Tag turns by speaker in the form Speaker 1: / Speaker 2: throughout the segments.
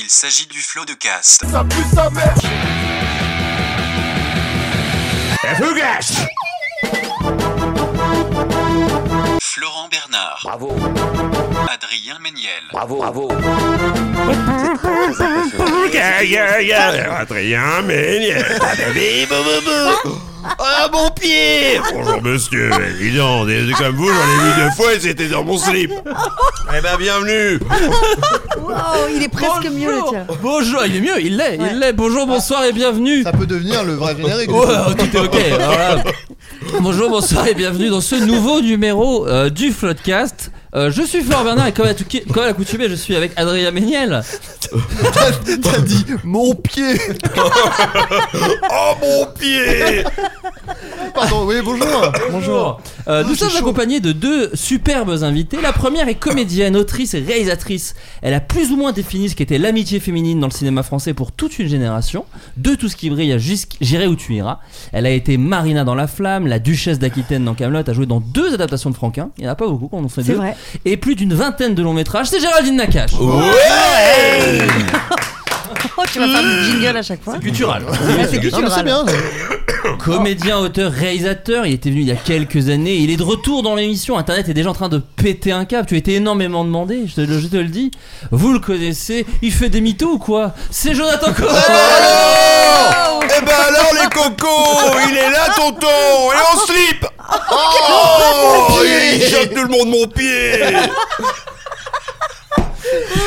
Speaker 1: Il s'agit du flot de cast. Florent Bernard. Bravo. Adrien Méniel.
Speaker 2: Bravo, bravo.
Speaker 3: Yeah, yeah, yeah. Adrien Méniel. Ah, bébé, bou, bou, bou. Ah, mon pied Bonjour monsieur, évidemment, des des comme vous, j'en ai vu deux fois et c'était dans mon slip. Eh ben, bienvenue
Speaker 4: Oh, il est presque mieux le tien.
Speaker 5: Bonjour, il est mieux, il l'est,
Speaker 4: Ouais.
Speaker 5: il l'est. Bonjour, bonsoir et bienvenue.
Speaker 6: Ça peut devenir le vrai générique.
Speaker 5: Ouais, euh, tout est ok. voilà. Bonjour, bonsoir et bienvenue dans ce nouveau numéro euh, du Floodcast. Euh, je suis Florent Bernard et comme à tout- comme à l'accoutumée, je suis avec Adrien Méniel.
Speaker 6: T'as dit mon pied.
Speaker 3: Oh, mon pied
Speaker 6: Pardon, oui, bonjour.
Speaker 5: Bonjour. Euh, nous
Speaker 6: c'est
Speaker 5: sommes
Speaker 6: chaud.
Speaker 5: accompagnés de deux superbes invités. La première est comédienne, autrice et réalisatrice. Elle a plus ou moins défini ce qu'était l'amitié féminine dans le cinéma français pour toute une génération. De tout ce qui brille à jusqu'- J'irai où tu iras. Elle a été Marina dans La Flamme, la duchesse d'Aquitaine dans Camelot, a joué dans deux adaptations de Franquin. Il n'y en a pas beaucoup quand on en fait
Speaker 4: C'est
Speaker 5: deux.
Speaker 4: vrai.
Speaker 5: Et plus d'une vingtaine de longs métrages. C'est Géraldine Nakache.
Speaker 4: Oh, tu vas faire du jingle à chaque fois.
Speaker 5: Cultural.
Speaker 4: Là, c'est
Speaker 6: Non, mais c'est
Speaker 4: cultural.
Speaker 6: bien.
Speaker 5: Comédien, auteur, réalisateur, il était venu il y a quelques années, il est de retour dans l'émission, Internet est déjà en train de péter un câble, tu as été énormément demandé, je te, le- je te le dis. Vous le connaissez, il fait des mythos ou quoi C'est Jonathan Cohen
Speaker 2: Oh.
Speaker 3: Alors Eh ben alors, les cocos Il est là, tonton Et en slip Oh Il choque tout le monde, mon pied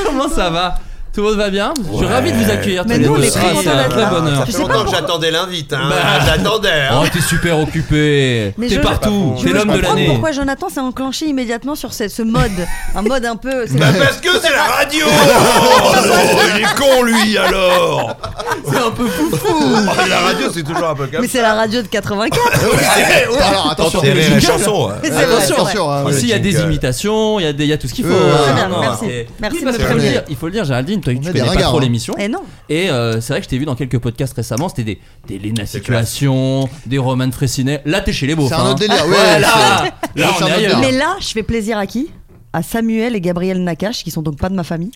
Speaker 5: Comment ça va Tout le monde va bien Je suis ravi de vous accueillir tous
Speaker 4: Mais
Speaker 5: les
Speaker 4: nous, on
Speaker 5: deux,
Speaker 4: est
Speaker 5: c'est
Speaker 4: très contents
Speaker 5: un
Speaker 4: d'être
Speaker 5: vrai
Speaker 4: là.
Speaker 5: bonheur.
Speaker 4: Je sais pas pourquoi.
Speaker 2: j'attendais l'invite, hein.
Speaker 5: Bah.
Speaker 2: J'attendais,
Speaker 5: Oh, t'es super occupé,
Speaker 4: Mais
Speaker 5: t'es
Speaker 4: je-
Speaker 5: partout,
Speaker 4: Je
Speaker 5: t'es
Speaker 4: veux
Speaker 5: l'homme de
Speaker 4: comprendre
Speaker 5: l'année.
Speaker 4: pourquoi Jonathan s'est enclenché immédiatement sur ce, ce mode. Un mode un peu.
Speaker 5: Bah,
Speaker 4: c'est-
Speaker 2: Bah, parce que c'est la radio
Speaker 3: Oh, il est con, lui, alors
Speaker 5: C'est un peu fou.
Speaker 2: Oh, La radio, c'est toujours un peu
Speaker 4: Mais
Speaker 2: comme
Speaker 4: c'est la radio de 84.
Speaker 6: Alors attention,
Speaker 3: C'est
Speaker 6: musique.
Speaker 3: la chanson
Speaker 2: hein.
Speaker 4: Mais c'est vrai, c'est
Speaker 5: Attention,
Speaker 4: vrai.
Speaker 6: attention. hein.
Speaker 5: Ici, Ah, il y a des
Speaker 2: jingle.
Speaker 5: imitations, il y a des- il y a tout ce qu'il faut.
Speaker 6: Euh,
Speaker 5: hein.
Speaker 4: bien,
Speaker 5: Non,
Speaker 4: merci.
Speaker 5: c'est-
Speaker 4: Merci
Speaker 5: Oui, parce
Speaker 4: de
Speaker 5: qu'il faut
Speaker 6: me
Speaker 5: le
Speaker 6: prévenir.
Speaker 5: dire- Il faut le dire, Géraldine, toi, tu
Speaker 6: est
Speaker 5: connais
Speaker 6: des
Speaker 5: pas
Speaker 6: ringards,
Speaker 5: trop
Speaker 6: hein.
Speaker 5: l'émission.
Speaker 4: Et non.
Speaker 5: Et euh, c'est vrai que je t'ai vu dans quelques podcasts récemment, c'était des, des Léna Situation, des Roman Fressinet. Là, t'es chez les beaux.
Speaker 6: C'est un autre délire. Ouais,
Speaker 5: hein. Voilà.
Speaker 6: c'est-
Speaker 5: Là,
Speaker 6: c'est
Speaker 5: on
Speaker 6: un
Speaker 5: est
Speaker 6: autre
Speaker 5: ailleurs.
Speaker 6: délire.
Speaker 4: Mais là, je fais plaisir à qui À Samuel et Gabriel Nakache, qui sont donc pas de ma famille,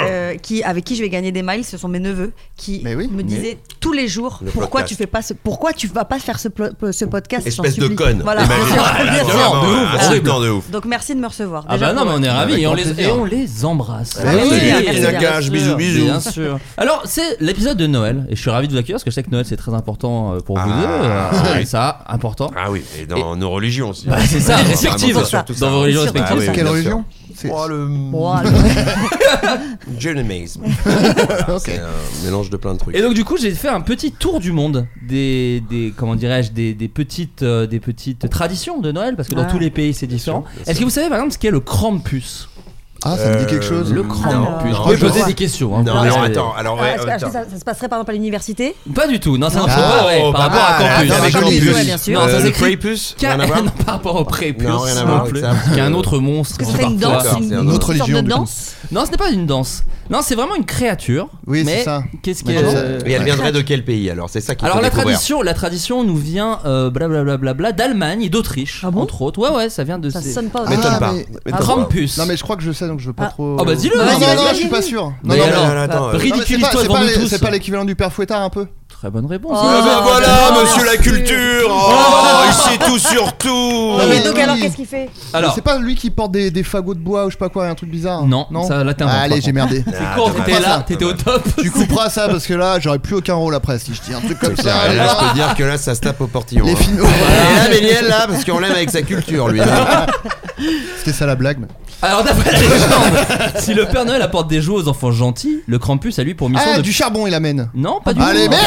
Speaker 4: Euh, qui, avec qui je vais gagner des miles, ce sont mes neveux, qui
Speaker 6: Mais oui.
Speaker 4: me disaient tous les jours
Speaker 2: Le
Speaker 4: pourquoi
Speaker 2: podcast.
Speaker 4: tu fais pas ce, pourquoi tu vas pas faire ce, plo- euh, ce podcast. j'en
Speaker 2: Espèce de
Speaker 4: supplie.
Speaker 2: conne.
Speaker 4: Voilà.
Speaker 2: Imagine.
Speaker 4: bien sûr,
Speaker 2: Voilà,
Speaker 4: bien sûr.
Speaker 2: vraiment,
Speaker 5: de ouf,
Speaker 2: un
Speaker 5: horrible.
Speaker 2: temps de ouf.
Speaker 4: Donc merci de me recevoir.
Speaker 5: Ah
Speaker 4: Déjà
Speaker 5: bah non,
Speaker 4: pour- euh,
Speaker 5: mais on est ravis
Speaker 6: Avec
Speaker 5: et on,
Speaker 6: grand
Speaker 5: les,
Speaker 6: plaisir.
Speaker 5: et on les embrasse.
Speaker 4: Ah oui,
Speaker 5: Bien
Speaker 4: merci,
Speaker 5: sûr,
Speaker 3: Nakache,
Speaker 5: bien
Speaker 3: bisous,
Speaker 5: sûr,
Speaker 3: bisous.
Speaker 5: Bien sûr. Alors, c'est l'épisode de Noël et je suis ravi de vous accueillir parce que je sais que Noël c'est très important euh, pour vous
Speaker 2: Ah,
Speaker 5: deux. euh,
Speaker 2: oui.
Speaker 5: Ça, important.
Speaker 2: Ah oui, et dans nos religions aussi.
Speaker 5: Bah, c'est ça,
Speaker 6: Ah
Speaker 2: Vraiment,
Speaker 5: respectives.
Speaker 2: c'est surtout ça.
Speaker 5: Dans vos religions
Speaker 4: C'est surtout
Speaker 5: respectives.
Speaker 2: Bah oui,
Speaker 6: Quelle
Speaker 2: bien
Speaker 6: religion C'est-
Speaker 2: sûr. Oh, le
Speaker 4: Oh, alors,
Speaker 2: Jeunisme.
Speaker 6: Ok.
Speaker 2: C'est un mélange de plein de trucs.
Speaker 5: Et donc du coup j'ai fait un petit tour du monde des, des comment dirais-je des, des petites euh, des petites traditions de Noël parce que dans
Speaker 4: Ah.
Speaker 5: tous les pays c'est différent.
Speaker 2: sûr, bien
Speaker 5: Est-ce
Speaker 2: sûr.
Speaker 5: que vous savez par exemple ce qu'est le Krampus
Speaker 6: Ah, ça me dit quelque chose.
Speaker 5: Euh, Le
Speaker 4: non,
Speaker 5: Krampus.
Speaker 2: non,
Speaker 5: Vous pouvez
Speaker 2: je
Speaker 5: poser
Speaker 2: vois.
Speaker 5: des questions. hein,
Speaker 2: Non,
Speaker 5: vous
Speaker 2: alors
Speaker 5: pouvez-
Speaker 2: attends, alors ouais,
Speaker 4: ah, est-ce que- est-ce que
Speaker 2: attends.
Speaker 4: ça, ça se passerait par exemple à l'université
Speaker 5: Pas du tout. Non, c'est un peu
Speaker 6: Ah.
Speaker 5: pas vrai,
Speaker 2: Oh,
Speaker 5: par
Speaker 2: bah,
Speaker 5: rapport à
Speaker 2: bah,
Speaker 5: Krampus.
Speaker 6: non,
Speaker 5: Avec
Speaker 6: mais
Speaker 5: Krampus.
Speaker 6: Krampus,
Speaker 4: ouais, bien sûr.
Speaker 5: Non, ça
Speaker 2: Euh, le
Speaker 5: s'écrit
Speaker 2: Crépus
Speaker 5: K-
Speaker 2: rien à voir
Speaker 5: non, par rapport au Prépus.
Speaker 2: Non, rien à voir avec ça.
Speaker 5: Qui est un autre monstre.
Speaker 4: Est-ce que c'est
Speaker 5: parfois.
Speaker 4: une danse
Speaker 2: D'accord,
Speaker 4: Une,
Speaker 2: c'est un
Speaker 4: une
Speaker 6: autre
Speaker 4: sorte
Speaker 6: religion,
Speaker 4: de
Speaker 6: du coup.
Speaker 4: danse
Speaker 5: Non, ce n'est pas une danse. Non, c'est vraiment une créature.
Speaker 6: Oui,
Speaker 5: mais
Speaker 6: c'est ça.
Speaker 5: Qu'est-ce
Speaker 6: Mais
Speaker 5: que
Speaker 6: comment
Speaker 5: euh,
Speaker 6: ça-
Speaker 2: Et elle viendrait de quel pays alors C'est ça qui
Speaker 5: Alors la tradition, la tradition nous vient euh, blablabla d'Allemagne et d'Autriche
Speaker 4: Ah bon
Speaker 5: entre autres. Ouais ouais, ça vient de
Speaker 4: Ça
Speaker 5: ces-
Speaker 4: sonne pas
Speaker 6: Ah,
Speaker 2: M'étonne pas.
Speaker 6: mais-
Speaker 2: M'étonne pas.
Speaker 5: Krampus.
Speaker 6: Non, mais je crois que je sais, donc je veux pas
Speaker 4: Ah.
Speaker 6: trop. euh,
Speaker 5: Oh, bah, dis-le.
Speaker 6: Non,
Speaker 5: Vas-y,
Speaker 6: non,
Speaker 5: vas-y,
Speaker 6: non, je
Speaker 4: vas-y,
Speaker 6: suis pas
Speaker 4: vas-y.
Speaker 6: sûr. Non,
Speaker 5: Mais
Speaker 6: non,
Speaker 5: alors,
Speaker 2: attends, attends,
Speaker 6: mais- non, mais c'est
Speaker 5: ridiculise-toi
Speaker 6: pas- c'est
Speaker 5: devant
Speaker 6: pas
Speaker 5: nous
Speaker 6: les-
Speaker 5: tous.
Speaker 6: C'est pas l'équivalent du père fouettard un peu
Speaker 5: Très bonne réponse.
Speaker 4: Oh.
Speaker 3: Ah ben voilà,
Speaker 4: non,
Speaker 3: monsieur la
Speaker 4: merci.
Speaker 3: culture Oh, il sait tout sur tout
Speaker 4: Non, mais donc
Speaker 6: oui.
Speaker 4: alors qu'est-ce qu'il fait
Speaker 6: Mais
Speaker 5: Alors,
Speaker 6: C'est pas lui qui porte des, des fagots de bois ou je sais pas quoi, un truc bizarre.
Speaker 5: Non, ça, là, t'inventes,
Speaker 6: Ah,
Speaker 5: par
Speaker 6: Allez, j'ai merdé.
Speaker 5: c'est
Speaker 2: Ah,
Speaker 5: con, t'étais
Speaker 6: pas
Speaker 5: là,
Speaker 6: ça.
Speaker 5: t'étais au top.
Speaker 6: tu couperas ça parce que là, j'aurais plus aucun rôle après si je dis un truc comme ça.
Speaker 2: Là, je peux dire que là, ça se tape au portillon.
Speaker 6: Ah, Les
Speaker 2: hein.
Speaker 6: films.
Speaker 2: Et là, Méliel, là, parce qu'on l'aime avec sa culture, lui. hein.
Speaker 6: C'était ça la blague. mais-
Speaker 5: Alors d'après la légende, si le Père Noël apporte des jouets aux enfants gentils, le Krampus a lui pour mission
Speaker 6: Ah,
Speaker 5: de...
Speaker 6: du charbon, il amène.
Speaker 5: Non,
Speaker 2: Ah,
Speaker 5: pas du
Speaker 6: Allez,
Speaker 5: tout.
Speaker 6: merde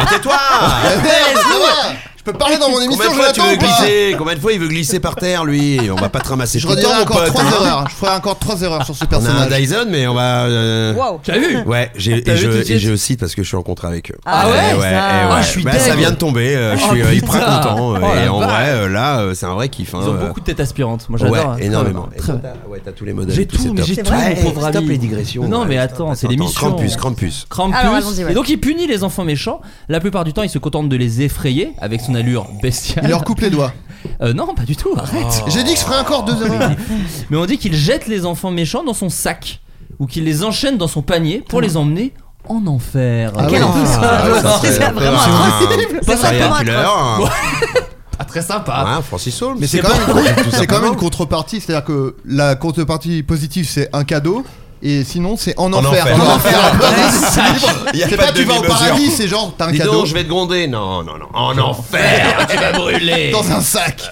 Speaker 2: Mais tais-toi
Speaker 6: Ah, merde, ouais. Je peux parler dans mon
Speaker 2: Combien
Speaker 6: émission,
Speaker 2: de
Speaker 6: je
Speaker 2: fois tu veux
Speaker 6: l'attends ou pas
Speaker 2: glisser Combien de fois il veut glisser par terre, lui On va pas te ramasser
Speaker 6: Je
Speaker 2: tout le
Speaker 6: redirai
Speaker 2: temps, mon
Speaker 6: encore
Speaker 2: pote,
Speaker 6: trois
Speaker 2: hein.
Speaker 6: erreurs. Je ferai encore trois erreurs sur
Speaker 2: On
Speaker 6: ce
Speaker 2: a un
Speaker 6: personnage.
Speaker 2: Dyson, mais on va. euh,
Speaker 4: Waouh
Speaker 5: Tu as vu
Speaker 2: Ouais, j'ai-
Speaker 5: T'as
Speaker 2: et,
Speaker 5: vu
Speaker 2: je,
Speaker 5: tout de
Speaker 2: et
Speaker 5: suite
Speaker 2: je cite parce que je suis en contrat avec eux.
Speaker 4: Ah
Speaker 2: Et
Speaker 4: ouais,
Speaker 2: et
Speaker 4: ça. Ah,
Speaker 5: je suis
Speaker 2: Bah, Ça
Speaker 5: dingue.
Speaker 2: vient de tomber, euh, je
Speaker 5: Oh,
Speaker 2: suis euh, hyper
Speaker 5: putain.
Speaker 2: content. euh,
Speaker 5: Oh, la
Speaker 2: et en
Speaker 5: vache.
Speaker 2: vrai, euh, là, euh, c'est un vrai kiff. hein,
Speaker 5: Ils ont
Speaker 2: euh,
Speaker 5: beaucoup de têtes aspirantes. Moi
Speaker 2: ouais,
Speaker 5: j'adore. hein.
Speaker 2: énormément. Et
Speaker 5: Très-
Speaker 2: toi, t'as- ouais, t'as tous les modèles.
Speaker 5: J'ai
Speaker 2: tous
Speaker 5: tout, mais j'ai tout, mon pauvre ami.
Speaker 2: Stop les digressions.
Speaker 5: Non,
Speaker 2: ouais,
Speaker 5: mais
Speaker 2: putain,
Speaker 5: attends, c'est
Speaker 2: attends,
Speaker 5: l'émission.
Speaker 2: Krampus, Krampus.
Speaker 5: Krampus.
Speaker 4: Alors, allons-y, ouais.
Speaker 5: Et donc il punit les enfants méchants. La plupart du temps, il se contente de les effrayer avec son allure bestiale.
Speaker 6: Il leur Ah. coupe les doigts.
Speaker 5: Euh, non, pas du tout, arrête.
Speaker 6: J'ai dit que je ferais encore deux erreurs.
Speaker 5: Mais on dit qu'il jette les enfants méchants dans son sac ou qu'il les enchaîne dans son panier pour les emmener en enfer.
Speaker 6: Ah
Speaker 4: Quel
Speaker 6: ouais.
Speaker 4: enfer
Speaker 2: ça,
Speaker 4: C'est
Speaker 2: c'est-
Speaker 4: vraiment
Speaker 2: Ah.
Speaker 5: Pas
Speaker 4: impossible C'est vraiment
Speaker 2: Serial
Speaker 4: atroce.
Speaker 2: killer. hein.
Speaker 5: Ah, très sympa.
Speaker 2: Ouais, Francis Holmes.
Speaker 6: Mais c'est
Speaker 2: C'est
Speaker 6: quand,
Speaker 2: pas-
Speaker 6: même,
Speaker 2: tout
Speaker 6: c'est quand même
Speaker 2: simplement.
Speaker 6: une contrepartie, c'est-à-dire que la contrepartie positive c'est un cadeau et sinon c'est en,
Speaker 2: En
Speaker 6: enfer.
Speaker 2: enfer.
Speaker 6: En
Speaker 2: En
Speaker 6: enfer.
Speaker 2: Il y a
Speaker 6: C'est pas tu vas au
Speaker 2: demi-mesure.
Speaker 6: paradis, c'est genre t'as un
Speaker 2: Dis
Speaker 6: cadeau
Speaker 2: donc, je vais te gronder. Non, non, non. En enfer, tu vas brûler.
Speaker 6: dans un sac.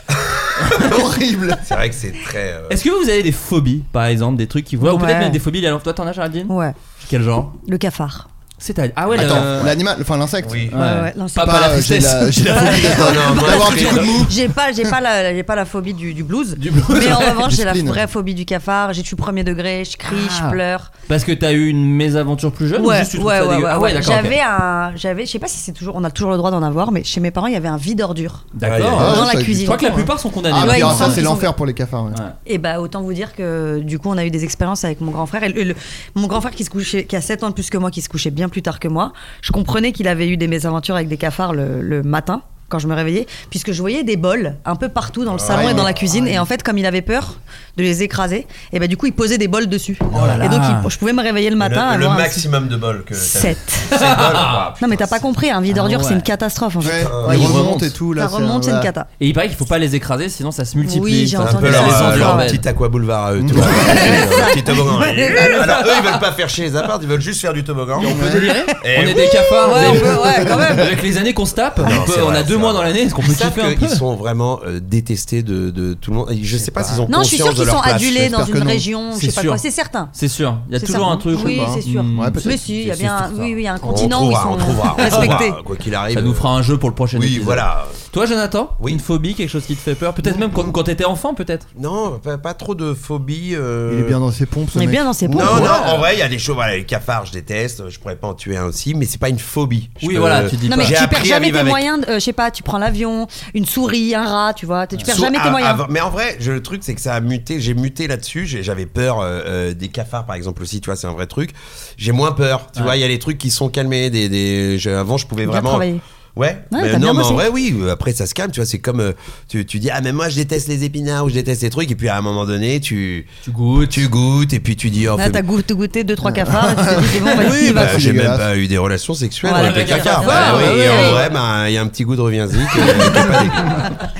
Speaker 6: Horrible.
Speaker 2: C'est vrai que c'est très. euh,
Speaker 5: Est-ce que vous avez des phobies, par exemple, des trucs qui vous. Ou peut-être
Speaker 4: Ouais.
Speaker 5: même des phobies. liées à- Toi, t'en as, Géraldine
Speaker 4: Ouais,
Speaker 5: Quel genre
Speaker 4: le cafard.
Speaker 5: C'est à... Ah ouais,
Speaker 6: Attends,
Speaker 5: le-
Speaker 6: l'animal, enfin l'insecte.
Speaker 2: Oui.
Speaker 5: Ouais.
Speaker 4: Ouais, ouais, non, c'est
Speaker 5: Pas,
Speaker 4: pas-
Speaker 5: pas la
Speaker 6: euh, j'ai
Speaker 5: tristesse.
Speaker 6: la- j'ai la phobie d'être-
Speaker 2: Non, non, moi,
Speaker 6: d'avoir un
Speaker 2: je
Speaker 6: petit
Speaker 2: suis-
Speaker 6: coup de mou.
Speaker 4: J'ai pas, j'ai pas la, j'ai pas la phobie du, du blues.
Speaker 5: Du blues.
Speaker 4: Mais en revanche,
Speaker 6: Du
Speaker 4: j'ai la
Speaker 6: spleen.
Speaker 4: vraie phobie du cafard. J'ai tué premier degré, je crie,
Speaker 5: Ah.
Speaker 4: je pleure.
Speaker 5: Parce que t'as eu une mésaventure plus jeune ou
Speaker 4: Ouais,
Speaker 5: juste tu
Speaker 4: ouais,
Speaker 5: trouves ça
Speaker 4: ouais,
Speaker 5: dégueu
Speaker 4: ouais,
Speaker 5: Ah
Speaker 4: ouais.
Speaker 5: ouais, d'accord. ok.
Speaker 4: J'avais un, j'avais, je sais pas si c'est toujours, on a toujours le droit d'en avoir, mais chez mes parents, il y avait un vide ordure
Speaker 5: D'accord.
Speaker 6: Ah,
Speaker 4: dans
Speaker 6: ça
Speaker 4: la
Speaker 6: existe.
Speaker 4: cuisine.
Speaker 5: Je crois que la plupart sont condamnés.
Speaker 6: Ah,
Speaker 4: Ouais,
Speaker 6: mais
Speaker 4: il me
Speaker 6: alors, ça
Speaker 4: semble
Speaker 6: c'est
Speaker 4: qu'ils sont-
Speaker 6: l'enfer pour les cafards. ouais.
Speaker 4: Et bah autant vous dire que du coup on a eu des expériences avec mon grand frère et le- le- mon grand frère qui se couchait qui a 7 ans de plus que moi qui se couchait bien plus tard que moi. Je comprenais qu'il avait eu des mésaventures avec des cafards le, le matin quand je me réveillais puisque je voyais des bols un peu partout dans le salon et dans la cuisine et en fait comme il avait peur de les écraser et bah du coup il posait des bols dessus.
Speaker 5: là
Speaker 4: et donc
Speaker 5: là.
Speaker 4: il- je pouvais me réveiller le matin
Speaker 2: le, le
Speaker 4: avoir un-
Speaker 2: maximum de bol que. t'as eu.
Speaker 4: 7.
Speaker 2: Sept bols, quoi.
Speaker 4: Non mais t'as pas compris un vide
Speaker 5: Ah
Speaker 4: ordure
Speaker 5: ouais.
Speaker 4: c'est une catastrophe en fait.
Speaker 6: Ouais,
Speaker 2: Ouais,
Speaker 6: il
Speaker 2: il
Speaker 6: remonte
Speaker 5: remonte.
Speaker 6: et tout là.
Speaker 4: Ça remonte c'est une
Speaker 6: voilà.
Speaker 4: cata.
Speaker 5: Et il paraît qu'il faut pas les écraser, sinon ça se multiplie.
Speaker 4: Oui, j'ai
Speaker 5: ça-
Speaker 2: C'est un
Speaker 4: entendu
Speaker 2: peu
Speaker 5: ça
Speaker 2: leur,
Speaker 5: les
Speaker 2: euh,
Speaker 5: enferme.
Speaker 2: leur petit aqua boulevard à eux, tu vois. leur petit toboggan. Alors eux, ils veulent pas faire chier les apparts, ils veulent juste faire du toboggan.
Speaker 5: On peut délirer
Speaker 2: Eh
Speaker 5: On est
Speaker 2: oui.
Speaker 5: des cafards.
Speaker 4: Ouais,
Speaker 5: des-
Speaker 4: on peut, ouais, quand même.
Speaker 5: Avec les années qu'on se tape,
Speaker 2: Non,
Speaker 5: on, peut-
Speaker 2: c'est
Speaker 5: on
Speaker 2: vrai,
Speaker 5: a deux
Speaker 2: c'est
Speaker 5: mois
Speaker 2: vrai.
Speaker 5: dans l'année, est-ce qu'on peut
Speaker 2: Ils savent
Speaker 5: kiffer un peu
Speaker 2: qu'ils sont vraiment euh, détestés de, de tout le monde. Je sais pas s'ils ont
Speaker 4: Non je suis
Speaker 2: conscience de
Speaker 4: sûre qu'ils
Speaker 2: leur
Speaker 4: sont
Speaker 2: place.
Speaker 4: adulés dans
Speaker 6: j'espère que
Speaker 4: une
Speaker 6: non.
Speaker 4: région je
Speaker 5: C'est
Speaker 4: sais pas
Speaker 5: sûr.
Speaker 4: quoi c'est certain.
Speaker 5: C'est sûr, il y a
Speaker 4: C'est
Speaker 5: toujours
Speaker 4: certain.
Speaker 5: un truc.
Speaker 4: Oui,
Speaker 5: ou pas
Speaker 4: c'est sûr. bah,
Speaker 5: Hmm.
Speaker 6: Ouais, peut-être.
Speaker 4: Mais si, il y a
Speaker 5: C'est
Speaker 4: bien,
Speaker 5: sûr,
Speaker 4: un-
Speaker 5: ça.
Speaker 4: oui, oui, il y a un
Speaker 2: On
Speaker 4: continent où ils
Speaker 2: trouvera,
Speaker 4: sont
Speaker 2: on trouvera, on
Speaker 4: respectés.
Speaker 2: trouvera, quoi qu'il arrive.
Speaker 5: Ça nous fera un jeu pour le prochain
Speaker 2: Oui,
Speaker 5: épisode.
Speaker 2: voilà.
Speaker 5: Toi, Jonathan
Speaker 2: Oui.
Speaker 5: Une phobie, quelque chose qui te fait peur Peut-être même quand, quand t'étais enfant, peut-être
Speaker 2: Non, pas, pas trop de phobie. euh,
Speaker 6: Il est bien dans ses pompes. ce
Speaker 4: On est
Speaker 6: mec.
Speaker 4: bien dans ses pompes.
Speaker 2: Non,
Speaker 4: ouais.
Speaker 2: non, en vrai, il y a des choses. Voilà, les cafards, je déteste. Je pourrais pas en tuer un aussi, mais c'est pas une phobie. Je
Speaker 5: Oui,
Speaker 2: peux-
Speaker 5: voilà, tu dis
Speaker 4: Non,
Speaker 5: pas.
Speaker 4: mais
Speaker 2: J'ai
Speaker 4: tu perds
Speaker 2: appris à
Speaker 4: jamais
Speaker 2: vivre
Speaker 4: tes
Speaker 2: avec.
Speaker 4: moyens, de- euh, je sais pas, tu prends l'avion, une souris, un rat, tu vois, tu tu perds
Speaker 2: Sauf
Speaker 4: jamais tes
Speaker 2: à-
Speaker 4: moyens.
Speaker 2: avant- mais en vrai, je- le truc, c'est que ça a muté. J'ai muté là-dessus. J'ai- J'avais peur euh, euh, des cafards, par exemple, aussi. Tu vois, c'est un vrai truc. J'ai moins peur. Tu vois, il y a les trucs qui sont calmés. Des, des... je- avant, je pouvais
Speaker 4: Bien
Speaker 2: vraiment.
Speaker 4: travaillé.
Speaker 2: Ouais,
Speaker 4: Ouais,
Speaker 2: mais
Speaker 4: t'as
Speaker 2: non,
Speaker 4: bien
Speaker 2: mais en
Speaker 4: bossé.
Speaker 2: vrai, oui. euh, Après, ça se calme. Tu vois, c'est comme euh, tu, tu dis Ah, mais moi, je déteste les épinards ou je déteste les trucs. Et puis, à un moment donné, tu,
Speaker 5: Tu goûtes.
Speaker 2: tu goûtes et puis tu dis Oh,
Speaker 4: Là,
Speaker 2: fais-
Speaker 4: Ah, t'as goûté, goûté deux, trois cafards, et tu te dis, c'est bon, vas-y,
Speaker 2: Oui,
Speaker 4: il va.
Speaker 2: bah, j'ai même
Speaker 6: dégueulasse.
Speaker 2: pas eu des relations sexuelles
Speaker 4: Voilà,
Speaker 2: avec les
Speaker 4: avec les
Speaker 2: cafards.
Speaker 4: cafards,
Speaker 2: Bah oui,
Speaker 4: ouais,
Speaker 2: et
Speaker 4: ouais.
Speaker 2: en vrai, bah, il y a un petit goût de reviens-y que- qui est pas dégueu.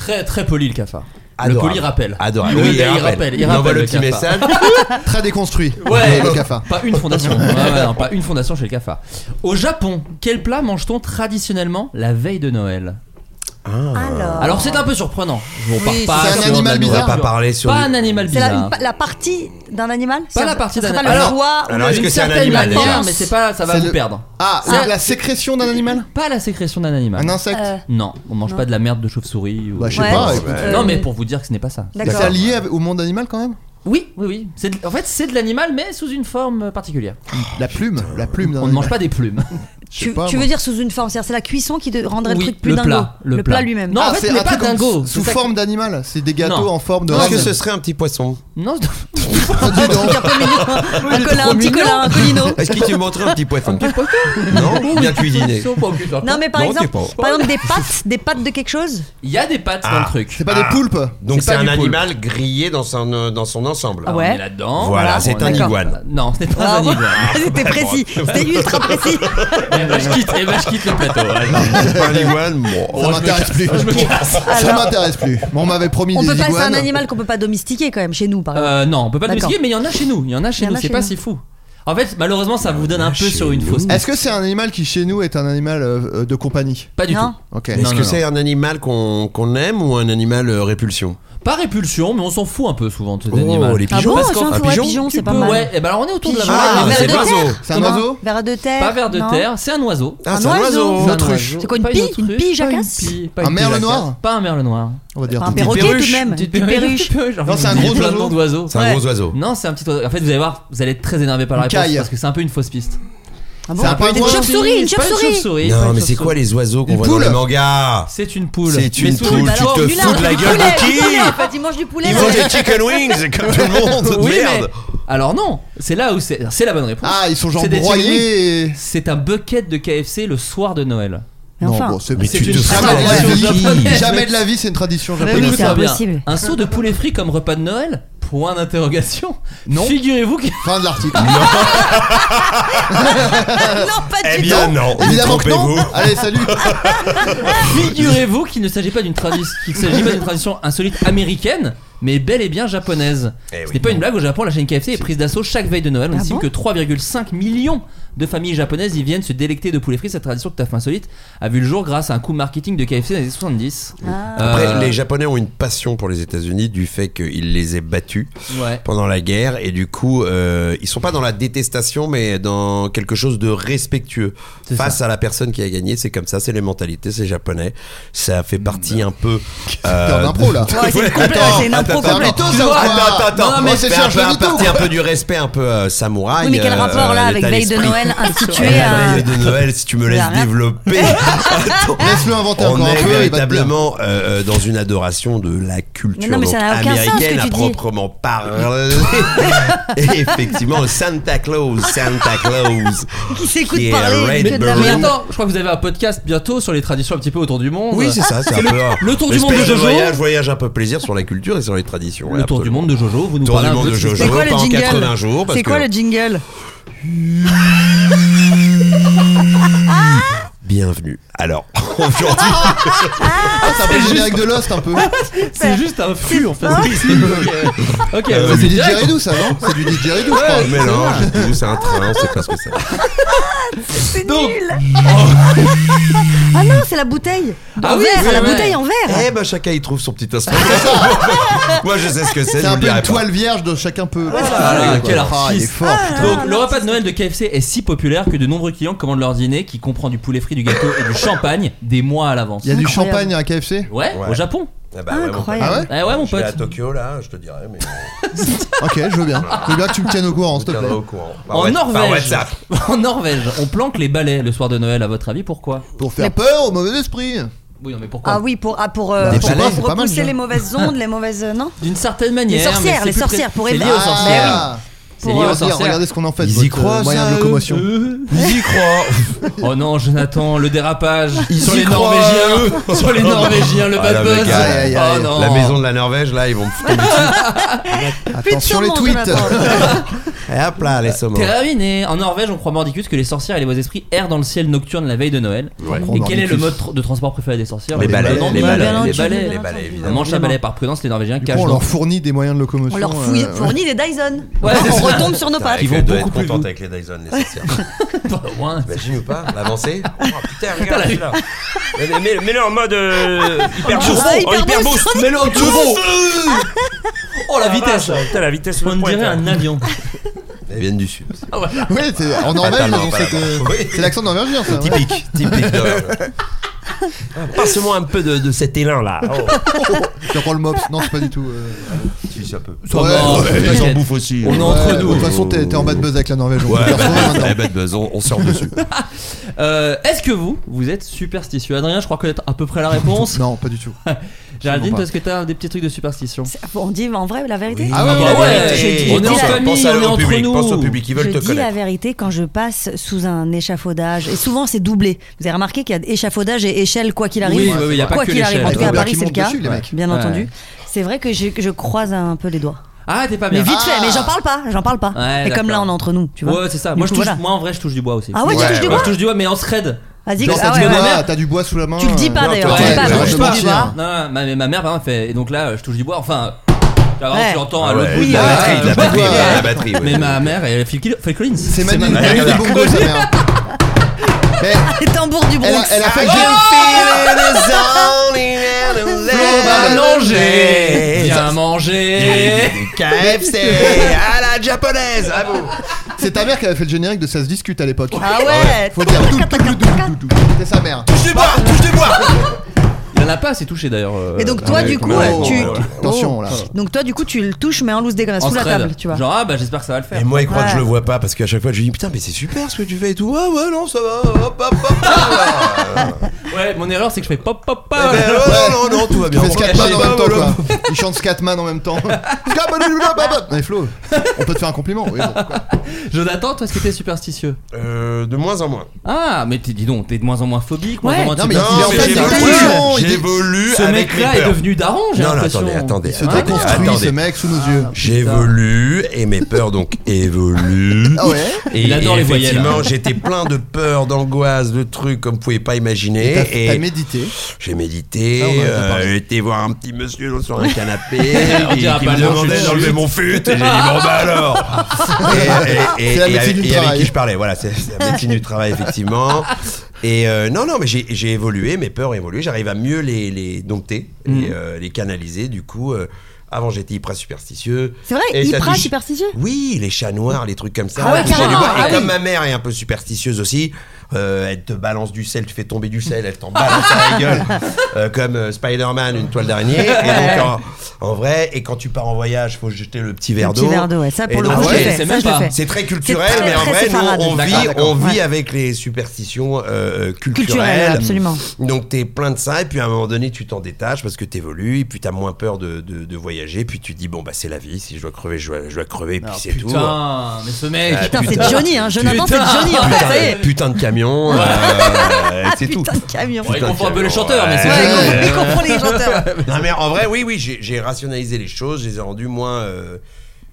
Speaker 5: Très, très poli le cafard. Le
Speaker 2: Adorable.
Speaker 5: poli rappelle.
Speaker 2: Adorable.
Speaker 5: Oui,
Speaker 2: Oui,
Speaker 5: il
Speaker 2: il
Speaker 5: rappelle, il
Speaker 2: Il envoie
Speaker 5: rappelle
Speaker 2: le
Speaker 5: le
Speaker 2: petit
Speaker 5: cafard.
Speaker 2: message.
Speaker 6: Très déconstruit.
Speaker 5: Ouais.
Speaker 6: le cafard.
Speaker 5: Pas une fondation. Ouais, ouais, non, pas une fondation chez le cafard. Au Japon, quel plat mange-t-on traditionnellement la veille de Noël
Speaker 4: Alors,
Speaker 5: Alors c'est un peu surprenant. Je vous repars
Speaker 4: Oui,
Speaker 5: pas
Speaker 6: c'est un
Speaker 5: sur de la
Speaker 6: animal
Speaker 5: nourriture.
Speaker 2: On va
Speaker 6: bizarre.
Speaker 2: pas parler sur.
Speaker 5: Pas
Speaker 2: du-
Speaker 5: un animal
Speaker 4: c'est la, une
Speaker 5: bizarre.
Speaker 4: pa- la partie d'un animal
Speaker 5: Pas
Speaker 4: C'est-
Speaker 5: la partie d'un
Speaker 4: ça serait
Speaker 5: animal.
Speaker 4: pas le foie ou
Speaker 2: alors,
Speaker 4: le-
Speaker 2: est-ce que
Speaker 5: D'une
Speaker 2: c'est un
Speaker 5: certaine
Speaker 2: animal,
Speaker 5: manière,
Speaker 2: déjà
Speaker 5: mais c'est pas, ça va
Speaker 6: C'est
Speaker 5: vous
Speaker 6: le-
Speaker 5: perdre.
Speaker 6: Ah,
Speaker 5: Ça-
Speaker 6: la sécrétion d'un animal
Speaker 5: Pas la sécrétion d'un animal.
Speaker 6: Un insecte
Speaker 4: Euh,
Speaker 5: non, on mange pas de la merde de chauve-souris. ou-
Speaker 6: Bah, je sais
Speaker 4: Ouais.
Speaker 6: pas. écoute.
Speaker 4: Euh,
Speaker 5: Non mais pour vous dire que ce n'est pas ça.
Speaker 6: C'est
Speaker 4: D'accord.
Speaker 6: allié avec- au monde animal quand même
Speaker 5: Oui, oui, oui. C'est de- En fait, c'est de l'animal, mais sous une forme particulière.
Speaker 6: La plume, la plume d'un
Speaker 5: On ne mange pas des plumes.
Speaker 6: sais
Speaker 4: Tu,
Speaker 6: pas,
Speaker 4: tu
Speaker 6: moi.
Speaker 4: veux dire sous une forme, c'est-à-dire c'est la cuisson qui te rendrait
Speaker 5: Oui,
Speaker 4: le truc plus
Speaker 5: le
Speaker 4: dingo.
Speaker 5: plat, le
Speaker 4: plat,
Speaker 5: plat.
Speaker 4: lui-même.
Speaker 5: Non, en fait,
Speaker 6: c'est
Speaker 5: mais
Speaker 6: un
Speaker 5: pas
Speaker 6: truc comme
Speaker 5: dingo.
Speaker 6: sous
Speaker 5: C'est ça-
Speaker 6: forme d'animal, c'est des gâteaux
Speaker 5: Non.
Speaker 6: en forme de
Speaker 2: Est-ce que
Speaker 6: raisin.
Speaker 2: ce serait un petit poisson
Speaker 5: Non.
Speaker 6: Oh, dis donc.
Speaker 4: un peu mignon.
Speaker 2: il
Speaker 4: Un
Speaker 2: est
Speaker 4: colin,
Speaker 2: trop
Speaker 4: un petit
Speaker 2: mignon.
Speaker 4: colin, un colino.
Speaker 2: Est-ce qu'il te montrait un petit poisson Non, bien cuisiné.
Speaker 4: Non mais par
Speaker 2: Non, t'es
Speaker 4: exemple,
Speaker 2: pas.
Speaker 4: par exemple des pattes, des pattes de quelque chose.
Speaker 5: Il y a des pattes dans le
Speaker 2: Ah,
Speaker 5: truc.
Speaker 6: C'est pas des poulpes
Speaker 2: Donc c'est
Speaker 5: pas
Speaker 2: un
Speaker 5: du poulpe.
Speaker 2: animal grillé dans son, euh, dans son ensemble.
Speaker 4: Ah
Speaker 5: On
Speaker 4: ouais.
Speaker 5: est là-dedans.
Speaker 2: Voilà,
Speaker 5: On
Speaker 2: c'est
Speaker 5: est-
Speaker 2: un
Speaker 4: D'accord.
Speaker 2: iguane.
Speaker 5: Non, ce n'est pas un
Speaker 4: Alors,
Speaker 5: iguane.
Speaker 2: Ah,
Speaker 4: C'était précis, c'était ultra précis.
Speaker 5: Eh ben, je quitte, eh ben, je quitte le plateau. ouais.
Speaker 2: C'est pas un iguane, bon.
Speaker 6: Ça m'intéresse plus. Ça
Speaker 4: Alors,
Speaker 6: m'intéresse plus. Bon, on m'avait promis
Speaker 4: on
Speaker 6: des
Speaker 4: peut pas, c'est
Speaker 6: iguanes.
Speaker 4: un animal qu'on peut pas domestiquer quand même chez nous, par exemple.
Speaker 5: Euh, non, on peut pas le
Speaker 4: D'accord.
Speaker 5: domestiquer, mais il y en a chez nous. Il y en a
Speaker 4: Il
Speaker 5: chez
Speaker 4: y en
Speaker 5: nous.
Speaker 4: a
Speaker 5: C'est
Speaker 4: chez
Speaker 5: pas
Speaker 4: nous.
Speaker 5: si fou. En fait, malheureusement, ça vous donne un peu
Speaker 2: chez
Speaker 5: sur une
Speaker 2: nous.
Speaker 5: fausse.
Speaker 6: Est-ce que c'est un animal qui chez nous est un animal euh, euh, de compagnie
Speaker 5: Pas du
Speaker 4: Non.
Speaker 5: tout.
Speaker 6: Ok.
Speaker 2: Est-ce
Speaker 5: Non,
Speaker 2: que
Speaker 5: non,
Speaker 2: c'est un animal qu'on qu'on aime ou un animal euh, répulsion
Speaker 5: Pas répulsion, mais on s'en fout un peu souvent de cet
Speaker 2: Oh,
Speaker 5: animal.
Speaker 2: les
Speaker 4: Ah
Speaker 2: pigeons,
Speaker 4: bon,
Speaker 2: parce
Speaker 4: on
Speaker 2: qu'en-
Speaker 4: s'en
Speaker 2: un
Speaker 4: fout, un
Speaker 2: pigeon,
Speaker 4: pigeon,
Speaker 5: Tu
Speaker 4: c'est pas
Speaker 5: peux,
Speaker 4: mal.
Speaker 5: Ouais, et ben alors on est autour de la
Speaker 4: Pigeon.
Speaker 2: Ah,
Speaker 5: blague, mais
Speaker 2: c'est
Speaker 5: vers de terre.
Speaker 2: l'oiseau.
Speaker 6: C'est un
Speaker 4: Non,
Speaker 6: oiseau
Speaker 4: Vers de terre.
Speaker 5: Pas vers de
Speaker 4: non.
Speaker 5: terre, c'est un oiseau.
Speaker 2: Ah,
Speaker 4: Un
Speaker 2: c'est un
Speaker 4: oiseau.
Speaker 2: oiseau.
Speaker 4: Une
Speaker 5: un
Speaker 6: autruche.
Speaker 5: oiseau.
Speaker 4: C'est quoi, une
Speaker 5: Pas
Speaker 4: pie- une
Speaker 5: autruche,
Speaker 4: pie,
Speaker 5: pas une
Speaker 4: jacasse
Speaker 5: pie, pas
Speaker 6: Un
Speaker 5: une
Speaker 6: merle
Speaker 5: pie
Speaker 6: noir
Speaker 5: jacasse, Pas un merle noir.
Speaker 6: On va dire
Speaker 4: Enfin, un
Speaker 6: des
Speaker 4: perroquet
Speaker 6: perruches.
Speaker 4: tout de même.
Speaker 5: Petite
Speaker 4: Une perruche.
Speaker 5: perruche. Genre,
Speaker 6: Non, c'est
Speaker 5: vous
Speaker 6: un
Speaker 5: dites
Speaker 6: gros
Speaker 5: plein de
Speaker 6: oiseau.
Speaker 5: noms d'oiseaux.
Speaker 2: C'est un
Speaker 4: Ouais.
Speaker 2: gros oiseau.
Speaker 5: Non, c'est un petit oiseau. En fait, vous allez voir, vous allez être très énervé par la
Speaker 6: Une
Speaker 5: réponse
Speaker 6: caille.
Speaker 5: parce que c'est un peu une fausse piste.
Speaker 4: Ah bon
Speaker 6: C'est un
Speaker 4: Des
Speaker 6: pingouin.
Speaker 4: chauves-souris, une
Speaker 5: C'est pas
Speaker 4: chauve-souris.
Speaker 5: chauve-souris, pas
Speaker 2: Non,
Speaker 5: une
Speaker 2: mais c'est
Speaker 5: chauve-souris.
Speaker 2: quoi les oiseaux qu'on
Speaker 6: Une
Speaker 2: voit dans
Speaker 6: poule
Speaker 2: les mangas
Speaker 5: C'est une poule.
Speaker 2: C'est
Speaker 5: Mais
Speaker 2: une
Speaker 5: sous
Speaker 2: poule,
Speaker 5: une
Speaker 2: tu
Speaker 5: plateforme.
Speaker 2: te
Speaker 4: Du
Speaker 2: fous de la
Speaker 4: lard, bah du
Speaker 2: gueule de
Speaker 4: poulet, du poulet, en
Speaker 2: qui
Speaker 4: fait, il mange du poulet.
Speaker 2: Ils
Speaker 4: là.
Speaker 2: mangent des chicken wings comme tout le monde.
Speaker 5: Oui, mais-
Speaker 2: Merde.
Speaker 5: Alors non, c'est là où c'est c'est la bonne réponse.
Speaker 6: Ah, ils sont genre
Speaker 5: C'est des
Speaker 6: broyés et.
Speaker 5: C'est un bucket de KFC le soir de Noël.
Speaker 4: Mais enfin.
Speaker 6: Non, bon, c'est
Speaker 2: Mais
Speaker 5: C'est
Speaker 2: tu
Speaker 5: une
Speaker 2: te fous de la
Speaker 6: Jamais, de
Speaker 5: tradition
Speaker 2: gueule
Speaker 6: la vie.
Speaker 2: de qui
Speaker 5: japonaise.
Speaker 6: Jamais de la vie, c'est une tradition
Speaker 4: Mais
Speaker 6: japonaise.
Speaker 4: oui, c'est
Speaker 5: Écoute-moi bien.
Speaker 4: impossible.
Speaker 5: Un saut de poulet frit comme repas de Noël Point d'interrogation.
Speaker 6: Non.
Speaker 5: Figurez-vous que
Speaker 6: Fin de l'article.
Speaker 4: Non, pas
Speaker 2: Eh
Speaker 4: du
Speaker 2: bien
Speaker 4: tout.
Speaker 2: non,
Speaker 6: Évidemment que non.
Speaker 2: vous
Speaker 6: Allez, salut.
Speaker 5: Figurez-vous qu'il ne s'agit pas d'une tradition, qu'il s'agit pas d'une tradition insolite américaine, mais bel et bien japonaise.
Speaker 2: Eh
Speaker 5: Ce
Speaker 2: oui.
Speaker 5: n'est pas une blague au Japon. La chaîne KFC est prise d'assaut chaque veille de Noël. On
Speaker 4: Ah
Speaker 5: estime
Speaker 4: bon
Speaker 5: que 3,5 millions de familles japonaises y viennent se délecter de poulet frit. Cette tradition tout à fait insolite a vu le jour grâce à un coup marketing de KFC dans les années 70.
Speaker 2: Ah.
Speaker 4: Ah.
Speaker 2: Après,
Speaker 5: Euh,
Speaker 2: les Japonais ont une passion pour les États-Unis du fait qu'ils les aient battus
Speaker 5: ouais.
Speaker 2: pendant la guerre et du coup, euh, ils sont pas dans la détestation, mais dans quelque chose de respectueux
Speaker 5: C'est
Speaker 2: face à la personne qui a gagné. C'est comme ça, c'est les mentalités, c'est japonais. Ça fait partie un peu. Euh,
Speaker 6: T'es en impro, là.
Speaker 4: Ouais, c'est une complète-
Speaker 2: Eh attends,
Speaker 4: Ah, c'est une impro
Speaker 2: Oh, attends,
Speaker 4: complète.
Speaker 2: attends,
Speaker 6: Mytho, ça, ou
Speaker 2: attends,
Speaker 6: quoi
Speaker 2: attends, attends. Oh,
Speaker 6: Non, mais
Speaker 2: On
Speaker 6: c'est
Speaker 2: fait
Speaker 6: Serge
Speaker 2: un,
Speaker 6: le
Speaker 2: peu-
Speaker 6: mytho.
Speaker 2: un parti un peu du respect, un peu euh, samouraï.
Speaker 4: Oui, mais quel
Speaker 2: euh,
Speaker 4: rapport là
Speaker 2: euh,
Speaker 4: avec
Speaker 2: l'état
Speaker 4: Veille de
Speaker 2: d'esprit.
Speaker 4: Noël euh, institué à.
Speaker 2: Ouais, Veille de Noël, si tu me laisses
Speaker 4: Arrête.
Speaker 2: développer. Attends.
Speaker 6: Laisse-le inventer
Speaker 2: On
Speaker 6: encore un
Speaker 2: est
Speaker 6: peu. il va te plaire.
Speaker 2: véritablement euh, euh, dans une adoration de la culture
Speaker 4: Mais non, mais
Speaker 2: donc
Speaker 4: ça n'a aucun sens, ce que
Speaker 2: américaine
Speaker 4: tu
Speaker 2: à
Speaker 4: dis.
Speaker 2: proprement parler. Et effectivement, Santa Claus, Santa Claus.
Speaker 4: Qui s'écoute
Speaker 2: est
Speaker 4: parler
Speaker 2: Red
Speaker 4: que de la
Speaker 2: Bull.
Speaker 5: Mais
Speaker 4: merde.
Speaker 5: attends, je crois que vous avez un podcast bientôt sur les traditions un petit peu autour du monde.
Speaker 2: Oui, c'est ça, c'est un peu
Speaker 5: le tour du monde de
Speaker 2: l'espèce
Speaker 5: Jojo.
Speaker 2: Voyage, voyage un peu plaisir sur la culture et sur les traditions.
Speaker 5: Le tour du monde de Jojo, vous nous
Speaker 2: Tour
Speaker 5: parlez
Speaker 2: du
Speaker 5: un
Speaker 2: monde
Speaker 5: peu
Speaker 2: de
Speaker 5: ce qui se
Speaker 2: Jojo.
Speaker 4: C'est quoi
Speaker 2: pas
Speaker 4: le
Speaker 2: en
Speaker 4: jingle
Speaker 2: 80 jours, parce
Speaker 4: C'est quoi
Speaker 2: que-
Speaker 4: le jingle
Speaker 2: Bienvenue. Alors, aujourd'hui,
Speaker 6: Ah, c'est un peu le générique de Lost, un peu.
Speaker 5: C'est juste un flux en fait.
Speaker 2: Ah
Speaker 5: ok, ok,
Speaker 6: C'est
Speaker 5: vas-y,
Speaker 6: du
Speaker 5: direct.
Speaker 6: didgeridoo, ça, non C'est du didgeridoo, je crois.
Speaker 2: on mélange tout, c'est un train, on sait pas ce que c'est.
Speaker 5: Donc,
Speaker 4: Ah non, c'est la bouteille.
Speaker 5: Ah
Speaker 4: En
Speaker 5: oui,
Speaker 4: verre,
Speaker 5: oui,
Speaker 4: la
Speaker 5: ouais.
Speaker 4: bouteille en verre.
Speaker 2: Eh ben, chacun il trouve son petit instrument. Moi, je sais ce que c'est.
Speaker 6: C'est
Speaker 2: je
Speaker 6: un
Speaker 2: vous
Speaker 6: peu
Speaker 2: dirai
Speaker 6: une
Speaker 2: pas.
Speaker 6: toile vierge de chacun peut.
Speaker 5: Voilà, quel
Speaker 6: Ah, il est
Speaker 5: artiste.
Speaker 6: fort. putain.
Speaker 5: Donc, le repas de Noël de KFC est si populaire que de nombreux clients commandent leur dîner qui comprend du poulet frit, du gâteau et du champagne des mois à l'avance.
Speaker 6: Il y a du
Speaker 4: Incroyable.
Speaker 6: champagne à KFC
Speaker 5: Ouais,
Speaker 2: Ouais.
Speaker 5: au Japon.
Speaker 2: Ah bah ouais, mon pote.
Speaker 6: Ah
Speaker 4: Incroyable.
Speaker 6: ouais
Speaker 5: Eh ouais, mon
Speaker 2: Je vais à
Speaker 5: pote.
Speaker 2: Tokyo, là, je te dirai, mais.
Speaker 6: Ok, je veux bien. Je veux bien que tu me tiennes au courant,
Speaker 2: Je
Speaker 6: s'il te
Speaker 2: tiendrai
Speaker 6: plaît.
Speaker 2: au courant. Par
Speaker 5: En
Speaker 2: what- par
Speaker 5: Norvège,
Speaker 2: WhatsApp.
Speaker 5: en Norvège, on planque les balais le soir de Noël. À votre avis, pourquoi
Speaker 6: Pour faire peur aux mauvais esprits.
Speaker 5: Oui, non, mais pourquoi
Speaker 4: Ah oui, pour, ah, pour, euh,
Speaker 6: Des
Speaker 4: pour,
Speaker 6: palais,
Speaker 4: pour
Speaker 6: c'est pas mal, hein.
Speaker 4: repousser
Speaker 6: déjà.
Speaker 4: les mauvaises ondes, les mauvaises. euh, non
Speaker 5: D'une certaine manière.
Speaker 4: Les sorcières,
Speaker 5: mais c'est
Speaker 4: les
Speaker 5: plus
Speaker 4: sorcières,
Speaker 5: près-
Speaker 4: pour
Speaker 5: C'est
Speaker 4: éva-
Speaker 5: lié aux
Speaker 4: Ah,
Speaker 5: sorcières. C'est lié
Speaker 6: Pour
Speaker 5: aux
Speaker 6: dire,
Speaker 5: sorcières.
Speaker 6: regardez ce qu'on en fait.
Speaker 2: Ils y
Speaker 6: votre, euh,
Speaker 2: croient,
Speaker 6: moyen
Speaker 2: ça,
Speaker 6: de
Speaker 2: eux
Speaker 6: locomotion.
Speaker 5: euh,
Speaker 2: Ils y croient.
Speaker 5: Oh non, Jonathan, le dérapage sur
Speaker 2: y
Speaker 5: les
Speaker 2: croient,
Speaker 5: Norvégiens,
Speaker 2: eux.
Speaker 5: sur les Norvégiens, le
Speaker 2: Ah,
Speaker 5: bad
Speaker 2: la
Speaker 5: buzz.
Speaker 2: méga,
Speaker 6: aïe, aïe,
Speaker 5: Oh
Speaker 6: aïe.
Speaker 5: non.
Speaker 2: La maison de la Norvège, là, ils vont me foutre dessus.
Speaker 6: Attention les
Speaker 4: mon
Speaker 6: tweets.
Speaker 4: Jonathan.
Speaker 2: Et hop là, les saumons.
Speaker 5: Terminé. En Norvège, on croit mordicus que les sorcières et les mauvais esprits errent dans le ciel nocturne la veille de Noël. Et quel est le mode tr- de transport préféré des sorcières
Speaker 2: Les balais,
Speaker 5: Non,
Speaker 2: les
Speaker 5: non,
Speaker 2: balais,
Speaker 5: non,
Speaker 2: les
Speaker 5: tu-
Speaker 2: balais, les
Speaker 5: non.
Speaker 2: balais,
Speaker 5: On
Speaker 2: évidemment.
Speaker 5: mange un balai par prudence, les Norvégiens
Speaker 6: Du coup,
Speaker 5: cachent
Speaker 6: on
Speaker 5: dans-
Speaker 6: leur fournit des moyens de locomotion.
Speaker 4: On leur
Speaker 6: euh,
Speaker 4: fouille-
Speaker 6: ouais.
Speaker 4: fournit des Dyson.
Speaker 5: Ouais, c'est
Speaker 4: on
Speaker 5: ça.
Speaker 4: retombe sur nos
Speaker 2: Putain,
Speaker 4: pattes.
Speaker 2: elle
Speaker 5: Ils vont
Speaker 2: doit
Speaker 5: beaucoup
Speaker 2: être
Speaker 5: plus
Speaker 2: contente
Speaker 5: loin.
Speaker 2: avec les Dyson, les sorcières.
Speaker 5: Au moins.
Speaker 2: Imagine ou pas, l'avancée. Oh putain,
Speaker 5: Putain, la-
Speaker 2: regarde celui-là. Mais- mais- Mets-le en mode euh, hyper
Speaker 4: Ah,
Speaker 2: turbo.
Speaker 4: hyper
Speaker 2: en Hyper
Speaker 4: boost.
Speaker 2: boost.
Speaker 5: Mets-le en turbo. Oh la vitesse
Speaker 4: Ah,
Speaker 3: Putain, la vitesse
Speaker 5: On dirait un avion.
Speaker 2: Elles viennent du sud. aussi.
Speaker 6: Oui, c'est- en Norvège,
Speaker 2: Pas
Speaker 6: ils ont
Speaker 2: tellement,
Speaker 6: cette,
Speaker 2: pas
Speaker 6: euh,
Speaker 2: tellement.
Speaker 6: c'est l'accent norvégien, ça. ouais.
Speaker 2: Typique, typique de. Passe-moi un peu de, de cet élan là. Oh,
Speaker 6: Tu reprends le mops. Non, c'est pas du tout. euh,
Speaker 3: un peu.
Speaker 5: Bah,
Speaker 6: Ça va,
Speaker 5: ouais,
Speaker 3: Ils en
Speaker 5: t'inquiète.
Speaker 3: bouffent aussi.
Speaker 5: On est
Speaker 3: Ouais.
Speaker 5: entre
Speaker 6: Ouais,
Speaker 5: nous.
Speaker 6: De toute façon, t'es t'es en bad buzz avec la Norvège. on
Speaker 3: Ouais,
Speaker 6: peut faire
Speaker 3: bah,
Speaker 6: ça maintenant.
Speaker 3: bah, bad buzz, on, on sort dessus.
Speaker 5: Euh, Est-ce que vous, vous êtes superstitieux Adrien, je crois connaître à peu près la réponse.
Speaker 6: Non, pas du tout.
Speaker 5: Géraldine,
Speaker 6: pas.
Speaker 5: toi, est-ce que t'as des petits trucs de superstition
Speaker 4: C'est- On dit en vrai la vérité
Speaker 6: Ah ouais,
Speaker 5: bah
Speaker 6: ouais,
Speaker 5: ouais,
Speaker 6: ouais.
Speaker 5: j'ai dit-
Speaker 2: On
Speaker 5: on
Speaker 2: pense
Speaker 5: est en
Speaker 2: à-
Speaker 5: famille,
Speaker 2: pense à-
Speaker 5: on est
Speaker 2: au
Speaker 5: entre
Speaker 2: public,
Speaker 5: nous.
Speaker 2: Pense au public, ils veulent
Speaker 4: je
Speaker 2: te
Speaker 4: dis la
Speaker 2: connaître.
Speaker 4: vérité quand je passe sous un échafaudage et souvent c'est doublé. Vous avez remarqué qu'il y a échafaudage et échelle quoi qu'il arrive.
Speaker 5: Oui, oui, oui, il y a pas
Speaker 4: quoi
Speaker 5: que
Speaker 4: qu'il arrive.
Speaker 5: l'échelle.
Speaker 4: En tout cas à
Speaker 6: Ouais,
Speaker 4: Paris
Speaker 6: qui
Speaker 4: c'est le
Speaker 6: montent
Speaker 4: cas.
Speaker 6: dessus, les mecs.
Speaker 4: Bien
Speaker 5: Ouais.
Speaker 4: entendu. C'est vrai que je, je croise un peu les doigts.
Speaker 5: Ah, t'es pas
Speaker 4: Mais
Speaker 5: bien.
Speaker 4: vite fait,
Speaker 5: Ah.
Speaker 4: mais j'en parle pas, j'en parle pas.
Speaker 5: Ouais,
Speaker 4: et comme là
Speaker 5: d'accord.
Speaker 4: on est entre nous, tu vois.
Speaker 5: Ouais, c'est ça.
Speaker 4: Du
Speaker 5: Moi, je
Speaker 4: coup,
Speaker 5: touche,
Speaker 4: voilà.
Speaker 5: moi, en vrai, je touche du bois aussi.
Speaker 4: Ah ouais, tu
Speaker 6: Ouais,
Speaker 4: touches du
Speaker 6: ouais.
Speaker 5: Moi,
Speaker 4: bois
Speaker 5: je touche du bois, mais en shred.
Speaker 4: Vas-y,
Speaker 6: Genre,
Speaker 4: ah
Speaker 6: t'as
Speaker 4: ouais,
Speaker 6: du
Speaker 4: ma
Speaker 6: bois,
Speaker 4: mère-
Speaker 6: t'as du bois sous la main.
Speaker 4: Tu le dis pas,
Speaker 6: euh,
Speaker 4: d'ailleurs,
Speaker 6: ouais,
Speaker 4: tu dis
Speaker 6: ouais,
Speaker 4: pas,
Speaker 6: ouais,
Speaker 4: non, je
Speaker 6: de
Speaker 4: touche
Speaker 6: mentir.
Speaker 4: du bois.
Speaker 5: Non, non, ma, ma mère, par exemple, fait. Et donc là, je touche du bois. Enfin, tu
Speaker 4: Ouais.
Speaker 5: l'entends à
Speaker 2: Ah
Speaker 5: l'autre
Speaker 2: ouais,
Speaker 5: bout.
Speaker 2: de la
Speaker 5: ouais,
Speaker 2: batterie, de la
Speaker 5: ouais.
Speaker 2: batterie,
Speaker 6: ouais.
Speaker 2: ouais, la batterie, ouais.
Speaker 5: Mais ma mère, elle fait Phil Phil Collins.
Speaker 6: C'est Manu,
Speaker 2: Manu.
Speaker 6: Manu des bongos, sa mère. Mais
Speaker 4: Les tambours du
Speaker 6: elle
Speaker 4: Bronx.
Speaker 6: a- elle a fait
Speaker 5: On va manger.
Speaker 2: Ça-
Speaker 5: Viens manger.
Speaker 2: KFC à la japonaise, Ah, à vous.
Speaker 6: C'est ta mère qui avait fait le générique de Ça se discute à l'époque.
Speaker 4: Ah ouais.
Speaker 6: Faut dire tout, tout, tout, tout, tout, tout. C'était sa mère.
Speaker 2: Touche du bois, touche du bois.
Speaker 5: Il en a pas assez touché d'ailleurs. euh,
Speaker 4: Et donc toi
Speaker 5: avec
Speaker 4: du coup
Speaker 5: Manu.
Speaker 6: Oh,
Speaker 4: tu
Speaker 6: ouais, ouais. Attention, là.
Speaker 4: Donc toi du coup tu le touches mais en loose dégueulasse
Speaker 5: En
Speaker 4: sous la
Speaker 5: thread.
Speaker 4: table, tu vois.
Speaker 5: Genre, ah bah j'espère que ça va le faire.
Speaker 2: Et moi, il croit que je
Speaker 4: Ouais.
Speaker 2: le vois pas parce qu'à chaque fois, je lui dis putain, mais c'est super ce que tu fais et tout. Ah ouais, non, ça va. Hop, hop, hop. Ah,
Speaker 5: Ouais, mon erreur, c'est que je fais pop pop pop.
Speaker 4: Eh
Speaker 2: ouais, Eh ben,
Speaker 4: ben,
Speaker 2: ouais, non, non, tout va
Speaker 6: Il
Speaker 2: bien.
Speaker 6: fait Scatman
Speaker 2: Cachez
Speaker 6: en même
Speaker 2: pas,
Speaker 6: temps,
Speaker 2: voilà.
Speaker 6: quoi. Il chante Scatman en même temps. Scatman, blablabla. Mais Flo, on peut te faire un compliment. Oui, bon,
Speaker 2: Ah,
Speaker 6: quoi.
Speaker 5: Jonathan, toi, est-ce que t'es superstitieux
Speaker 2: Euh, De moins en moins.
Speaker 5: Ah, mais t'es- dis donc, t'es de moins en moins phobique, moins
Speaker 4: Ouais.
Speaker 5: en moins
Speaker 6: Non, mais
Speaker 5: tu-
Speaker 6: il est en
Speaker 2: mais
Speaker 6: fait
Speaker 2: j'évolue,
Speaker 6: intelligent, il dit-
Speaker 2: J'évolue
Speaker 5: Ce
Speaker 2: avec mes
Speaker 5: mec-là est
Speaker 2: peurs.
Speaker 5: devenu daron, j'ai
Speaker 2: Non, non,
Speaker 5: l'impression. Hein
Speaker 2: attendez, attendez. Ah.
Speaker 6: Se déconstruit ce mec sous nos yeux.
Speaker 2: J'évolue et mes peurs donc évoluent.
Speaker 6: Ah ouais
Speaker 2: Et,
Speaker 5: Il adore
Speaker 2: et
Speaker 5: les voyelles.
Speaker 6: hein.
Speaker 2: Effectivement, j'étais plein de peurs, d'angoisses, de trucs comme vous pouvez pas imaginer.
Speaker 6: T'as
Speaker 2: Et
Speaker 6: t'as médité.
Speaker 2: j'ai médité,
Speaker 6: Ça, on en a déjà
Speaker 2: euh,
Speaker 6: parlé.
Speaker 2: j'ai été voir un petit monsieur sur un canapé
Speaker 5: On
Speaker 2: qui,
Speaker 5: dira
Speaker 2: qui
Speaker 5: pas
Speaker 2: me
Speaker 5: non, je
Speaker 2: demandait
Speaker 5: suis
Speaker 2: d'enlever
Speaker 5: juste.
Speaker 2: mon fut et j'ai dit bon bah alors. Et, et- et-
Speaker 6: C'est la
Speaker 2: et
Speaker 6: médecine
Speaker 2: avec,
Speaker 6: du
Speaker 2: et avec
Speaker 6: travail.
Speaker 2: qui je parlais, voilà, c'est c'est la médecine du travail effectivement. Et euh, non non mais j'ai j'ai évolué, mes peurs ont évolué, j'arrive à mieux les, les dompter,
Speaker 6: Mm.
Speaker 2: les, euh, les canaliser du coup. euh, avant j'étais hyper superstitieux.
Speaker 4: C'est vrai,
Speaker 2: Et ça
Speaker 4: hyper
Speaker 2: touche-
Speaker 4: superstitieux
Speaker 2: oui, les chats noirs, les trucs comme ça.
Speaker 4: Ah ouais,
Speaker 2: Toucher du
Speaker 4: carrément,
Speaker 2: bois.
Speaker 4: ah
Speaker 2: et comme
Speaker 4: oui.
Speaker 2: ma mère est un peu superstitieuse aussi, euh, elle te balance du sel, tu fais tomber du sel, elle t'en balance à la gueule, euh, comme euh, Spider-Man, une toile d'araignée. Et donc, en, en vrai, et quand tu pars en voyage, faut jeter le petit verre
Speaker 4: Le
Speaker 2: d'eau.
Speaker 4: petit verre d'eau, ouais, ça
Speaker 2: Et
Speaker 4: pour le
Speaker 2: donc,
Speaker 4: coup je
Speaker 2: ouais,
Speaker 4: le fais,
Speaker 5: c'est
Speaker 4: ça,
Speaker 5: même
Speaker 4: je le
Speaker 5: pas-
Speaker 4: fais.
Speaker 2: c'est très culturel,
Speaker 4: C'est très,
Speaker 2: mais en
Speaker 4: très
Speaker 2: vrai, nous,
Speaker 4: séfarade.
Speaker 2: on vit,
Speaker 4: D'accord, d'accord.
Speaker 2: on vit
Speaker 4: Ouais.
Speaker 2: avec les superstitions euh, euh, culturelles.
Speaker 4: Culturel, absolument.
Speaker 2: Donc, t'es plein de ça, et puis à un moment donné, tu t'en détaches parce que t'évolues, et puis t'as moins peur de, de- de voyager, puis tu dis, bon, bah, c'est la vie, si je dois crever, je dois, je dois crever, et puis c'est tout.
Speaker 5: Ah, Putain, mais ce mec.
Speaker 2: Ah,
Speaker 4: Putain,
Speaker 2: Putain.
Speaker 4: c'est Johnny, hein. Jonathan,
Speaker 5: Putain.
Speaker 4: c'est Johnny en fait, ça
Speaker 2: Putain,
Speaker 4: y est.
Speaker 2: putain de camion, euh, c'est tout.
Speaker 4: Ah, Putain de camion.
Speaker 5: Ouais, il
Speaker 2: Putain de
Speaker 5: comprend un peu
Speaker 2: camion,
Speaker 5: les chanteurs, mais c'est
Speaker 4: Ouais, il comprend-
Speaker 5: Ouais.
Speaker 4: il comprend les chanteurs.
Speaker 2: Non mais en vrai, oui, oui, j'ai j'ai rationalisé les choses, je les ai rendues moins, euh,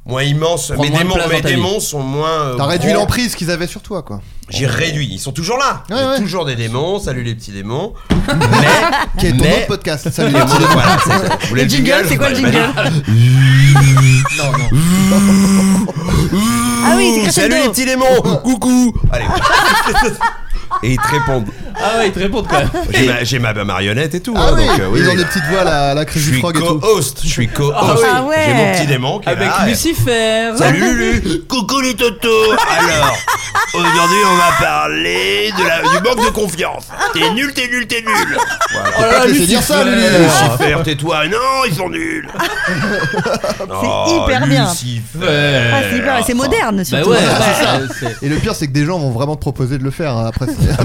Speaker 2: moins immenses.
Speaker 5: Prends
Speaker 2: Mes
Speaker 5: moins de
Speaker 2: démons,
Speaker 5: place
Speaker 2: mes
Speaker 5: dans ta
Speaker 2: démons sont moins. euh,
Speaker 6: T'as réduit
Speaker 2: gros.
Speaker 6: l'emprise qu'ils avaient sur toi, quoi.
Speaker 2: J'ai réduit. Ils sont toujours là.
Speaker 6: Ouais,
Speaker 2: J'ai
Speaker 6: ouais.
Speaker 2: Toujours des démons. Salut les petits démons.
Speaker 6: Qui est ton
Speaker 2: Mais- Ah,
Speaker 6: autre podcast. Salut
Speaker 2: Les
Speaker 6: les
Speaker 2: petits
Speaker 6: petits.
Speaker 2: démons, voilà, c'est- vous voulez
Speaker 4: Le jingle, c'est quoi le jingle
Speaker 5: Non, non.
Speaker 4: Ah oui, c'est
Speaker 2: Salut
Speaker 4: crescendo.
Speaker 2: les petits démons. Coucou. Allez. Et ils te répondent.
Speaker 5: Ah ouais, ils te répondent quand même.
Speaker 6: Eh
Speaker 2: J'ai ma, j'ai ma marionnette et tout.
Speaker 6: Ah
Speaker 2: hein,
Speaker 6: oui,
Speaker 2: donc, euh, oui,
Speaker 6: ils ont
Speaker 2: oui.
Speaker 6: des petites voix, la, la
Speaker 2: Je
Speaker 6: crise du
Speaker 2: suis Oh.
Speaker 6: frog et tout.
Speaker 2: co-host. Je suis co-host.
Speaker 4: Ah ouais.
Speaker 2: J'ai mon petit démon qui est
Speaker 5: Avec
Speaker 6: ben,
Speaker 2: là.
Speaker 5: Lucifer.
Speaker 2: Salut Lulu Coucou les totos Alors, aujourd'hui on va parler de la, du manque de confiance. T'es nul, t'es nul, t'es nul
Speaker 4: Ah.
Speaker 5: Oh
Speaker 6: Faut
Speaker 2: voilà.
Speaker 6: pas te laisser dire ça, Lulu.
Speaker 5: Bah
Speaker 2: Lucifer, tais-toi Non, ils sont nuls Oh,
Speaker 4: hyper bien.
Speaker 2: Lucifer
Speaker 4: Ah, c'est hyper- c'est moderne
Speaker 5: Bah
Speaker 4: surtout. hein.
Speaker 5: ouais,
Speaker 6: Et le pire, c'est que des gens vont vraiment te proposer de le faire hein, après.
Speaker 2: Ah,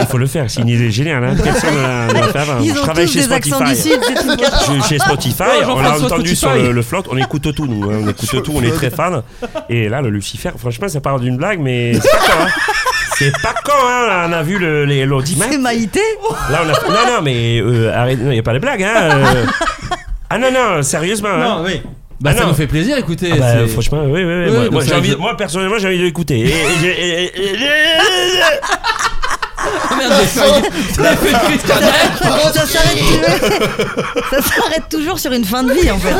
Speaker 3: il, faut, le faire, c'est une idée géniale. hein. Personne ne l'a fait avant.
Speaker 4: Ils ont tous des accents du sud, c'est tout le cas.
Speaker 3: Je- chez Spotify,
Speaker 5: Non, j'en
Speaker 3: on
Speaker 5: parle
Speaker 3: l'a
Speaker 5: sur
Speaker 3: entendu
Speaker 5: Spotify.
Speaker 3: sur le, le flotte, on écoute tout nous, hein, on écoute tout, on est très fans. Et là, le Lucifer, franchement, ça part d'une blague, mais c'est pas quand. Hein. C'est pas quand, hein. Là, on a vu le- les- l'audimat.
Speaker 4: C'est Maïté
Speaker 3: Là, on a... Non, non, mais euh, arrête, il n'y a pas de blague. Hein. euh. Ah non, non, sérieusement. hein.
Speaker 5: Non, oui. Bah,
Speaker 3: Ah
Speaker 5: ça
Speaker 3: non.
Speaker 5: nous fait plaisir, écoutez.
Speaker 3: Ah bah,
Speaker 5: c'est-
Speaker 3: franchement, oui, oui, oui.
Speaker 5: Oui,
Speaker 3: moi,
Speaker 5: donc
Speaker 3: moi,
Speaker 5: ça,
Speaker 3: j'ai envie-
Speaker 5: je-
Speaker 3: moi, personnellement, j'ai envie de l'écouter. Et- et- et- et- et- et-
Speaker 5: Ah, merde, j'ai failli- j'ai fait une crise cardiaque.
Speaker 4: Bon, ça s'arrête toujours. Ça s'arrête toujours sur une fin de vie en fait.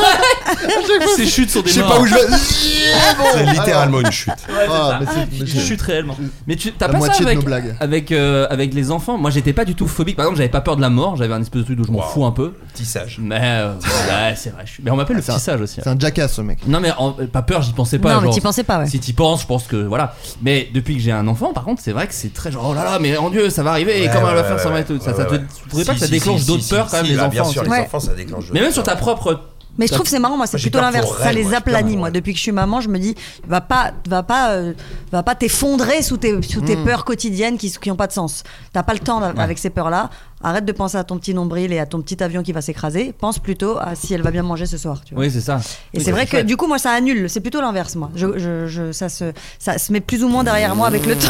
Speaker 5: Ces chutes sont des
Speaker 6: Je sais pas
Speaker 5: morts.
Speaker 6: où je vais.
Speaker 2: C'est littéralement une chute.
Speaker 6: Ah, mais c'est- mais
Speaker 5: Je
Speaker 6: c'est-
Speaker 5: chute réellement. Mais tu t'as
Speaker 6: La
Speaker 5: pas ça
Speaker 6: moitié de
Speaker 5: avec
Speaker 6: nos blagues.
Speaker 5: avec euh, avec les enfants. Moi, j'étais pas du tout phobique. Par exemple, j'avais pas peur de la mort. J'avais un espèce de truc où je m'en
Speaker 2: Wow.
Speaker 5: fous un peu.
Speaker 2: Petit sage.
Speaker 5: Mais euh, ouais, c'est vrai. je suis- Mais on m'appelle le
Speaker 6: Ah, c'est
Speaker 5: petit
Speaker 6: un-
Speaker 5: sage aussi. hein.
Speaker 6: C'est un jackass, ce mec.
Speaker 5: Non mais en- pas peur, j'y pensais pas.
Speaker 4: Non, mais
Speaker 5: genre,
Speaker 4: t'y pensais pas, ouais.
Speaker 5: Si t'y penses, je pense que voilà. Mais depuis que j'ai un enfant, par contre, c'est vrai que c'est très genre oh là là, mais en Dieu, ça va arriver. et
Speaker 2: Ouais,
Speaker 5: comment
Speaker 2: ouais,
Speaker 5: elle va
Speaker 2: ouais,
Speaker 5: faire ça va
Speaker 2: ouais,
Speaker 5: être-
Speaker 2: ouais,
Speaker 5: Ça, ça
Speaker 2: ouais,
Speaker 5: te-
Speaker 2: ouais.
Speaker 5: tu trouvais pas
Speaker 2: Si,
Speaker 5: que ça
Speaker 2: si,
Speaker 5: déclenche
Speaker 2: si,
Speaker 5: d'autres
Speaker 2: si,
Speaker 5: peurs
Speaker 2: si,
Speaker 5: quand même
Speaker 2: si,
Speaker 5: les
Speaker 2: bah, Bien
Speaker 5: enfants
Speaker 2: sûr,
Speaker 5: tu
Speaker 2: les
Speaker 5: sais.
Speaker 4: Ouais.
Speaker 2: enfants, ça déclenche.
Speaker 5: Mais même sur ta propre
Speaker 4: Mais je trouve que c'est marrant, moi, c'est
Speaker 2: J'ai
Speaker 4: plutôt
Speaker 2: peur pour
Speaker 4: l'inverse. Ça
Speaker 2: elle, moi,
Speaker 4: les
Speaker 2: j'ai peur
Speaker 4: aplanit,
Speaker 2: pour
Speaker 4: moi.
Speaker 2: elle.
Speaker 4: Depuis que je suis maman, je me dis, va pas, va pas, euh, va pas t'effondrer sous tes, sous tes peurs quotidiennes qui n'ont pas de sens. T'as pas le temps d'a- avec ces peurs-là. Arrête de penser à ton petit nombril et à ton petit avion qui va s'écraser. Pense plutôt à si elle va bien manger ce soir. Tu vois.
Speaker 5: Oui, bah, c'est ça.
Speaker 4: Et c'est vrai que du coup, moi, ça annule. C'est plutôt l'inverse, moi. Je, je, je- ça, se, ça se met plus ou moins derrière moi avec le temps.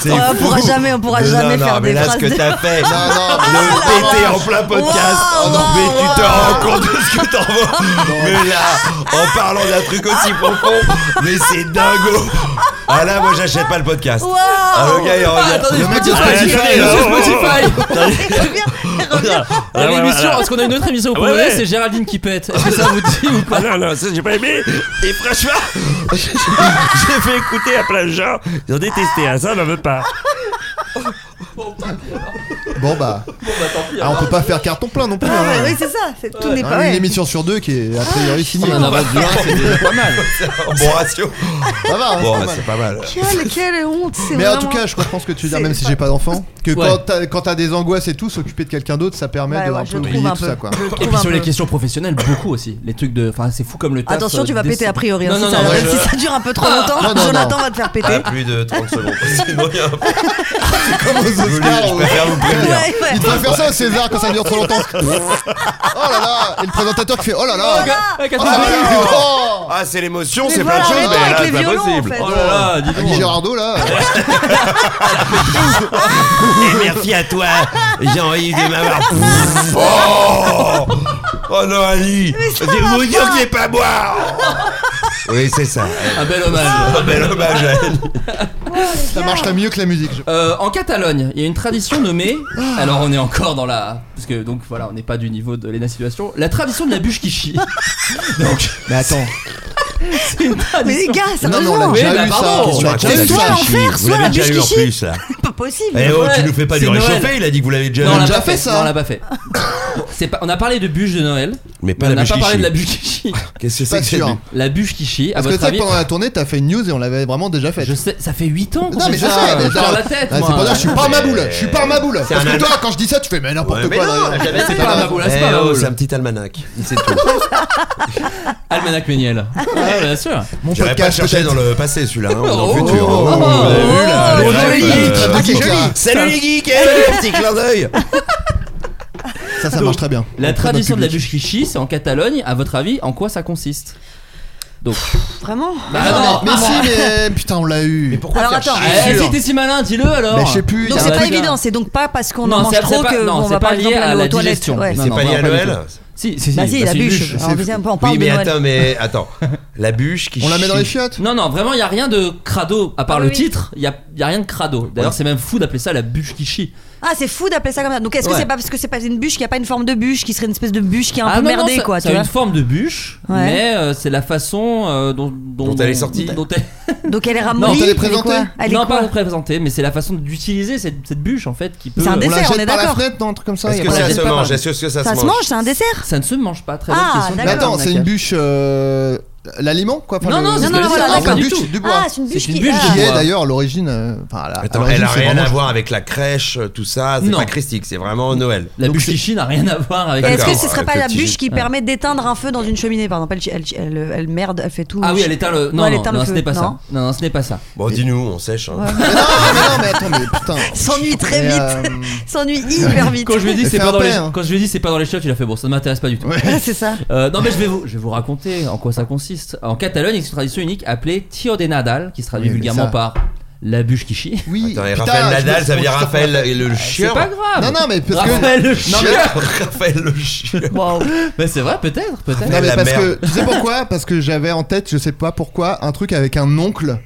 Speaker 2: C'est
Speaker 4: Ouais, Oh, on pourra
Speaker 2: fou.
Speaker 4: jamais- on pourra
Speaker 2: Non,
Speaker 4: jamais
Speaker 2: non,
Speaker 4: faire
Speaker 2: mais
Speaker 4: des
Speaker 2: là,
Speaker 4: phrases
Speaker 2: ce que
Speaker 4: de- Oh
Speaker 2: t'as fait, non,
Speaker 6: non,
Speaker 2: le péter en plein podcast.
Speaker 4: Waouh,
Speaker 2: Oh non,
Speaker 4: waouh,
Speaker 2: mais tu te
Speaker 4: waouh.
Speaker 2: rends compte de ce que t'envoies. Mais là, en parlant d'un truc aussi profond, mais c'est dingo. Ah là, moi, j'achète pas le podcast.
Speaker 4: Waouh
Speaker 2: Ah, le gars, il revient.
Speaker 5: attendez,
Speaker 2: Le mec,
Speaker 5: Spotify,
Speaker 2: il revient.
Speaker 5: attendez,
Speaker 2: Ah,
Speaker 5: sur
Speaker 2: ouais,
Speaker 5: Spotify.
Speaker 4: Reviens.
Speaker 5: Ah,
Speaker 3: ouais,
Speaker 5: l'émission,
Speaker 3: ouais, ouais.
Speaker 5: parce qu'on a une autre émission au
Speaker 3: Ouais,
Speaker 5: Polonais,
Speaker 3: ouais.
Speaker 5: c'est Géraldine qui pète. Est-ce que ça vous dit ou pas
Speaker 3: Ah non, non, ça j'ai pas aimé. Et franchement, j'ai fait écouter à plein de gens. Ils ont détesté. Ah, ça, on n'en veut pas.
Speaker 6: Bon bah, ah, on peut pas faire carton plein non plus.
Speaker 4: Ah
Speaker 6: hein.
Speaker 4: ouais, oui, c'est ça. c'est- Tout n'est pas. Ah,
Speaker 6: Hein, Une
Speaker 4: ouais.
Speaker 6: émission sur deux qui est a priori finie. hein.
Speaker 5: On en a bien, c'est déjà pas mal.
Speaker 2: Bon ratio.
Speaker 6: Ça va, hein, c'est
Speaker 2: Bon, bah,
Speaker 6: pas mal.
Speaker 2: Ah, c'est pas mal.
Speaker 4: Quelle, quelle honte. c'est
Speaker 6: Mais en tout
Speaker 4: vraiment-
Speaker 6: cas, je comprends ce que tu veux dire, même
Speaker 4: C'est
Speaker 6: si
Speaker 4: pas-
Speaker 6: j'ai pas d'enfant, que
Speaker 5: Ouais.
Speaker 6: quand t'as- quand t'as des angoisses et tout, s'occuper de quelqu'un d'autre, ça permet
Speaker 4: Ouais,
Speaker 6: de
Speaker 4: ouais,
Speaker 6: un
Speaker 4: je
Speaker 6: peu
Speaker 4: trouve
Speaker 6: oublier
Speaker 4: un
Speaker 6: tout
Speaker 4: peu.
Speaker 6: ça quoi.
Speaker 4: Je le
Speaker 5: Et
Speaker 4: trouve
Speaker 5: puis
Speaker 4: un
Speaker 5: sur les
Speaker 4: peu.
Speaker 5: questions professionnelles, beaucoup aussi. Les trucs de. Enfin, c'est fou comme le taf.
Speaker 4: Attention,
Speaker 5: euh,
Speaker 4: tu vas
Speaker 5: des-
Speaker 4: péter a priori. hein.
Speaker 5: Non, non,
Speaker 4: si,
Speaker 5: non,
Speaker 4: ça,
Speaker 5: moi,
Speaker 4: si
Speaker 5: je-
Speaker 4: ça dure un peu trop longtemps,
Speaker 6: Non, non,
Speaker 4: Jonathan
Speaker 6: non.
Speaker 4: va te faire
Speaker 2: Pas
Speaker 4: péter.
Speaker 2: plus de 30 secondes. Sinon, il y a un peu-
Speaker 6: Comme aux
Speaker 2: Je
Speaker 6: Oscars, ouais.
Speaker 2: préfère vous
Speaker 4: Ah, Ouais,
Speaker 2: prévenir.
Speaker 4: ouais.
Speaker 6: Il devrait faire ça au César quand ça dure trop longtemps. Oh là là, et le présentateur qui fait oh là là.
Speaker 5: Ah,
Speaker 6: Oh
Speaker 5: Catherine
Speaker 6: là
Speaker 5: Deneuve.
Speaker 6: là, oh.
Speaker 2: Ah, c'est l'émotion,
Speaker 4: Mais
Speaker 2: c'est
Speaker 4: voilà,
Speaker 2: plein de choses,
Speaker 4: arrêtons
Speaker 2: mais là,
Speaker 4: avec
Speaker 2: c'est
Speaker 4: les
Speaker 2: pas
Speaker 4: violons, en
Speaker 2: possible.
Speaker 4: fait.
Speaker 5: Oh là là, dis
Speaker 6: Annie
Speaker 5: donc.
Speaker 6: Girardot là.
Speaker 2: Et merci à toi, Jean-Yves de m'avoir. Oh, oh non, Ali Je vais vous dire que j'ai pas boire Oui, c'est ça.
Speaker 5: Un bel
Speaker 4: Ah.
Speaker 5: hommage.
Speaker 2: Un bel hommage à elle.
Speaker 6: Ça marcherait mieux que la musique. je-
Speaker 5: Euh, en Catalogne, il y a une tradition nommée.
Speaker 4: Ah.
Speaker 5: Alors on est encore dans la. Parce que donc voilà, on n'est pas du niveau de l'ENA Situation. La tradition de la bûche qui chie. donc
Speaker 6: Mais attends.
Speaker 5: c'est une
Speaker 4: Mais les
Speaker 5: tradition.
Speaker 4: gars,
Speaker 6: Non mais on l'a
Speaker 4: sérieusement,
Speaker 5: Oui, bah,
Speaker 6: déjà eu ça.
Speaker 5: pardon.
Speaker 6: On l'a
Speaker 2: Soit
Speaker 6: déjà eu
Speaker 4: Soit
Speaker 6: ça.
Speaker 4: l'enfer,
Speaker 2: Vous
Speaker 4: soit la
Speaker 2: l'avez déjà eu en
Speaker 4: bûche qui
Speaker 2: plus, là.
Speaker 4: c'est pas possible.
Speaker 2: Eh oh,
Speaker 5: Ouais,
Speaker 2: tu nous fais pas du
Speaker 5: c'est Noël.
Speaker 2: réchauffé, il a dit que vous l'avez déjà
Speaker 5: Non, on
Speaker 2: eu.
Speaker 5: l'a
Speaker 6: déjà
Speaker 5: pas fait,
Speaker 6: fait, ça.
Speaker 5: Non, on l'a pas fait. C'est pas, on a parlé de bûche de Noël.
Speaker 2: Mais
Speaker 5: on
Speaker 2: pas la
Speaker 5: n'a
Speaker 2: bûche
Speaker 5: pas
Speaker 2: qui
Speaker 5: parlé de la
Speaker 2: chie.
Speaker 5: bûche qui chie.
Speaker 2: Qu'est-ce que
Speaker 6: Pas
Speaker 2: c'est que c'est
Speaker 6: sûr.
Speaker 5: La bûche qui chie, à
Speaker 6: Parce que tu
Speaker 5: votre
Speaker 6: sais que
Speaker 5: avis.
Speaker 6: pendant la tournée, t'as fait une news et on l'avait vraiment déjà faite.
Speaker 5: Je sais, ça fait 8 ans qu'on
Speaker 6: Non
Speaker 5: fait
Speaker 6: mais je
Speaker 5: ça.
Speaker 6: sais, mais
Speaker 5: je perds
Speaker 6: genre-
Speaker 5: la tête.
Speaker 6: Ah,
Speaker 5: moi.
Speaker 6: C'est pour dire, je suis pas ma boule, je suis pas ma boule. Parce
Speaker 2: un
Speaker 6: que toi, quand je dis ça, tu fais mais n'importe
Speaker 2: Ouais, mais
Speaker 6: quoi.
Speaker 2: non,
Speaker 6: là.
Speaker 2: jamais
Speaker 5: C'est pas ma boule, c'est
Speaker 2: Eh
Speaker 5: pas ma
Speaker 2: oh,
Speaker 5: boule.
Speaker 2: c'est un petit almanach. C'est tout.
Speaker 5: Almanach Méniel. Ouais, bien sûr.
Speaker 6: Mon
Speaker 2: J'aurais pas
Speaker 6: podcast
Speaker 2: cherché
Speaker 6: peut-être.
Speaker 2: dans le passé celui-là, hein, ou dans
Speaker 5: Oh,
Speaker 2: le futur.
Speaker 5: oh,
Speaker 2: Vous
Speaker 5: oh,
Speaker 2: avez vu, là,
Speaker 5: oh,
Speaker 2: les
Speaker 5: oh,
Speaker 2: rêves,
Speaker 5: joli.
Speaker 2: euh,
Speaker 6: Ah, c'est joli.
Speaker 2: Salut les geeks, eh, petit clin d'œil.
Speaker 6: Ça, ça marche très bien.
Speaker 5: La
Speaker 6: Auprès de
Speaker 5: tradition de la
Speaker 6: notre public.
Speaker 5: bûche qui chie, c'est en Catalogne. À votre avis, en quoi ça consiste Donc.
Speaker 4: Vraiment
Speaker 5: Bah
Speaker 6: Ah,
Speaker 5: non,
Speaker 6: mais, mais si, mais putain, on l'a eu.
Speaker 4: Alors attends,
Speaker 5: Eh, si t'es si malin, dis-le alors.
Speaker 6: Mais je sais plus. y a-
Speaker 4: donc
Speaker 5: Ah,
Speaker 4: c'est
Speaker 5: bah,
Speaker 4: pas
Speaker 5: gars.
Speaker 4: évident, c'est donc pas parce qu'on
Speaker 5: Non,
Speaker 4: en mange
Speaker 5: c'est- c'est
Speaker 4: trop
Speaker 5: pas-
Speaker 4: que
Speaker 5: non,
Speaker 4: on
Speaker 5: c'est
Speaker 4: va
Speaker 5: pas
Speaker 4: par
Speaker 5: lié
Speaker 4: exemple
Speaker 5: à
Speaker 4: aller
Speaker 5: la
Speaker 4: aux toilettes.
Speaker 5: digestion.
Speaker 4: ouais.
Speaker 5: Non,
Speaker 2: C'est
Speaker 5: non,
Speaker 2: pas lié
Speaker 5: non,
Speaker 2: à
Speaker 5: pas du
Speaker 2: Noël
Speaker 5: tout. Si, si, si.
Speaker 4: Bah si,
Speaker 5: bah,
Speaker 4: la
Speaker 5: c'est une
Speaker 4: bûche. Alors,
Speaker 5: c'est-
Speaker 4: vas-y, on
Speaker 2: Oui,
Speaker 4: parle de
Speaker 2: mais
Speaker 4: Noël.
Speaker 2: attends, mais attends. La bûche qui
Speaker 6: On la met dans les
Speaker 2: chie.
Speaker 6: chiottes
Speaker 5: Non, non, vraiment, il a rien de crado. À part
Speaker 7: Ah
Speaker 5: le
Speaker 7: oui.
Speaker 5: titre, il n'y a, y a rien de crado. D'ailleurs, c'est même fou d'appeler ça la bûche qui chie.
Speaker 4: Ah, c'est fou d'appeler ça comme ça. Donc est-ce que
Speaker 5: Ouais.
Speaker 4: c'est pas parce que c'est pas une bûche qu'il n'y a pas une forme de bûche qui serait une espèce de bûche qui est un
Speaker 5: Ah
Speaker 4: peu
Speaker 5: non, non,
Speaker 4: merdée
Speaker 5: ça-
Speaker 4: quoi,
Speaker 5: ça
Speaker 4: tu
Speaker 5: a
Speaker 4: vois
Speaker 5: une forme de bûche,
Speaker 4: Ouais.
Speaker 5: mais euh, c'est la façon euh, dont,
Speaker 2: Dont elle est sortie.
Speaker 5: dont elle-
Speaker 4: Donc elle est
Speaker 5: Non,
Speaker 4: ramollie.
Speaker 6: t'as les
Speaker 4: elle est
Speaker 6: présentés
Speaker 4: quoi Elle est
Speaker 5: non, pas
Speaker 4: quoi
Speaker 5: représentée, mais c'est la façon d'utiliser cette, cette bûche en fait qui peut.
Speaker 4: C'est un
Speaker 6: On
Speaker 4: dessert,
Speaker 6: la
Speaker 4: on est
Speaker 6: jette par la
Speaker 4: d'accord.
Speaker 6: fenêtre, non, un truc comme ça
Speaker 2: Est-ce
Speaker 6: y a
Speaker 2: que
Speaker 6: pas-
Speaker 2: ça
Speaker 5: jette
Speaker 2: se
Speaker 5: pas
Speaker 2: mange
Speaker 5: mal.
Speaker 2: Est-ce que ça se
Speaker 4: Ça se
Speaker 2: mange
Speaker 4: mange, c'est un dessert.
Speaker 5: Ça ne se mange pas. Très
Speaker 4: Ah,
Speaker 5: bonne question.
Speaker 6: Mais
Speaker 4: d'accord.
Speaker 6: attends, c'est une bûche. euh, L'aliment quoi enfin,
Speaker 5: Non,
Speaker 6: le-
Speaker 5: non, c'est
Speaker 4: Non, non,
Speaker 5: le
Speaker 4: voilà,
Speaker 5: dessert,
Speaker 6: c'est
Speaker 5: pas
Speaker 6: une
Speaker 4: d'accord.
Speaker 5: du
Speaker 6: bûche
Speaker 5: tout.
Speaker 6: du bois.
Speaker 4: Ah, c'est une
Speaker 5: C'est
Speaker 4: bûche
Speaker 5: une
Speaker 4: qui
Speaker 5: bûche de
Speaker 6: Qui
Speaker 5: bois.
Speaker 4: ah.
Speaker 6: est d'ailleurs l'origine. euh, Enfin, à la- à
Speaker 2: Attends,
Speaker 6: l'origine,
Speaker 2: elle a
Speaker 6: c'est
Speaker 2: rien
Speaker 6: vraiment-
Speaker 2: à voir avec la crèche, euh, tout ça. C'est
Speaker 5: Non.
Speaker 2: pas christique, c'est vraiment Noël.
Speaker 5: La
Speaker 2: Donc
Speaker 5: bûche
Speaker 2: c'est-
Speaker 5: qui chie n'a rien à voir avec.
Speaker 4: Est-ce
Speaker 2: D'accord,
Speaker 4: que ce serait
Speaker 2: avec
Speaker 4: pas
Speaker 2: le
Speaker 4: la
Speaker 2: petit
Speaker 4: bûche
Speaker 2: jet.
Speaker 4: qui permet d'éteindre un feu dans une cheminée Par exemple, elle, elle- elle- elle merde, elle fait tout.
Speaker 5: Ah oui, elle éteint le. Non,
Speaker 4: Ouais, elle
Speaker 5: non,
Speaker 4: éteint
Speaker 5: non,
Speaker 4: le
Speaker 5: ce
Speaker 4: feu.
Speaker 5: n'est pas ça.
Speaker 4: Non.
Speaker 5: Non, non, ce n'est pas ça.
Speaker 2: Bon, dis-nous, on sèche. hein.
Speaker 6: Mais non, mais non, mais attends, mais putain.
Speaker 4: S'ennuie très
Speaker 6: Mais,
Speaker 4: vite.
Speaker 6: euh,
Speaker 4: S'ennuie hyper vite.
Speaker 5: Quand je lui ai dit
Speaker 6: Elle
Speaker 5: c'est
Speaker 6: fait
Speaker 5: pas
Speaker 6: un
Speaker 5: dans les
Speaker 6: pain, hein.
Speaker 5: quand je lui ai dit c'est pas dans les chiottes, il a fait bon, ça ne m'intéresse pas du tout.
Speaker 4: Ah, c'est ça.
Speaker 5: Euh, non mais je vais vous je vais vous raconter en quoi ça consiste. En Catalogne, il existe une tradition unique appelée Tio de Nadal qui se traduit
Speaker 6: Oui, mais
Speaker 5: vulgairement
Speaker 6: ça-
Speaker 5: par la bûche qui chie.
Speaker 6: Oui.
Speaker 2: Attends, et
Speaker 6: putain,
Speaker 2: Raphaël
Speaker 6: je me
Speaker 2: Nadal,
Speaker 6: suis-
Speaker 2: ça veut dire
Speaker 6: je me suis-
Speaker 2: Raphaël et le
Speaker 5: C'est
Speaker 2: chien.
Speaker 5: pas grave.
Speaker 6: Non, non, mais parce que.
Speaker 5: Raphaël, le
Speaker 2: Non,
Speaker 5: chien.
Speaker 2: mais- Raphaël le chien.
Speaker 5: Wow. Mais c'est vrai peut-être, peut-être.
Speaker 6: Non,
Speaker 2: Mais
Speaker 6: mais
Speaker 2: la
Speaker 6: parce
Speaker 2: merde.
Speaker 6: que tu sais pourquoi Parce que j'avais en tête, je sais pas pourquoi, un truc avec un oncle.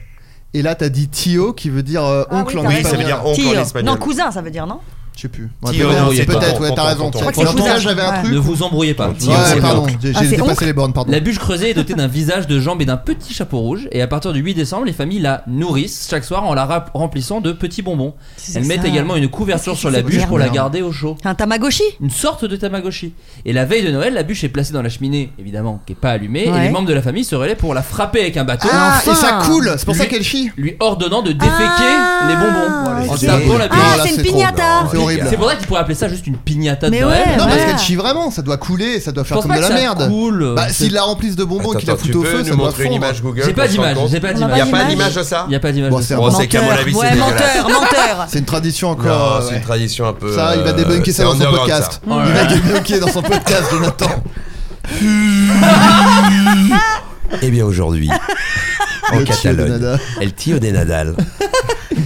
Speaker 6: Et là, t'as dit Tio qui veut dire euh,
Speaker 4: Ah oui,
Speaker 6: oncle
Speaker 4: t'as
Speaker 6: en
Speaker 4: raison.
Speaker 2: Oui, ça veut
Speaker 6: espagnol.
Speaker 2: dire oncle en
Speaker 4: Tio.
Speaker 2: espagnol.
Speaker 4: Non, cousin, ça veut dire non
Speaker 6: Je sais plus.
Speaker 2: Tio,
Speaker 6: Ouais,
Speaker 2: non,
Speaker 6: peut-être,
Speaker 2: il y a pas
Speaker 6: peut-être, ouais,
Speaker 2: tonton,
Speaker 6: t'as raison.
Speaker 2: tonton.
Speaker 6: Tiens.
Speaker 2: Je crois
Speaker 4: que c'est
Speaker 6: Mais en tout
Speaker 4: cousin.
Speaker 6: cas, j'avais un
Speaker 4: Ouais.
Speaker 6: truc.
Speaker 5: Ne vous embrouillez pas.
Speaker 2: Tio,
Speaker 6: Ouais,
Speaker 2: c'est
Speaker 6: pardon,
Speaker 2: oncle.
Speaker 6: j'ai
Speaker 4: Ah,
Speaker 6: j'ai
Speaker 4: c'est
Speaker 6: dépassé
Speaker 4: oncle.
Speaker 6: les bornes, pardon.
Speaker 5: La bûche creusée est dotée d'un visage, de jambes et d'un petit chapeau rouge, et à partir du 8 décembre, les familles la nourrissent chaque soir en la rap- remplissant de petits bonbons.
Speaker 4: C'est
Speaker 5: Elles
Speaker 4: ça.
Speaker 5: mettent également une couverture sur la
Speaker 4: C'est
Speaker 5: bûche
Speaker 4: bien.
Speaker 5: pour la garder au chaud.
Speaker 4: Un tamagotchi
Speaker 5: Une sorte de tamagotchi. Et la veille de Noël, la bûche est placée dans la cheminée, évidemment, qui est pas allumée, et
Speaker 4: Ouais.
Speaker 5: les membres de la famille se relaient pour la frapper avec un bâton,
Speaker 6: Ah,
Speaker 4: Mais
Speaker 6: et ça
Speaker 4: enfin.
Speaker 6: coule, c'est pour ça
Speaker 5: Lui-
Speaker 6: qu'elle chie.
Speaker 5: lui ordonnant de déféquer
Speaker 4: Ah,
Speaker 5: les bonbons en
Speaker 4: ok.
Speaker 5: tapant la
Speaker 6: Ah,
Speaker 5: bûche.
Speaker 6: là,
Speaker 4: Ah, c'est
Speaker 6: c'est
Speaker 4: une
Speaker 6: trop,
Speaker 4: piñata
Speaker 6: non, c'est horrible.
Speaker 5: C'est pour ça qu'ils pourraient appeler ça juste une pignata
Speaker 4: Mais
Speaker 5: de
Speaker 4: ouais.
Speaker 5: Noël.
Speaker 6: Non, parce
Speaker 4: Voilà.
Speaker 6: qu'elle chie vraiment, ça doit couler, ça doit
Speaker 5: Je
Speaker 6: faire
Speaker 5: pense
Speaker 6: comme
Speaker 5: pas
Speaker 6: de
Speaker 5: que
Speaker 6: la
Speaker 5: ça
Speaker 6: merde.
Speaker 5: coule. euh,
Speaker 6: Bah,
Speaker 5: C'est-
Speaker 6: s'ils la remplissent de bonbons et qu'ils la
Speaker 2: Attends,
Speaker 6: foutent
Speaker 2: tu
Speaker 6: au
Speaker 2: peux
Speaker 6: feu, ça
Speaker 2: nous
Speaker 6: doit
Speaker 2: montrer une
Speaker 6: fondre.
Speaker 2: image Google
Speaker 5: J'ai pas
Speaker 2: qu'on se rende
Speaker 5: d'image,
Speaker 2: compte
Speaker 5: j'ai pas
Speaker 4: On a
Speaker 2: Il n'y a
Speaker 5: d'image.
Speaker 2: pas
Speaker 4: d'image.
Speaker 2: d'image de ça
Speaker 5: Il n'y a pas d'image.
Speaker 6: Bon,
Speaker 5: de
Speaker 6: c'est
Speaker 5: ça.
Speaker 6: un
Speaker 2: Bon, c'est qu'à mon
Speaker 4: Menteur.
Speaker 2: avis, c'est
Speaker 4: Ouais,
Speaker 2: dégueulasse.
Speaker 4: menteur, menteur.
Speaker 6: C'est une tradition
Speaker 2: Non,
Speaker 6: encore.
Speaker 2: c'est
Speaker 6: ouais.
Speaker 2: une tradition un peu.
Speaker 6: Ça, il va
Speaker 2: euh,
Speaker 6: débunker ça
Speaker 2: c'est
Speaker 6: dans son
Speaker 2: underground,
Speaker 6: podcast.
Speaker 2: ça.
Speaker 5: Ouais.
Speaker 6: Il va débunker dans son podcast, Jonathan.
Speaker 2: Eh bien, aujourd'hui, en
Speaker 6: Le tio de
Speaker 2: Catalogne,
Speaker 6: Nadal.
Speaker 2: El Tio de Nadal.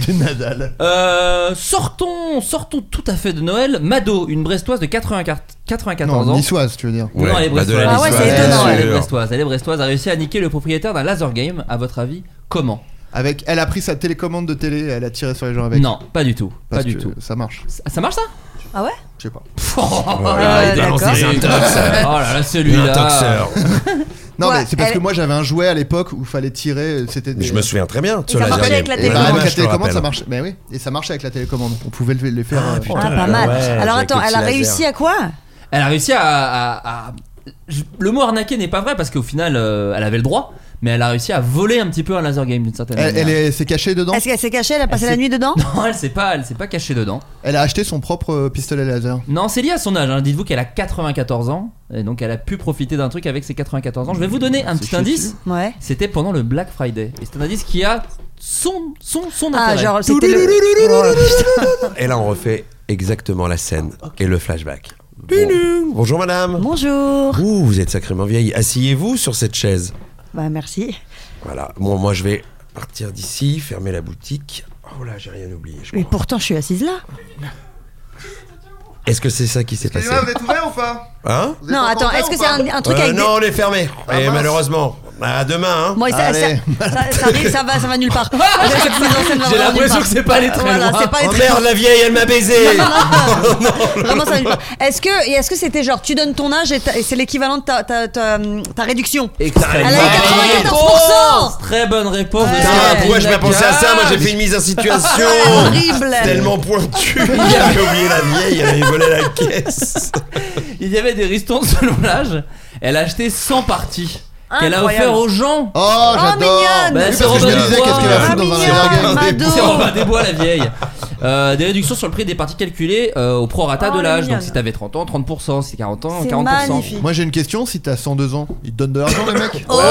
Speaker 6: Du Nadal.
Speaker 5: Euh, sortons, sortons tout à fait de Noël. Mado, une brestoise de 84 94
Speaker 6: Non,
Speaker 5: ans.
Speaker 6: niçoise, tu veux dire.
Speaker 5: Non, elle est
Speaker 2: Madeleine
Speaker 5: brestoise.
Speaker 4: Ah ouais,
Speaker 2: Niçoise,
Speaker 4: c'est
Speaker 2: bien
Speaker 4: étonnant,
Speaker 5: Elle est
Speaker 2: sûr.
Speaker 5: brestoise. Elle est brestoise. A réussi à niquer le propriétaire d'un laser game. À votre avis, comment
Speaker 6: Avec, elle a pris sa télécommande de télé, elle a tiré sur les gens avec.
Speaker 5: Non, pas du tout.
Speaker 6: Parce
Speaker 5: Pas du
Speaker 6: que
Speaker 5: tout.
Speaker 6: Ça marche.
Speaker 5: Ça, ça Oh, marche ça
Speaker 4: Ah ouais
Speaker 6: Je sais pas.
Speaker 2: Voilà, il balance
Speaker 4: Ah, d'accord.
Speaker 2: des intox.
Speaker 5: Oh là là,
Speaker 2: Il est
Speaker 5: celui-là.
Speaker 2: Un toxeur.
Speaker 6: Non,
Speaker 4: Ouais,
Speaker 6: mais c'est parce
Speaker 4: elle-
Speaker 6: que moi j'avais un jouet à l'époque où fallait tirer. C'était.
Speaker 2: Mais
Speaker 6: des-
Speaker 2: je me souviens très bien. de ce
Speaker 4: ça
Speaker 2: laser
Speaker 4: marchait
Speaker 2: game.
Speaker 4: avec la
Speaker 2: Et
Speaker 6: Et bah,
Speaker 4: télécommande.
Speaker 2: dommage,
Speaker 6: avec la
Speaker 2: je te
Speaker 6: télécommande,
Speaker 2: rappelle.
Speaker 6: ça marchait. Mais oui, et ça marchait avec la télécommande. On pouvait le- les faire. euh,
Speaker 4: Ah, pas
Speaker 2: Ouais,
Speaker 4: mal. Alors
Speaker 2: avec
Speaker 4: attends,
Speaker 2: les
Speaker 4: elle a
Speaker 2: petits
Speaker 4: réussi
Speaker 2: lasers.
Speaker 4: à quoi
Speaker 5: Elle a réussi à. à- à- je- Le mot arnaquer n'est pas vrai parce qu'au final, euh, elle avait le droit, mais elle a réussi à voler un petit peu un laser game d'une certaine
Speaker 6: Elle,
Speaker 5: manière.
Speaker 6: elle est, s'est cachée dedans.
Speaker 4: Est-ce qu'elle s'est cachée Elle a passé
Speaker 5: Elle
Speaker 4: la
Speaker 5: s'est-
Speaker 4: nuit dedans
Speaker 5: Non, elle s'est pas, elle s'est pas cachée dedans.
Speaker 6: Elle a acheté son propre euh, pistolet laser.
Speaker 5: Non, c'est lié à son âge. hein. Dites-vous qu'elle a 94 ans et donc elle a pu profiter d'un truc avec ses 94 ans. Je vais vous donner un
Speaker 6: C'est
Speaker 5: petit
Speaker 6: chiant,
Speaker 5: indice.
Speaker 4: Ouais.
Speaker 5: C'était pendant le Black Friday et c'est un indice qui a son son son
Speaker 4: Ah,
Speaker 5: intérêt.
Speaker 4: genre, c'était le. Oh
Speaker 2: Et là, on refait exactement la scène et le flashback. Bon. Bonjour madame.
Speaker 4: Bonjour.
Speaker 2: Ouh, vous êtes sacrément vieille. Asseyez-vous sur cette chaise.
Speaker 4: Bah, merci.
Speaker 2: Voilà. Bon, moi, je vais partir d'ici, fermer la boutique. Oh là, j'ai rien oublié. je
Speaker 4: Mais
Speaker 2: crois.
Speaker 4: pourtant, je suis assise là.
Speaker 2: Est-ce que c'est ça qui s'est passé
Speaker 6: êtes ouvert ou pas
Speaker 2: Hein
Speaker 4: Non, attends, est-ce que c'est un, un truc
Speaker 2: Euh,
Speaker 4: avec. des- Ah,
Speaker 2: Non, on est fermé. et
Speaker 6: mince.
Speaker 2: malheureusement, à demain. Hein.
Speaker 4: Bon, et ça,
Speaker 6: Allez.
Speaker 4: ça, ça, ça arrive, ça va, ça va nulle part. Cette mise en scène va
Speaker 5: J'ai
Speaker 4: vraiment nulle
Speaker 5: l'impression
Speaker 4: part.
Speaker 5: que c'est pas allé très
Speaker 4: Voilà,
Speaker 5: loin.
Speaker 4: c'est pas allé
Speaker 2: Oh
Speaker 4: très
Speaker 2: merde, la vieille, elle m'a baisé.
Speaker 4: Vraiment, ça va nulle part. Est-ce que, et est-ce que c'était genre, tu donnes ton âge et, ta- et c'est l'équivalent de ta, ta, ta, ta réduction
Speaker 5: Extrêmement
Speaker 4: Elle a
Speaker 5: bonne
Speaker 4: eu 94%.
Speaker 5: réponse. Très bonne réponse.
Speaker 4: Ouais.
Speaker 5: de
Speaker 2: Putain,
Speaker 5: Sarah
Speaker 2: pourquoi j'ai pas pensé à ça Moi, j'ai fait une mise en situation.
Speaker 4: Ah, Horrible.
Speaker 2: Tellement pointu. J'avais oublié la vieille, elle avait volé la caisse.
Speaker 5: Il y avait des ristons selon l'âge. Elle a acheté 100 parties qu'elle a
Speaker 4: Incroyable.
Speaker 5: offert aux gens.
Speaker 6: Oh,
Speaker 4: Oh,
Speaker 6: j'adore
Speaker 4: mignonne.
Speaker 5: Bah,
Speaker 6: Oui,
Speaker 5: c'est
Speaker 6: parce que
Speaker 5: Robin
Speaker 6: je me disais,
Speaker 5: des Bois.
Speaker 6: qu'est-ce qu'elle va
Speaker 5: Ah,
Speaker 6: foutre dans un
Speaker 4: mignonne,
Speaker 6: laser game
Speaker 4: Mado.
Speaker 5: C'est Robin des Bois, la vieille. Euh, des réductions sur le prix des parties calculées euh, au prorata
Speaker 4: Oh,
Speaker 5: de
Speaker 4: la
Speaker 5: l'âge.
Speaker 4: mignonne.
Speaker 5: Donc si t'avais 30 ans, 30%, si 40 ans,
Speaker 4: C'est
Speaker 5: 40%.
Speaker 4: magnifique.
Speaker 6: Moi j'ai une question, si t'as 102 ans, ils te donnent de l'argent les mecs
Speaker 4: Oh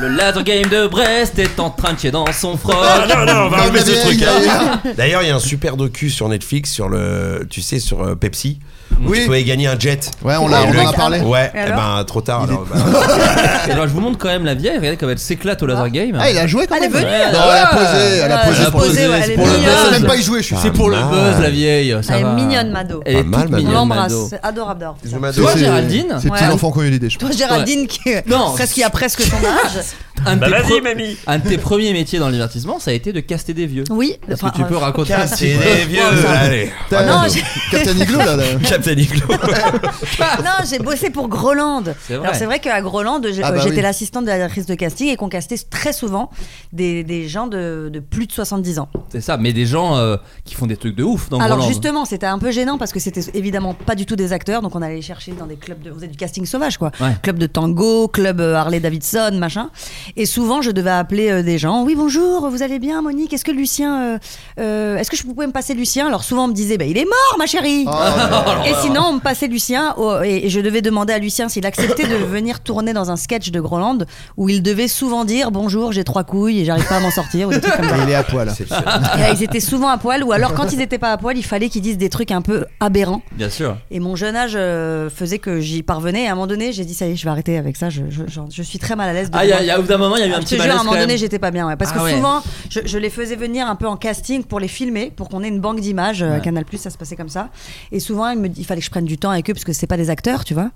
Speaker 5: Le laser game de Brest est en train de chier dans son froc.
Speaker 2: Oh,
Speaker 3: Ah, non, non, on va enlever ce truc. hein.
Speaker 6: là
Speaker 2: D'ailleurs, il y a un super docu sur Netflix sur le, tu sais, sur euh, Pepsi. Où
Speaker 6: Oui.
Speaker 2: Tu pouvais gagner un jet.
Speaker 6: Ouais, on l'a-
Speaker 2: Et
Speaker 6: on
Speaker 2: le-
Speaker 6: en a parlé.
Speaker 2: Ouais. eh
Speaker 4: Et alors
Speaker 2: ben, trop tard.
Speaker 6: Il
Speaker 2: alors,
Speaker 6: est-
Speaker 2: bah,
Speaker 5: Et alors je vous montre quand même la vieille. Regardez comme elle s'éclate au laser game.
Speaker 6: Ah, il a joué quand
Speaker 4: Elle est
Speaker 6: même
Speaker 4: venue,
Speaker 5: elle
Speaker 6: Non,
Speaker 4: euh.
Speaker 6: elle
Speaker 5: a-
Speaker 6: a posé, elle a
Speaker 4: Ouais,
Speaker 6: posé
Speaker 4: elle a
Speaker 6: pour le-
Speaker 4: posé, ouais, elle est
Speaker 6: pour le
Speaker 4: mignonne.
Speaker 6: buzz. même pas y jouer, je suis
Speaker 5: C'est
Speaker 6: sûr.
Speaker 5: pour le
Speaker 2: mal.
Speaker 5: buzz la vieille. Ça
Speaker 4: Elle est
Speaker 5: va.
Speaker 4: mignonne, Mado.
Speaker 5: Elle est
Speaker 2: Pas mal,
Speaker 5: toute
Speaker 2: Mado.
Speaker 4: On
Speaker 5: mignonne. Mado.
Speaker 4: l'embrasse, c'est adorable, d'or.
Speaker 2: Mado.
Speaker 5: Toi
Speaker 6: C'est-
Speaker 5: Géraldine,
Speaker 6: C'est
Speaker 4: Ouais.
Speaker 6: petit enfant qui a eu l'idée, je pense.
Speaker 4: Toi, Géraldine, qui,
Speaker 5: Non.
Speaker 4: presque, qui a presque son âge.
Speaker 5: un de
Speaker 3: Bah
Speaker 5: tes
Speaker 3: vas-y,
Speaker 5: pre-
Speaker 3: mamie.
Speaker 5: un de tes premiers métiers dans le divertissement, ça a été de caster des vieux.
Speaker 4: Oui.
Speaker 5: Est-ce
Speaker 4: enfin,
Speaker 5: que tu peux
Speaker 4: euh,
Speaker 5: raconter un petit
Speaker 2: C'est
Speaker 5: peu
Speaker 2: des vieux. Allez.
Speaker 6: T'as-
Speaker 4: Ah Non, j'ai-
Speaker 6: Captain Iglo là, là.
Speaker 2: Captain Iglo.
Speaker 4: Non, j'ai bossé pour Groland.
Speaker 5: C'est vrai.
Speaker 4: Alors c'est vrai qu'à Groland, je-
Speaker 6: Ah bah
Speaker 4: j'étais
Speaker 6: oui.
Speaker 4: l'assistante de la directrice de casting et qu'on castait très souvent des, des gens de, de plus de 70 ans.
Speaker 5: C'est ça, mais des gens euh, qui font des trucs de ouf dans
Speaker 4: Alors
Speaker 5: Groland.
Speaker 4: justement, c'était un peu gênant parce que c'était évidemment pas du tout des acteurs, donc on allait les chercher dans des clubs de, vous êtes du casting sauvage quoi,
Speaker 5: Ouais.
Speaker 4: club de tango, club euh, Harley Davidson, machin. Et souvent, je devais appeler euh, des gens. Oui, bonjour, vous allez bien, Monique Est-ce que Lucien, euh, euh, est-ce que je vous pouvez me passer Lucien Alors souvent, on me disait, bah, il est mort, ma chérie.
Speaker 5: Oh
Speaker 4: Et sinon, on me passait Lucien au- et et je devais demander à Lucien s'il acceptait de venir tourner dans un sketch de Groland où il devait souvent dire bonjour, j'ai trois couilles et j'arrive pas à m'en sortir ou des trucs comme ça.
Speaker 6: Et il est à poil.
Speaker 4: Et là, ils étaient souvent à poil ou alors quand ils étaient pas à poil, il fallait qu'ils disent des trucs un peu aberrants.
Speaker 5: Bien sûr.
Speaker 4: Et mon jeune âge euh, faisait que j'y parvenais. Et à un moment donné, j'ai dit ça y est, je vais arrêter avec ça. Je, je, j'en- je suis très mal à l'aise. de
Speaker 5: Ah, il y a,
Speaker 4: moi.
Speaker 5: il y a- au bout d'un moment, il y a eu
Speaker 4: Ah,
Speaker 5: un
Speaker 4: je
Speaker 5: petit
Speaker 4: te jure, à
Speaker 5: malaise
Speaker 4: un
Speaker 5: quand
Speaker 4: moment donné,
Speaker 5: même.
Speaker 4: j'étais pas bien. ouais. parce
Speaker 5: Ah
Speaker 4: que
Speaker 5: ouais.
Speaker 4: souvent, je, je les faisais venir un peu en casting pour les filmer, pour qu'on ait une banque d'images. euh, à Canal Plus, ça se passait comme ça. Et souvent, il, me, il fallait que je prenne du temps avec eux, parce que c'est pas des acteurs, tu vois.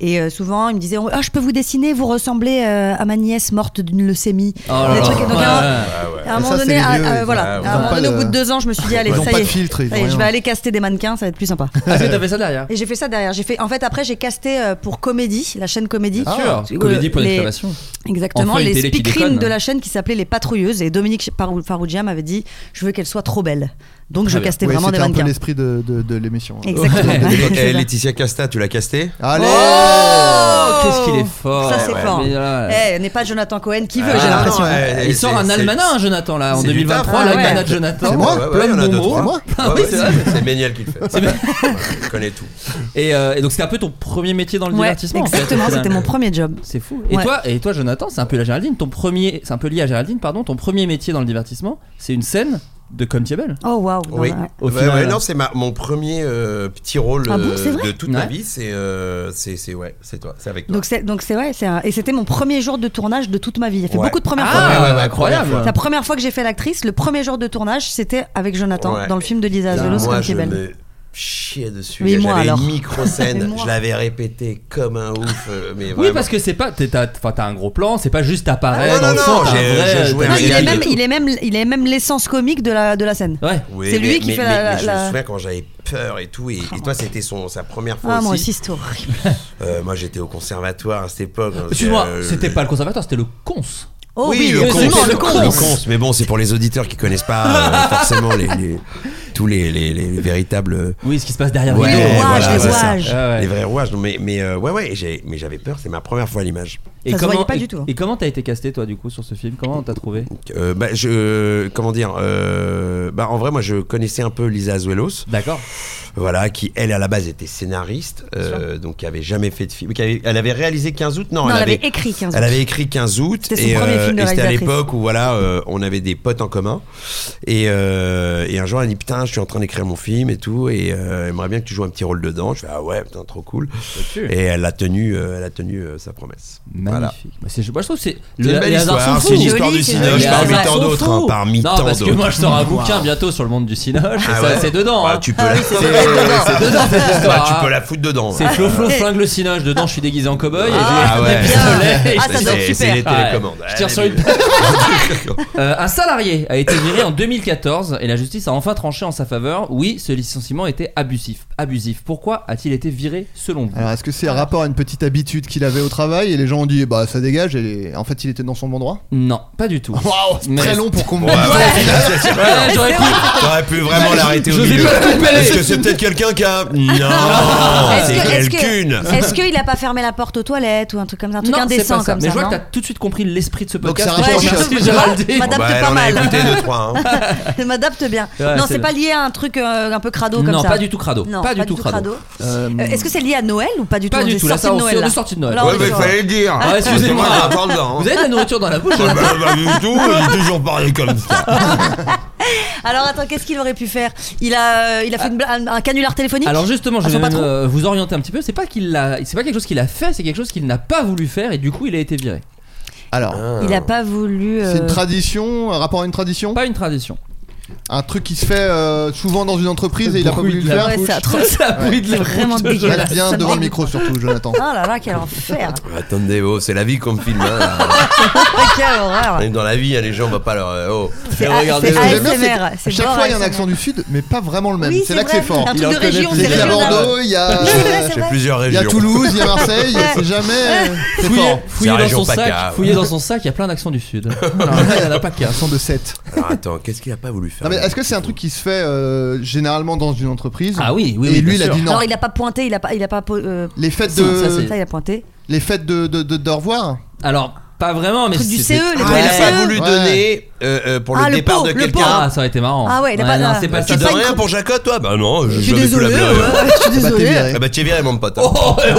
Speaker 4: Et euh, souvent, ils me disaient Ah, je peux vous dessiner, vous ressemblez euh, à ma nièce morte d'une leucémie.
Speaker 5: Oh là là.
Speaker 4: Des trucs. Et donc,
Speaker 5: Ouais.
Speaker 4: à un-
Speaker 2: Ah
Speaker 4: à un
Speaker 6: Et
Speaker 4: moment
Speaker 6: ça, c'est
Speaker 4: donné,
Speaker 6: les
Speaker 4: à-
Speaker 6: vieux,
Speaker 4: à-
Speaker 6: ils
Speaker 4: voilà.
Speaker 6: ont-
Speaker 4: À
Speaker 6: ils
Speaker 4: un
Speaker 6: ont
Speaker 4: moment
Speaker 6: pas
Speaker 4: donné,
Speaker 6: de-
Speaker 4: au bout de deux ans, je me suis dit, allez,
Speaker 6: ils ont
Speaker 4: ça
Speaker 6: pas
Speaker 4: y
Speaker 6: de filtre,
Speaker 4: est,
Speaker 6: ils
Speaker 4: ça y
Speaker 6: ont
Speaker 4: est, je vais
Speaker 6: rien.
Speaker 4: aller caster des mannequins, ça va être plus sympa.
Speaker 5: Ah, mais t'as fait ça derrière.
Speaker 4: Et j'ai fait ça derrière. J'ai fait, en fait, après, j'ai casté euh, pour Comédie, la chaîne Comédie.
Speaker 5: Bien sûr.
Speaker 4: Euh,
Speaker 5: Ah, Comédie pour
Speaker 4: les- Oh
Speaker 5: l'exclamation.
Speaker 4: Exactement,
Speaker 5: Enfin, une
Speaker 4: les
Speaker 5: télé qui
Speaker 4: speakerines
Speaker 5: déconne.
Speaker 4: de la chaîne qui s'appelait Les Patrouilleuses et Dominique Farou- Farrugia m'avait dit Je veux qu'elle soit trop belle. Donc je
Speaker 5: bien.
Speaker 4: castais
Speaker 6: Ouais,
Speaker 4: vraiment des
Speaker 6: C'était un peu
Speaker 4: mannequins.
Speaker 6: l'esprit de, de- de l'émission.
Speaker 4: Exactement.
Speaker 2: Et donc,
Speaker 4: Je
Speaker 2: eh,
Speaker 4: suis là.
Speaker 2: Laetitia Casta, tu l'as casté
Speaker 6: Allez
Speaker 5: Oh, qu'est-ce qu'il est fort
Speaker 4: Ça, c'est fort.
Speaker 5: Mais là,
Speaker 4: Eh, n'est pas Jonathan Cohen qui veut,
Speaker 2: Ah,
Speaker 4: j'ai
Speaker 2: non,
Speaker 4: l'impression.
Speaker 2: ouais,
Speaker 5: Il
Speaker 2: c'est-
Speaker 5: sort un
Speaker 2: c'est-
Speaker 5: almanach, Jonathan, là, en
Speaker 2: c'est du
Speaker 5: 2023,
Speaker 2: taf, hein.
Speaker 4: ouais.
Speaker 5: l'almanach Jonathan.
Speaker 6: C'est moi
Speaker 2: Ouais, ouais,
Speaker 5: plein
Speaker 2: ouais,
Speaker 5: de
Speaker 2: on a
Speaker 5: bons
Speaker 2: deux,
Speaker 5: mots.
Speaker 2: trois.
Speaker 6: moi
Speaker 5: Ah
Speaker 2: Ouais,
Speaker 5: oui,
Speaker 2: ouais,
Speaker 5: c'est vrai.
Speaker 2: c'est c'est Méniel qui le fait.
Speaker 5: C'est bien.
Speaker 2: Ouais, il connaît tout.
Speaker 5: Et, euh, et donc, c'était un peu ton premier métier dans le
Speaker 4: Ouais,
Speaker 5: divertissement. en fait,
Speaker 4: exactement,
Speaker 5: au final.
Speaker 4: c'était mon premier job.
Speaker 5: C'est fou. Et
Speaker 4: Ouais.
Speaker 5: toi, et toi, Jonathan, c'est un peu la Géraldine. Ton premier, c'est un peu lié à Géraldine, pardon. Ton premier métier dans le divertissement, c'est une scène de Comme Table.
Speaker 4: Oh waouh.
Speaker 2: Oui.
Speaker 4: Non, ouais.
Speaker 5: Au
Speaker 2: Ouais,
Speaker 5: final.
Speaker 2: ouais, non, c'est ma- mon premier euh, petit rôle
Speaker 4: Ah bon,
Speaker 2: euh,
Speaker 4: c'est vrai
Speaker 2: de toute ma
Speaker 5: Ouais.
Speaker 2: vie. C'est euh, c'est c'est- ouais, c'est toi, c'est avec toi.
Speaker 4: Donc c'est donc c'est ouais, c'est un- et c'était mon premier jour de tournage de toute ma vie. J'ai fait
Speaker 2: Ouais.
Speaker 4: beaucoup de premières
Speaker 5: Ah,
Speaker 4: fois.
Speaker 2: ouais, ouais, ouais,
Speaker 5: incroyable.
Speaker 2: première
Speaker 4: La première fois que j'ai fait l'actrice, le premier jour de tournage, c'était avec Jonathan
Speaker 2: Ouais.
Speaker 4: dans le film de Lisa
Speaker 2: Là,
Speaker 4: Azoulay,
Speaker 2: moi,
Speaker 4: comme
Speaker 2: je
Speaker 4: c'est belle.
Speaker 2: me chiais dessus.
Speaker 4: Mais
Speaker 2: J'avais
Speaker 4: moi, alors.
Speaker 2: une micro
Speaker 4: Mais
Speaker 2: scène,
Speaker 4: moi.
Speaker 2: je l'avais répété comme un ouf. euh, mais
Speaker 5: Oui,
Speaker 2: vraiment.
Speaker 5: parce que c'est pas, t'es- t'as, enfin, t'as un gros plan. C'est pas juste t'apparais
Speaker 2: Ah, non,
Speaker 5: dans le
Speaker 2: non,
Speaker 5: fond.
Speaker 2: non,
Speaker 5: t'as un
Speaker 2: j'ai-
Speaker 5: vrai-
Speaker 2: j'ai joué
Speaker 5: t'as
Speaker 2: un
Speaker 5: un
Speaker 4: Ah, il, est
Speaker 2: réel
Speaker 5: réel
Speaker 4: même,
Speaker 5: et
Speaker 4: il est même il est même l'essence comique de la de la scène.
Speaker 5: tout. Ouais.
Speaker 2: Oui,
Speaker 4: C'est
Speaker 2: mais-
Speaker 4: lui qui
Speaker 2: mais-
Speaker 4: fait
Speaker 2: mais-
Speaker 4: la-
Speaker 2: mais Je
Speaker 4: la-
Speaker 2: me souviens quand j'avais peur et tout. Et, et toi, c'était son sa première fois
Speaker 4: Ah moi
Speaker 2: aussi.
Speaker 4: aussi c'était horrible.
Speaker 2: Euh, moi, j'étais au conservatoire à cette époque. donc,
Speaker 5: Excuse-moi,
Speaker 2: euh,
Speaker 5: c'était pas le conservatoire, c'était le cons.
Speaker 4: Oh
Speaker 2: oui,
Speaker 5: oui,
Speaker 2: le, cons,
Speaker 5: effectivement,
Speaker 2: le,
Speaker 5: le
Speaker 2: cons.
Speaker 5: cons.
Speaker 2: Mais bon, c'est pour les auditeurs qui connaissent pas euh, forcément les, les- tous les, les, les véritables. euh,
Speaker 5: Oui, ce qui se passe derrière
Speaker 2: Ouais,
Speaker 5: les vidéos.
Speaker 4: rouages,
Speaker 2: voilà,
Speaker 4: les
Speaker 2: c'est ça.
Speaker 4: rouages.
Speaker 5: Ah ouais.
Speaker 2: Les vrais rouages. Non, mais mais euh, ouais, ouais. j'ai- Mais j'avais peur. C'est ma première fois à l'image.
Speaker 5: Et
Speaker 4: Ça se
Speaker 5: comment,
Speaker 4: voyait pas
Speaker 5: et-
Speaker 4: du tout. hein.
Speaker 5: Et comment t'as été casté toi du coup sur ce film Comment on t'a trouvé
Speaker 2: Euh, bah, je comment dire euh, bah en vrai moi je connaissais un peu Lisa Azuelos
Speaker 5: D'accord.
Speaker 2: voilà qui elle à la base était scénariste euh, donc qui avait jamais fait de film qui avait- elle avait réalisé 15 août non,
Speaker 4: Non,
Speaker 2: elle,
Speaker 4: elle avait
Speaker 2: avait
Speaker 4: écrit 15 août.
Speaker 2: elle avait écrit 15 août
Speaker 4: C'était son
Speaker 2: et, euh,
Speaker 4: premier film de
Speaker 2: et c'était à
Speaker 4: réalisatrice.
Speaker 2: l'époque où voilà euh, on avait des potes en commun et, euh, et un jour elle dit putain je suis en train d'écrire mon film et tout et euh, aimerait bien que tu joues un petit rôle dedans je fais ah ouais putain trop cool et elle a tenu euh, elle a tenu euh, sa promesse voilà
Speaker 5: Magnifique. Bah, c'est- moi je trouve que c'est
Speaker 2: c'est une
Speaker 5: les
Speaker 2: belle
Speaker 5: hasards
Speaker 2: histoire,
Speaker 5: sont
Speaker 2: c'est une
Speaker 5: fous.
Speaker 2: histoire
Speaker 4: Joli,
Speaker 2: du
Speaker 4: c'est
Speaker 2: Cinoche
Speaker 4: joli.
Speaker 2: parmi
Speaker 4: Les
Speaker 2: tant
Speaker 4: hasards sont
Speaker 2: d'autres, hein,
Speaker 4: fous.
Speaker 2: parmi
Speaker 5: Non,
Speaker 2: tant d'autres.
Speaker 5: parce que moi je sors un bouquin bientôt sur le monde du cinoche. et
Speaker 2: Ah
Speaker 5: ça,
Speaker 2: ouais.
Speaker 5: c'est
Speaker 4: Oh,
Speaker 5: dedans.
Speaker 2: Bah,
Speaker 5: hein.
Speaker 2: tu peux
Speaker 4: ah
Speaker 2: la foutre
Speaker 5: C'est dedans cette histoire.
Speaker 2: Bah,
Speaker 5: hein.
Speaker 2: tu peux la foutre dedans.
Speaker 5: C'est Flo Flo flingue le cinoche, dedans je suis déguisé en cow-boy. et
Speaker 2: Ah,
Speaker 5: j'ai
Speaker 2: ouais.
Speaker 5: des pistolets, et
Speaker 4: Ah,
Speaker 5: je
Speaker 4: ça
Speaker 5: fais-
Speaker 4: doit
Speaker 2: c'est,
Speaker 4: être
Speaker 2: c'est les
Speaker 5: super.
Speaker 2: télécommandes.
Speaker 5: Je tire sur une- Euh, un salarié a été viré en 2014 et la justice a enfin tranché en sa faveur. Oui, ce licenciement était abusif. Abusif. Pourquoi a-t-il été viré selon vous
Speaker 6: Alors, est-ce que c'est un rapport à une petite habitude qu'il avait au travail et les gens ont dit bah ça dégage et en fait il était dans son bon droit
Speaker 5: Non, pas du tout.
Speaker 6: Waouh, c'est
Speaker 5: Mais-
Speaker 6: très long pour
Speaker 2: Ouais, ouais,
Speaker 6: comprendre.
Speaker 2: ouais, c'est vrai.
Speaker 5: Ouais, j'aurais pu-
Speaker 2: bah, T'aurais pu vraiment l'arrêter au
Speaker 5: Je vais
Speaker 2: milieu.
Speaker 5: pas couper.
Speaker 2: Est-ce que c'est peut-être quelqu'un qui a. Non,
Speaker 4: Est-ce
Speaker 2: c'est
Speaker 4: que- est-ce que-
Speaker 2: quelqu'une.
Speaker 4: Est-ce qu'il a pas fermé la porte aux toilettes ou un truc comme ça, un truc
Speaker 5: Non, c'est
Speaker 4: indécent
Speaker 5: pas ça.
Speaker 4: comme
Speaker 5: Mais
Speaker 4: ça
Speaker 5: je vois
Speaker 4: non
Speaker 5: que t'as tout de suite compris l'esprit de ce podcast.
Speaker 6: ça rapproche.
Speaker 5: Merci,
Speaker 4: Ouais,
Speaker 5: Géraldine.
Speaker 4: madame,
Speaker 2: Bah,
Speaker 4: c'est
Speaker 2: elle
Speaker 4: pas
Speaker 2: en a
Speaker 4: mal.
Speaker 2: écouté deux, trois. hein.
Speaker 4: Je m'adapte bien.
Speaker 5: Ouais,
Speaker 4: non,
Speaker 5: c'est
Speaker 4: c'est pas
Speaker 5: le-
Speaker 4: lié à un truc euh, un peu crado comme
Speaker 5: non,
Speaker 4: ça.
Speaker 5: pas du tout crado.
Speaker 4: Non,
Speaker 5: pas du tout crado. Euh,
Speaker 4: Euh, Est-ce que c'est lié à Noël ou pas du tout
Speaker 5: Pas
Speaker 4: On
Speaker 5: du
Speaker 4: est
Speaker 5: tout, là,
Speaker 4: sorti
Speaker 5: ça,
Speaker 4: de
Speaker 5: on-
Speaker 4: Noël,
Speaker 5: on est
Speaker 4: là.
Speaker 5: sorti de Noël.
Speaker 4: Là, on
Speaker 2: Ouais,
Speaker 4: est
Speaker 2: mais
Speaker 4: sur-
Speaker 2: fallait le dire.
Speaker 5: Ah, excusez-moi.
Speaker 2: Parce que moi, j'en parle dedans. hein.
Speaker 5: Vous avez de la nourriture dans la bouche euh.
Speaker 2: Ah
Speaker 5: là
Speaker 2: bah, bah, du tout, il est toujours parlé comme ça.
Speaker 4: Alors attends, qu'est-ce qu'il aurait pu faire Il a, euh, il a fait une bla- un, un canular téléphonique.
Speaker 5: Ah. Alors justement, je
Speaker 4: À
Speaker 5: vais
Speaker 4: son
Speaker 5: même,
Speaker 4: patron.
Speaker 5: euh, vous orienter un petit peu. C'est pas qu'il l'a, c'est pas quelque chose qu'il a fait, c'est quelque chose qu'il n'a pas voulu faire et du coup il a été viré.
Speaker 6: Alors,
Speaker 5: euh,
Speaker 4: Il a pas voulu. euh,
Speaker 6: c'est une tradition, un rapport à une tradition,
Speaker 5: Pas une tradition.
Speaker 6: un truc qui se fait euh, souvent dans une entreprise et il a pas voulu le faire.
Speaker 4: Ouais, c'est atroce.
Speaker 5: Ça bruit de la
Speaker 4: Vraiment
Speaker 5: bouche.
Speaker 4: dégueulasse.
Speaker 6: Reste bien
Speaker 4: Ça me
Speaker 6: devant le
Speaker 4: dégoûte.
Speaker 6: micro surtout, Jonathan.
Speaker 4: Ah là là, quel enfer
Speaker 2: Attendez, oh, c'est la vie qu'on me filme. hein.
Speaker 4: Ah, Quelle horreur
Speaker 2: Même Dans la vie, hein, les gens, on va pas leur. euh, Oh.
Speaker 4: C'est
Speaker 2: Eh, regardez,
Speaker 6: Mais ce que j'aime bien, Ah,
Speaker 4: ASMR,
Speaker 6: c'est qu'à
Speaker 4: c'est
Speaker 6: chaque
Speaker 4: bon,
Speaker 6: fois il y a un
Speaker 4: ASMR.
Speaker 6: accent du sud, mais pas vraiment le même.
Speaker 4: Oui,
Speaker 6: c'est là que c'est fort.
Speaker 4: Un
Speaker 5: Il en
Speaker 4: truc de région,
Speaker 5: connaît
Speaker 6: Il
Speaker 4: c'est
Speaker 6: y a
Speaker 5: plusieurs.
Speaker 4: régional.
Speaker 6: Bordeaux, il y a,
Speaker 2: J'ai plusieurs
Speaker 6: il y
Speaker 2: régions.
Speaker 6: a Toulouse, il y a Marseille. c'est jamais. euh, C'est
Speaker 5: Fouiller,
Speaker 6: fort.
Speaker 5: fouiller
Speaker 2: C'est la
Speaker 5: dans
Speaker 2: région
Speaker 5: son sac,
Speaker 2: PACA, ouais.
Speaker 5: fouiller dans son sac, il y a plein d'accents du sud. Non, là, il y en a pas qu'un.
Speaker 6: Accent de 7
Speaker 2: Alors attends, qu'est-ce qu'il a pas voulu faire
Speaker 6: Non mais est-ce que c'est un truc qui se fait euh, généralement dans une entreprise
Speaker 5: Ah oui, oui,
Speaker 6: Et
Speaker 5: oui,
Speaker 6: lui,
Speaker 5: bien
Speaker 6: il a
Speaker 5: sûr.
Speaker 6: dit non.
Speaker 4: Alors il a pas pointé, il a pas, il a pas. po- euh,
Speaker 6: Les fêtes
Speaker 5: Si, ça,
Speaker 6: de,
Speaker 5: c'est-
Speaker 4: Ça, il a pointé.
Speaker 6: les fêtes de de, de, de revoir.
Speaker 5: Alors pas vraiment, mais
Speaker 4: Truc du E.
Speaker 5: c'est-
Speaker 4: CE, les
Speaker 2: Ah,
Speaker 4: Ouais.
Speaker 2: il a pas voulu
Speaker 6: Ouais.
Speaker 2: donner euh, euh, pour
Speaker 4: Ah,
Speaker 2: le
Speaker 4: le
Speaker 2: départ
Speaker 4: pot,
Speaker 2: de
Speaker 4: le
Speaker 2: quelqu'un.
Speaker 5: Ah, ça aurait été marrant.
Speaker 4: Ah ouais, il a pas-
Speaker 5: non,
Speaker 4: ah.
Speaker 5: c'est pas
Speaker 2: Bah,
Speaker 5: ça.
Speaker 2: tu
Speaker 4: pas
Speaker 2: donnes
Speaker 4: une
Speaker 2: rien
Speaker 4: cro-
Speaker 2: pour Jacques, toi Bah non,
Speaker 4: Je
Speaker 2: j'ai
Speaker 4: suis
Speaker 2: jamais
Speaker 4: désolée.
Speaker 2: la hein.
Speaker 4: ouais, je suis
Speaker 6: Bah, t'es
Speaker 4: désolée.
Speaker 6: viré.
Speaker 2: Ah bah tu es viré mon pote. hein.
Speaker 5: Oh, ouais,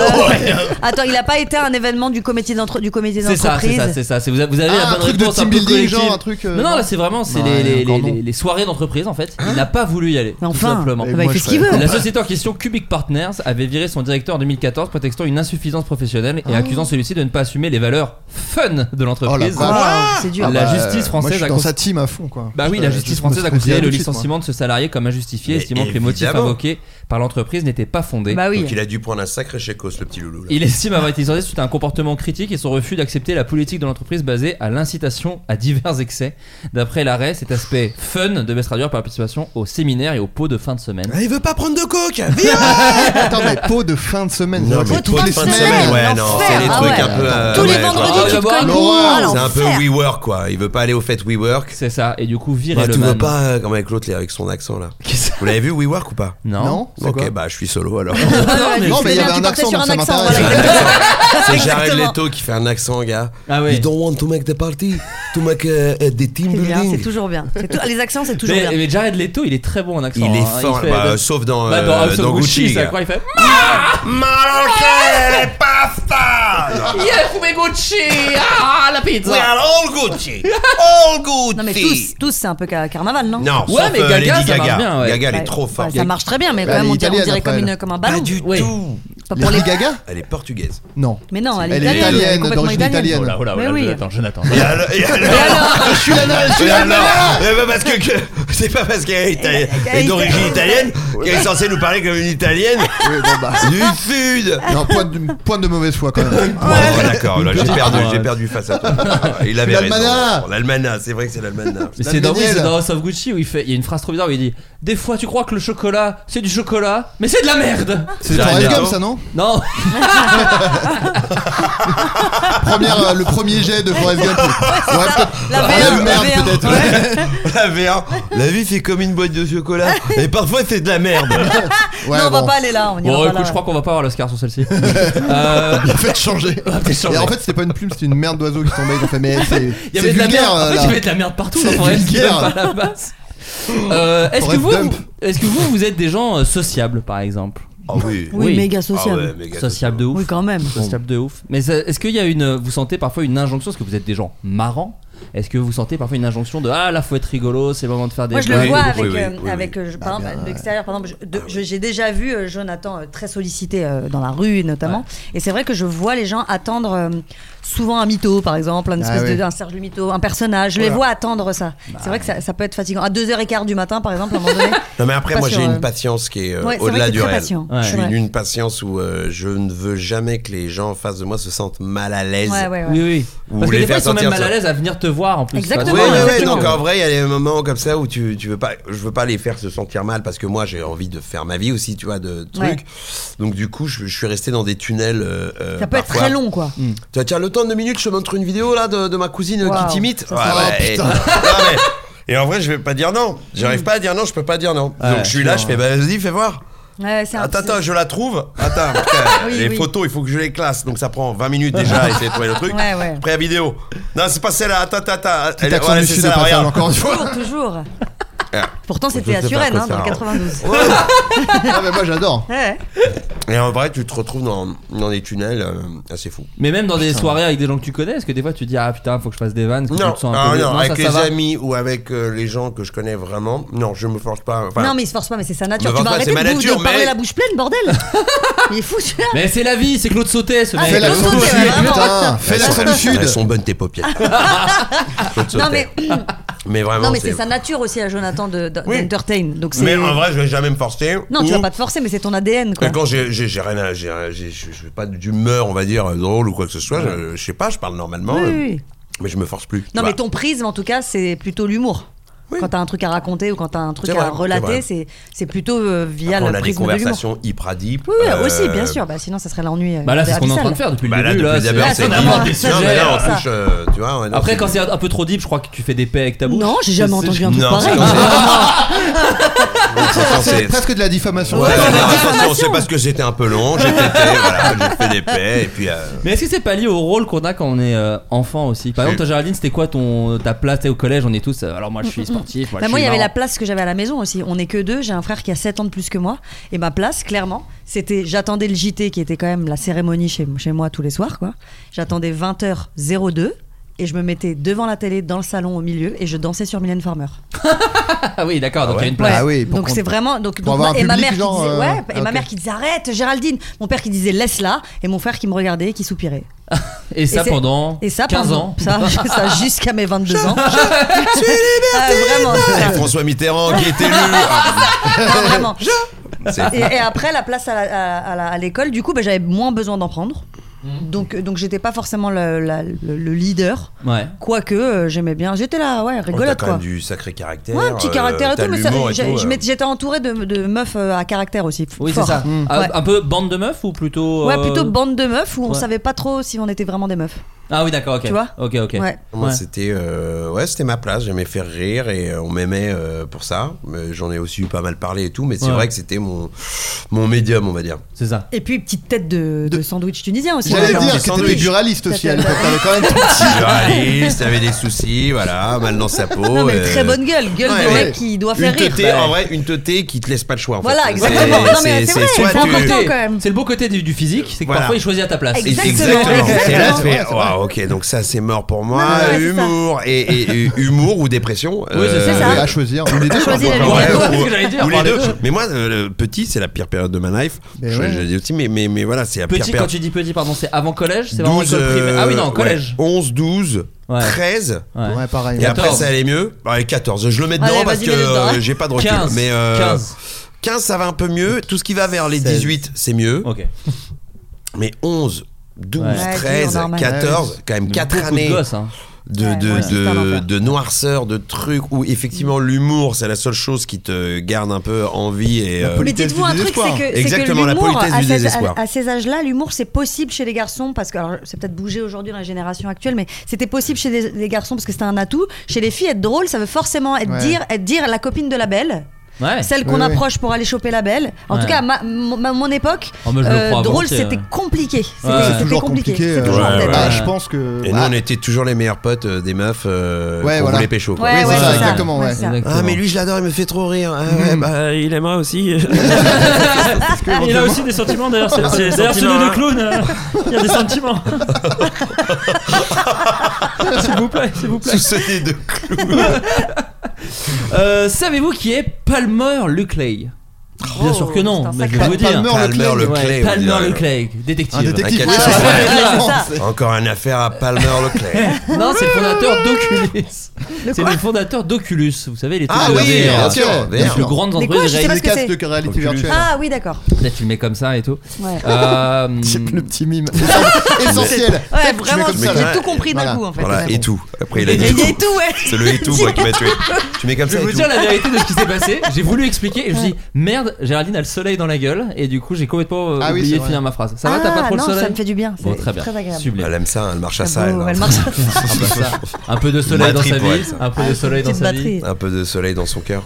Speaker 5: ouais.
Speaker 4: Attends, il a pas été à un événement du comité d'entre- du comité
Speaker 5: C'est ça, c'est
Speaker 4: d'entreprise.
Speaker 5: ça, c'est ça. C'est- Vous avez vous avez
Speaker 6: Ah,
Speaker 5: la
Speaker 6: un
Speaker 5: bonne
Speaker 6: truc de
Speaker 5: réponse un
Speaker 6: team
Speaker 5: peu
Speaker 6: building,
Speaker 5: collective.
Speaker 6: genre, un truc, euh,
Speaker 5: Non, non,
Speaker 6: non.
Speaker 5: là c'est vraiment c'est
Speaker 6: Ouais,
Speaker 5: les, les,
Speaker 6: encore
Speaker 5: les-
Speaker 6: non.
Speaker 5: les soirées d'entreprise en fait. il n'a pas voulu y aller.
Speaker 4: Mais
Speaker 5: tout
Speaker 4: enfin,
Speaker 5: simplement.
Speaker 4: bah,
Speaker 6: Et moi,
Speaker 4: il fait
Speaker 6: je
Speaker 4: ce qu'il
Speaker 6: serais-
Speaker 4: veut.
Speaker 5: La société en question, Cubic Partners, avait viré son directeur en 2014 prétextant une insuffisance professionnelle
Speaker 6: Ah.
Speaker 5: et accusant celui-ci de ne pas assumer les valeurs fun de
Speaker 6: Oh la
Speaker 5: l'entreprise.
Speaker 6: vache.
Speaker 4: Waouh, c'est dur.
Speaker 5: La
Speaker 6: bah,
Speaker 5: justice
Speaker 6: euh,
Speaker 5: française
Speaker 6: Moi, je
Speaker 5: a
Speaker 6: suis dans
Speaker 5: cons-
Speaker 6: sa team à fond quoi.
Speaker 5: bah oui,
Speaker 6: Je-
Speaker 5: la
Speaker 6: je-
Speaker 5: justice
Speaker 6: je me
Speaker 5: française a
Speaker 6: fais virer
Speaker 5: considéré
Speaker 6: tout
Speaker 5: le
Speaker 6: de suite, moi.
Speaker 5: licenciement de ce salarié comme injustifié,
Speaker 2: Mais
Speaker 5: estimant que les motifs
Speaker 2: évidemment.
Speaker 5: invoqués par l'entreprise n'étaient pas fondés.
Speaker 4: Bah oui.
Speaker 2: Donc il a dû prendre un sacré chéco ce petit loulou. là.
Speaker 5: Il estime avoir été licencié suite à un comportement critique et son refus d'accepter la politique de l'entreprise basée à l'incitation à divers excès. D'après l'arrêt, cet aspect fun devait se traduire par la participation au séminaire et aux pots de fin de semaine.
Speaker 2: Ah, il veut pas prendre de coke
Speaker 6: Attends mais pot de fin de semaine.
Speaker 2: Non,
Speaker 6: c'est
Speaker 2: mais
Speaker 6: vrai que
Speaker 2: trop
Speaker 6: toutes
Speaker 2: de
Speaker 6: les
Speaker 2: fin de
Speaker 6: semaines.
Speaker 2: semaine, ouais,
Speaker 4: l'enfer.
Speaker 2: non, c'est les
Speaker 4: Ah
Speaker 2: trucs
Speaker 4: ouais.
Speaker 2: un peu. euh,
Speaker 4: Tous les
Speaker 2: ouais, genre,
Speaker 4: vendredis
Speaker 5: Laurent
Speaker 6: tu te
Speaker 5: Gabor.
Speaker 6: cognes.
Speaker 2: Laurent,
Speaker 6: Laurent,
Speaker 2: c'est un peu WeWork quoi. Il veut pas aller au fait WeWork.
Speaker 5: C'est ça, et du coup, virer
Speaker 2: Bah,
Speaker 5: le
Speaker 2: tu
Speaker 5: man.
Speaker 2: veux pas euh, comme avec l'autre là, avec son accent là.
Speaker 5: Qu'est-ce que-
Speaker 2: Vous l'avez vu WeWork ou pas
Speaker 5: Non.
Speaker 6: Non, c'est
Speaker 2: Ok,
Speaker 6: quoi
Speaker 2: bah je suis solo alors.
Speaker 4: Ah,
Speaker 6: Non, mais il y
Speaker 4: bien,
Speaker 6: avait
Speaker 4: tu
Speaker 6: un
Speaker 4: partais
Speaker 6: accent,
Speaker 4: sur
Speaker 6: donc
Speaker 4: un
Speaker 6: ça
Speaker 4: accent,
Speaker 6: m'intéresse.
Speaker 4: voilà.
Speaker 2: C'est Jared
Speaker 4: Exactement.
Speaker 2: Leto qui fait un accent, gars.
Speaker 5: Ah ouais.
Speaker 2: You don't want to make the party, to make uh, uh, the team
Speaker 4: C'est bien,
Speaker 2: building.
Speaker 4: c'est toujours bien. C'est tout- Les accents, c'est toujours
Speaker 5: mais,
Speaker 4: bien.
Speaker 5: mais Jared Leto, il est très bon en accent.
Speaker 2: Il est
Speaker 5: hein.
Speaker 2: fort,
Speaker 5: fait-
Speaker 2: bah, euh, sauf dans,
Speaker 5: Bah,
Speaker 2: euh,
Speaker 5: House of
Speaker 2: dans Gucci,
Speaker 5: Gucci, ça
Speaker 2: gars.
Speaker 5: quoi, il fait Ah,
Speaker 2: Marocaine pasta!
Speaker 5: Yeah, fume Gucci Ah, la pizza
Speaker 2: are all Gucci! All Gucci!
Speaker 4: Non, mais tous, tous c'est un peu ca- carnaval, non
Speaker 2: Non,
Speaker 5: Ouais,
Speaker 2: sauf,
Speaker 5: mais
Speaker 2: euh,
Speaker 5: Gaga,
Speaker 2: Lady
Speaker 5: ça marche
Speaker 2: Gaga.
Speaker 5: bien, ouais.
Speaker 2: Gaga, elle est
Speaker 4: Ouais,
Speaker 2: trop
Speaker 4: ouais,
Speaker 2: forte.
Speaker 4: ça marche très bien, mais quand
Speaker 6: Elle
Speaker 4: même,
Speaker 6: est
Speaker 4: on dirait, on
Speaker 6: italienne,
Speaker 4: dirait comme,
Speaker 6: après,
Speaker 4: une,
Speaker 6: elle.
Speaker 4: comme un
Speaker 2: Pas
Speaker 4: ballon.
Speaker 2: du
Speaker 5: Ouais.
Speaker 2: tout.
Speaker 4: Pas pour les
Speaker 6: Lady Gaga
Speaker 2: Elle est portugaise.
Speaker 6: Non.
Speaker 4: Mais non, elle est
Speaker 6: Elle est
Speaker 4: italienne. elle est
Speaker 6: italienne,
Speaker 4: complètement
Speaker 6: d'origine
Speaker 4: italienne.
Speaker 6: italienne.
Speaker 5: Oh là, oh là,
Speaker 4: Mais oui.
Speaker 5: Jonathan, Jonathan.
Speaker 2: Et alors- et alors-
Speaker 4: Et alors
Speaker 6: Je suis la nana, je suis la
Speaker 2: Non, non,
Speaker 6: nana.
Speaker 2: mais pas parce que, que- c'est pas parce qu'elle est, italienne-
Speaker 4: elle est
Speaker 2: est d'origine italienne qu'elle est censée nous parler comme une italienne
Speaker 6: Oui, bon, bah.
Speaker 2: du sud.
Speaker 6: Non, point de, point de mauvaise foi quand même.
Speaker 2: Bon, Oh, d'accord, là, j'ai perdu,
Speaker 5: Ouais.
Speaker 2: j'ai perdu face à toi. Il avait
Speaker 6: L'Almanach.
Speaker 2: raison. L'Almana, c'est vrai que c'est l'Almana.
Speaker 5: Mais c'est dans, oui,
Speaker 6: Daniel.
Speaker 5: c'est dans House of Gucci où il fait, il y a une phrase trop bizarre où il dit Des fois tu crois que le chocolat c'est du chocolat, mais c'est de la merde
Speaker 6: C'est
Speaker 2: Jared
Speaker 6: Forrest
Speaker 2: Leto.
Speaker 6: Gump, ça non
Speaker 5: Non
Speaker 6: Première, euh, Le premier jet de Forrest Gump. Ouais, peut-être.
Speaker 4: La
Speaker 6: Ah,
Speaker 4: V1,
Speaker 6: merde,
Speaker 4: la V1.
Speaker 6: peut-être.
Speaker 2: La V1, hein. la vie c'est comme une boîte de chocolat et parfois c'est de la merde.
Speaker 6: Ouais,
Speaker 4: non, on va
Speaker 6: bon.
Speaker 4: pas aller là. On ira
Speaker 5: Bon,
Speaker 4: pas
Speaker 5: écoute,
Speaker 4: là,
Speaker 5: je
Speaker 4: ouais.
Speaker 5: crois qu'on va pas avoir l'Oscar sur celle-ci. euh,
Speaker 6: Il a fait changer.
Speaker 5: on va peut-être changer.
Speaker 6: Et en fait, c'était pas une plume, c'était une merde d'oiseau qui tombait. Ils ont fait, mais c'est.
Speaker 5: il y
Speaker 6: c'est
Speaker 5: avait de la
Speaker 6: vulgaire, euh,
Speaker 5: merde. En fait,
Speaker 6: là.
Speaker 5: il y avait de la merde partout dans
Speaker 6: C'est
Speaker 5: Forrest Gump
Speaker 6: vulgaire.
Speaker 5: à la base. Euh, est-ce que
Speaker 6: Forrest
Speaker 5: vous,
Speaker 6: Gump.
Speaker 5: est-ce que vous, vous êtes des gens euh, sociables par exemple
Speaker 2: Oh oui.
Speaker 4: Oui,
Speaker 5: Oui.
Speaker 4: méga
Speaker 2: Ah ouais,
Speaker 4: sociable.
Speaker 2: méga
Speaker 5: Sociable de ouf.
Speaker 4: Oui, quand même.
Speaker 5: Sociable de ouf. Mais ça- est-ce qu'il y a une, vous sentez parfois une injonction parce que vous êtes des gens marrants Est-ce que vous sentez parfois une injonction de ah là faut être rigolo, c'est le moment de faire des.
Speaker 4: Moi, je
Speaker 5: blagues
Speaker 4: le vois
Speaker 2: oui,
Speaker 4: avec,
Speaker 2: oui, oui,
Speaker 4: euh,
Speaker 2: oui, Ah, oui.
Speaker 4: avec euh, je- par exemple, de l'extérieur. Par exemple, je- de-
Speaker 2: Ah,
Speaker 4: je- j'ai déjà vu euh, Jonathan euh, très sollicité euh, dans la rue, notamment. Et c'est vrai que je vois les gens attendre euh, souvent un mytho, par exemple, un,
Speaker 6: Ah
Speaker 4: espèce
Speaker 6: oui.
Speaker 4: de, un Serge le mytho, un personnage. Je les vois attendre ça.
Speaker 2: Bah
Speaker 4: c'est vrai que ça, ça peut être fatigant. À 2h15 du matin, par exemple, à un moment donné.
Speaker 2: Non mais après
Speaker 4: Pas
Speaker 2: moi
Speaker 4: sûr,
Speaker 2: j'ai
Speaker 4: euh,
Speaker 2: une patience qui est euh,
Speaker 4: Ouais, c'est vrai
Speaker 2: au-delà
Speaker 4: que t'es
Speaker 2: du
Speaker 4: très
Speaker 2: réel.
Speaker 4: patient.
Speaker 5: Ouais.
Speaker 2: Je suis
Speaker 4: Ouais.
Speaker 2: d'une patience où euh, je ne veux jamais que les gens en face de moi se sentent mal à l'aise.
Speaker 4: Ouais, ouais, ouais.
Speaker 5: Oui, oui.
Speaker 2: Vous
Speaker 5: Parce que
Speaker 2: voulez
Speaker 5: des fois,
Speaker 2: faire
Speaker 5: ils sont même
Speaker 2: sortir
Speaker 5: mal à
Speaker 2: ça.
Speaker 5: l'aise à venir te voir en plus.
Speaker 4: Exactement,
Speaker 2: Oui,
Speaker 4: Ouais,
Speaker 2: oui, oui.
Speaker 4: exactement.
Speaker 2: Donc en vrai, il y a des moments comme ça où tu, tu veux pas, je veux pas les faire se sentir mal parce que moi j'ai envie de faire ma vie aussi, tu vois, de trucs.
Speaker 4: Ouais.
Speaker 2: Donc du coup, je, je suis resté dans des tunnels. euh, euh,
Speaker 4: Ça peut être
Speaker 2: parfois. Hmm.
Speaker 4: très long, quoi.
Speaker 2: Tu vois, tiens, le temps de deux minutes, je te montre une vidéo là de, de ma cousine euh,
Speaker 4: Waouh,
Speaker 2: qui t'imite.
Speaker 4: ça,
Speaker 2: Ouais,
Speaker 6: c'est-
Speaker 2: ouais,
Speaker 6: Oh,
Speaker 2: et-
Speaker 6: putain.
Speaker 2: Non, mais- Et en vrai, je vais pas dire non. J'arrive
Speaker 4: Mm.
Speaker 2: pas à dire non, je peux pas dire non.
Speaker 5: Ouais,
Speaker 2: Donc je suis là, je fais bah, vas-y, fais voir.
Speaker 4: Ouais, c'est un-
Speaker 2: Attends, attends, je la trouve. Attends, putain,
Speaker 4: Oui,
Speaker 2: les
Speaker 4: oui.
Speaker 2: photos, il faut que je les classe. Donc ça prend 20 minutes déjà à essayer de trouver le truc.
Speaker 4: Ouais, ouais.
Speaker 2: Après la vidéo. Non, c'est pas celle-là. Attends, attends, attends.
Speaker 6: Petit accent
Speaker 2: ouais,
Speaker 6: du
Speaker 2: c'est
Speaker 6: sud au
Speaker 2: celle-là,
Speaker 6: passage,
Speaker 2: regarde.
Speaker 6: encore une fois.
Speaker 4: Toujours, toujours. Pourtant, c'était
Speaker 2: Ah. Je
Speaker 4: à
Speaker 2: sais pas
Speaker 4: Suresnes,
Speaker 2: quoi
Speaker 4: hein, dans le
Speaker 2: faire.
Speaker 4: 92.
Speaker 6: Ah, mais moi, j'adore.
Speaker 4: Ouais.
Speaker 2: Et en vrai, tu te retrouves dans, dans des tunnels euh, assez fous.
Speaker 5: Mais même dans des soirées avec des gens que tu connais, est-ce que des fois tu dis ah putain faut que je fasse des vannes parce que
Speaker 2: Non,
Speaker 5: tu te sens un
Speaker 2: ah,
Speaker 5: peu-
Speaker 2: non, avec
Speaker 5: ça,
Speaker 2: les
Speaker 5: ça va.
Speaker 2: amis ou avec euh, les gens que je connais vraiment, non, je me force pas. Enfin,
Speaker 4: Non, mais il se force pas, mais c'est sa nature.
Speaker 2: Me force
Speaker 4: Tu vas
Speaker 2: pas,
Speaker 4: arrêter
Speaker 2: c'est ma
Speaker 4: de, bou-
Speaker 2: nature,
Speaker 4: de parler
Speaker 2: mais-
Speaker 4: la bouche pleine, bordel. Il est fou, celui-là.
Speaker 5: Mais c'est la vie, c'est Claude Sautet ce
Speaker 4: Ah,
Speaker 5: mec.
Speaker 6: Fais
Speaker 4: c'est
Speaker 6: l'accent du
Speaker 4: Ouais,
Speaker 6: sud,
Speaker 4: vraiment.
Speaker 6: putain. Fais
Speaker 2: elles
Speaker 6: l'accent
Speaker 2: sont-
Speaker 6: du sud.
Speaker 2: Elles sont bonnes tes paupières. Claude
Speaker 4: Non,
Speaker 2: Sautet.
Speaker 4: mais.
Speaker 2: mais vraiment.
Speaker 4: Non, mais c'est sa nature aussi à Jonathan de- de-
Speaker 2: Oui.
Speaker 4: d'entertain. donc c'est.
Speaker 2: Mais en vrai, je vais jamais me forcer.
Speaker 4: Non, tu
Speaker 2: Ou-
Speaker 4: vas pas te forcer, mais c'est ton ADN quoi.
Speaker 2: Et quand j'ai j'ai- j'ai rien à- j'ai rien- j'ai- je je fais pas d'humeur, on va dire, euh, drôle ou quoi que ce soit, je, je sais pas, je parle normalement,
Speaker 4: Oui,
Speaker 2: euh,
Speaker 4: oui, oui.
Speaker 2: mais je me force plus.
Speaker 4: Non,
Speaker 2: Bah,
Speaker 4: mais ton prisme en tout cas, c'est plutôt l'humour. Quand t'as un truc à raconter ou quand t'as un truc
Speaker 2: C'est vrai,
Speaker 4: à relater,
Speaker 2: c'est
Speaker 4: c'est c'est plutôt euh, via
Speaker 2: après, on
Speaker 4: le
Speaker 2: a des
Speaker 4: prisme de l'humour.
Speaker 2: conversations hyper deep.
Speaker 4: Oui, oui,
Speaker 2: euh,
Speaker 4: aussi, bien sûr. Bah, sinon, ça serait l'ennui. euh,
Speaker 5: Bah là c'est ce qu'on est en train de
Speaker 4: abyssal.
Speaker 5: faire depuis
Speaker 2: Bah
Speaker 5: le
Speaker 2: là,
Speaker 5: début.
Speaker 2: depuis le
Speaker 5: c'est-
Speaker 2: début,
Speaker 4: là,
Speaker 5: Ah,
Speaker 2: c'est
Speaker 5: on
Speaker 2: deep.
Speaker 5: aborde des
Speaker 4: ça,
Speaker 2: Non,
Speaker 5: sujets.
Speaker 2: mais là,
Speaker 4: ça.
Speaker 2: on touche, euh, tu vois. ouais, non,
Speaker 5: Après
Speaker 2: c'est-
Speaker 5: quand c'est un peu trop deep, je crois que tu fais des paix avec ta bouche.
Speaker 4: Non, j'ai jamais entendu un truc
Speaker 2: Non, c'est
Speaker 4: pareil.
Speaker 2: quand c'est- quand
Speaker 6: C'est
Speaker 2: c'est-
Speaker 6: presque de la diffamation.
Speaker 2: Ouais, non, mais attention, c'est parce que c'était un peu long, j'ai pété, voilà, j'ai fait des paix, et puis. euh,
Speaker 5: Mais est-ce que c'est pas lié au rôle qu'on a quand on est euh, enfant aussi Par exemple, toi, Géraldine, c'était quoi ton ta place T'es au collège On est tous. euh, alors moi, je suis sportif. Moi,
Speaker 4: Bah,
Speaker 5: je
Speaker 4: moi, il
Speaker 5: suis
Speaker 4: y avait
Speaker 5: marrant.
Speaker 4: la place que j'avais à la maison aussi. On est que deux. J'ai un frère qui a 7 ans de plus que moi. Et ma place, clairement, c'était. J'attendais le JT qui était quand même la cérémonie chez, chez moi tous les soirs, quoi. J'attendais 20h02. Et je me mettais devant la télé, dans le salon, au milieu, et je dansais sur Mylène Farmer.
Speaker 5: Ah oui, d'accord. Donc il y a une
Speaker 4: Ouais.
Speaker 5: place.
Speaker 6: Ah oui, pour
Speaker 4: donc
Speaker 6: qu'on-
Speaker 4: c'est vraiment. Donc,
Speaker 6: pour
Speaker 4: donc
Speaker 6: avoir
Speaker 4: ma-
Speaker 6: un
Speaker 4: et ma
Speaker 6: public,
Speaker 4: mère qui
Speaker 6: genre,
Speaker 4: disait,
Speaker 6: euh,
Speaker 4: ouais, et ma
Speaker 6: ok.
Speaker 4: mère qui disait arrête, Géraldine. Mon père qui disait laisse-la, et mon frère qui me regardait, et qui soupirait.
Speaker 5: Et ça
Speaker 4: c'est-
Speaker 5: pendant
Speaker 4: Et ça
Speaker 5: 15
Speaker 4: pendant-
Speaker 5: ans.
Speaker 4: Ça, ça jusqu'à mes 22 ans. Ah, vraiment. ça.
Speaker 2: et François Mitterrand qui est élu.
Speaker 4: Ah, vraiment.
Speaker 2: C'est-
Speaker 4: Et, et après, la place à la- à la- à l'école, du coup, bah, j'avais moins besoin d'en prendre.
Speaker 5: Mhm.
Speaker 4: Donc, euh, donc j'étais pas forcément le, la- le- le leader.
Speaker 5: Ouais.
Speaker 4: Quoique, euh, j'aimais bien. J'étais là, ouais,
Speaker 2: Oh, T'as
Speaker 4: rigolote,
Speaker 2: quand même
Speaker 4: quoi.
Speaker 2: du sacré caractère.
Speaker 4: Ouais, un petit
Speaker 2: euh,
Speaker 4: caractère et
Speaker 2: t'as
Speaker 4: tout, mais ça-
Speaker 2: l'humour et
Speaker 4: j'ai-
Speaker 2: tout,
Speaker 4: je
Speaker 2: euh.
Speaker 4: m'étais- j'étais entourée de, de meufs euh, à caractère aussi.
Speaker 5: Oui, c'est
Speaker 4: fort.
Speaker 5: ça.
Speaker 2: Mm.
Speaker 5: Ah, Un-
Speaker 4: Ouais.
Speaker 5: Un peu bande de meufs ou plutôt.
Speaker 4: Ouais,
Speaker 5: euh,
Speaker 4: plutôt bande de meufs où on
Speaker 5: ouais.
Speaker 4: savait pas trop si on était vraiment des meufs.
Speaker 5: Ah oui, d'accord, ok.
Speaker 4: Tu vois
Speaker 5: Ok, ok.
Speaker 4: Ouais.
Speaker 2: Moi,
Speaker 5: Ouais.
Speaker 2: c'était euh, ouais, c'était ma place. J'aimais faire rire et euh, on m'aimait euh, pour ça. Mais J'en ai aussi eu pas mal parlé et tout, mais c'est
Speaker 5: Ouais.
Speaker 2: vrai que c'était mon mon médium, on va dire.
Speaker 5: C'est ça.
Speaker 4: Et puis, petite tête de, de sandwich tunisien aussi.
Speaker 6: J'allais
Speaker 2: Ouais,
Speaker 6: dire
Speaker 2: petit
Speaker 6: que t'étais
Speaker 2: sandwich.
Speaker 6: buraliste aussi à
Speaker 4: T'as fait-
Speaker 6: l'époque. T'avais quand même ton petit-
Speaker 2: Journaliste, avait des soucis, voilà, mal dans sa peau.
Speaker 4: Non, mais
Speaker 2: euh,
Speaker 4: très bonne gueule, gueule
Speaker 2: ouais,
Speaker 4: de
Speaker 2: ouais.
Speaker 4: mec qui doit
Speaker 2: Une
Speaker 4: faire rire.
Speaker 2: teuté, en vrai, une teuté qui te laisse pas le choix. En
Speaker 4: Voilà,
Speaker 2: fait.
Speaker 4: exactement. Non, mais c'est vrai,
Speaker 2: soit
Speaker 4: c'est
Speaker 2: tu-
Speaker 4: important,
Speaker 5: Côté-
Speaker 4: quand même.
Speaker 5: C'est le beau côté du, du physique, c'est que
Speaker 2: Voilà.
Speaker 5: parfois il choisit à ta place.
Speaker 4: Exact.
Speaker 2: Exactement.
Speaker 4: Exactement.
Speaker 2: Et là,
Speaker 6: Exactement.
Speaker 2: tu
Speaker 6: Ouais,
Speaker 2: fais,
Speaker 6: c'est
Speaker 2: Waouh, ok, donc ça, c'est mort pour moi.
Speaker 4: Non, non, ouais, c'est ça.
Speaker 2: humour et, et- et humour ou dépression.
Speaker 5: Oui, c'est
Speaker 6: Euh,
Speaker 4: ça.
Speaker 6: À choisir. Ou les deux,
Speaker 4: choisir
Speaker 6: parfois, quand
Speaker 4: la
Speaker 2: Ouais, ou-
Speaker 5: Ouais,
Speaker 6: même.
Speaker 5: c'est ce que j'allais dire,
Speaker 2: ou
Speaker 5: on
Speaker 2: les
Speaker 5: parle
Speaker 2: deux.
Speaker 5: des deux.
Speaker 2: Mais moi, euh, le petit, c'est la pire période de ma life.
Speaker 6: Mais
Speaker 2: Je
Speaker 6: Ben ouais.
Speaker 2: je l'ai dit aussi, mais, mais, mais voilà, c'est la pire
Speaker 5: Petit, quand
Speaker 2: période.
Speaker 5: tu dis petit, pardon, c'est avant collège C'est vraiment
Speaker 2: 12,
Speaker 5: école primaire
Speaker 2: euh,
Speaker 5: Ah oui, non,
Speaker 2: ouais,
Speaker 5: collège.
Speaker 2: 11, 12,
Speaker 5: Ouais.
Speaker 2: 13.
Speaker 5: Ouais.
Speaker 6: Ouais, pareil.
Speaker 2: Et après,
Speaker 5: 14.
Speaker 2: ça allait mieux. Ouais, 14. Je le mets dedans
Speaker 4: Allez,
Speaker 2: parce
Speaker 4: vas-y,
Speaker 2: que
Speaker 4: mets-le dedans.
Speaker 2: euh, j'ai pas de recul.
Speaker 5: 15,
Speaker 2: mais euh,
Speaker 5: 15.
Speaker 2: 15, ça va un peu mieux. Tout ce qui va vers les
Speaker 5: 16.
Speaker 2: 18, c'est mieux.
Speaker 5: Ok.
Speaker 2: Mais 11, 12,
Speaker 5: Ouais.
Speaker 4: Ouais,
Speaker 2: 13,
Speaker 4: toujours normal.
Speaker 2: 14, quand même 4
Speaker 5: Beaucoup
Speaker 2: années
Speaker 5: de gosses, hein.
Speaker 2: de,
Speaker 4: Ouais,
Speaker 2: de-
Speaker 4: moi aussi,
Speaker 2: de-
Speaker 4: c'est un enfer.
Speaker 2: de noirceur, de trucs où effectivement l'humour, c'est la seule chose qui te garde un peu en vie. Et, euh,
Speaker 4: Mais
Speaker 6: politesse
Speaker 4: dites-vous
Speaker 6: du
Speaker 4: un truc,
Speaker 6: désespoir.
Speaker 4: c'est que, c'est que
Speaker 2: Exactement, la
Speaker 4: l'humour,
Speaker 2: politesse
Speaker 4: à,
Speaker 2: du
Speaker 4: ces-
Speaker 2: désespoir.
Speaker 4: à- à ces âges-là, l'humour, c'est possible chez les garçons, parce que, alors, c'est peut-être bougé aujourd'hui dans la génération actuelle, mais c'était possible chez les, les garçons parce que c'était un atout. Chez les filles, être drôle, ça veut forcément être,
Speaker 6: Ouais.
Speaker 4: dire, être dire la copine de la belle.
Speaker 5: Ouais.
Speaker 4: Celle qu'on
Speaker 6: Ouais, ouais.
Speaker 4: approche pour aller choper la belle. En
Speaker 5: Ouais.
Speaker 4: tout cas, à ma, mon- ma- mon époque, euh,
Speaker 5: Oh, mais je le crois
Speaker 4: drôle,
Speaker 5: volontiers,
Speaker 4: c'était
Speaker 5: ouais.
Speaker 4: compliqué. C'était
Speaker 5: Ouais.
Speaker 4: c'était
Speaker 6: toujours
Speaker 4: compliqué.
Speaker 6: compliqué.
Speaker 4: C'est
Speaker 6: euh,
Speaker 4: toujours
Speaker 2: ouais,
Speaker 4: en tête.
Speaker 6: bah,
Speaker 5: ouais.
Speaker 6: Je pense que.
Speaker 2: Et nous,
Speaker 6: bah,
Speaker 2: on était toujours les meilleurs potes euh, des meufs euh,
Speaker 6: Ouais,
Speaker 2: qu'on
Speaker 6: voilà.
Speaker 2: voulait pécho. quoi.
Speaker 4: Ouais,
Speaker 6: Oui,
Speaker 4: ouais,
Speaker 6: c'est ça,
Speaker 4: c'est ça.
Speaker 6: exactement, ouais.
Speaker 4: c'est ça.
Speaker 5: Exactement.
Speaker 2: Ah, mais lui, je l'adore, il me fait trop rire. Ah, ouais, bah, il aimera aussi.
Speaker 6: parce que
Speaker 7: Il a
Speaker 6: éventuellement-
Speaker 7: aussi des sentiments d'ailleurs,
Speaker 2: Ah,
Speaker 7: c'est- c'est d'ailleurs ce
Speaker 5: sentiments,
Speaker 7: nom
Speaker 5: hein.
Speaker 7: de clown, euh, il y a des sentiments. s'il vous plaît, s'il vous plaît.
Speaker 2: Tous ceux des deux.
Speaker 5: Euh, Savez-vous qui est Palmer Luclay Bien sûr que
Speaker 4: Oh, c'est
Speaker 5: non,
Speaker 4: un
Speaker 5: mais je
Speaker 4: sacré-
Speaker 5: vais vous dire.
Speaker 6: Palmer
Speaker 2: Palmer
Speaker 6: Leclerc.
Speaker 2: le
Speaker 5: Ouais,
Speaker 2: clé.
Speaker 5: Palmer Luclay, détective.
Speaker 6: Un détective.
Speaker 2: Un
Speaker 6: Ouais,
Speaker 2: catcheur.
Speaker 6: ouais,
Speaker 4: Ouais, c'est
Speaker 2: Encore une affaire à Palmer Leclerc.
Speaker 5: Non, c'est le fondateur d'Oculus. C'est le fondateur d'Oculus. Vous savez, les trucs
Speaker 2: Ah
Speaker 5: de
Speaker 2: oui,
Speaker 5: VR.
Speaker 2: bien sûr,
Speaker 5: Les
Speaker 2: bien
Speaker 5: plus
Speaker 2: sûr.
Speaker 5: grandes
Speaker 4: Mais quoi,
Speaker 5: entreprises
Speaker 4: je sais pas
Speaker 6: Les
Speaker 4: Parce que
Speaker 6: casques
Speaker 4: c'est-
Speaker 6: de réalité
Speaker 2: Oculus.
Speaker 6: virtuelle.
Speaker 4: Ah oui, d'accord.
Speaker 5: Peut-être filmé comme ça et tout.
Speaker 4: Ouais.
Speaker 5: Euh,
Speaker 6: Le petit mime. Essentiel.
Speaker 4: Ouais, vraiment,
Speaker 2: comme ça,
Speaker 4: j'ai
Speaker 2: là.
Speaker 4: tout compris d'un
Speaker 6: Voilà.
Speaker 4: coup en fait.
Speaker 2: Voilà,
Speaker 4: C'est
Speaker 2: et
Speaker 4: bon.
Speaker 2: tout. Après, il a
Speaker 4: Et
Speaker 2: dit
Speaker 4: et
Speaker 2: tout.
Speaker 4: tout, ouais.
Speaker 2: C'est le et tout, moi, qui m'a tué. Tu mets comme
Speaker 5: Je
Speaker 2: ça
Speaker 5: vais
Speaker 2: et
Speaker 5: vous
Speaker 2: tout.
Speaker 5: dire la vérité de ce qui s'est passé. J'ai voulu expliquer et je me suis dit merde, Géraldine a le soleil dans la gueule et du coup j'ai complètement euh,
Speaker 6: Ah oui,
Speaker 5: oublié
Speaker 6: c'est
Speaker 5: de
Speaker 6: vrai.
Speaker 5: finir ma phrase. Ça va,
Speaker 4: Ah,
Speaker 5: t'as pas trop
Speaker 4: non,
Speaker 5: le soleil
Speaker 4: ça me fait du bien. C'est
Speaker 5: Bon, très bien.
Speaker 4: agréable.
Speaker 5: Sublime.
Speaker 2: Elle aime ça, elle marche à
Speaker 4: Ah
Speaker 2: ça.
Speaker 4: bon,
Speaker 2: elle,
Speaker 4: elle
Speaker 2: hein.
Speaker 4: marche.
Speaker 5: Un peu ça. Un peu de soleil dans
Speaker 2: Batterie
Speaker 5: sa
Speaker 2: pour
Speaker 5: vie.
Speaker 2: elle, ça.
Speaker 5: Un peu de soleil dans
Speaker 4: Petite
Speaker 5: sa vie.
Speaker 4: Ah, batterie.
Speaker 2: Un peu de soleil dans son cœur.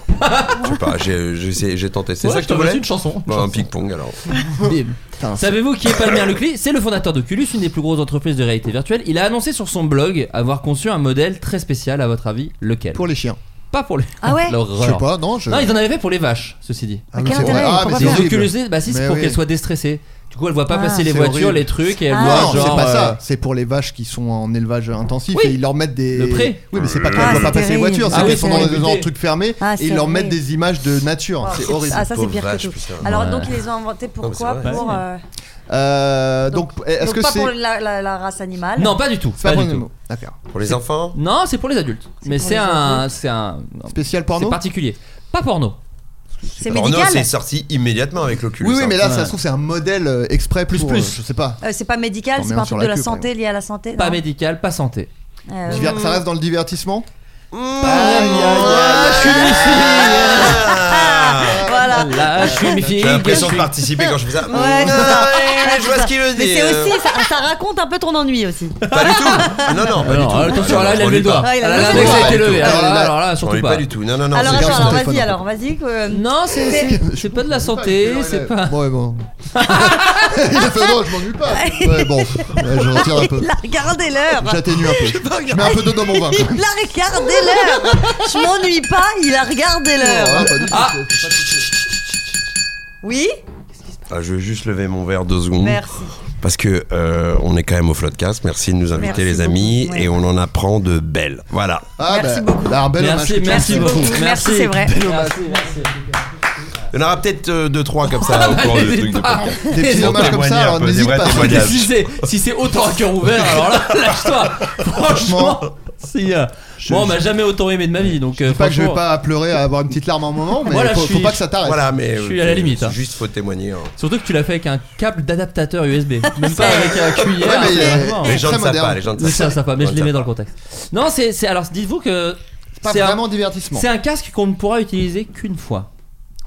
Speaker 2: Je sais pas, j'ai- j'ai essayé- j'ai tenté. C'est
Speaker 5: Ouais,
Speaker 2: ça que
Speaker 5: je te
Speaker 2: tu
Speaker 5: voulais
Speaker 2: voulais
Speaker 5: une chanson.
Speaker 2: Bon, Un ping-pong alors.
Speaker 5: Bim. Savez-vous qui est Palmer Luclay C'est le fondateur d'Oculus, une des plus grosses entreprises de réalité virtuelle. Il a annoncé sur son blog avoir conçu un modèle très spécial, à votre avis, lequel
Speaker 6: Pour les chiens.
Speaker 5: Pas pour les.
Speaker 4: Ah ouais
Speaker 6: Je
Speaker 5: L'horreur.
Speaker 6: sais pas, non, je.
Speaker 5: Non, ils en avaient fait pour les vaches, ceci dit.
Speaker 6: Ah, mais
Speaker 4: Quel
Speaker 6: c'est vrai.
Speaker 4: intérêt,
Speaker 6: Ah, mais
Speaker 4: pourquoi
Speaker 6: c'est
Speaker 4: pas
Speaker 5: Les
Speaker 6: horrible.
Speaker 5: Oculus, bah si, c'est
Speaker 6: Mais
Speaker 5: pour
Speaker 6: oui.
Speaker 5: qu'elles soient déstressées. Du coup, elle voit pas
Speaker 4: Ah.
Speaker 5: passer les
Speaker 6: C'est
Speaker 5: voitures,
Speaker 6: horrible.
Speaker 5: les trucs, et elle
Speaker 4: Ah.
Speaker 5: voit
Speaker 6: Non,
Speaker 5: genre.
Speaker 6: c'est pas
Speaker 5: euh,
Speaker 6: ça. C'est pour les vaches qui sont en élevage intensif
Speaker 5: Oui.
Speaker 6: et ils leur mettent des.
Speaker 5: Le pré.
Speaker 6: Oui, mais c'est pas qu'elles
Speaker 4: Ah,
Speaker 6: voient
Speaker 4: c'est
Speaker 6: pas passer les
Speaker 4: terrible.
Speaker 6: voitures,
Speaker 5: Ah
Speaker 6: c'est
Speaker 5: oui,
Speaker 6: qu'elles sont
Speaker 5: c'est
Speaker 6: dans
Speaker 5: horrible.
Speaker 6: dans un truc fermé
Speaker 4: Ah,
Speaker 6: et ils
Speaker 4: c'est
Speaker 6: leur
Speaker 4: horrible.
Speaker 6: mettent des images de nature.
Speaker 4: Ah,
Speaker 6: C'est
Speaker 4: c'est-
Speaker 6: horrible.
Speaker 4: Ah, ça c'est
Speaker 2: Pauvre
Speaker 4: pire que
Speaker 2: vache,
Speaker 4: tout.
Speaker 2: putain.
Speaker 4: Alors
Speaker 5: Ouais.
Speaker 4: donc ils les ont inventés pourquoi
Speaker 2: Non, mais c'est vrai.
Speaker 4: Pour. euh,
Speaker 6: Euh, Donc, est-ce
Speaker 4: donc
Speaker 6: que
Speaker 4: pas
Speaker 6: c'est.
Speaker 4: pour la, la- la race animale
Speaker 5: euh, Non, pas du tout.
Speaker 6: C'est
Speaker 5: Pas du
Speaker 6: pas pour les
Speaker 5: tout.
Speaker 6: animaux. D'accord.
Speaker 2: Pour les enfants
Speaker 5: Non, c'est pour les adultes. Mais
Speaker 4: pour
Speaker 5: c'est
Speaker 4: les
Speaker 5: un, c'est un,
Speaker 6: Spécial
Speaker 5: c'est
Speaker 6: porno
Speaker 5: particulier. Pas porno.
Speaker 4: C'est
Speaker 2: Porno,
Speaker 4: médical
Speaker 2: c'est sorti immédiatement avec l'Oculus.
Speaker 6: Oui, oui,
Speaker 2: hein.
Speaker 6: mais là,
Speaker 5: Ouais.
Speaker 6: ça se trouve, c'est un modèle euh, exprès plus
Speaker 5: Pour,
Speaker 6: plus.
Speaker 5: euh,
Speaker 6: Je sais pas.
Speaker 4: Euh, C'est pas médical,
Speaker 6: T'en
Speaker 4: c'est
Speaker 6: mets
Speaker 4: pas
Speaker 6: un
Speaker 4: un
Speaker 6: sur
Speaker 4: truc de
Speaker 6: la
Speaker 4: la
Speaker 6: queue, par
Speaker 4: santé lié à la santé
Speaker 5: Pas
Speaker 4: non
Speaker 5: médical, pas santé.
Speaker 4: Euh,
Speaker 6: Diver- Ça reste dans le divertissement
Speaker 5: Aïe, aïe, aïe, ah, je suis une fille.
Speaker 2: Ah
Speaker 4: Voilà.
Speaker 5: Là, je suis une fille.
Speaker 2: J'ai l'impression
Speaker 5: je
Speaker 2: de
Speaker 5: suis-
Speaker 2: participer quand je fais ça.
Speaker 4: Ouais, c'est
Speaker 2: Non,
Speaker 4: ça.
Speaker 2: mais je vois ce qu'il veut
Speaker 4: Mais
Speaker 2: dire.
Speaker 4: c'est aussi, ça, ça raconte un peu ton ennui aussi.
Speaker 2: Pas du tout. Ah, Non, non, pas
Speaker 5: Alors,
Speaker 2: du tout.
Speaker 5: attention, là, il a levé le doigt.
Speaker 4: Ah, il a
Speaker 5: Là,
Speaker 4: levé
Speaker 5: là,
Speaker 4: le
Speaker 5: mec,
Speaker 4: doigt.
Speaker 5: ça a été levé.
Speaker 6: Ah,
Speaker 5: Alors là,
Speaker 6: là,
Speaker 5: alors là,
Speaker 2: On
Speaker 5: surtout
Speaker 2: l'est
Speaker 5: pas.
Speaker 2: pas du tout. Non, non, non.
Speaker 4: alors
Speaker 2: c'est-
Speaker 6: regarde
Speaker 4: attends,
Speaker 6: sur
Speaker 4: alors
Speaker 6: ton
Speaker 4: vas-y,
Speaker 6: téléphone,
Speaker 4: alors vas-y. euh,
Speaker 5: Non, c'est c'est- c'est pas de la santé, c'est pas.
Speaker 6: Bon, ouais, bon. Il a fait non, je m'ennuie pas. Ouais, bon, ouais, je retire un peu.
Speaker 4: Il a regardé l'heure.
Speaker 6: J'atténue un peu. Je mets un peu d'eau dans mon vin. quand même.
Speaker 4: Il a regardé l'heure. Je m'ennuie pas, il a regardé l'heure.
Speaker 6: Ah, pas du tout.
Speaker 5: Ah.
Speaker 4: Oui
Speaker 2: Ah, je vais juste lever mon verre deux secondes.
Speaker 4: Merci.
Speaker 2: Parce que euh, on est quand même au Floodcast. Merci de nous inviter,
Speaker 4: Merci
Speaker 2: les amis.
Speaker 4: beaucoup, ouais.
Speaker 2: Et on en apprend de belles. Voilà.
Speaker 6: Ah,
Speaker 4: Merci
Speaker 6: bah,
Speaker 4: beaucoup.
Speaker 6: alors, un bel hommage
Speaker 5: Merci,
Speaker 6: que tu
Speaker 5: merci
Speaker 6: fais.
Speaker 5: beaucoup.
Speaker 4: Merci, c'est vrai.
Speaker 5: Merci, merci.
Speaker 2: Il y en aura peut-être euh, deux, trois comme ça au cours du
Speaker 5: N'hésite
Speaker 2: truc de
Speaker 5: Ah, bah, pas.
Speaker 2: podcast.
Speaker 6: Des petits
Speaker 5: Des
Speaker 6: hommages comme
Speaker 2: témoignages,
Speaker 6: ça, alors
Speaker 2: un peu, des
Speaker 6: n'hésite
Speaker 2: vrais
Speaker 6: pas.
Speaker 2: témoignages.
Speaker 5: Si c'est si c'est autant à cœur ouvert, alors là, lâche-toi. Franchement, si. euh, Moi, on m'a jamais autant aimé de ma vie, donc. euh,
Speaker 6: Je dis pas que je vais
Speaker 5: franchement,
Speaker 6: pas pleurer à avoir une petite larme un moment, mais
Speaker 5: Voilà,
Speaker 6: faut,
Speaker 5: je
Speaker 6: faut
Speaker 5: suis-
Speaker 6: pas que ça t'arrête.
Speaker 2: Voilà, mais euh,
Speaker 5: Je suis à la limite, hein.
Speaker 2: Juste faut témoigner. hein.
Speaker 5: Surtout que tu l'as fait avec un câble d'adaptateur USB, même pas avec un cuillère.
Speaker 6: Ouais, mais, euh,
Speaker 4: Ah,
Speaker 5: franchement.
Speaker 2: Les gens ne
Speaker 6: Très
Speaker 2: savent
Speaker 6: moderne.
Speaker 2: pas. Les gens ne
Speaker 5: Mais ça,
Speaker 2: savent
Speaker 5: ça
Speaker 2: pas.
Speaker 5: va, mais je
Speaker 2: Les
Speaker 5: les
Speaker 2: gens
Speaker 5: mets
Speaker 2: ne
Speaker 5: dans le contexte. Non, c'est c'est- alors dites-vous que
Speaker 6: Pas
Speaker 5: c'est un-
Speaker 6: vraiment divertissement.
Speaker 5: c'est un casque qu'on ne pourra utiliser qu'une fois.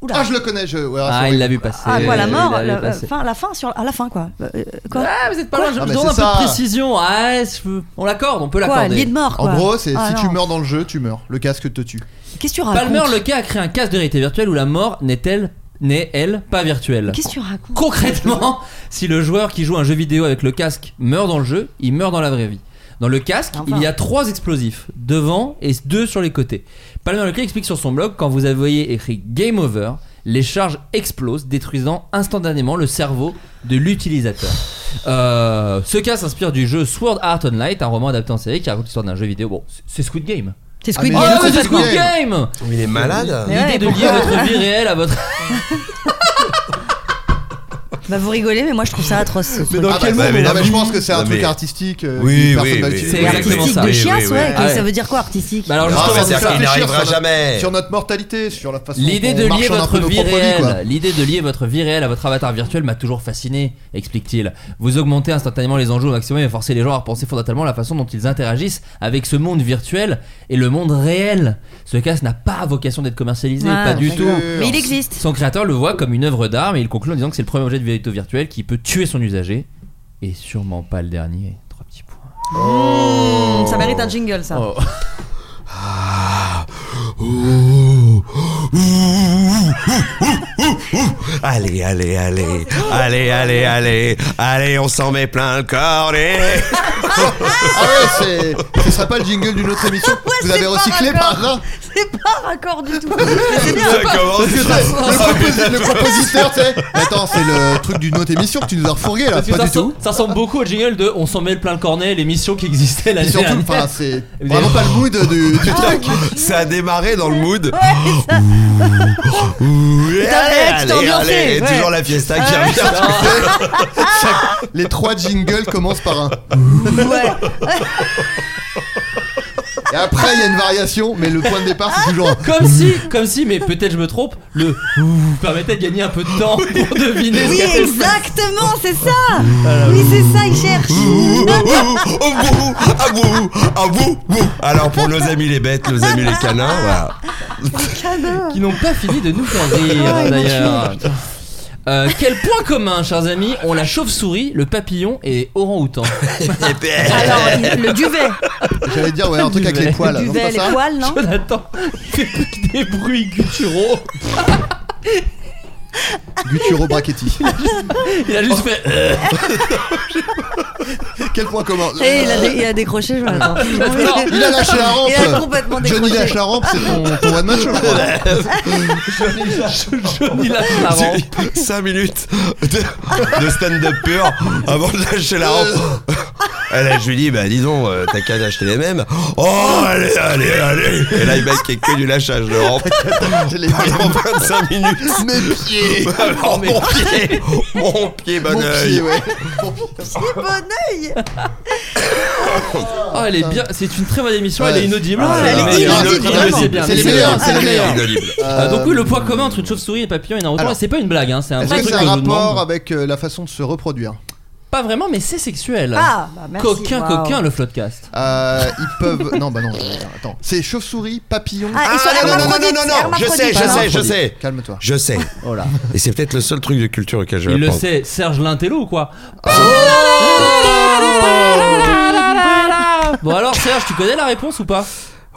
Speaker 4: Oula.
Speaker 6: Ah, je le connais, je. ouais,
Speaker 5: Ah,
Speaker 6: sorry.
Speaker 5: il l'a vu passer.
Speaker 4: Ah, quoi, la
Speaker 5: Il
Speaker 4: mort
Speaker 5: l'a vu
Speaker 4: la,
Speaker 5: passer.
Speaker 4: fin, la fin, sur, à la fin, quoi. Euh, quoi
Speaker 5: Ah, vous êtes pas loin, je
Speaker 6: Ah,
Speaker 5: vous
Speaker 6: mais
Speaker 5: demande un
Speaker 6: c'est
Speaker 5: peu de
Speaker 6: ça.
Speaker 5: précision. Ah, je- on l'accorde, on peut
Speaker 4: Quoi, lié
Speaker 5: l'accorder.
Speaker 4: de mort, quoi.
Speaker 6: En gros, c'est
Speaker 4: Ah,
Speaker 6: si
Speaker 4: non.
Speaker 6: tu meurs dans le jeu, tu meurs. Le casque te tue.
Speaker 4: Qu'est-ce que tu racontes
Speaker 5: Palmer, le gars, a créé un casque de réalité virtuelle où la mort n'est-elle, n'est elle, pas virtuelle.
Speaker 4: Qu'est-ce que tu racontes
Speaker 5: Concrètement, si le joueur qui joue à un jeu vidéo avec le casque meurt dans le jeu, il meurt dans la vraie vie. Dans le casque,
Speaker 4: Enfin.
Speaker 5: il y a trois explosifs, devant et deux sur les côtés. Palmer Leclerc explique sur son blog quand vous avez écrit Game Over, les charges explosent, détruisant instantanément le cerveau de l'utilisateur. Euh, ce cas s'inspire du jeu Sword Art Online, un roman adapté en série qui raconte l'histoire d'un jeu vidéo. Bon, c'est- c'est Squid Game.
Speaker 4: C'est Squid
Speaker 6: Ah,
Speaker 5: Oh,
Speaker 6: mais-
Speaker 4: Game.
Speaker 5: mais c'est
Speaker 6: Squid
Speaker 5: Squid Game
Speaker 2: Il est malade.
Speaker 4: Mais ouais,
Speaker 5: L'idée de lier
Speaker 4: pourquoi
Speaker 5: votre vie réelle à votre.
Speaker 4: Bah, vous rigolez, mais moi, je trouve ça atroce. ce truc.
Speaker 2: Ah, bah,
Speaker 6: Ah,
Speaker 2: mais
Speaker 6: mais
Speaker 2: la
Speaker 6: je
Speaker 2: vie-
Speaker 6: pense que c'est un
Speaker 2: Non,
Speaker 6: truc
Speaker 2: mais-
Speaker 6: artistique. euh,
Speaker 2: Oui,
Speaker 6: qu'une
Speaker 2: oui,
Speaker 6: personne va
Speaker 2: oui,
Speaker 6: tuer.
Speaker 2: oui,
Speaker 5: C'est exactement
Speaker 4: artistique
Speaker 5: ça.
Speaker 4: de
Speaker 2: Oui,
Speaker 4: chiasse,
Speaker 2: oui, oui.
Speaker 4: ouais.
Speaker 5: Ah,
Speaker 4: Ça
Speaker 5: ouais.
Speaker 4: veut dire quoi, artistique
Speaker 5: Bah alors
Speaker 2: Non,
Speaker 5: justement,
Speaker 2: mais
Speaker 5: c'est
Speaker 2: c'est-à-dire
Speaker 5: ça.
Speaker 2: qu'il n'arrivera
Speaker 6: Réfléchir sur notre-
Speaker 2: jamais.
Speaker 6: Sur notre mortalité, sur la façon
Speaker 5: L'idée
Speaker 6: dont
Speaker 5: de
Speaker 6: on
Speaker 5: lier
Speaker 6: marchande un peu
Speaker 5: votre
Speaker 6: nos
Speaker 5: vie
Speaker 6: propres vies, quoi.
Speaker 5: réelle, l'idée de lier votre vie réelle à votre avatar virtuel m'a toujours fasciné, explique-t-il. Vous augmentez instantanément les enjeux au maximum et forcez les gens à repenser fondamentalement la façon dont ils interagissent avec ce monde virtuel et le monde réel. Ce casque n'a pas vocation d'être commercialisé,
Speaker 4: Ah,
Speaker 5: pas du
Speaker 6: bien
Speaker 5: tout.
Speaker 6: sûr.
Speaker 4: Mais il existe.
Speaker 5: Son créateur le voit comme une œuvre d'art, mais il conclut en disant que c'est le premier objet de vérité virtuelle qui peut tuer son usager et sûrement pas le dernier. Trois petits points.
Speaker 4: Mmh, Ça mérite un jingle, ça.
Speaker 5: Oh.
Speaker 2: Allez, allez, allez, allez, allez, allez, allez, on s'en met plein le corps. Et...
Speaker 6: Ah ouais, c'est. Ce sera pas le jingle d'une autre émission. Vous
Speaker 4: Ah, c'est
Speaker 6: avez
Speaker 4: pas
Speaker 6: recyclé
Speaker 4: raccord.
Speaker 6: par là.
Speaker 4: C'est pas raccord du tout. Mais c'est bien.
Speaker 2: Ça commence.
Speaker 6: Le, proposi- le propositeur, tu sais. Attends, c'est le truc d'une autre émission que tu nous as refourgué là,
Speaker 5: Parce que
Speaker 6: Ah, pas
Speaker 5: ça,
Speaker 6: du tout.
Speaker 5: ressemble- ça ressemble beaucoup au jingle de On s'en met le plein le cornet, l'émission qui existait
Speaker 6: Et
Speaker 5: l'année
Speaker 6: surtout,
Speaker 5: dernière.
Speaker 6: enfin, c'est
Speaker 5: Vous
Speaker 6: vraiment
Speaker 5: avez-
Speaker 6: pas le mood du,
Speaker 4: Ah,
Speaker 2: Ah,
Speaker 6: du truc.
Speaker 2: Ça a démarré dans le mood. Et
Speaker 4: Putain,
Speaker 2: allez,
Speaker 4: mec, tu t'es
Speaker 2: allez,
Speaker 4: ambiancé,
Speaker 2: allez,
Speaker 4: ouais.
Speaker 2: toujours la fiesta qui revient.
Speaker 6: Les trois jingles commencent par un.
Speaker 4: Ouais.
Speaker 6: Et après, il y a une variation, mais le point de départ, c'est toujours un.
Speaker 5: Comme si, comme si, mais peut-être je me trompe, le vous permettait de gagner un peu de temps pour deviner ce
Speaker 4: Oui,
Speaker 5: qu'a fait le-
Speaker 4: exactement, c'est ça.
Speaker 2: Ah,
Speaker 4: Oui, c'est ça, il cherche.
Speaker 2: Ouh, ouh, ouh, ouh, ah, ouh, ah, ouh, ouh. Alors pour nos amis les bêtes, nos amis les canins, voilà.
Speaker 5: qui n'ont pas fini de nous faire
Speaker 6: Ah,
Speaker 5: rire d'ailleurs. Euh, quel point commun, chers amis, ont la chauve-souris, le papillon et orang-outan
Speaker 6: Ah,
Speaker 5: Ah,
Speaker 2: Et puis,
Speaker 4: Alors, il- le duvet.
Speaker 6: J'allais dire, ouais, un truc avec les
Speaker 5: Duvet.
Speaker 6: poils. Non,
Speaker 4: le
Speaker 6: c'est
Speaker 4: duvet,
Speaker 6: pas
Speaker 4: les
Speaker 6: ça
Speaker 4: poils, non
Speaker 5: Jonathan fait que des bruits culturaux.
Speaker 6: Guturo Brachetti.
Speaker 5: Il a
Speaker 6: Oh.
Speaker 5: juste fait. euh,
Speaker 6: Quel point commun
Speaker 4: Et il a, dé- il a décroché, Jonathan.
Speaker 6: Il a lâché la rampe.
Speaker 4: Il a complètement
Speaker 6: Johnny
Speaker 4: décroché.
Speaker 6: lâche la rampe, c'est ton, ton one match, je crois.
Speaker 5: Johnny lâche la rampe.
Speaker 2: 5 minutes de, de stand-up pur avant de lâcher la rampe. Et là, je lui dis, bah dis donc, euh, t'as qu'à acheter les mêmes. Oh, allez, allez, allez. Et là, le mec est que du lâchage de rampe
Speaker 6: J'ai les-
Speaker 2: pendant 25 minutes.
Speaker 6: Mes pieds
Speaker 2: Alors, mon pied, mon pied, bon
Speaker 6: Mon pied,
Speaker 2: oeil.
Speaker 6: ouais.
Speaker 2: Ah,
Speaker 4: Bon oeil
Speaker 5: Oh, elle est bien. C'est une très bonne émission. Elle
Speaker 6: Ouais.
Speaker 5: est inaudible.
Speaker 6: Ah,
Speaker 4: elle est
Speaker 5: Mais il
Speaker 4: inaudible,
Speaker 5: le- il le
Speaker 6: vraiment.
Speaker 5: sait bien,
Speaker 6: C'est
Speaker 5: mais
Speaker 6: les
Speaker 5: c'est
Speaker 6: meilleurs,
Speaker 5: bien,
Speaker 6: c'est
Speaker 5: c'est
Speaker 6: les
Speaker 5: les meilleurs.
Speaker 2: Inaudible.
Speaker 5: Euh, donc oui, le point commun entre une chauve-souris, un papillon et un orang-outan,
Speaker 6: Alors,
Speaker 5: c'est pas une blague, hein, c'est un
Speaker 6: Est-ce
Speaker 5: vrai
Speaker 6: que
Speaker 5: truc
Speaker 6: c'est
Speaker 5: que
Speaker 6: un
Speaker 5: je vous demande.
Speaker 6: rapport avec euh, la façon de se reproduire
Speaker 5: Pas vraiment, mais c'est sexuel.
Speaker 4: Ah, bah merci,
Speaker 5: coquin,
Speaker 4: waouh.
Speaker 5: coquin, le floodcast.
Speaker 6: Euh, Ils peuvent. Non, bah non, je- attends. C'est chauve-souris, papillon.
Speaker 4: Ah, ils sont
Speaker 2: Ah, non, non, non,
Speaker 4: hermaphrodites,
Speaker 2: non, non, non, je sais, je
Speaker 4: hermaphrodites,
Speaker 2: sais, je
Speaker 6: Hermaphrodite.
Speaker 2: sais.
Speaker 6: Calme-toi.
Speaker 2: Je sais.
Speaker 5: Oh là.
Speaker 2: Et c'est peut-être le seul truc de culture auquel je vais
Speaker 5: Il le
Speaker 2: apprendre.
Speaker 5: sait, Serge Lintello ou quoi
Speaker 6: Ah. Oh.
Speaker 5: Bon alors Serge, tu connais la réponse ou pas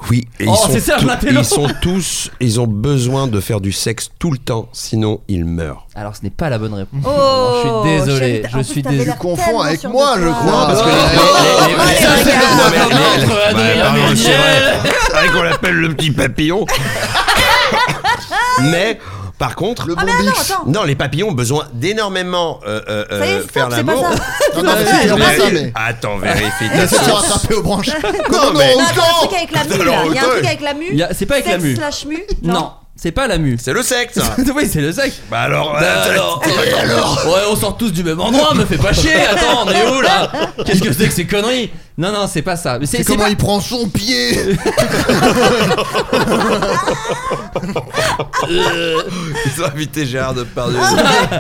Speaker 2: Oui, et
Speaker 5: Oh,
Speaker 2: ils,
Speaker 5: c'est
Speaker 2: sont
Speaker 5: Serge
Speaker 2: tous-
Speaker 5: Lattello.
Speaker 2: ils sont tous, ils ont besoin de faire du sexe tout le temps, sinon ils meurent.
Speaker 5: Alors ce n'est pas la bonne réponse.
Speaker 4: Oh,
Speaker 5: je suis désolé,
Speaker 4: chérie, en
Speaker 5: je
Speaker 4: plus,
Speaker 5: suis
Speaker 4: t'avais
Speaker 5: désolé.
Speaker 4: l'air
Speaker 6: Confonds
Speaker 4: tellement
Speaker 6: avec
Speaker 4: sûre
Speaker 6: moi,
Speaker 4: de
Speaker 6: je
Speaker 4: toi.
Speaker 6: crois. Ah, parce que-
Speaker 4: Oh,
Speaker 6: ah,
Speaker 2: C'est vrai qu'on l'appelle le petit papillon. Ah, Mais par contre,
Speaker 6: Le bon bif.
Speaker 4: attends.
Speaker 2: non, les papillons ont besoin d'énormément euh, euh,
Speaker 4: Ça y est,
Speaker 2: euh,
Speaker 4: stop,
Speaker 2: faire
Speaker 4: c'est pas
Speaker 2: l'amour.
Speaker 4: ça.
Speaker 6: Non, non,
Speaker 2: Ah,
Speaker 6: mais
Speaker 2: Mais-
Speaker 6: c'est toujours pas ça,
Speaker 4: hein.
Speaker 6: mais.
Speaker 2: Attends, vérifie.
Speaker 6: Il essaie de se rattraper aux branches. Comment non,
Speaker 2: mais-
Speaker 4: Non, attends, un truc
Speaker 6: autant
Speaker 4: avec la mue,
Speaker 2: Alors,
Speaker 4: là. Il y a un
Speaker 2: autant-
Speaker 4: truc avec la mue.
Speaker 5: Il y a- c'est pas avec la
Speaker 4: Sexe
Speaker 5: mue.
Speaker 4: slash mue
Speaker 5: Non, c'est pas la mue.
Speaker 2: C'est le sexe. hein.
Speaker 5: oui, c'est le sac.
Speaker 2: bah alors, attends,
Speaker 5: alors, euh, ouais, on sort tous du même endroit, me fais pas chier. Attends, on est où là Qu'est-ce que c'est que ces conneries Non, non, c'est pas ça. Mais c'est
Speaker 6: C'est
Speaker 5: c'est
Speaker 6: comment
Speaker 5: pas-
Speaker 6: il prend son pied
Speaker 2: ils ont invité Gérard Depardieu.
Speaker 3: Ah,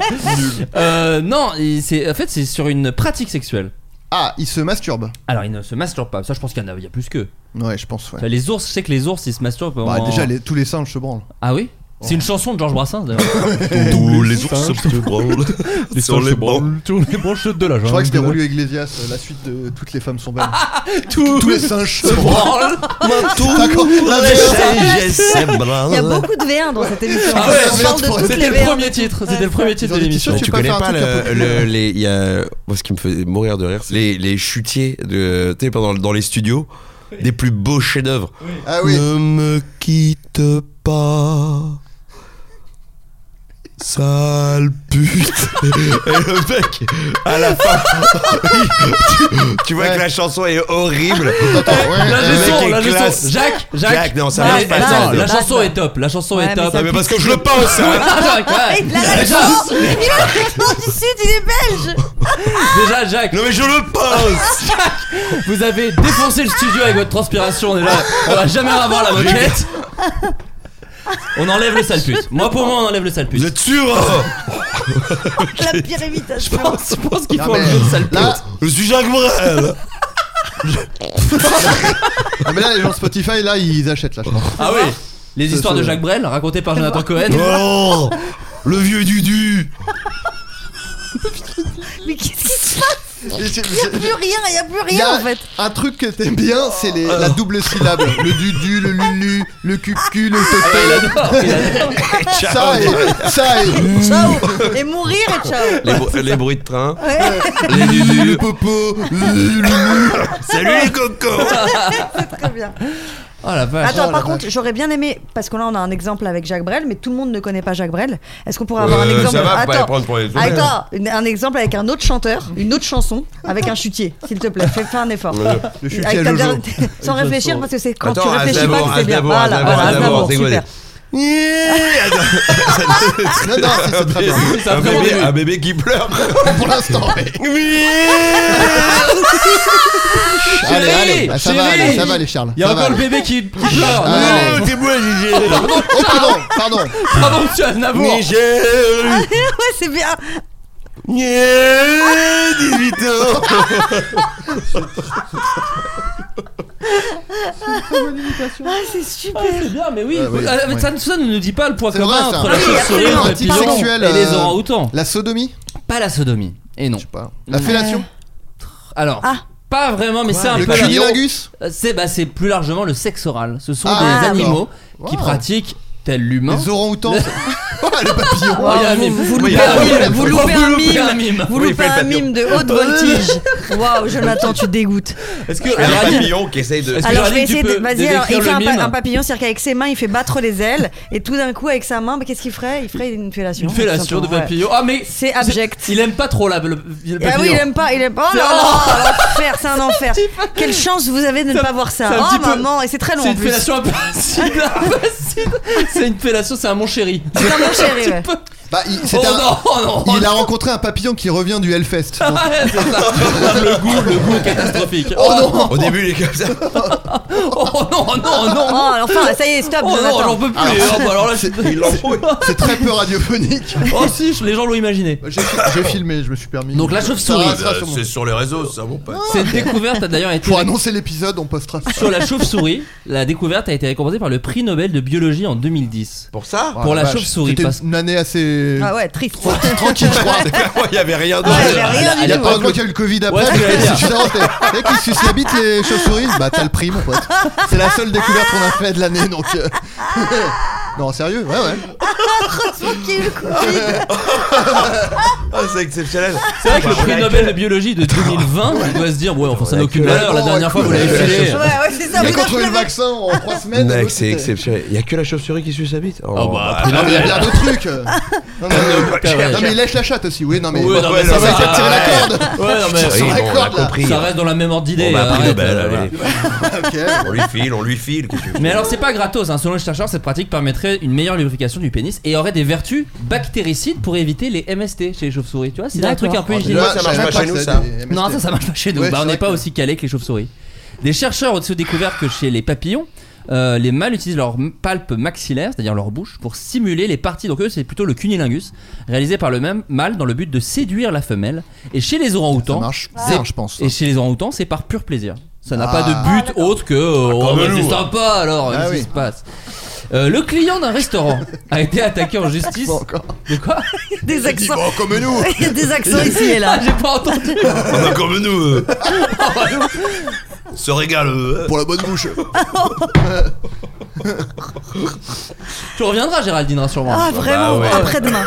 Speaker 5: Euh, non, il- c'est en fait c'est sur une pratique sexuelle.
Speaker 6: Ah, il se masturbe.
Speaker 5: Alors ils ne se masturbent pas. Ça, je pense qu'il y en a, il y a plus que.
Speaker 6: Ouais, je pense, ouais.
Speaker 5: Les ours, je sais que les ours, ils se masturbent.
Speaker 6: Bah,
Speaker 5: en-
Speaker 6: déjà, les- tous les singes se branlent.
Speaker 5: Ah oui C'est une chanson de Georges Brassens d'ailleurs.
Speaker 3: Tous les ours se branlent sur les bancs.
Speaker 7: Tous les branches de la
Speaker 6: Je crois que c'était Rolio Iglesias, euh, la suite de Toutes les femmes sont belles. Tous les singes se
Speaker 5: Oh
Speaker 2: Branle,
Speaker 6: D'accord.
Speaker 2: la vieille, se branle.
Speaker 4: Il y a beaucoup de V1 dans cette émission.
Speaker 5: Ah
Speaker 6: ouais,
Speaker 4: On
Speaker 6: merde,
Speaker 4: parle de toutes les
Speaker 5: C'était le
Speaker 4: V1.
Speaker 5: premier titre, c'était le premier titre
Speaker 6: Ils ont
Speaker 5: de
Speaker 6: des
Speaker 5: l'émission.
Speaker 2: tu
Speaker 6: t-shirts, tu
Speaker 2: connais
Speaker 6: peux
Speaker 2: pas
Speaker 6: faire un
Speaker 2: le,
Speaker 6: truc un peu
Speaker 2: le- les il y a moi ce qui me faisait mourir de rire c'est les, les chutiers de tu sais pendant dans les studios des plus beaux chefs-d'œuvre
Speaker 6: Ah oui.
Speaker 2: ne me quitte pas sale pute et le mec à la fin tu, tu vois
Speaker 6: Ouais.
Speaker 2: que la chanson est horrible
Speaker 6: Attends, ouais,
Speaker 5: La
Speaker 2: Le
Speaker 6: euh,
Speaker 2: mec
Speaker 5: chanson,
Speaker 2: est
Speaker 5: la
Speaker 2: classe.
Speaker 5: chanson. Jacques, Jacques.
Speaker 2: Jacques, non, ça
Speaker 5: Elle
Speaker 2: marche
Speaker 5: est-
Speaker 2: pas,
Speaker 5: non,
Speaker 2: ça.
Speaker 5: La chanson est top, la chanson
Speaker 4: Ouais,
Speaker 5: est
Speaker 4: mais
Speaker 5: top.
Speaker 4: ça
Speaker 2: Ah, mais parce que je le pense hein.
Speaker 5: Ah, Jacques, ouais.
Speaker 4: Il a la
Speaker 5: Déjà,
Speaker 4: chance. Il a la chance du Sud, il est belge
Speaker 5: déjà, Jacques,
Speaker 2: non mais je le pense
Speaker 5: vous avez défoncé le studio avec votre transpiration. On est là, on va jamais avoir la moquette. On enlève le sale pute. Moi, pour moi, on enlève le sale
Speaker 2: vous
Speaker 5: pute.
Speaker 2: êtes sûr hein
Speaker 4: La pire imitation.
Speaker 5: Je pense, je pense qu'il
Speaker 6: Non,
Speaker 5: faut
Speaker 6: mais
Speaker 5: enlever le sale pute.
Speaker 6: Ah là,
Speaker 2: je suis Jacques Brel
Speaker 6: ah, mais là, les gens Spotify, là, ils achètent la chanson.
Speaker 5: Ah oui les histoires de Jacques Brel racontées par Jonathan Cohen.
Speaker 2: oh le vieux Dudu
Speaker 4: Mais qu'est-ce qui se passe
Speaker 6: Et c'est-
Speaker 4: Il n'y a plus rien, il n'y a plus
Speaker 6: Il y
Speaker 4: rien
Speaker 6: a
Speaker 4: en fait.
Speaker 6: un truc que t'aimes bien, c'est les- la double syllabe. le dudu, le lulu, le cucu, le toté. Ça et. Ça et.
Speaker 4: Ciao Et mourir et ciao
Speaker 2: les, bru- les bruits de train
Speaker 4: Ouais,
Speaker 2: les
Speaker 6: Lulu, le
Speaker 2: Dudu
Speaker 6: popo, le lulu.
Speaker 2: salut les cocos
Speaker 4: très bien.
Speaker 5: Oh la vache.
Speaker 4: Ah, Attends,
Speaker 6: la
Speaker 4: par
Speaker 6: vache.
Speaker 4: contre, j'aurais bien aimé, parce que là on a un exemple avec Jacques Brel, mais tout le monde ne connaît pas Jacques Brel. Est-ce qu'on pourrait avoir un
Speaker 2: Euh,
Speaker 4: exemple
Speaker 2: ça va, faut pas les
Speaker 4: Attends,
Speaker 2: prendre pour les autres.
Speaker 4: attends une- un exemple avec un autre chanteur, une autre chanson, avec un chutier, s'il te plaît. Fais, fais un effort.
Speaker 2: Euh,
Speaker 6: Le chutier
Speaker 4: Avec
Speaker 6: à
Speaker 4: ta
Speaker 6: Jojo.
Speaker 4: dernière- Sans réfléchir, parce que c'est quand tu
Speaker 2: Attends,
Speaker 4: réfléchis pas
Speaker 2: Aznavour,
Speaker 4: que c'est bien.
Speaker 2: Aznavour,
Speaker 4: Voilà,
Speaker 2: Aznavour,
Speaker 4: voilà,
Speaker 2: Aznavour,
Speaker 4: Aznavour,
Speaker 2: rigolez.
Speaker 4: super.
Speaker 6: Non, non, c'est- c'est très bien.
Speaker 2: un,
Speaker 5: très
Speaker 2: bébé,
Speaker 5: bien.
Speaker 2: un bébé qui pleure.
Speaker 6: Pour l'instant, mais- Allez, allez, ah, ça va,
Speaker 5: chérie.
Speaker 6: allez, ça va, allez, Charles.
Speaker 5: Il y a
Speaker 6: ça va,
Speaker 5: encore le
Speaker 6: allez.
Speaker 5: bébé qui, qui pleure.
Speaker 6: Ah,
Speaker 5: Non,
Speaker 6: non,
Speaker 2: t'es moi,
Speaker 6: Oh, pardon, pardon.
Speaker 5: Pardon, monsieur Aznavour.
Speaker 2: Michel
Speaker 4: Ah, Ouais, c'est bien.
Speaker 2: Michel, 18 ans
Speaker 4: Ah, c'est super.
Speaker 5: Ah, c'est bien, mais oui.
Speaker 6: Ah, oui,
Speaker 5: Ah, mais
Speaker 6: oui.
Speaker 5: Ça, ça ne nous dit pas le point
Speaker 6: C'est
Speaker 5: commun
Speaker 6: vrai, ça.
Speaker 5: entre
Speaker 6: Ah
Speaker 5: la
Speaker 6: oui,
Speaker 5: chauve-souris, le
Speaker 6: absolument.
Speaker 5: papillon
Speaker 6: Sexuel,
Speaker 5: et les
Speaker 6: euh,
Speaker 5: orang-outans.
Speaker 6: La sodomie
Speaker 5: Pas la sodomie. Et non.
Speaker 6: Je sais pas. La fellation
Speaker 5: Alors,
Speaker 4: Ah.
Speaker 5: pas vraiment, mais c'est un
Speaker 6: Le
Speaker 5: peu. la-
Speaker 6: cunilingus
Speaker 5: C'est bah, c'est plus largement le sexe oral. Ce sont
Speaker 6: Ah,
Speaker 5: des
Speaker 6: d'accord.
Speaker 5: animaux qui
Speaker 6: Wow.
Speaker 5: pratiquent, tel l'humain.
Speaker 6: Les orang-outans Les papillons
Speaker 5: Oh, il y a un mime.
Speaker 4: Vous
Speaker 5: Oui,
Speaker 4: loupez
Speaker 5: il y a un
Speaker 4: un-
Speaker 5: mime.
Speaker 4: vous loupez
Speaker 5: Vous
Speaker 4: un
Speaker 5: loupez un
Speaker 4: mime.
Speaker 5: mime.
Speaker 4: Vous
Speaker 2: Oui,
Speaker 4: loupez
Speaker 2: faites
Speaker 4: un
Speaker 2: papillon.
Speaker 4: mime de haute voltige. Waouh, Jonathan, tu dégoûtes.
Speaker 5: Est-ce que
Speaker 2: Il y a un papillon qui essaye de.
Speaker 5: Est-ce que
Speaker 4: Alors je
Speaker 5: Géraldine,
Speaker 4: vais
Speaker 5: tu
Speaker 4: essayer de.
Speaker 5: peux
Speaker 4: Vas-y,
Speaker 5: décrire
Speaker 4: alors il
Speaker 5: le
Speaker 4: fait un, pa-
Speaker 5: mime
Speaker 4: un papillon, c'est-à-dire qu'avec ses mains il fait battre les ailes et tout d'un coup avec sa main, bah, qu'est-ce qu'il ferait Il ferait une fellation.
Speaker 5: Une fellation de
Speaker 4: tout simplement, ouais.
Speaker 5: papillon. Ah, mais.
Speaker 4: C'est abject.
Speaker 5: Il aime pas trop là, le, le papillon.
Speaker 4: Ah oui, il aime pas, il aime pas. Oh là là, l'enfer, c'est un enfer. Quelle chance vous avez de ne
Speaker 5: C'est un-
Speaker 4: pas voir ça.
Speaker 5: c'est un petit
Speaker 4: Oh
Speaker 5: peu-
Speaker 4: maman, et c'est très long
Speaker 5: C'est
Speaker 4: en
Speaker 5: une
Speaker 4: plus.
Speaker 5: fellation impossible. impossible. C'est une fellation, c'est un mon chéri.
Speaker 4: C'est un mon chéri, ouais.
Speaker 6: Bah, il-
Speaker 5: Oh
Speaker 6: c'était un-
Speaker 5: non, oh non. oh
Speaker 6: Il a rencontré un papillon qui revient du Hellfest.
Speaker 5: non. Ouais, c'est ça. Le goût, le goût est catastrophique. Oh, non,
Speaker 2: Au début, il est comme ça.
Speaker 5: oh non, oh non, oh
Speaker 4: Oh,
Speaker 5: non.
Speaker 4: alors, enfin, ça y est, stop.
Speaker 5: Oh non,
Speaker 4: Jonathan.
Speaker 5: j'en peux plus. Oh, bah, alors là, je...
Speaker 2: Il l'embrouille.
Speaker 6: C'est très peu radiophonique.
Speaker 5: oh si, je- les gens l'ont imaginé.
Speaker 6: J'ai fi- j'ai filmé, je me suis permis.
Speaker 5: Donc la chauve-souris. Bah,
Speaker 6: Ça sera sur mon-
Speaker 2: Euh, C'est sur les réseaux, ça, mon pote.
Speaker 5: Cette découverte a d'ailleurs été
Speaker 6: Pour annoncer l'épisode, on postera ça.
Speaker 5: sur la chauve-souris. La découverte a été récompensée par le prix Nobel de biologie en 2010.
Speaker 2: Pour ça
Speaker 5: pour la
Speaker 6: Ah, vache,
Speaker 5: chauve-souris,
Speaker 6: C'était
Speaker 5: parce-
Speaker 6: une année assez.
Speaker 4: Ah ouais, triste.
Speaker 5: Oh.
Speaker 6: Tranquille, je crois.
Speaker 2: Il y avait rien de.
Speaker 4: Ouais, il y a rien
Speaker 6: Il y
Speaker 4: du
Speaker 6: a
Speaker 4: tout.
Speaker 6: pas qu'il y a eu le Covid après.
Speaker 5: Ouais, c'est ce que j'allais dire.
Speaker 6: je suis d'accord, t'es- t'es qui suce la bite les chauves-souris Bah t'as le prix mon pote. C'est la seule découverte qu'on a fait de l'année donc. euh, non sérieux ouais ouais.
Speaker 2: Ah, c'est exceptionnel.
Speaker 5: C'est vrai que le
Speaker 2: Bah,
Speaker 5: prix
Speaker 2: ouais.
Speaker 5: Nobel de biologie de 2020, il doit se dire, ouais, enfin ça n'a aucune
Speaker 6: que la
Speaker 5: valeur. La
Speaker 6: con,
Speaker 5: dernière fois,
Speaker 6: ouais,
Speaker 5: vous
Speaker 6: que
Speaker 5: l'avez
Speaker 6: la
Speaker 5: filé.
Speaker 4: Ouais, ouais, c'est ça.
Speaker 6: Il a
Speaker 4: mais non, je
Speaker 6: contrôlé le
Speaker 4: l'avais-
Speaker 6: vaccin en trois semaines.
Speaker 2: Mec,
Speaker 6: l'autre,
Speaker 2: c'est
Speaker 6: c'était-
Speaker 2: exceptionnel. Il y a que la chauve-souris qui suit sa bite. Oh,
Speaker 5: Oh, bah,
Speaker 6: Ah, mais Il y a bien d'autres trucs. euh. Non, non, non.
Speaker 5: T'as- ouais.
Speaker 6: Non, mais il lèche la chatte aussi, oui, non mais.
Speaker 5: Ouais, non, mais
Speaker 6: ça
Speaker 5: ça
Speaker 6: va
Speaker 5: va.
Speaker 6: essayer de tirer la corde.
Speaker 5: Ouais, non, mais-
Speaker 6: Sur
Speaker 2: Oui,
Speaker 6: la
Speaker 2: bon, on a
Speaker 6: corde, là.
Speaker 2: compris.
Speaker 5: Ça reste dans la même ordre d'idée.
Speaker 2: Bon, bah, prix
Speaker 5: arrête,
Speaker 2: Nobel,
Speaker 5: euh,
Speaker 2: allez.
Speaker 6: Ok.
Speaker 2: On lui file, on lui file. qu'est-ce que tu veux
Speaker 5: Mais alors c'est pas gratos, hein. selon les chercheurs, cette pratique permettrait une meilleure lubrification du pénis et aurait des vertus bactéricides pour éviter les MST chez les chauves-souris. Tu vois, c'est un
Speaker 4: D'accord.
Speaker 5: truc un peu
Speaker 6: Là,
Speaker 5: hygiénique.
Speaker 2: ça
Speaker 6: je
Speaker 2: marche
Speaker 6: savais
Speaker 2: pas
Speaker 6: que
Speaker 2: chez nous,
Speaker 6: c'était
Speaker 2: ça.
Speaker 6: des MST.
Speaker 5: Non, ça, ça marche pas chez nous.
Speaker 6: Ouais,
Speaker 5: Bah, on
Speaker 6: c'est
Speaker 5: n'est
Speaker 6: vrai
Speaker 5: pas
Speaker 6: que-
Speaker 5: aussi calé que les chauves-souris. Des chercheurs ont aussi découvert que chez les papillons, euh, les mâles utilisent leur m- palpe maxillaire, c'est-à-dire leur bouche, pour simuler les parties. Donc eux, c'est plutôt le cunilingus, réalisé par le même mâle dans le but de séduire la femelle. Et chez les
Speaker 6: Ça
Speaker 5: orang-outans,
Speaker 6: marche
Speaker 5: c'est-
Speaker 6: bien, je pense.
Speaker 5: et chez les orang-outans, c'est par pur plaisir. Ça n'a
Speaker 6: Ah.
Speaker 5: pas de but autre que euh, oh,
Speaker 2: comme
Speaker 5: bah,
Speaker 4: Ah,
Speaker 2: nous,
Speaker 5: c'est
Speaker 2: hein.
Speaker 5: sympa alors,
Speaker 6: Ah
Speaker 5: qu'est-ce qui
Speaker 6: oui.
Speaker 5: se passe Euh, le client d'un restaurant a été attaqué en justice. De quoi
Speaker 4: Des accents.
Speaker 2: Bon, comme nous
Speaker 4: Il y a des accents ici et là.
Speaker 5: J'ai pas entendu.
Speaker 2: Bon, Comme nous euh, Se régale euh.
Speaker 6: Pour la bonne bouche.
Speaker 5: Tu reviendras, Géraldine, hein, sûrement.
Speaker 4: Ah, vraiment,
Speaker 2: ouais.
Speaker 4: après-demain.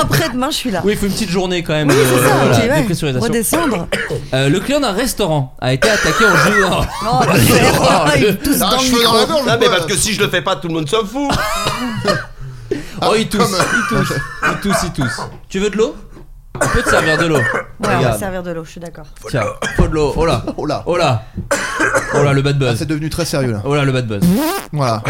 Speaker 4: après-demain, je suis là.
Speaker 5: bah Oui, il faut une petite journée quand même.
Speaker 4: Oui,
Speaker 5: de-
Speaker 4: c'est ça,
Speaker 5: voilà,
Speaker 4: ok, ouais.
Speaker 5: dépressurisation.
Speaker 4: Redescendre.
Speaker 5: Euh, le client d'un restaurant a été attaqué en juin.
Speaker 4: Oh, le cerf. Ils tous
Speaker 6: Un
Speaker 4: dans le
Speaker 6: cheveu dans
Speaker 4: micro.
Speaker 6: la gorge.
Speaker 2: Non
Speaker 6: ou
Speaker 2: mais
Speaker 6: pas
Speaker 2: parce que si je le fais pas, tout le monde s'en fout
Speaker 5: Oh, il tousse, il tousse, il tousse, il tousse. Tu veux de l'eau On peut te servir de l'eau.
Speaker 4: Ouais, on va
Speaker 5: Regarde.
Speaker 4: servir de l'eau, je suis d'accord.
Speaker 5: Tiens, faut de l'eau. Oh là,
Speaker 6: Oh là.
Speaker 5: oh là, oh là, le bad
Speaker 6: C'est
Speaker 5: buzz.
Speaker 6: devenu très sérieux là.
Speaker 5: Oh là, le bad buzz.
Speaker 6: Voilà.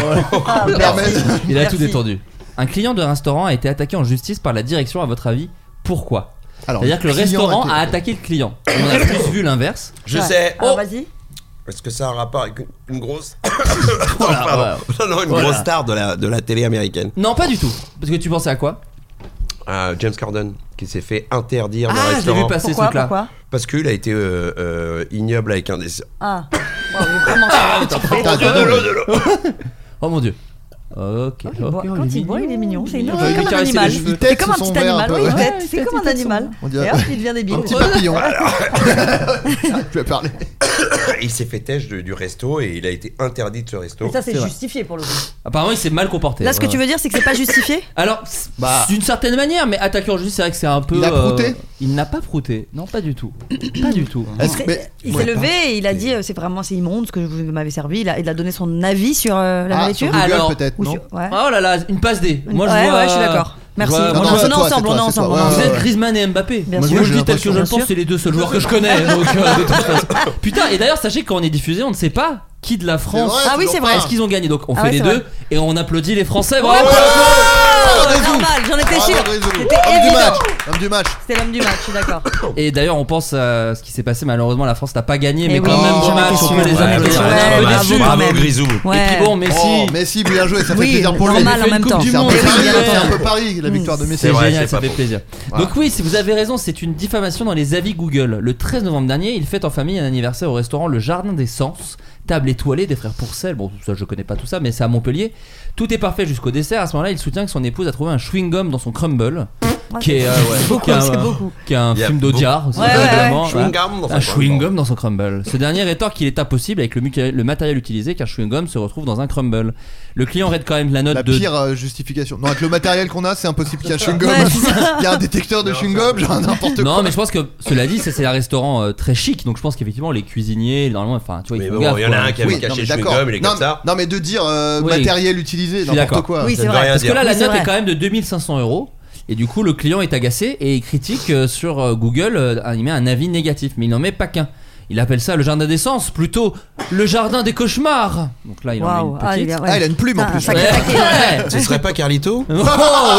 Speaker 4: Ah, merci.
Speaker 5: Il a
Speaker 4: Merci.
Speaker 5: tout détendu. Un client de restaurant a été attaqué en justice par la direction, à votre avis, pourquoi
Speaker 6: Alors,
Speaker 5: C'est-à-dire que le
Speaker 6: client
Speaker 5: restaurant
Speaker 6: était-
Speaker 5: a attaqué le client. On a plus vu l'inverse.
Speaker 2: Je
Speaker 4: Ouais.
Speaker 2: sais
Speaker 4: Alors,
Speaker 2: Oh.
Speaker 4: vas-y.
Speaker 2: Est-ce que ça a un rapport avec une, une grosse
Speaker 6: Oh,
Speaker 5: Voilà, voilà.
Speaker 2: Non, non, une
Speaker 5: Voilà.
Speaker 2: grosse star de la, de la télé américaine
Speaker 5: Non, pas du tout. Parce que tu pensais à quoi
Speaker 2: Ah, James Corden qui s'est fait interdire le
Speaker 5: Ah, je l'ai
Speaker 2: restaurant
Speaker 5: vu passer ce
Speaker 4: Pourquoi
Speaker 5: truc-là.
Speaker 4: Pourquoi
Speaker 2: parce qu'il a été euh, euh, ignoble avec un des
Speaker 4: Ah. Wow, vraiment, tu fais-
Speaker 6: Attends, attends, attends.
Speaker 5: Oh mon dieu. Ok.
Speaker 4: Oh,
Speaker 5: ok,
Speaker 4: il boit-
Speaker 5: oh, il est
Speaker 4: Quand il
Speaker 5: mignon.
Speaker 4: boit, il est mignon. C'est
Speaker 5: Il
Speaker 4: énorme,
Speaker 5: va lui
Speaker 4: comme un
Speaker 5: caresser les
Speaker 4: animal.
Speaker 5: cheveux.
Speaker 6: Il
Speaker 4: C'est
Speaker 6: tête
Speaker 4: comme
Speaker 6: sous
Speaker 4: un
Speaker 6: son
Speaker 4: petit
Speaker 6: verre, un
Speaker 4: animal.
Speaker 6: peu.
Speaker 4: Oui, il
Speaker 6: Ouais,
Speaker 4: tête. C'est comme un animal.
Speaker 6: On dirait
Speaker 4: Et hop, il devient débile.
Speaker 6: un petit papillon. Tu vas parler.
Speaker 2: il s'est fait têche de- du resto et il a été interdit de ce resto
Speaker 4: Et ça, c'est justifié pour le coup.
Speaker 5: Apparemment, il s'est mal comporté.
Speaker 4: Là, ce que
Speaker 5: Ouais.
Speaker 4: tu veux dire, c'est que c'est pas justifié
Speaker 5: Alors, c-
Speaker 6: Bah.
Speaker 5: d'une certaine manière, mais attaquer en justice, c'est vrai que c'est un peu. euh,
Speaker 6: Il a prouté
Speaker 5: Il n'a pas prouté. Non, pas du tout. pas du tout.
Speaker 6: Est-ce que-
Speaker 4: C'est-
Speaker 6: mais-
Speaker 4: Il
Speaker 6: Ouais.
Speaker 4: s'est levé et il a dit euh, c'est vraiment c'est immonde ce que vous m'avez servi. Il a, il a donné son avis sur euh, la
Speaker 6: Ah,
Speaker 4: nourriture.
Speaker 6: sur Google,
Speaker 5: Alors,
Speaker 6: peut-être,
Speaker 4: Ou
Speaker 6: non
Speaker 4: sur- ouais.
Speaker 5: Oh là là, une passe D. Moi, je
Speaker 4: ouais,
Speaker 5: vois-
Speaker 4: ouais, je suis d'accord. Merci.
Speaker 5: vois-
Speaker 6: Non,
Speaker 5: moi,
Speaker 6: non,
Speaker 5: je
Speaker 6: c'est
Speaker 5: vois-
Speaker 6: toi,
Speaker 4: on est
Speaker 6: c'est
Speaker 4: ensemble,
Speaker 6: toi,
Speaker 4: on est
Speaker 6: c'est
Speaker 4: ensemble,
Speaker 6: toi.
Speaker 5: Vous
Speaker 6: Ouais,
Speaker 4: on est ensemble.
Speaker 6: ouais,
Speaker 5: êtes
Speaker 6: Ah, ouais.
Speaker 5: Griezmann et Mbappé.
Speaker 4: Bien
Speaker 5: Moi,
Speaker 4: sûr.
Speaker 5: je le dis tel que je le
Speaker 4: Bien
Speaker 5: pense,
Speaker 4: sûr.
Speaker 5: c'est les deux seuls joueurs que je connais. donc, euh, de toute façon. Putain, et d'ailleurs, sachez que quand on est diffusé, on ne sait pas qui de la France.
Speaker 6: vrai,
Speaker 4: Ah oui, c'est vrai.
Speaker 5: Est-ce qu'ils ont gagné Donc, on
Speaker 4: Ah
Speaker 5: fait
Speaker 4: ouais,
Speaker 5: les
Speaker 4: c'est
Speaker 5: deux
Speaker 4: vrai.
Speaker 5: et on applaudit les Français. Bravo
Speaker 4: Oh, Normal, j'en étais
Speaker 6: Bravo,
Speaker 4: sûr.
Speaker 6: Grisou.
Speaker 4: C'était
Speaker 6: Homme du
Speaker 4: évident.
Speaker 6: match. Homme du match.
Speaker 4: C'était l'homme du match, je suis d'accord.
Speaker 5: Et d'ailleurs, on pense à ce qui s'est passé. Malheureusement, la France n'a pas gagné, mais
Speaker 4: Eh
Speaker 5: quand
Speaker 4: oui,
Speaker 5: même, bon
Speaker 4: j'en
Speaker 5: match.
Speaker 4: étais
Speaker 5: On peut
Speaker 4: sûre.
Speaker 5: les
Speaker 4: Ouais,
Speaker 5: applaudir.
Speaker 4: ouais,
Speaker 5: on est un peu
Speaker 4: bravo,
Speaker 5: déçus.
Speaker 4: quand
Speaker 2: bravo
Speaker 4: même.
Speaker 2: Grisou
Speaker 5: Et puis
Speaker 4: Ouais.
Speaker 5: bon, Messi.
Speaker 6: Oh, Messi, bien joué, ça fait
Speaker 4: Oui,
Speaker 6: plaisir pour lui.
Speaker 4: normal en
Speaker 5: une
Speaker 4: même
Speaker 5: Coupe
Speaker 4: temps.
Speaker 5: du
Speaker 6: C'est un
Speaker 5: Monde.
Speaker 6: peu
Speaker 5: Eh oui,
Speaker 6: Paris, hein,
Speaker 5: bien
Speaker 6: c'est
Speaker 5: sûr.
Speaker 6: un peu Paris, la victoire de Messi.
Speaker 5: C'est
Speaker 2: vrai,
Speaker 5: génial,
Speaker 2: c'est
Speaker 5: ça
Speaker 2: pas
Speaker 5: fait
Speaker 2: faux.
Speaker 5: plaisir. Donc oui, si vous avez raison, c'est une diffamation dans les avis Google. Le 13 novembre dernier, il fête en famille un anniversaire au restaurant Le Jardin des Sens, table étoilée des frères Pourcel. Bon, ça je connais pas tout ça, mais c'est à Montpellier. Tout est parfait jusqu'au dessert. À ce moment-là, il soutient que son épouse a trouvé un chewing-gum dans son crumble, qui est, euh, ouais, qui est un,
Speaker 4: c'est Ah, beaucoup.
Speaker 5: qui est un
Speaker 2: Il y a
Speaker 5: film d'Audiard,
Speaker 4: Ouais, ouais, ouais.
Speaker 5: évidemment, voilà.
Speaker 2: Chewing-gum dans
Speaker 5: un
Speaker 2: son
Speaker 5: chewing-gum dans son crumble. Ce dernier rétorque qu'il est impossible avec le, muca- le matériel utilisé car chewing-gum se retrouve dans un crumble. Le client raide quand même la note
Speaker 6: La
Speaker 5: de
Speaker 6: pire euh, justification. Non, avec le matériel qu'on a, c'est impossible qu'il y ait un chewing-gum.
Speaker 4: Ouais, c'est ça.
Speaker 6: Il y a un détecteur de chewing-gum, genre n'importe
Speaker 5: Non,
Speaker 6: quoi.
Speaker 5: mais je pense que cela dit, ça, c'est un restaurant euh, très chic, donc je pense qu'effectivement les cuisiniers, normalement, enfin, tu vois,
Speaker 2: Mais
Speaker 5: ils font
Speaker 2: bon,
Speaker 5: gaffe,
Speaker 2: il y en a
Speaker 5: quoi.
Speaker 2: un qui avait caché le chewing-gum, il est
Speaker 6: non,
Speaker 2: comme ça.
Speaker 6: non, mais de dire euh,
Speaker 5: Oui.
Speaker 6: matériel utilisé,
Speaker 5: suis d'accord.
Speaker 6: n'importe quoi.
Speaker 4: Oui, c'est
Speaker 2: veut
Speaker 4: vrai.
Speaker 2: rien
Speaker 5: Parce que là, la
Speaker 4: Oui, c'est
Speaker 5: note est
Speaker 4: vrai.
Speaker 5: quand même de 2500 euros. Et du coup, le client est agacé et il critique euh, sur euh, Google, euh, il met un avis négatif, mais il n'en met pas qu'un. Il appelle ça le jardin des sens, plutôt le jardin des cauchemars. Donc là, il en
Speaker 4: Waouh.
Speaker 5: met une
Speaker 4: Ah, il
Speaker 5: petite.
Speaker 4: a- ouais.
Speaker 6: Ah, il a une plume en
Speaker 4: Ah,
Speaker 6: plus.
Speaker 4: sacré
Speaker 6: Ouais.
Speaker 4: paquet.
Speaker 5: Ouais.
Speaker 2: Ce serait pas Carlito
Speaker 5: Oh,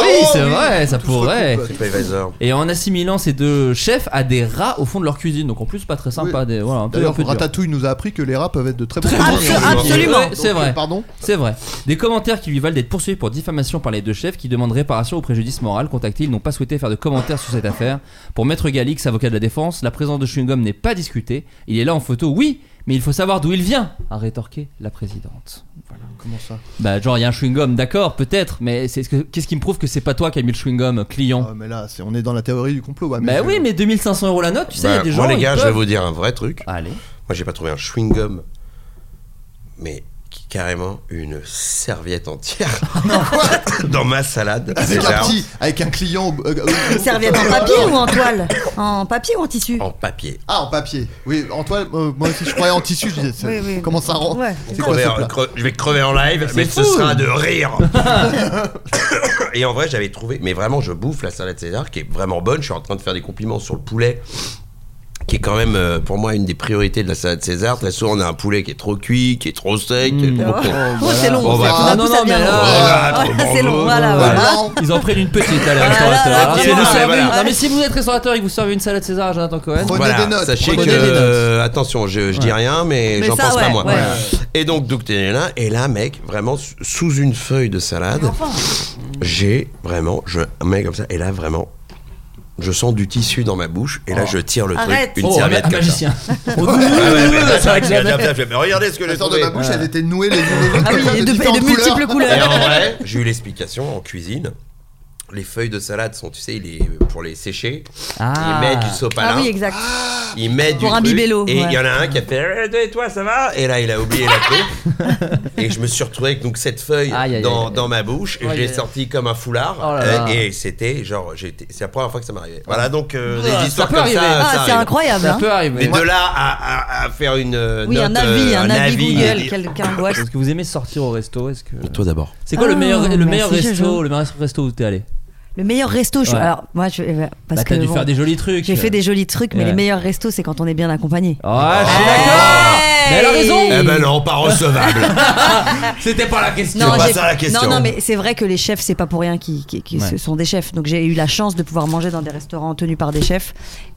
Speaker 5: oui, c'est vrai, ça
Speaker 6: Tout se
Speaker 5: pourrait.
Speaker 6: recoupe.
Speaker 2: C'est pas Evaser.
Speaker 5: Et en assimilant ces deux chefs à des rats au fond de leur cuisine, donc en plus pas très sympa.
Speaker 6: Oui.
Speaker 5: Des, voilà, un peu, un
Speaker 6: D'ailleurs,
Speaker 5: peu dur.
Speaker 6: Ratatouille nous a appris que les rats peuvent être de très bons
Speaker 4: Absol- absolument.
Speaker 5: Ouais, c'est vrai.
Speaker 6: Pardon
Speaker 5: C'est vrai. Des commentaires qui lui valent d'être poursuivi pour diffamation par les deux chefs qui demandent réparation au préjudice moral. Contactés, ils n'ont pas souhaité faire de commentaires sur cette affaire. Pour Maître Galix, avocat de la défense, la présence de chewing-gum n'est pas discutée. Il est là en photo, oui, mais il faut savoir d'où il vient, a rétorqué la présidente.
Speaker 6: Comment ça
Speaker 5: Bah, genre, il y a un chewing-gum, d'accord, peut-être, mais c'est ce que- qu'est-ce qui me prouve que c'est pas toi qui as mis le chewing-gum, client
Speaker 6: Ah, Mais là, c'est- on est dans la théorie du complot.
Speaker 2: Ah,
Speaker 6: ouais,
Speaker 5: Bah
Speaker 6: je-
Speaker 5: oui, mais 2500 euros la note, tu sais, il y a
Speaker 2: Bah,
Speaker 5: des gens.
Speaker 2: moi les
Speaker 5: ils
Speaker 2: gars, je vais
Speaker 5: peuvent-
Speaker 2: vous dire un vrai truc.
Speaker 5: Allez.
Speaker 2: Moi j'ai pas trouvé un chewing-gum, mais qui- carrément une serviette entière dans ma salade.
Speaker 6: Avec
Speaker 2: déjà,
Speaker 6: un Ah, petit, avec un client. au- euh, au-
Speaker 4: Une serviette en papier ou en toile En papier ou en tissu
Speaker 2: en papier.
Speaker 6: Ah, en papier. Oui, en toile, euh, moi aussi je croyais en tissu, je disais, ça-
Speaker 4: Oui, oui.
Speaker 6: comment ça rend
Speaker 4: Ouais.
Speaker 6: C'est quoi
Speaker 2: Crever-
Speaker 6: ce plat
Speaker 2: cre- je vais crever en live, mais ce
Speaker 5: fou.
Speaker 2: sera de rire. et en vrai, j'avais trouvé, mais vraiment, je bouffe la salade César qui est vraiment bonne. Je suis en train de faire des compliments sur le poulet qui est quand même euh, pour moi une des priorités de la salade César. Très souvent, on a un poulet qui est trop cuit, qui est trop sec. qui est
Speaker 6: Mm.
Speaker 2: trop
Speaker 6: Ah,
Speaker 2: con.
Speaker 4: Oh, c'est long.
Speaker 2: Bon,
Speaker 4: ça,
Speaker 2: bah,
Speaker 4: tout d'un
Speaker 5: Ah, non,
Speaker 4: coup,
Speaker 5: non,
Speaker 4: ça devient
Speaker 5: mais
Speaker 4: long.
Speaker 5: là, euh,
Speaker 2: voilà,
Speaker 4: Ouais,
Speaker 2: trop
Speaker 4: c'est long.
Speaker 2: Ah, bon.
Speaker 4: Ah, Voilà,
Speaker 6: Voilà.
Speaker 4: Ah, voilà.
Speaker 5: Ils en prennent une petite à les
Speaker 4: là,
Speaker 5: restaurateurs.
Speaker 4: là,
Speaker 5: Si vous
Speaker 2: voilà,
Speaker 5: servez-
Speaker 2: voilà.
Speaker 5: Non, mais si vous êtes restaurateur et que vous servez une salade César à Jonathan Cohen,
Speaker 6: Prenez
Speaker 2: Voilà,
Speaker 6: des notes.
Speaker 2: Sachez que,
Speaker 6: prenez des notes.
Speaker 2: euh, attention, je, je dis rien, mais
Speaker 4: Mais
Speaker 2: j'en
Speaker 4: ça,
Speaker 2: pense pas
Speaker 4: ouais,
Speaker 2: moi.
Speaker 4: ouais.
Speaker 2: Et donc, donc t'es là, et là, mec, vraiment, s- sous une feuille de salade, j'ai vraiment, je mets comme ça, et là, vraiment, je sens du tissu dans ma bouche et là je tire le
Speaker 4: Arrête.
Speaker 2: truc, une
Speaker 5: Oh,
Speaker 2: serviette
Speaker 5: un
Speaker 2: comme ça.
Speaker 5: magicien. Oh,
Speaker 2: Ouais, ouais, mais là, ça,
Speaker 5: Ça va
Speaker 2: je
Speaker 5: jamais.
Speaker 2: viens, je viens, mais Regardez ce que j'ai
Speaker 6: La sorte de
Speaker 2: trouvé.
Speaker 6: ma bouche, elle était nouée les unes les autres.
Speaker 4: Ah oui,
Speaker 6: comme ça,
Speaker 4: et de, et de
Speaker 6: différentes
Speaker 4: multiples couleurs.
Speaker 2: Et en vrai, j'ai eu l'explication en cuisine. Les feuilles de salade sont, tu sais, il est- pour les sécher,
Speaker 5: Ah.
Speaker 2: ils mettent du sopalin.
Speaker 4: Ah oui, exact.
Speaker 2: Il met du
Speaker 4: Pour un
Speaker 2: truc,
Speaker 4: bibelot,
Speaker 2: Et il
Speaker 4: ouais.
Speaker 2: y en a un qui a fait Eh, Et toi, ça va Et là, il a oublié la clé. et je me suis retrouvé avec donc, cette feuille
Speaker 5: Aïe, aïe,
Speaker 2: dans,
Speaker 5: aïe.
Speaker 2: dans ma bouche. Et
Speaker 4: Oh,
Speaker 5: Aïe,
Speaker 2: je l'ai
Speaker 5: aïe.
Speaker 2: sorti comme un foulard.
Speaker 5: Oh là
Speaker 2: Euh,
Speaker 5: là.
Speaker 2: Et c'était genre, j'étais- c'est la première fois que ça m'arrivait. Voilà donc euh,
Speaker 5: Ah,
Speaker 2: des
Speaker 5: ça
Speaker 2: histoires
Speaker 5: peut
Speaker 2: comme
Speaker 5: arriver.
Speaker 2: ça.
Speaker 4: Ah,
Speaker 2: ça
Speaker 4: c'est
Speaker 2: arrive.
Speaker 4: incroyable.
Speaker 5: Ça
Speaker 4: hein.
Speaker 5: peut
Speaker 2: Mais
Speaker 5: arriver.
Speaker 2: de là à, à- à faire une. euh,
Speaker 4: Oui, un
Speaker 2: note,
Speaker 4: avis,
Speaker 2: euh,
Speaker 4: un, avis Google,
Speaker 2: et-
Speaker 4: quelqu'un doit.
Speaker 5: Est-ce que vous aimez sortir au resto Est-ce que
Speaker 2: Toi d'abord.
Speaker 5: c'est quoi le
Speaker 4: Ah,
Speaker 5: meilleur le meilleur
Speaker 4: merci, Jojo.
Speaker 5: resto le meilleur resto où t'es allé
Speaker 4: Le meilleur resto, je...
Speaker 5: Ouais.
Speaker 4: alors moi, je... euh, parce
Speaker 5: Bah
Speaker 4: que
Speaker 5: t'as dû
Speaker 4: bon,
Speaker 5: faire des jolis trucs. euh.
Speaker 4: j'ai fait des jolis trucs, mais
Speaker 5: Ouais.
Speaker 4: les meilleurs restos, c'est quand on est bien accompagné.
Speaker 5: Ah, je suis
Speaker 4: Hey
Speaker 5: d'accord. Mais elle a raison.
Speaker 2: Eh ben non, pas recevable.
Speaker 5: C'était pas la question.
Speaker 2: Non, C'est pas
Speaker 4: j'ai-
Speaker 2: ça la question.
Speaker 4: non, non, mais c'est vrai que les chefs, c'est pas pour rien qu'ils qui, qui-
Speaker 5: Ouais.
Speaker 4: ce sont des chefs. Donc j'ai eu la chance de pouvoir manger dans des restaurants tenus par des chefs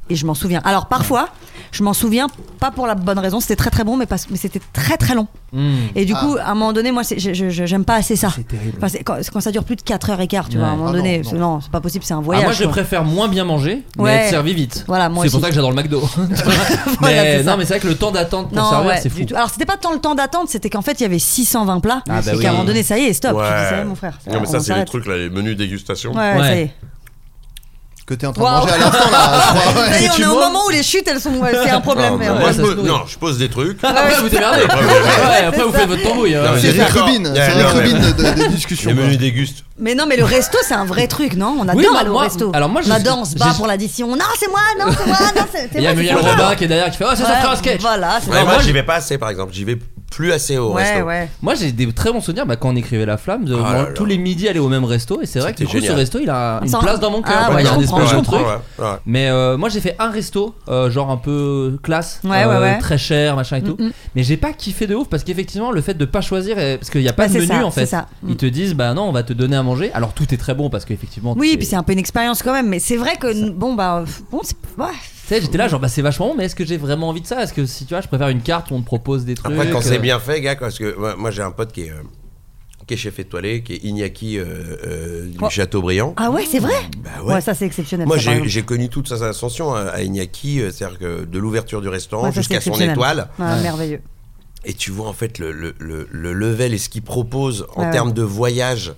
Speaker 4: et je m'en souviens. Alors parfois, je m'en souviens pas pour la bonne raison, c'était très très bon, mais, parce- mais c'était très très long.
Speaker 5: Hmm.
Speaker 4: Et du coup, à un moment donné, moi, c'est- je- je- je- j'aime pas assez ça.
Speaker 5: C'est terrible.
Speaker 4: Enfin, c'est- quand, quand ça dure plus de 4 heures et quart, tu vois, à un moment
Speaker 6: Ah non,
Speaker 4: donné,
Speaker 6: non.
Speaker 4: c'est- non, c'est pas possible, c'est un
Speaker 5: Ah,
Speaker 4: voyage.
Speaker 5: moi, je
Speaker 4: quoi.
Speaker 5: préfère moins bien manger, mais
Speaker 4: Ouais.
Speaker 5: être servi vite.
Speaker 4: Voilà, moi
Speaker 5: c'est pour
Speaker 4: aussi.
Speaker 5: ça que j'adore le McDo.
Speaker 4: Voilà,
Speaker 5: mais
Speaker 4: c'est ça.
Speaker 5: non, mais c'est vrai que le temps d'attente pour servir,
Speaker 4: ouais,
Speaker 5: c'est
Speaker 4: du
Speaker 5: fou.
Speaker 4: tout. Alors, c'était pas tant le temps d'attente, c'était qu'en fait, il y avait 620 plats.
Speaker 5: Ah, bah
Speaker 4: et
Speaker 5: oui.
Speaker 4: qu'à un moment donné, ça y est, stop. Tu dis, ça y est, mon frère.
Speaker 3: Non, mais
Speaker 4: on
Speaker 3: ça, c'est les
Speaker 4: s'arrête.
Speaker 3: trucs, là, les menus dégustation.
Speaker 4: Ouais, ouais, ça y
Speaker 5: Ouais.
Speaker 4: est.
Speaker 6: Que t'es en train
Speaker 4: Waouh.
Speaker 6: de manger à l'instant là. je crois,
Speaker 4: Ça
Speaker 6: ouais.
Speaker 4: y est, on
Speaker 5: tu
Speaker 4: est au
Speaker 5: vois
Speaker 4: moment où les chutes, elles sont. C'est un problème.
Speaker 2: Non, Ah, mais
Speaker 4: merde.
Speaker 2: moi,
Speaker 5: Ouais,
Speaker 2: je
Speaker 5: ça
Speaker 2: pose-
Speaker 5: se nourrit.
Speaker 2: non, je pose des trucs.
Speaker 5: Après, vous démerdez.
Speaker 2: Après, vous
Speaker 5: Ouais, après, vous faites votre tambouille. hein.
Speaker 2: Non, mais
Speaker 6: C'est Rick
Speaker 2: d'accord.
Speaker 6: Rubin, c'est
Speaker 2: Ouais, non,
Speaker 6: Rick Rubin
Speaker 2: mais-
Speaker 6: de- de- des discussions.
Speaker 2: Les
Speaker 6: quoi.
Speaker 2: menus dégustent.
Speaker 4: Mais non, mais le resto, c'est un vrai truc, non On adore
Speaker 5: Oui, moi-
Speaker 4: aller au
Speaker 5: moi-
Speaker 4: resto.
Speaker 5: alors moi, je-
Speaker 4: on adore, on se bat
Speaker 5: j'ai-
Speaker 4: pour l'addition. Non, c'est moi, non, c'est moi, non, c'est c'est
Speaker 5: Et Il y a
Speaker 4: moi,
Speaker 5: Muriel
Speaker 4: c'est moi.
Speaker 5: Robin qui est derrière qui fait Oh, ça, ça
Speaker 4: Ouais,
Speaker 5: fera un sketch.
Speaker 4: Voilà, c'est
Speaker 2: Ouais,
Speaker 4: ça.
Speaker 2: moi,
Speaker 5: moi,
Speaker 2: j'y
Speaker 5: je-
Speaker 2: vais pas assez, par exemple. J'y vais plus assez au
Speaker 4: Ouais,
Speaker 2: resto.
Speaker 4: ouais.
Speaker 5: Moi, j'ai des très bons souvenirs bah, quand on écrivait La Flamme, de-
Speaker 2: Ah là là.
Speaker 5: tous les midis aller au même resto. Et c'est vrai que du
Speaker 2: C'était
Speaker 5: coup, ce
Speaker 2: génial.
Speaker 5: resto, il a une
Speaker 4: Ça-
Speaker 5: place dans mon cœur.
Speaker 4: Ah
Speaker 5: quoi.
Speaker 4: ouais,
Speaker 5: il y a
Speaker 4: je
Speaker 5: un
Speaker 4: comprends,
Speaker 5: espèce
Speaker 4: je
Speaker 5: de
Speaker 4: comprends.
Speaker 5: truc.
Speaker 2: Ouais, ouais.
Speaker 5: Mais euh, moi j'ai fait un resto, euh, genre un peu classe,
Speaker 4: Ouais,
Speaker 5: euh,
Speaker 4: ouais, Mm, ouais.
Speaker 5: très cher, machin et tout. Mais j'ai pas kiffé de ouf parce qu'effectivement le fait de pas choisir, est- parce qu'il n'y a pas
Speaker 4: Bah,
Speaker 5: de
Speaker 4: c'est
Speaker 5: menu
Speaker 4: ça,
Speaker 5: en fait.
Speaker 4: c'est ça. Mm.
Speaker 5: Ils te disent bah non on va te donner à manger. Alors tout est très bon parce qu'effectivement.
Speaker 4: Oui,
Speaker 5: t'es-
Speaker 4: puis c'est un peu une expérience quand même, mais c'est vrai que bon bah euh, bon c'est ouais.
Speaker 5: Tu sais j'étais là genre bah c'est vachement bon mais est-ce que j'ai vraiment envie de ça Est-ce que si tu vois je préfère une carte où on te propose des trucs.
Speaker 2: Après, quand c'est
Speaker 5: euh,
Speaker 2: bien fait, gars, parce que ouais, moi, j'ai un pote qui est, euh, qui est chef étoilé, qui est Iñaki euh, euh, du
Speaker 4: Oh.
Speaker 2: Châteaubriand.
Speaker 4: Ah ouais, c'est vrai.
Speaker 2: Bah ouais.
Speaker 4: ça c'est exceptionnel.
Speaker 2: Moi,
Speaker 4: ça, par
Speaker 2: j'ai
Speaker 4: exemple.
Speaker 2: j'ai connu toute sa ascension à, à Iñaki, euh, c'est-à-dire que de l'ouverture du restaurant
Speaker 4: Ouais, ça, c'est
Speaker 2: jusqu'à son
Speaker 4: exceptionnel.
Speaker 2: étoile.
Speaker 4: Ouais, merveilleux.
Speaker 2: Et tu vois en fait le, le, le, le level et ce qu'il propose en
Speaker 4: Ouais,
Speaker 2: termes de voyage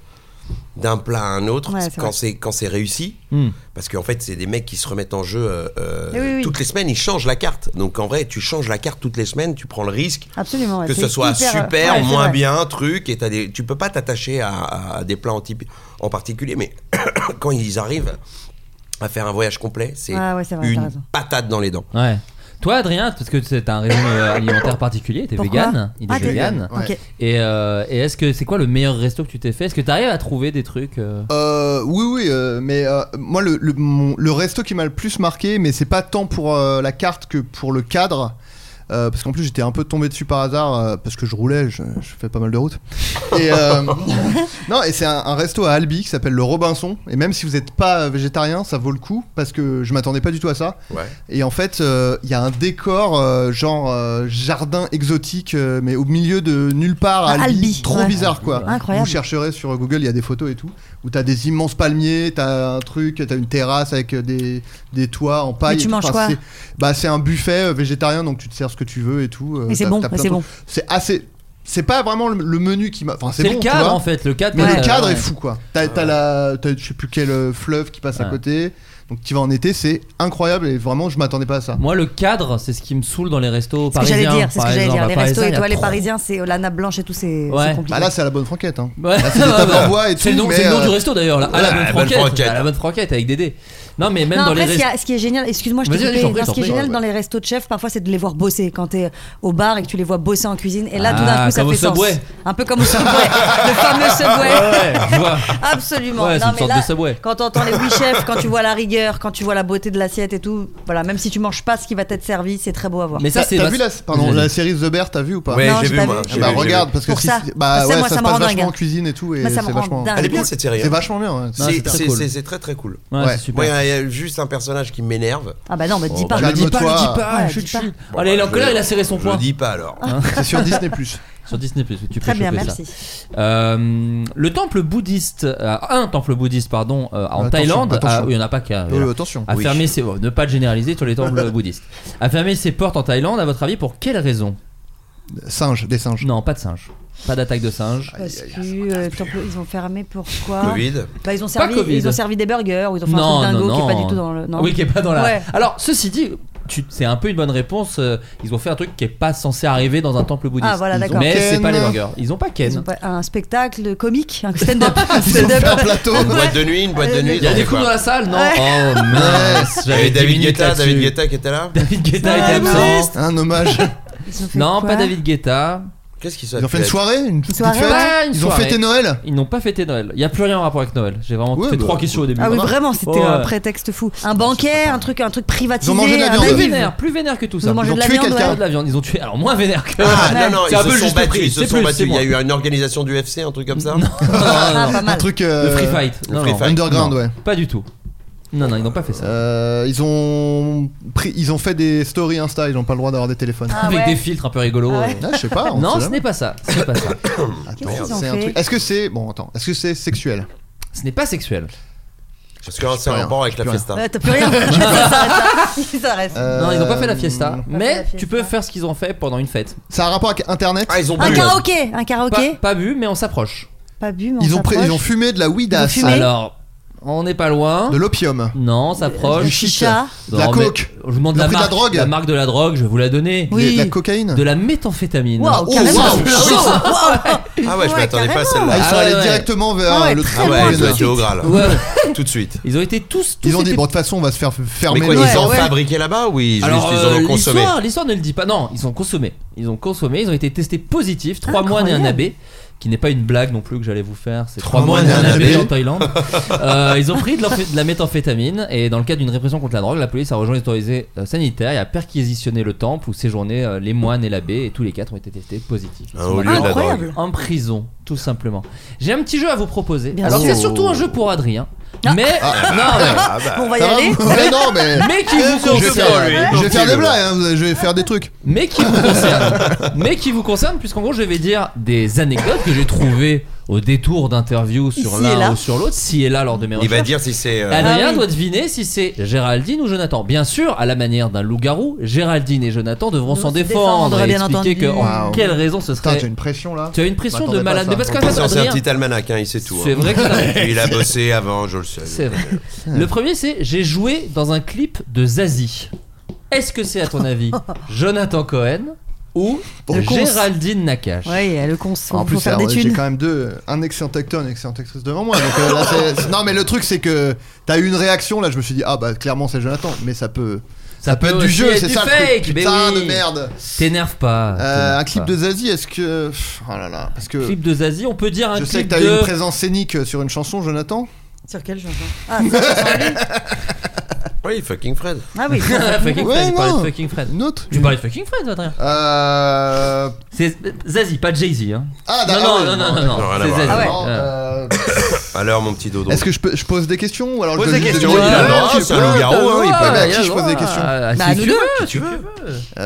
Speaker 2: d'un plat à un autre
Speaker 4: Ouais,
Speaker 2: c'est
Speaker 4: c'est
Speaker 2: quand
Speaker 4: vrai.
Speaker 2: c'est quand c'est réussi
Speaker 5: Hmm.
Speaker 2: parce qu'en fait c'est des mecs qui se remettent en jeu euh, euh,
Speaker 4: Eh oui, oui.
Speaker 2: toutes les semaines ils changent la carte donc en vrai tu changes la carte toutes les semaines tu prends le risque
Speaker 4: Absolument. ouais,
Speaker 2: que
Speaker 4: c'est
Speaker 2: ce soit
Speaker 4: hyper-
Speaker 2: super
Speaker 4: ouais, c'est
Speaker 2: moins
Speaker 4: vrai.
Speaker 2: bien truc et t'as des tu peux pas t'attacher à, à des plats en, type- en particulier mais quand ils arrivent à faire un voyage complet c'est
Speaker 4: Ah ouais, c'est vrai, t'as
Speaker 2: une
Speaker 4: raison.
Speaker 2: patate dans les dents
Speaker 5: Ouais. Toi Adrien parce que c'est un régime euh, alimentaire particulier, t'es
Speaker 4: Pourquoi
Speaker 5: vegan, il est
Speaker 4: Ah, t'es
Speaker 5: vegan.
Speaker 4: Ok.
Speaker 6: Ouais.
Speaker 5: Et, euh, et est-ce que c'est quoi le meilleur resto que tu t'es fait Est-ce que t'arrives à trouver des trucs euh,
Speaker 6: Euh, oui, oui, euh, mais euh, moi, le, le, mon- le resto qui m'a le plus marqué, mais c'est pas tant pour euh, la carte que pour le cadre. euh, parce qu'en plus j'étais un peu tombé dessus par hasard euh, parce que je roulais, je, je fais pas mal de route. Et euh, non, et c'est un, un resto à Albi qui s'appelle le Robinson. Et même si vous n'êtes pas végétarien, ça vaut le coup parce que je m'attendais pas du tout à ça.
Speaker 2: ouais
Speaker 6: Et en fait, euh, il y a un décor euh, genre euh, jardin exotique, euh, mais au milieu de nulle part, à
Speaker 4: Ah,
Speaker 6: Albi.
Speaker 4: Albi,
Speaker 6: trop
Speaker 4: ouais.
Speaker 6: bizarre quoi.
Speaker 4: Incroyable.
Speaker 6: Vous chercherez sur Google, il y a des photos et tout, où t'as des immenses palmiers, t'as un truc, t'as une terrasse avec euh, des, des toits en paille.
Speaker 4: Mais tu
Speaker 6: et tout.
Speaker 4: manges quoi
Speaker 6: c'est- Bah c'est un buffet euh, végétarien, donc tu te sers ce que tu veux et tout. euh,
Speaker 4: Mais c'est
Speaker 6: t'as-
Speaker 4: bon,
Speaker 6: t'as plein
Speaker 4: mais
Speaker 6: de
Speaker 4: c'est
Speaker 6: trucs.
Speaker 4: bon.
Speaker 6: C'est assez. C'est pas vraiment le, le menu qui m'a. Enfin c'est
Speaker 5: C'est
Speaker 6: bon.
Speaker 5: le
Speaker 6: tu
Speaker 5: cadre
Speaker 6: vois.
Speaker 5: en fait, le cadre.
Speaker 6: Mais
Speaker 5: ouais,
Speaker 6: le cadre
Speaker 5: ouais.
Speaker 6: est fou quoi. T'as t'as la, t'as, je sais plus quel euh, fleuve qui passe à
Speaker 5: Ouais.
Speaker 6: côté. Donc tu vas en été, c'est incroyable et vraiment je m'attendais pas à ça.
Speaker 5: Moi, le cadre, c'est ce qui me saoule dans les restos
Speaker 4: C'est ce que
Speaker 5: parisiens.
Speaker 4: j'allais dire, c'est ce
Speaker 5: par
Speaker 4: que j'allais
Speaker 5: exemple.
Speaker 4: dire.
Speaker 5: À
Speaker 4: Les
Speaker 5: Paris,
Speaker 4: restos
Speaker 5: ça, il y a
Speaker 4: étoilés
Speaker 5: trop-
Speaker 4: parisiens, c'est Lana Blanche et tout, c'est c'est
Speaker 5: Ouais.
Speaker 4: compliqué.
Speaker 6: Bah là c'est à la bonne franquette. Hein.
Speaker 5: Ouais.
Speaker 6: Là, c'est des tables en bois et
Speaker 5: C'est
Speaker 6: tout,
Speaker 5: le nom,
Speaker 6: mais,
Speaker 5: c'est le nom
Speaker 6: euh,
Speaker 5: du resto d'ailleurs, là. à
Speaker 2: Ouais,
Speaker 5: la bonne franquette.
Speaker 2: franquette.
Speaker 5: À la bonne franquette avec Dédé. Non, mais même
Speaker 4: non,
Speaker 5: dans
Speaker 4: après,
Speaker 5: les
Speaker 4: ce qui
Speaker 5: restos.
Speaker 4: a- ce qui est génial, excuse-moi, je t'ai
Speaker 5: Vas-y, vas-y, je
Speaker 4: coupé.
Speaker 5: t'en prie,
Speaker 4: Non,
Speaker 5: je
Speaker 4: ce qui
Speaker 5: t'en
Speaker 4: est
Speaker 5: prie.
Speaker 4: génial dans les restos de chef, parfois, c'est de les voir bosser. Quand t'es au bar et que tu les vois bosser en cuisine, et là, tout
Speaker 5: Ah,
Speaker 4: d'un coup, ça
Speaker 5: comme au
Speaker 4: fait sens.
Speaker 5: Subway.
Speaker 4: Un peu comme au Subway, le fameux Subway.
Speaker 5: Ouais, je vois.
Speaker 4: Absolument.
Speaker 5: Ouais, c'est
Speaker 4: Non,
Speaker 5: une
Speaker 4: mais
Speaker 5: sorte
Speaker 4: là,
Speaker 5: de Subway.
Speaker 4: Quand t'entends les oui chefs, quand tu vois la rigueur, quand tu vois la beauté de l'assiette et tout, voilà, même si tu manges pas ce qui va t'être servi, c'est très beau à voir.
Speaker 5: Mais ça,
Speaker 6: T'as
Speaker 5: c'est.
Speaker 6: t'as
Speaker 5: la-
Speaker 6: vu la, pardon,
Speaker 5: Vas-y.
Speaker 6: la série The Bear, t'as vu ou pas
Speaker 2: ouais
Speaker 4: non,
Speaker 2: j'ai
Speaker 4: j'ai
Speaker 2: vu
Speaker 4: pas
Speaker 2: moi
Speaker 4: vu.
Speaker 2: j'ai
Speaker 6: Bah
Speaker 2: vu, j'ai vu.
Speaker 6: regarde parce que
Speaker 4: Pour
Speaker 6: si-
Speaker 4: ça.
Speaker 6: bah
Speaker 4: Ça,
Speaker 6: ouais,
Speaker 4: moi,
Speaker 6: ça
Speaker 4: ça
Speaker 6: se
Speaker 4: me
Speaker 6: passe
Speaker 4: rend dingue.
Speaker 6: vachement en cuisine et tout et
Speaker 4: Moi, ça me
Speaker 6: c'est
Speaker 4: rend
Speaker 6: vachement.
Speaker 4: dingue.
Speaker 2: elle est bien cette série hein.
Speaker 6: C'est vachement bien. ouais.
Speaker 5: Non,
Speaker 2: C'est-
Speaker 5: c'est très
Speaker 2: c'est
Speaker 5: cool.
Speaker 2: c'est- c'est très très cool.
Speaker 5: Ouais, c'est
Speaker 6: Ouais.
Speaker 2: Moi, il y
Speaker 5: super.
Speaker 2: a- il y, a juste un personnage qui m'énerve.
Speaker 4: Ah bah non, mais
Speaker 5: Oh,
Speaker 4: dis
Speaker 2: Bon,
Speaker 4: pas.
Speaker 5: Ne dis pas, ne
Speaker 6: Calme-toi.
Speaker 5: dis pas.
Speaker 4: Ouais,
Speaker 5: chut,
Speaker 4: dis pas.
Speaker 5: chut.
Speaker 2: Bon,
Speaker 5: Allez, il est
Speaker 2: bah,
Speaker 5: en colère,
Speaker 2: je-
Speaker 5: il a serré son
Speaker 2: Je
Speaker 5: poing.
Speaker 2: le dis pas alors.
Speaker 6: C'est sur Disney Plus.
Speaker 5: Sur Disney Plus, tu peux
Speaker 4: Très bien,
Speaker 5: choper ça.
Speaker 4: merci.
Speaker 5: Euh, le temple bouddhiste, euh, un temple bouddhiste, pardon, euh, en
Speaker 6: Attention,
Speaker 5: Thaïlande,
Speaker 6: attention.
Speaker 5: ah, oui, il n'y en a pas qu'un.
Speaker 6: Oui,
Speaker 5: voilà.
Speaker 6: attention.
Speaker 5: a
Speaker 6: Oui.
Speaker 5: fermé ses... oh, ne pas généraliser sur les temples bouddhistes. A fermé ses portes en Thaïlande, à votre avis, pour quelle raison
Speaker 6: Singes, des singes.
Speaker 5: Non, pas de singe. Pas d'attaque de singe.
Speaker 4: Parce que euh, temple- ils ont fermé pourquoi
Speaker 2: Covid.
Speaker 4: Bah, ils, ont
Speaker 5: Pas
Speaker 4: servi,
Speaker 5: Covid.
Speaker 4: ils ont servi des burgers ou ils ont fait
Speaker 5: Non,
Speaker 4: un truc dingo
Speaker 5: non,
Speaker 4: qui est pas
Speaker 5: non.
Speaker 4: du tout dans le. non.
Speaker 5: Oui, qui est pas dans la. Ah,
Speaker 4: Ouais.
Speaker 5: Alors, ceci dit. tu- C'est un peu une bonne réponse. euh, Ils ont fait un truc qui est pas censé arriver dans un temple bouddhiste.
Speaker 4: Ah, voilà,
Speaker 6: Ils ont
Speaker 4: d'accord.
Speaker 5: Mais
Speaker 6: Ken.
Speaker 5: c'est pas les burgers. Ils ont pas Ken.
Speaker 4: Ils ont pas- un spectacle comique, un stand-up. un
Speaker 6: Ils ont
Speaker 4: stand-up.
Speaker 6: fait un plateau.
Speaker 2: Une boîte de nuit, une boîte de nuit.
Speaker 5: Il y a des coups dans la salle, non Oh mince, j'avais
Speaker 2: J'avais
Speaker 5: dix
Speaker 2: David
Speaker 5: minutes
Speaker 2: Guetta,
Speaker 5: là-dessus.
Speaker 2: David Guetta qui était là.
Speaker 5: David Guetta était
Speaker 4: Ah,
Speaker 5: absent.
Speaker 6: Un hommage.
Speaker 4: Ils ont fait
Speaker 5: Non,
Speaker 4: quoi
Speaker 5: pas David Guetta.
Speaker 2: Qu'est-ce qu'ils
Speaker 6: Ils ont fait une soirée Une petite
Speaker 4: soirée,
Speaker 6: fête
Speaker 5: ouais, une
Speaker 6: Ils ont
Speaker 5: soirée.
Speaker 6: fêté Noël
Speaker 5: Ils n'ont pas fêté Noël. Il y a plus rien en rapport avec Noël. J'ai vraiment
Speaker 6: Ouais,
Speaker 5: fait
Speaker 6: bah,
Speaker 5: trois questions au début.
Speaker 4: Ah oui,
Speaker 6: Voilà.
Speaker 4: vraiment, c'était
Speaker 5: Ouais.
Speaker 4: un prétexte fou. Un banquet, un truc, un truc Ah, privatisé.
Speaker 6: Ils ont mangé de la
Speaker 4: un
Speaker 6: viande.
Speaker 5: Plus
Speaker 4: naïf.
Speaker 5: vénère, plus vénère que tout
Speaker 4: Ils
Speaker 5: ça.
Speaker 4: ont mangé
Speaker 6: Ils
Speaker 4: de
Speaker 6: ont
Speaker 4: la
Speaker 6: tué
Speaker 4: viande.
Speaker 6: quelqu'un.
Speaker 5: de la viande. Ils ont tué. Alors moins vénère que.
Speaker 2: Ah non, non,
Speaker 5: C'est
Speaker 2: ils
Speaker 5: un peu
Speaker 2: se
Speaker 5: le
Speaker 2: sont
Speaker 5: juste
Speaker 2: battus.
Speaker 5: prix.
Speaker 2: Ils se
Speaker 5: C'est
Speaker 2: sont
Speaker 5: plus,
Speaker 2: battus.
Speaker 5: c'est
Speaker 2: Il y a
Speaker 5: moins.
Speaker 2: eu une organisation du UFC, un truc comme ça.
Speaker 5: Non, non,
Speaker 4: Ah,
Speaker 5: non.
Speaker 4: pas
Speaker 6: Un
Speaker 4: mal.
Speaker 6: truc. euh,
Speaker 5: Le free fight.
Speaker 2: le
Speaker 5: Non,
Speaker 2: free
Speaker 5: non.
Speaker 2: fight.
Speaker 6: Underground,
Speaker 5: Non.
Speaker 6: ouais.
Speaker 5: Pas du tout. Non, non, ils n'ont pas fait ça.
Speaker 6: Euh, ils ont pris, ils ont fait des stories Insta, ils n'ont pas le droit d'avoir des téléphones.
Speaker 4: Ah
Speaker 5: Avec
Speaker 4: ouais.
Speaker 5: des filtres un peu rigolos.
Speaker 4: Ah ouais.
Speaker 5: euh.
Speaker 6: Ah, je sais pas. on
Speaker 5: Non,
Speaker 6: sait
Speaker 5: ce n'est
Speaker 6: jamais.
Speaker 5: pas ça. Ce n'est pas ça.
Speaker 4: Qu'est-ce qu'ils ont
Speaker 6: C'est un
Speaker 4: fait
Speaker 6: truc. Est-ce que c'est bon Attends. Est-ce que c'est sexuel
Speaker 5: Ce n'est pas sexuel.
Speaker 2: Parce que c'est
Speaker 6: rien,
Speaker 2: un rapport avec
Speaker 6: je
Speaker 2: la
Speaker 6: peux
Speaker 2: fiesta.
Speaker 4: Ouais, T'as plus rien. Ça s'arrête là. Ils s'arrêtent. là.
Speaker 6: Euh,
Speaker 5: Non, ils n'ont pas fait la fiesta.
Speaker 4: fait la
Speaker 5: Mais
Speaker 4: fiesta.
Speaker 5: tu peux faire ce qu'ils ont fait pendant une fête.
Speaker 6: Ça a un rapport avec Internet.
Speaker 2: Ah, ils ont
Speaker 4: Un
Speaker 2: bu.
Speaker 4: karaoké, un
Speaker 5: Pas,
Speaker 4: karaoké.
Speaker 5: pas bu, mais on s'approche.
Speaker 4: Pas bu, mais on
Speaker 6: Ils ont, pré-
Speaker 4: s'approche.
Speaker 6: ils ont fumé de la
Speaker 4: Ils ont
Speaker 6: weeda,
Speaker 4: fumé.
Speaker 5: Alors, on n'est pas loin.
Speaker 6: de l'opium.
Speaker 5: Non, on s'approche.
Speaker 4: Du chicha.
Speaker 6: De la
Speaker 5: Non, mais
Speaker 6: coke.
Speaker 5: Je vous demande
Speaker 6: Ils ont
Speaker 5: la
Speaker 6: pris de la
Speaker 5: marque,
Speaker 6: drogue.
Speaker 5: la marque de la drogue, je vais vous la donner.
Speaker 4: Oui.
Speaker 6: De la cocaïne.
Speaker 5: De la méthamphétamine.
Speaker 4: Waouh,
Speaker 6: Oh,
Speaker 4: carrément.
Speaker 6: waouh,
Speaker 2: Ah ouais, je m'attendais pas à
Speaker 6: Ah,
Speaker 2: celle-là.
Speaker 6: ils sont
Speaker 5: Ah ouais,
Speaker 6: allés
Speaker 5: ouais.
Speaker 6: directement vers
Speaker 4: Ah ouais,
Speaker 6: le
Speaker 4: très
Speaker 2: Ah
Speaker 6: truc
Speaker 2: ouais, ils
Speaker 6: de
Speaker 2: ont
Speaker 6: Noël.
Speaker 2: été au Graal.
Speaker 5: Ouais.
Speaker 2: Tout de suite.
Speaker 5: Ils ont été tous. tous
Speaker 6: Ils ont dit
Speaker 5: été-
Speaker 6: bon de toute façon on va se faire fermer.
Speaker 2: Mais quoi,
Speaker 6: nos-
Speaker 2: ils ont
Speaker 4: ouais.
Speaker 2: fabriqué là-bas ou ils- juste
Speaker 5: Alors,
Speaker 2: ils en
Speaker 5: euh,
Speaker 2: ont consommé
Speaker 5: l'histoire, l'histoire ne le dit pas. Non, ils ont consommé. Ils ont consommé. Ils ont été testés positifs. Trois moines et un
Speaker 4: Incroyable.
Speaker 5: abbé, qui n'est pas une blague non plus que j'allais vous faire. C'est
Speaker 6: Trois
Speaker 5: trois moines et
Speaker 6: moines
Speaker 5: un
Speaker 6: et un
Speaker 5: abbé
Speaker 6: abbé.
Speaker 5: en Thaïlande. Euh, ils ont pris de, l'amph- de la méthamphétamine et dans le cadre d'une répression contre la drogue, la police a rejoint les autorités euh, sanitaires et a perquisitionné le temple où séjournaient euh, les moines et l'abbé et tous les quatre ont été testés positifs. Ils
Speaker 2: Ah,
Speaker 5: sont
Speaker 2: Au lieu de la drogue.
Speaker 4: Incroyable.
Speaker 5: en prison, tout simplement. J'ai un petit jeu à vous proposer.
Speaker 4: Bien
Speaker 5: Alors
Speaker 6: sûr.
Speaker 5: c'est surtout un jeu pour Adrien, mais
Speaker 2: Ah bah.
Speaker 4: Bon, on va y
Speaker 6: Ça va
Speaker 4: aller.
Speaker 6: Mais non mais.
Speaker 5: mais qui vous
Speaker 6: Je vais
Speaker 5: concerne.
Speaker 6: faire,
Speaker 2: lui.
Speaker 6: je vais faire
Speaker 2: Continue,
Speaker 6: des blagues, hein, je vais faire des trucs.
Speaker 5: Mais qui vous concerne. mais qui vous concerne puisqu'en gros je vais dire des anecdotes que j'ai trouvées au détour d'interviews sur
Speaker 4: Ici et
Speaker 5: l'un
Speaker 4: là.
Speaker 5: ou sur l'autre, si et là lors de mes
Speaker 2: Il va
Speaker 5: recherches.
Speaker 2: dire si c'est. euh,
Speaker 5: Adrien
Speaker 4: Ah oui.
Speaker 5: doit deviner si c'est Géraldine ou Jonathan. Bien sûr, à la manière d'un loup-garou, Géraldine et Jonathan devront
Speaker 4: Ils
Speaker 5: s'en
Speaker 4: vont se
Speaker 5: défendre,
Speaker 4: défendre,
Speaker 5: et
Speaker 4: bien
Speaker 5: expliquer que
Speaker 4: entendu.
Speaker 5: en
Speaker 6: Wow.
Speaker 5: quelle raison ce
Speaker 6: Putain,
Speaker 5: serait.
Speaker 6: j'ai une pression là.
Speaker 5: Tu as une pression de
Speaker 6: M'attendais pas
Speaker 5: malade.
Speaker 6: à
Speaker 5: Mais parce
Speaker 6: ça.
Speaker 5: qu'en fait,
Speaker 2: Attention, c'est un
Speaker 5: Adrien,
Speaker 2: petit almanach, hein, il sait tout.
Speaker 5: c'est
Speaker 2: hein.
Speaker 5: vrai que
Speaker 2: Il a bossé avant, je le sais.
Speaker 5: C'est vrai. Le premier, c'est j'ai joué dans un clip de Zazie. Est-ce que c'est à ton avis Jonathan Cohen ou
Speaker 6: Le cons.
Speaker 5: Géraldine Nakache
Speaker 4: Oui, le con,
Speaker 6: En
Speaker 4: faut
Speaker 6: plus,
Speaker 4: faire
Speaker 6: alors,
Speaker 4: des
Speaker 6: j'ai
Speaker 4: thunes.
Speaker 6: quand même deux, un excellent acteur, une excellente actrice devant moi. Donc, euh, là, c'est- non, mais le truc, c'est que t'as eu une réaction. Là, je me suis dit, ah bah clairement, c'est Jonathan, mais ça peut, ça, peut être du
Speaker 5: aussi
Speaker 6: jeu, c'est
Speaker 5: du
Speaker 6: ça le
Speaker 5: fake,
Speaker 6: truc.
Speaker 5: mais
Speaker 6: Putain
Speaker 5: oui.
Speaker 6: de merde.
Speaker 5: T'énerve pas.
Speaker 6: Euh,
Speaker 5: t'énerve
Speaker 6: un clip
Speaker 5: pas.
Speaker 6: de Zazie, est-ce que, pff, oh là là, parce que
Speaker 5: clip de Zazie, on peut dire un
Speaker 6: je sais
Speaker 5: clip
Speaker 6: que t'as eu
Speaker 5: de
Speaker 6: une présence scénique sur une chanson, Jonathan.
Speaker 4: Sur quel genre Ah, ça,
Speaker 2: Oui, fucking Fred.
Speaker 4: ah oui.
Speaker 5: fucking
Speaker 6: Ouais,
Speaker 5: Fred, tu parlais de
Speaker 6: non.
Speaker 5: fucking Fred.
Speaker 6: Une autre.
Speaker 5: Tu parlais de fucking Fred, Adrien
Speaker 6: Euh...
Speaker 5: C'est Zazie, pas Jay-Z. Hein.
Speaker 6: Ah,
Speaker 5: Non,
Speaker 6: d'accord.
Speaker 5: non, non, non, non, non,
Speaker 2: non, rien à
Speaker 5: c'est
Speaker 2: voir.
Speaker 5: Zazie.
Speaker 4: Ah ouais.
Speaker 6: Non,
Speaker 5: Euh,
Speaker 6: euh,
Speaker 2: Alors, mon petit dodo.
Speaker 6: Est-ce que je, peux, je pose des questions ou alors
Speaker 2: Pose
Speaker 6: je
Speaker 2: des
Speaker 6: juste
Speaker 2: questions,
Speaker 6: deviner
Speaker 2: il a le
Speaker 6: Ouais,
Speaker 2: droit,
Speaker 6: tu
Speaker 2: c'est
Speaker 6: peux.
Speaker 2: un
Speaker 5: Ah
Speaker 2: loup-garou, hein, il peut-
Speaker 6: Ouais, mais bah, à
Speaker 5: il a
Speaker 6: qui je
Speaker 5: le
Speaker 6: pose des
Speaker 5: droit.
Speaker 6: questions Ah,
Speaker 5: Ah,
Speaker 4: Bah,
Speaker 5: si
Speaker 4: à nous
Speaker 5: tu
Speaker 4: deux.
Speaker 5: veux,
Speaker 4: Qui
Speaker 5: tu veux.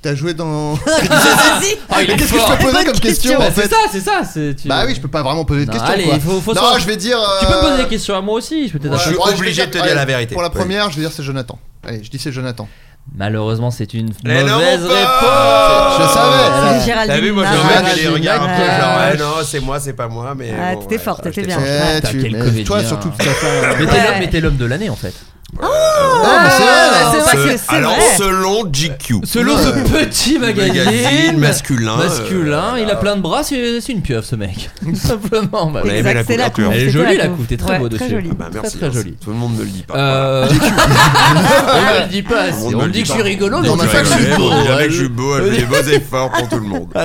Speaker 6: T'as joué dans.
Speaker 4: Vas-y.
Speaker 5: Ah, il est
Speaker 6: Qu'est-ce que je
Speaker 5: fort.
Speaker 6: peux poser comme question
Speaker 5: Bah,
Speaker 6: en
Speaker 5: C'est
Speaker 6: fait
Speaker 5: ça, c'est ça. c'est- tu-
Speaker 6: Bah oui, je peux pas vraiment poser de
Speaker 5: Non,
Speaker 6: questions.
Speaker 5: allez,
Speaker 6: quoi.
Speaker 5: il faut- faut
Speaker 6: non,
Speaker 5: savoir-
Speaker 6: je vais dire.
Speaker 5: Tu peux me poser des
Speaker 6: euh,
Speaker 5: questions à moi aussi, je peux peut-être
Speaker 2: Ouais.
Speaker 5: un
Speaker 2: Je
Speaker 5: peu-
Speaker 2: suis
Speaker 6: ouais,
Speaker 2: obligé
Speaker 6: vais
Speaker 2: de te
Speaker 6: dire-
Speaker 2: dire la
Speaker 6: allez,
Speaker 2: vérité.
Speaker 6: Pour la
Speaker 2: Oui.
Speaker 6: première, je vais dire c'est Jonathan. Allez, je dis c'est Jonathan.
Speaker 5: Malheureusement, c'est une
Speaker 2: Eh non, mon
Speaker 5: mauvaise
Speaker 2: pote
Speaker 5: réponse.
Speaker 6: Je savais.
Speaker 4: C'est Géraldine.
Speaker 2: T'as vu, moi je
Speaker 4: Nakache.
Speaker 2: regarde les regards un peu, genre,
Speaker 5: Nakache.
Speaker 2: ouais, non, c'est moi, c'est pas moi, mais.
Speaker 4: Ah,
Speaker 2: bon,
Speaker 4: t'étais
Speaker 2: ouais,
Speaker 4: fort,
Speaker 2: ouais,
Speaker 4: t'étais
Speaker 2: j'étais
Speaker 4: bien.
Speaker 2: fort.
Speaker 6: Eh,
Speaker 5: Putain,
Speaker 6: tu-
Speaker 5: quel
Speaker 6: mais
Speaker 5: comédien.
Speaker 6: Toi, surtout, tu t'as fait.
Speaker 5: Mais
Speaker 6: un-
Speaker 5: t'es l'homme-
Speaker 4: Ouais.
Speaker 5: mais t'es l'homme de l'année en fait.
Speaker 6: Ah, mais c'est vrai,
Speaker 4: ouais,
Speaker 6: hein.
Speaker 4: c'est vrai que
Speaker 2: Ce-
Speaker 4: c'est
Speaker 2: Alors,
Speaker 4: vrai. Euh,
Speaker 2: selon GQ.
Speaker 5: Selon ce petit magazine,
Speaker 2: Magazine masculin.
Speaker 5: masculin,
Speaker 2: euh,
Speaker 5: il a plein de bras, c'est c'est une pieuvre ce mec. Tout simplement. bah,
Speaker 2: On avait
Speaker 4: Exact,
Speaker 2: la
Speaker 4: c'est
Speaker 2: couverture.
Speaker 4: coupe,
Speaker 5: Elle est
Speaker 4: c'était
Speaker 5: jolie la coupe, t'es
Speaker 4: coupe.
Speaker 5: très
Speaker 4: Ouais,
Speaker 5: beau dessus.
Speaker 4: Très jolie.
Speaker 2: Bah,
Speaker 5: Très,
Speaker 2: merci.
Speaker 5: très
Speaker 2: merci.
Speaker 5: joli.
Speaker 2: Tout le monde ne le dit pas.
Speaker 5: Euh... on me le dit pas, assez.
Speaker 2: Tout le
Speaker 5: on
Speaker 2: monde
Speaker 5: me dit que je suis rigolo, mais
Speaker 2: On
Speaker 5: on
Speaker 2: me
Speaker 5: dit
Speaker 2: dit
Speaker 5: pas que je suis beau.
Speaker 2: on dirait que je suis beau, elle fait des beaux efforts pour tout le monde.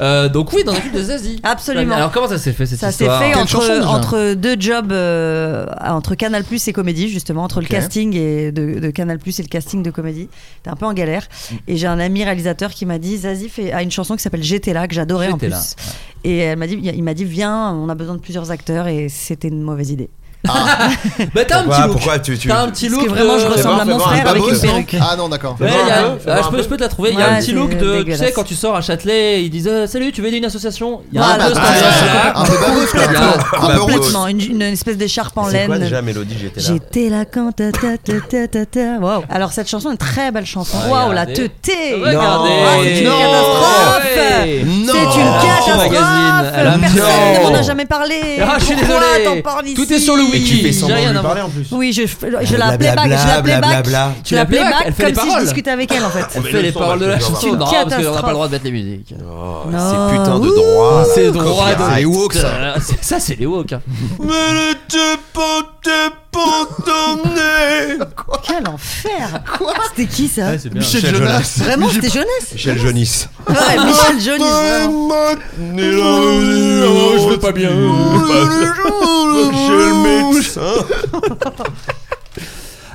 Speaker 5: Euh, Donc oui, dans un clip de Zazie.
Speaker 4: Absolument.
Speaker 5: Alors comment ça s'est fait cette
Speaker 4: Ça s'est
Speaker 5: histoire
Speaker 4: fait
Speaker 6: Quelle
Speaker 4: entre,
Speaker 6: chanson,
Speaker 2: hein.
Speaker 6: déjà
Speaker 4: entre deux jobs, euh, entre Canal Plus et Comédie, justement, entre
Speaker 6: Ok.
Speaker 4: le casting et de, de Canal Plus et le casting de Comédie. T'es un peu en galère. Et j'ai un ami réalisateur qui m'a dit Zazie fait, a une chanson qui s'appelle J'étais là, que j'adorais en
Speaker 5: J'étais
Speaker 4: plus.
Speaker 5: là,
Speaker 4: Et elle m'a dit, il m'a dit Viens, on a besoin de plusieurs acteurs, et c'était une mauvaise idée.
Speaker 5: Bah t'as
Speaker 2: Pourquoi,
Speaker 5: un petit look.
Speaker 2: pourquoi tu, tu...
Speaker 5: T'as un petit
Speaker 4: Parce
Speaker 5: look.
Speaker 4: que vraiment, je
Speaker 5: euh,
Speaker 4: ressemble à
Speaker 2: fais
Speaker 4: mon
Speaker 2: voir,
Speaker 4: frère
Speaker 2: c'est
Speaker 4: avec
Speaker 2: pas
Speaker 4: une
Speaker 2: beau, ça.
Speaker 4: perruque.
Speaker 6: Ah non, d'accord.
Speaker 5: Ouais,
Speaker 2: voir un
Speaker 5: il y a-
Speaker 2: peu, fais voir
Speaker 5: ah,
Speaker 2: un
Speaker 5: je, peux,
Speaker 2: peu.
Speaker 5: je peux te la trouver. Il y a
Speaker 4: Ouais,
Speaker 5: un petit
Speaker 4: c'est
Speaker 5: look de. Tu sais,
Speaker 4: dégueulasse.
Speaker 5: quand tu sors à Châtelet, ils disent euh, Salut, tu veux aider une association Il y a un
Speaker 4: Voilà.
Speaker 5: peu cette
Speaker 2: Bah,
Speaker 5: ambiance-là.
Speaker 4: Ah,
Speaker 6: Un peu babos, quoi.
Speaker 2: Ah,
Speaker 5: Il y a-
Speaker 6: Un peu roots.
Speaker 4: Complètement, une, une espèce d'écharpe en
Speaker 2: euh, C'est quoi
Speaker 4: laine.
Speaker 2: déjà Mélodie J'étais là.
Speaker 4: J'étais là quand ta ta ta ta ta ta. Wow. Alors cette chanson est une très belle chanson. Waouh, la
Speaker 5: Ah, Regardez.
Speaker 4: teuté.
Speaker 5: Regardez.
Speaker 4: Ah, c'est
Speaker 2: Non.
Speaker 4: une catastrophe.
Speaker 2: Non. Oh
Speaker 4: C'est une catastrophe.
Speaker 5: magazine. Elle a-
Speaker 4: Personne
Speaker 2: Non.
Speaker 4: n'en a jamais parlé.
Speaker 5: Ah, je suis
Speaker 4: Pourquoi
Speaker 5: désolé.
Speaker 4: t'en parles ici
Speaker 5: Tout est sur le
Speaker 2: Et tu
Speaker 5: wiki.
Speaker 2: fais semblant
Speaker 5: J'ai
Speaker 2: de
Speaker 5: rien
Speaker 2: lui
Speaker 5: à
Speaker 2: parler en plus.
Speaker 4: Oui, je, je l'appelais back.
Speaker 2: Blablabla,
Speaker 4: Je l'appelais back.
Speaker 2: blablabla.
Speaker 4: Je l'appelais
Speaker 5: Tu l'appelais back,
Speaker 4: back
Speaker 5: elle fait
Speaker 4: comme
Speaker 5: les
Speaker 4: si je
Speaker 5: paroles.
Speaker 4: discutais avec elle en fait.
Speaker 5: Elle
Speaker 2: Mais
Speaker 5: fait
Speaker 2: le
Speaker 5: les
Speaker 2: son,
Speaker 5: paroles de
Speaker 2: bah,
Speaker 5: la
Speaker 2: je vais
Speaker 5: chanson.
Speaker 2: voir.
Speaker 5: Non, parce qu'on n'a pas
Speaker 4: Catastrophe.
Speaker 5: le droit de mettre les musiques.
Speaker 2: Oh,
Speaker 4: Non.
Speaker 2: Ces putains de
Speaker 4: Ouh.
Speaker 2: droits. là.
Speaker 5: C'est droit de-
Speaker 2: Copyright.
Speaker 6: les woke, ça.
Speaker 5: Euh, c'est- Ça, c'est les woke. hein.
Speaker 3: Mais le type de pantonné.
Speaker 4: Quel enfer. C'était qui ça
Speaker 6: Michel Jonas.
Speaker 4: Vraiment, c'était jeunesse.
Speaker 2: Michel Jonis.
Speaker 4: Ouais, Michel Jonis.
Speaker 2: Euh,
Speaker 4: vraiment.
Speaker 3: Oh, je vais pas bien. Chez le médecin.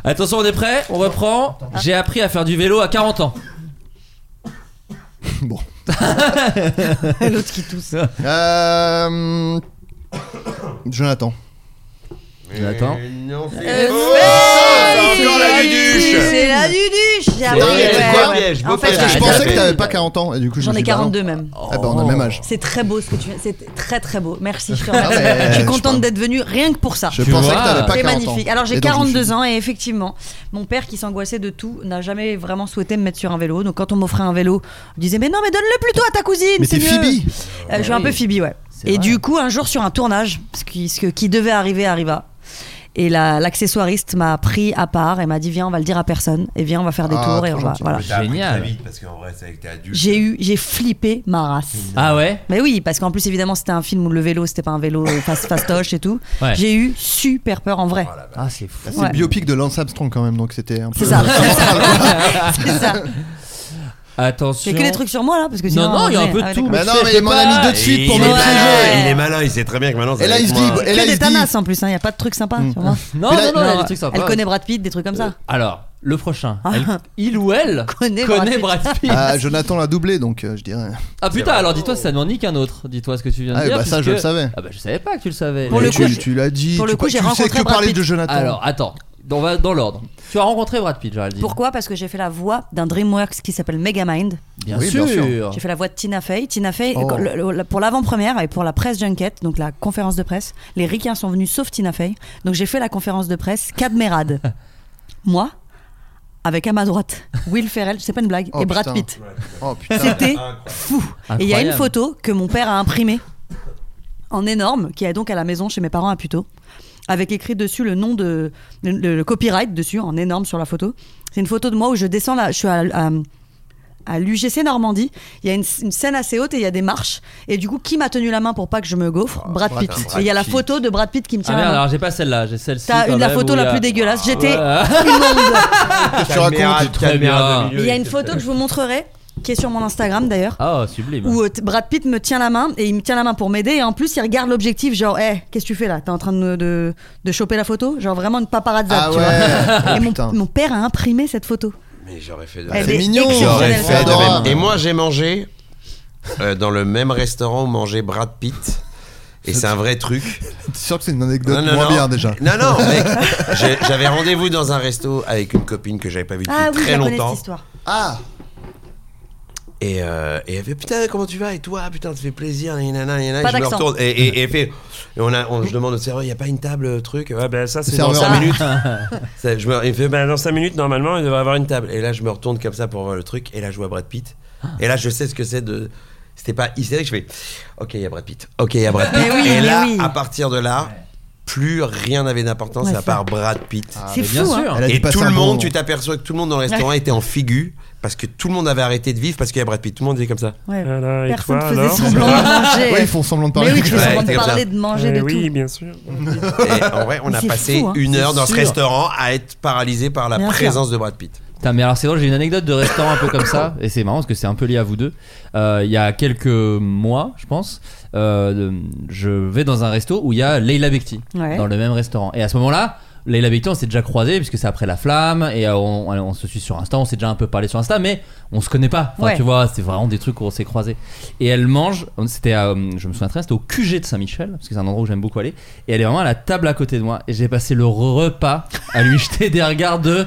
Speaker 5: Attention, on est prêt On reprend. J'ai appris à faire du vélo à 40 ans.
Speaker 6: Bon.
Speaker 4: L'autre qui tousse.
Speaker 6: Euh, Jonathan.
Speaker 5: Jonathan.
Speaker 3: c'est encore la Duduche.
Speaker 4: C'est la duduche. J'ai appris,
Speaker 2: vrai,
Speaker 4: ouais,
Speaker 2: c'est quoi,
Speaker 4: ouais.
Speaker 2: piège, beau
Speaker 4: En fait,
Speaker 2: piège.
Speaker 6: Parce que je
Speaker 2: Ah,
Speaker 6: pensais
Speaker 2: j'avais-
Speaker 6: que t'avais pas 40 ans. Et du coup, je
Speaker 4: J'en
Speaker 6: me
Speaker 4: ai
Speaker 6: suis dit, bah non.
Speaker 4: 42 même.
Speaker 6: Eh ben, on a le même âge.
Speaker 4: C'est très beau ce que tu fais. C'est très très beau. Merci. Je, te
Speaker 6: Ah,
Speaker 4: remercie.
Speaker 6: mais,
Speaker 4: Je suis
Speaker 6: je
Speaker 4: contente
Speaker 6: pense-
Speaker 4: d'être venue rien que pour ça.
Speaker 6: Je
Speaker 5: Tu
Speaker 6: pensais
Speaker 5: vois.
Speaker 6: que t'avais pas 40 ans.
Speaker 4: C'est magnifique. Alors j'ai
Speaker 6: Et donc, je me suis
Speaker 4: 42
Speaker 6: dit,
Speaker 4: ans et effectivement, mon père qui s'angoissait de tout n'a jamais vraiment souhaité me mettre sur un vélo. Donc quand on m'offrait un vélo, je disais mais non mais donne-le plutôt à ta cousine.
Speaker 6: Mais
Speaker 4: c'est
Speaker 6: t'es
Speaker 4: mieux.
Speaker 6: Phoebe.
Speaker 4: Euh, je suis
Speaker 6: Bah
Speaker 4: un peu Phoebe, ouais.
Speaker 5: C'est
Speaker 4: Et
Speaker 5: vrai.
Speaker 4: du coup, un jour sur un tournage, ce qui, ce que- qui devait arriver arriva. Et la- l'accessoiriste m'a pris à part et m'a dit viens on va le dire à personne et viens on va faire des
Speaker 6: Ah,
Speaker 4: tours et on
Speaker 6: trop
Speaker 4: va
Speaker 6: gentil.
Speaker 4: voilà.
Speaker 2: T'as appris
Speaker 5: Génial.
Speaker 2: très vite, parce qu'en vrai, c'est avec tes adultes.
Speaker 4: J'ai eu j'ai flippé ma race.
Speaker 6: Mmh.
Speaker 5: Ah ouais
Speaker 4: Mais oui, parce qu'en plus, évidemment, c'était un film où le vélo, c'était pas un vélo euh, fast- fastoche et tout.
Speaker 5: Ouais.
Speaker 4: J'ai eu super peur en vrai.
Speaker 6: Oh
Speaker 5: Ah, c'est fou.
Speaker 6: C'est
Speaker 4: Ouais.
Speaker 6: le biopic de Lance Armstrong quand même, donc c'était un peu.
Speaker 4: C'est ça. c'est ça. C'est ça.
Speaker 5: Attention.
Speaker 4: C'est que des trucs sur moi là, parce que sinon.
Speaker 5: Non, non, il y a un
Speaker 4: ouais,
Speaker 5: peu
Speaker 4: ah
Speaker 5: de
Speaker 4: ouais,
Speaker 5: tout.
Speaker 6: Mais
Speaker 4: d'accord.
Speaker 6: non,
Speaker 5: tu
Speaker 6: mais
Speaker 5: sais
Speaker 6: mon
Speaker 5: pas.
Speaker 6: ami de suite pour
Speaker 2: il,
Speaker 6: me
Speaker 2: est
Speaker 4: Ouais.
Speaker 2: malin,
Speaker 6: piéger.
Speaker 2: il est malin, il sait très bien que maintenant c'est
Speaker 6: Et là,
Speaker 2: avec
Speaker 6: il se
Speaker 2: moi.
Speaker 6: dit. Et là,
Speaker 4: Que
Speaker 6: il
Speaker 4: des
Speaker 6: se dit. Mmh.
Speaker 4: tanas en plus, hein, il y a pas de trucs sympas sur moi.
Speaker 5: Non,
Speaker 6: Mais
Speaker 5: non, non, il
Speaker 6: là-
Speaker 5: y a des
Speaker 4: Non,
Speaker 5: trucs sympas.
Speaker 4: Elle connaît Brad Pitt, des trucs comme ça.
Speaker 5: Alors, le prochain. Elle- Il ou elle
Speaker 4: Ah. Connaît
Speaker 5: Brad
Speaker 4: Brad
Speaker 5: Pitt.
Speaker 6: Ah, Jonathan l'a doublé, donc euh, je dirais.
Speaker 5: Ah putain, alors dis-toi, ça n'en nique qu'un autre. Dis-toi ce que tu viens de
Speaker 6: Ah,
Speaker 5: dire.
Speaker 6: bah ça,
Speaker 5: puisque-
Speaker 6: je le savais.
Speaker 5: Ah bah je savais pas que tu le savais.
Speaker 4: Pour
Speaker 6: Mais
Speaker 4: le
Speaker 6: tu,
Speaker 4: coup,
Speaker 6: tu l'as dit.
Speaker 4: pour le
Speaker 6: tu-
Speaker 4: coup, j'ai
Speaker 6: tu sais
Speaker 4: rencontré
Speaker 6: que
Speaker 4: Brad
Speaker 6: parler
Speaker 4: Pitt.
Speaker 6: de Jonathan.
Speaker 5: Alors, attends. On va dans l'ordre. Tu as rencontré Brad Pitt, Géraldine.
Speaker 4: Pourquoi Parce que j'ai fait la voix d'un DreamWorks qui s'appelle Megamind.
Speaker 5: Bien,
Speaker 6: Oui,
Speaker 5: sûr.
Speaker 6: bien sûr.
Speaker 4: J'ai fait la voix de Tina Fey. Tina Fey,
Speaker 6: Oh.
Speaker 4: quand- le- le- la- pour l'avant-première et pour la presse junket, donc la conférence de presse, les ricains sont venus sauf Tina Fey. Donc j'ai fait la conférence de presse cadmérade. Moi, avec à ma droite, Will Ferrell, c'est pas une blague,
Speaker 6: Oh,
Speaker 4: et Brad
Speaker 6: putain.
Speaker 4: Pitt.
Speaker 6: Oh putain.
Speaker 4: C'était fou. Et il y a une
Speaker 5: Incroyable.
Speaker 4: photo que mon père a imprimée en énorme, qui est donc à la maison chez mes parents à Puteaux, avec écrit dessus le nom de. le, le copyright dessus, en énorme sur la photo. C'est une photo de moi où je descends là, je suis à. à- à l'UGC Normandie, il y a une, une scène assez haute et il y a des marches. Et du coup, qui m'a tenu la main pour pas que je me gaufre Ah, Brad Pitt.
Speaker 2: Brad
Speaker 4: et il y a la
Speaker 2: Pitt.
Speaker 4: photo de Brad Pitt qui me
Speaker 5: Ah
Speaker 4: tient
Speaker 5: merde,
Speaker 4: la main.
Speaker 5: alors j'ai pas celle-là, j'ai celle-ci.
Speaker 4: T'as
Speaker 5: quand
Speaker 4: une- la
Speaker 5: même,
Speaker 4: photo
Speaker 5: où
Speaker 4: la
Speaker 5: il y a-
Speaker 4: plus dégueulasse. J'étais
Speaker 5: Ouais. ah
Speaker 4: immonde.
Speaker 6: Qu'est-ce que tu racontes
Speaker 5: très bien.
Speaker 4: Il y a une photo que je vous montrerai, qui est sur mon Instagram d'ailleurs.
Speaker 5: Ah, sublime.
Speaker 4: Où euh, t- Brad Pitt me tient la main et il me tient la main pour m'aider et en plus il regarde l'objectif genre Eh, qu'est-ce que tu fais là t'es en train de, de, de choper la photo genre vraiment une paparazzade
Speaker 6: Ah
Speaker 4: tu
Speaker 6: ouais.
Speaker 4: vois et
Speaker 6: Oh,
Speaker 4: mon,
Speaker 6: putain.
Speaker 4: mon père a imprimé cette photo
Speaker 2: Mais j'aurais fait de
Speaker 4: Elle
Speaker 6: C'est
Speaker 4: est
Speaker 6: mignon.
Speaker 2: J'aurais
Speaker 4: exceptionnelle,
Speaker 2: fait de
Speaker 4: pardon.
Speaker 2: même. Et moi, j'ai mangé euh, dans le même restaurant où mangeait Brad Pitt. Et c'est un vrai truc.
Speaker 6: T'es sûr que c'est une anecdote moins bien déjà.
Speaker 2: Non, non, mais j'ai- j'avais rendez-vous dans un resto avec une copine que j'avais pas vue depuis
Speaker 4: ah oui je
Speaker 2: très
Speaker 4: la connais cette
Speaker 2: longtemps.
Speaker 4: histoire
Speaker 6: Ah
Speaker 2: Et, euh, et elle fait Putain, comment tu vas Et toi, putain, ça fait plaisir. Et, nanana, et
Speaker 4: Pas
Speaker 2: je me
Speaker 4: d'accent.
Speaker 2: retourne. Et, et, et elle fait et on a, on, Je demande au serveur Il n'y a pas une table, euh, truc Ouais, ben ça,
Speaker 6: Le
Speaker 2: c'est dans
Speaker 6: serveur.
Speaker 2: 5 minutes. Ça, je me, il fait Ben, Dans 5 minutes, normalement, il devrait avoir une table. Et là, je me retourne comme ça pour voir le truc. Et là, je vois Brad Pitt.
Speaker 4: Ah.
Speaker 2: Et là, je sais ce que c'est de. C'était pas hystérique. Je fais Ok, il y a Brad Pitt. Ok, il y a Brad Pitt.
Speaker 4: Mais oui,
Speaker 2: et
Speaker 4: mais
Speaker 2: là,
Speaker 4: oui.
Speaker 2: à partir de là, plus rien n'avait d'importance
Speaker 4: Ouais,
Speaker 2: à
Speaker 4: ça.
Speaker 2: part Brad Pitt.
Speaker 4: c'est
Speaker 5: Mais
Speaker 4: fou
Speaker 5: bien
Speaker 4: hein.
Speaker 5: sûr.
Speaker 6: Ah. Elle a dû
Speaker 2: Et
Speaker 6: passer
Speaker 2: tout
Speaker 6: un
Speaker 2: le
Speaker 6: bon
Speaker 2: monde,
Speaker 6: moment.
Speaker 2: tu t'aperçois que tout le monde dans le restaurant était en figu parce que tout le monde avait arrêté de vivre parce qu'il y a Brad Pitt. Tout le monde était comme ça.
Speaker 4: Ouais.
Speaker 3: Voilà, et
Speaker 4: personne
Speaker 3: toi,
Speaker 4: faisait
Speaker 3: alors
Speaker 4: semblant de manger
Speaker 6: Ouais, ils font semblant de parler.
Speaker 4: mais oui tu
Speaker 2: Ouais,
Speaker 4: fais semblant de
Speaker 2: c'est comme
Speaker 4: parler
Speaker 2: ça.
Speaker 4: de manger de
Speaker 3: Eh Oui,
Speaker 4: tout
Speaker 3: bien sûr.
Speaker 2: Et en vrai, on
Speaker 4: Mais
Speaker 2: a
Speaker 4: c'est
Speaker 2: passé
Speaker 4: fou, hein.
Speaker 2: une heure
Speaker 5: C'est
Speaker 2: dans ce
Speaker 5: sûr.
Speaker 2: restaurant à être paralysé par la
Speaker 4: Bien sûr.
Speaker 2: présence de Brad Pitt.
Speaker 5: Putain, mais alors c'est drôle, j'ai une anecdote de restaurant un peu comme ça, et c'est marrant parce que c'est un peu lié à vous deux. Euh, Il y a quelques mois, je pense, euh, je vais dans un resto où il y a Leila Bekti
Speaker 4: Ouais.
Speaker 5: dans le même restaurant, et à ce moment-là. Leila Becton, on s'est déjà croisé puisque c'est après la flamme et euh, on, on se suit sur Insta, on s'est déjà un peu parlé sur Insta, mais on se connaît pas. Enfin,
Speaker 4: Ouais.
Speaker 5: Tu vois, c'est vraiment des trucs où on s'est croisé. Et elle mange, on- c'était, à, euh, je me souviens très bien, c'était au QG de Saint-Michel parce que c'est un endroit où j'aime beaucoup aller. Et elle est vraiment à la table à côté de moi et j'ai passé le repas à lui jeter des regards de.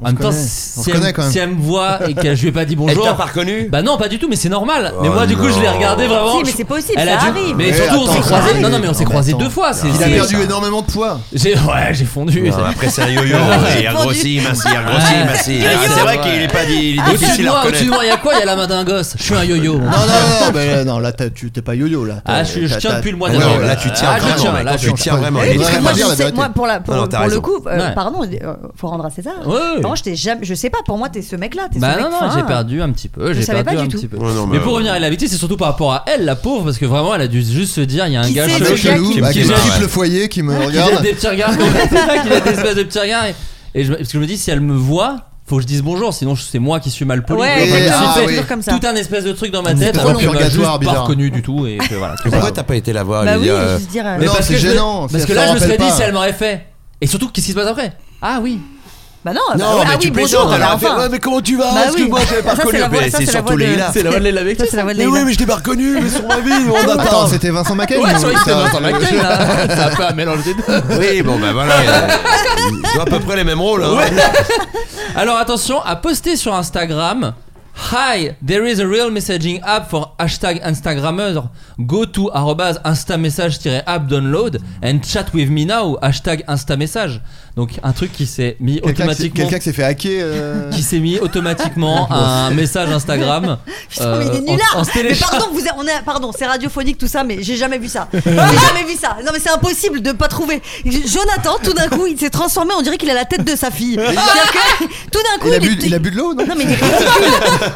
Speaker 6: On
Speaker 5: en
Speaker 6: se
Speaker 5: même temps,
Speaker 6: connaît. On
Speaker 5: si
Speaker 6: se
Speaker 5: elle,
Speaker 6: connaît quand même.
Speaker 5: si elle me voit et que je lui ai pas dit
Speaker 2: Elle t'a
Speaker 5: bonjour,
Speaker 2: pas reconnu
Speaker 5: bah non, pas du tout, mais c'est normal. mais
Speaker 2: Oh
Speaker 5: moi, du coup, je l'ai
Speaker 2: non.
Speaker 5: regardé vraiment.
Speaker 4: Si, mais c'est possible,
Speaker 5: Elle a
Speaker 4: ça
Speaker 5: dû-
Speaker 4: arrive.
Speaker 5: Mais
Speaker 6: Ouais,
Speaker 5: surtout, on
Speaker 6: attends,
Speaker 5: s'est
Speaker 6: ça
Speaker 5: croisés.
Speaker 6: arrive.
Speaker 5: Non, non, mais on s'est
Speaker 6: Non, mais
Speaker 5: croisés
Speaker 6: attends.
Speaker 5: deux fois. c'est-
Speaker 6: Il a
Speaker 5: c'est-
Speaker 6: perdu énormément de poids.
Speaker 5: J'ai ouais, j'ai fondu.
Speaker 2: Non,
Speaker 5: c'est-
Speaker 2: Après, c'est un yo-yo. Il a grossi, mince, il a grossi,
Speaker 5: Ouais.
Speaker 2: mince. il a-
Speaker 5: Yo-yo.
Speaker 2: C'est vrai qu'il est pas dit- il est
Speaker 5: Au-dessus de
Speaker 2: difficile à
Speaker 5: moi, au-dessus
Speaker 2: reconnaître.
Speaker 5: de moi, il y a quoi Il y a la main d'un gosse. Je suis un yo-yo.
Speaker 6: Non, non, non, non, mais non, là, t'as- tu- t'es pas yo-yo, là.
Speaker 5: Ah, je suis- je
Speaker 6: T'as-
Speaker 5: tiens
Speaker 6: t'as-
Speaker 5: depuis le mois
Speaker 2: Ah,
Speaker 5: d'avril.
Speaker 2: non, là, tu tiens
Speaker 5: Ah, je
Speaker 2: vraiment,
Speaker 5: tiens,
Speaker 2: mec.
Speaker 5: là,
Speaker 2: Tu
Speaker 5: je-
Speaker 2: tiens vraiment.
Speaker 6: Ouais,
Speaker 2: Il est
Speaker 6: parce
Speaker 2: très
Speaker 6: que
Speaker 4: Moi,
Speaker 2: mal.
Speaker 6: dire
Speaker 4: je
Speaker 6: la
Speaker 4: sais,
Speaker 6: vérité.
Speaker 4: moi, pour, la, pour,
Speaker 2: Non, non, t'as
Speaker 4: pour le
Speaker 2: raison.
Speaker 4: coup, euh,
Speaker 5: Ouais.
Speaker 4: pardon, euh, faut rendre à César.
Speaker 5: Ouais.
Speaker 4: Non, je t'ai jamais, je sais pas, pour moi, t'es ce mec-là, t'es
Speaker 5: Bah
Speaker 4: ce
Speaker 5: non,
Speaker 4: mec
Speaker 5: non,
Speaker 4: fin.
Speaker 5: j'ai perdu un petit peu. J'ai
Speaker 4: savais
Speaker 5: perdu
Speaker 4: pas
Speaker 5: un
Speaker 4: du tout.
Speaker 5: petit peu.
Speaker 3: Ouais, non,
Speaker 5: Mais
Speaker 3: mais-
Speaker 5: pour revenir à la victime, c'est surtout par rapport à elle, la pauvre, parce que vraiment, elle a dû juste se dire, il y a un
Speaker 4: Qui
Speaker 5: gars
Speaker 4: c'est,
Speaker 5: chelou
Speaker 4: ce
Speaker 5: qui-
Speaker 4: gars
Speaker 6: Chelou,
Speaker 2: qui
Speaker 6: bah,
Speaker 2: me
Speaker 6: qui
Speaker 2: kiffe,
Speaker 6: me
Speaker 2: ouais.
Speaker 6: kiffe le foyer, qui me
Speaker 5: qui a
Speaker 6: regarde.
Speaker 5: des petits regards comme ça, c'est ça, qu'il a des espèces de petits regards. Et, et je, parce que je me dis, si elle me voit, faut que je dise bonjour, sinon je- c'est moi qui suis mal poli.
Speaker 4: Ouais,
Speaker 5: Donc, je me
Speaker 6: exactement,
Speaker 5: suis
Speaker 6: ah
Speaker 5: fait
Speaker 6: oui.
Speaker 4: toujours comme ça.
Speaker 5: Tout un espèce de truc dans ma
Speaker 6: Une
Speaker 5: tête,
Speaker 6: petite
Speaker 5: alors que je
Speaker 6: purgatoire
Speaker 5: l'ai juste pas
Speaker 6: bizarre.
Speaker 5: reconnu du tout. Et que voilà, que voilà.
Speaker 2: Pourquoi t'as pas été la voir
Speaker 4: Bah
Speaker 2: lui
Speaker 4: oui,
Speaker 2: dire,
Speaker 4: je
Speaker 2: euh,
Speaker 4: veux dire. euh,
Speaker 6: Mais- Non,
Speaker 5: parce
Speaker 6: c'est
Speaker 5: que je me-
Speaker 6: gênant,
Speaker 5: Parce
Speaker 6: ça-
Speaker 5: que
Speaker 6: ça
Speaker 5: là, je me
Speaker 6: rappelle
Speaker 5: serais dit,
Speaker 6: pas.
Speaker 5: si elle m'aurait fait. Et surtout, qu'est-ce qui se passe après Ah oui.
Speaker 4: Bah non, bah,
Speaker 2: Non,
Speaker 4: oui,
Speaker 2: mais
Speaker 4: ah
Speaker 2: tu
Speaker 4: oui,
Speaker 2: plaisantes,
Speaker 4: bonjour,
Speaker 2: elle
Speaker 4: bah
Speaker 2: a fait
Speaker 4: enfin.
Speaker 2: Ouais, mais comment tu vas
Speaker 4: Bah
Speaker 2: Parce que
Speaker 4: oui.
Speaker 2: moi, j'avais pas
Speaker 4: Ça, c'est
Speaker 2: reconnu.
Speaker 4: la voix-
Speaker 2: Mais
Speaker 4: ça,
Speaker 2: c'est
Speaker 4: c'est la
Speaker 2: surtout
Speaker 4: voix de-
Speaker 2: les là.
Speaker 4: C'est la voix de
Speaker 5: la
Speaker 4: Ça, c'est la voix de
Speaker 2: Mais oui,
Speaker 4: Leïla.
Speaker 2: mais je t'ai pas reconnu, mais sur ma vie,
Speaker 4: Oh,
Speaker 2: on
Speaker 4: bah,
Speaker 2: attend.
Speaker 6: Attends, c'était Vincent Macaigne
Speaker 5: Ouais,
Speaker 6: ou
Speaker 5: c'est vrai que
Speaker 6: ça-
Speaker 5: c'est Vincent Macaigne, là. C'est un peu un mélange des deux.
Speaker 2: Oui, bon, bah voilà. euh, Ils ont à peu près les mêmes rôles. hein.
Speaker 5: Alors attention, à poster sur Instagram. Hi, there is a real messaging app for hashtag Instagrammer. Go to arrobase instamessage-app download and chat with me now hashtag instamessage. Donc un truc qui s'est mis
Speaker 6: Quelqu'un qui s'est-
Speaker 5: automatiquement.
Speaker 6: Quelqu'un qui s'est fait hacker. euh,
Speaker 5: qui s'est mis automatiquement un message Instagram
Speaker 4: Putain, mais il est
Speaker 5: euh,
Speaker 4: nul là.
Speaker 5: en, en se
Speaker 4: mais
Speaker 5: télécharge-
Speaker 4: pardon, vous, êtes- on est, pardon, c'est radiophonique tout ça, mais j'ai jamais vu ça. J'ai jamais vu ça. Non, mais c'est impossible de pas trouver. Jonathan, tout d'un coup, il s'est transformé. On dirait qu'il a la tête de sa fille. C'est-à-dire que, tout d'un coup,
Speaker 6: Il a
Speaker 4: il
Speaker 6: bu
Speaker 4: est-
Speaker 6: il a bu de l'eau, non
Speaker 4: Non mais il est ridicule.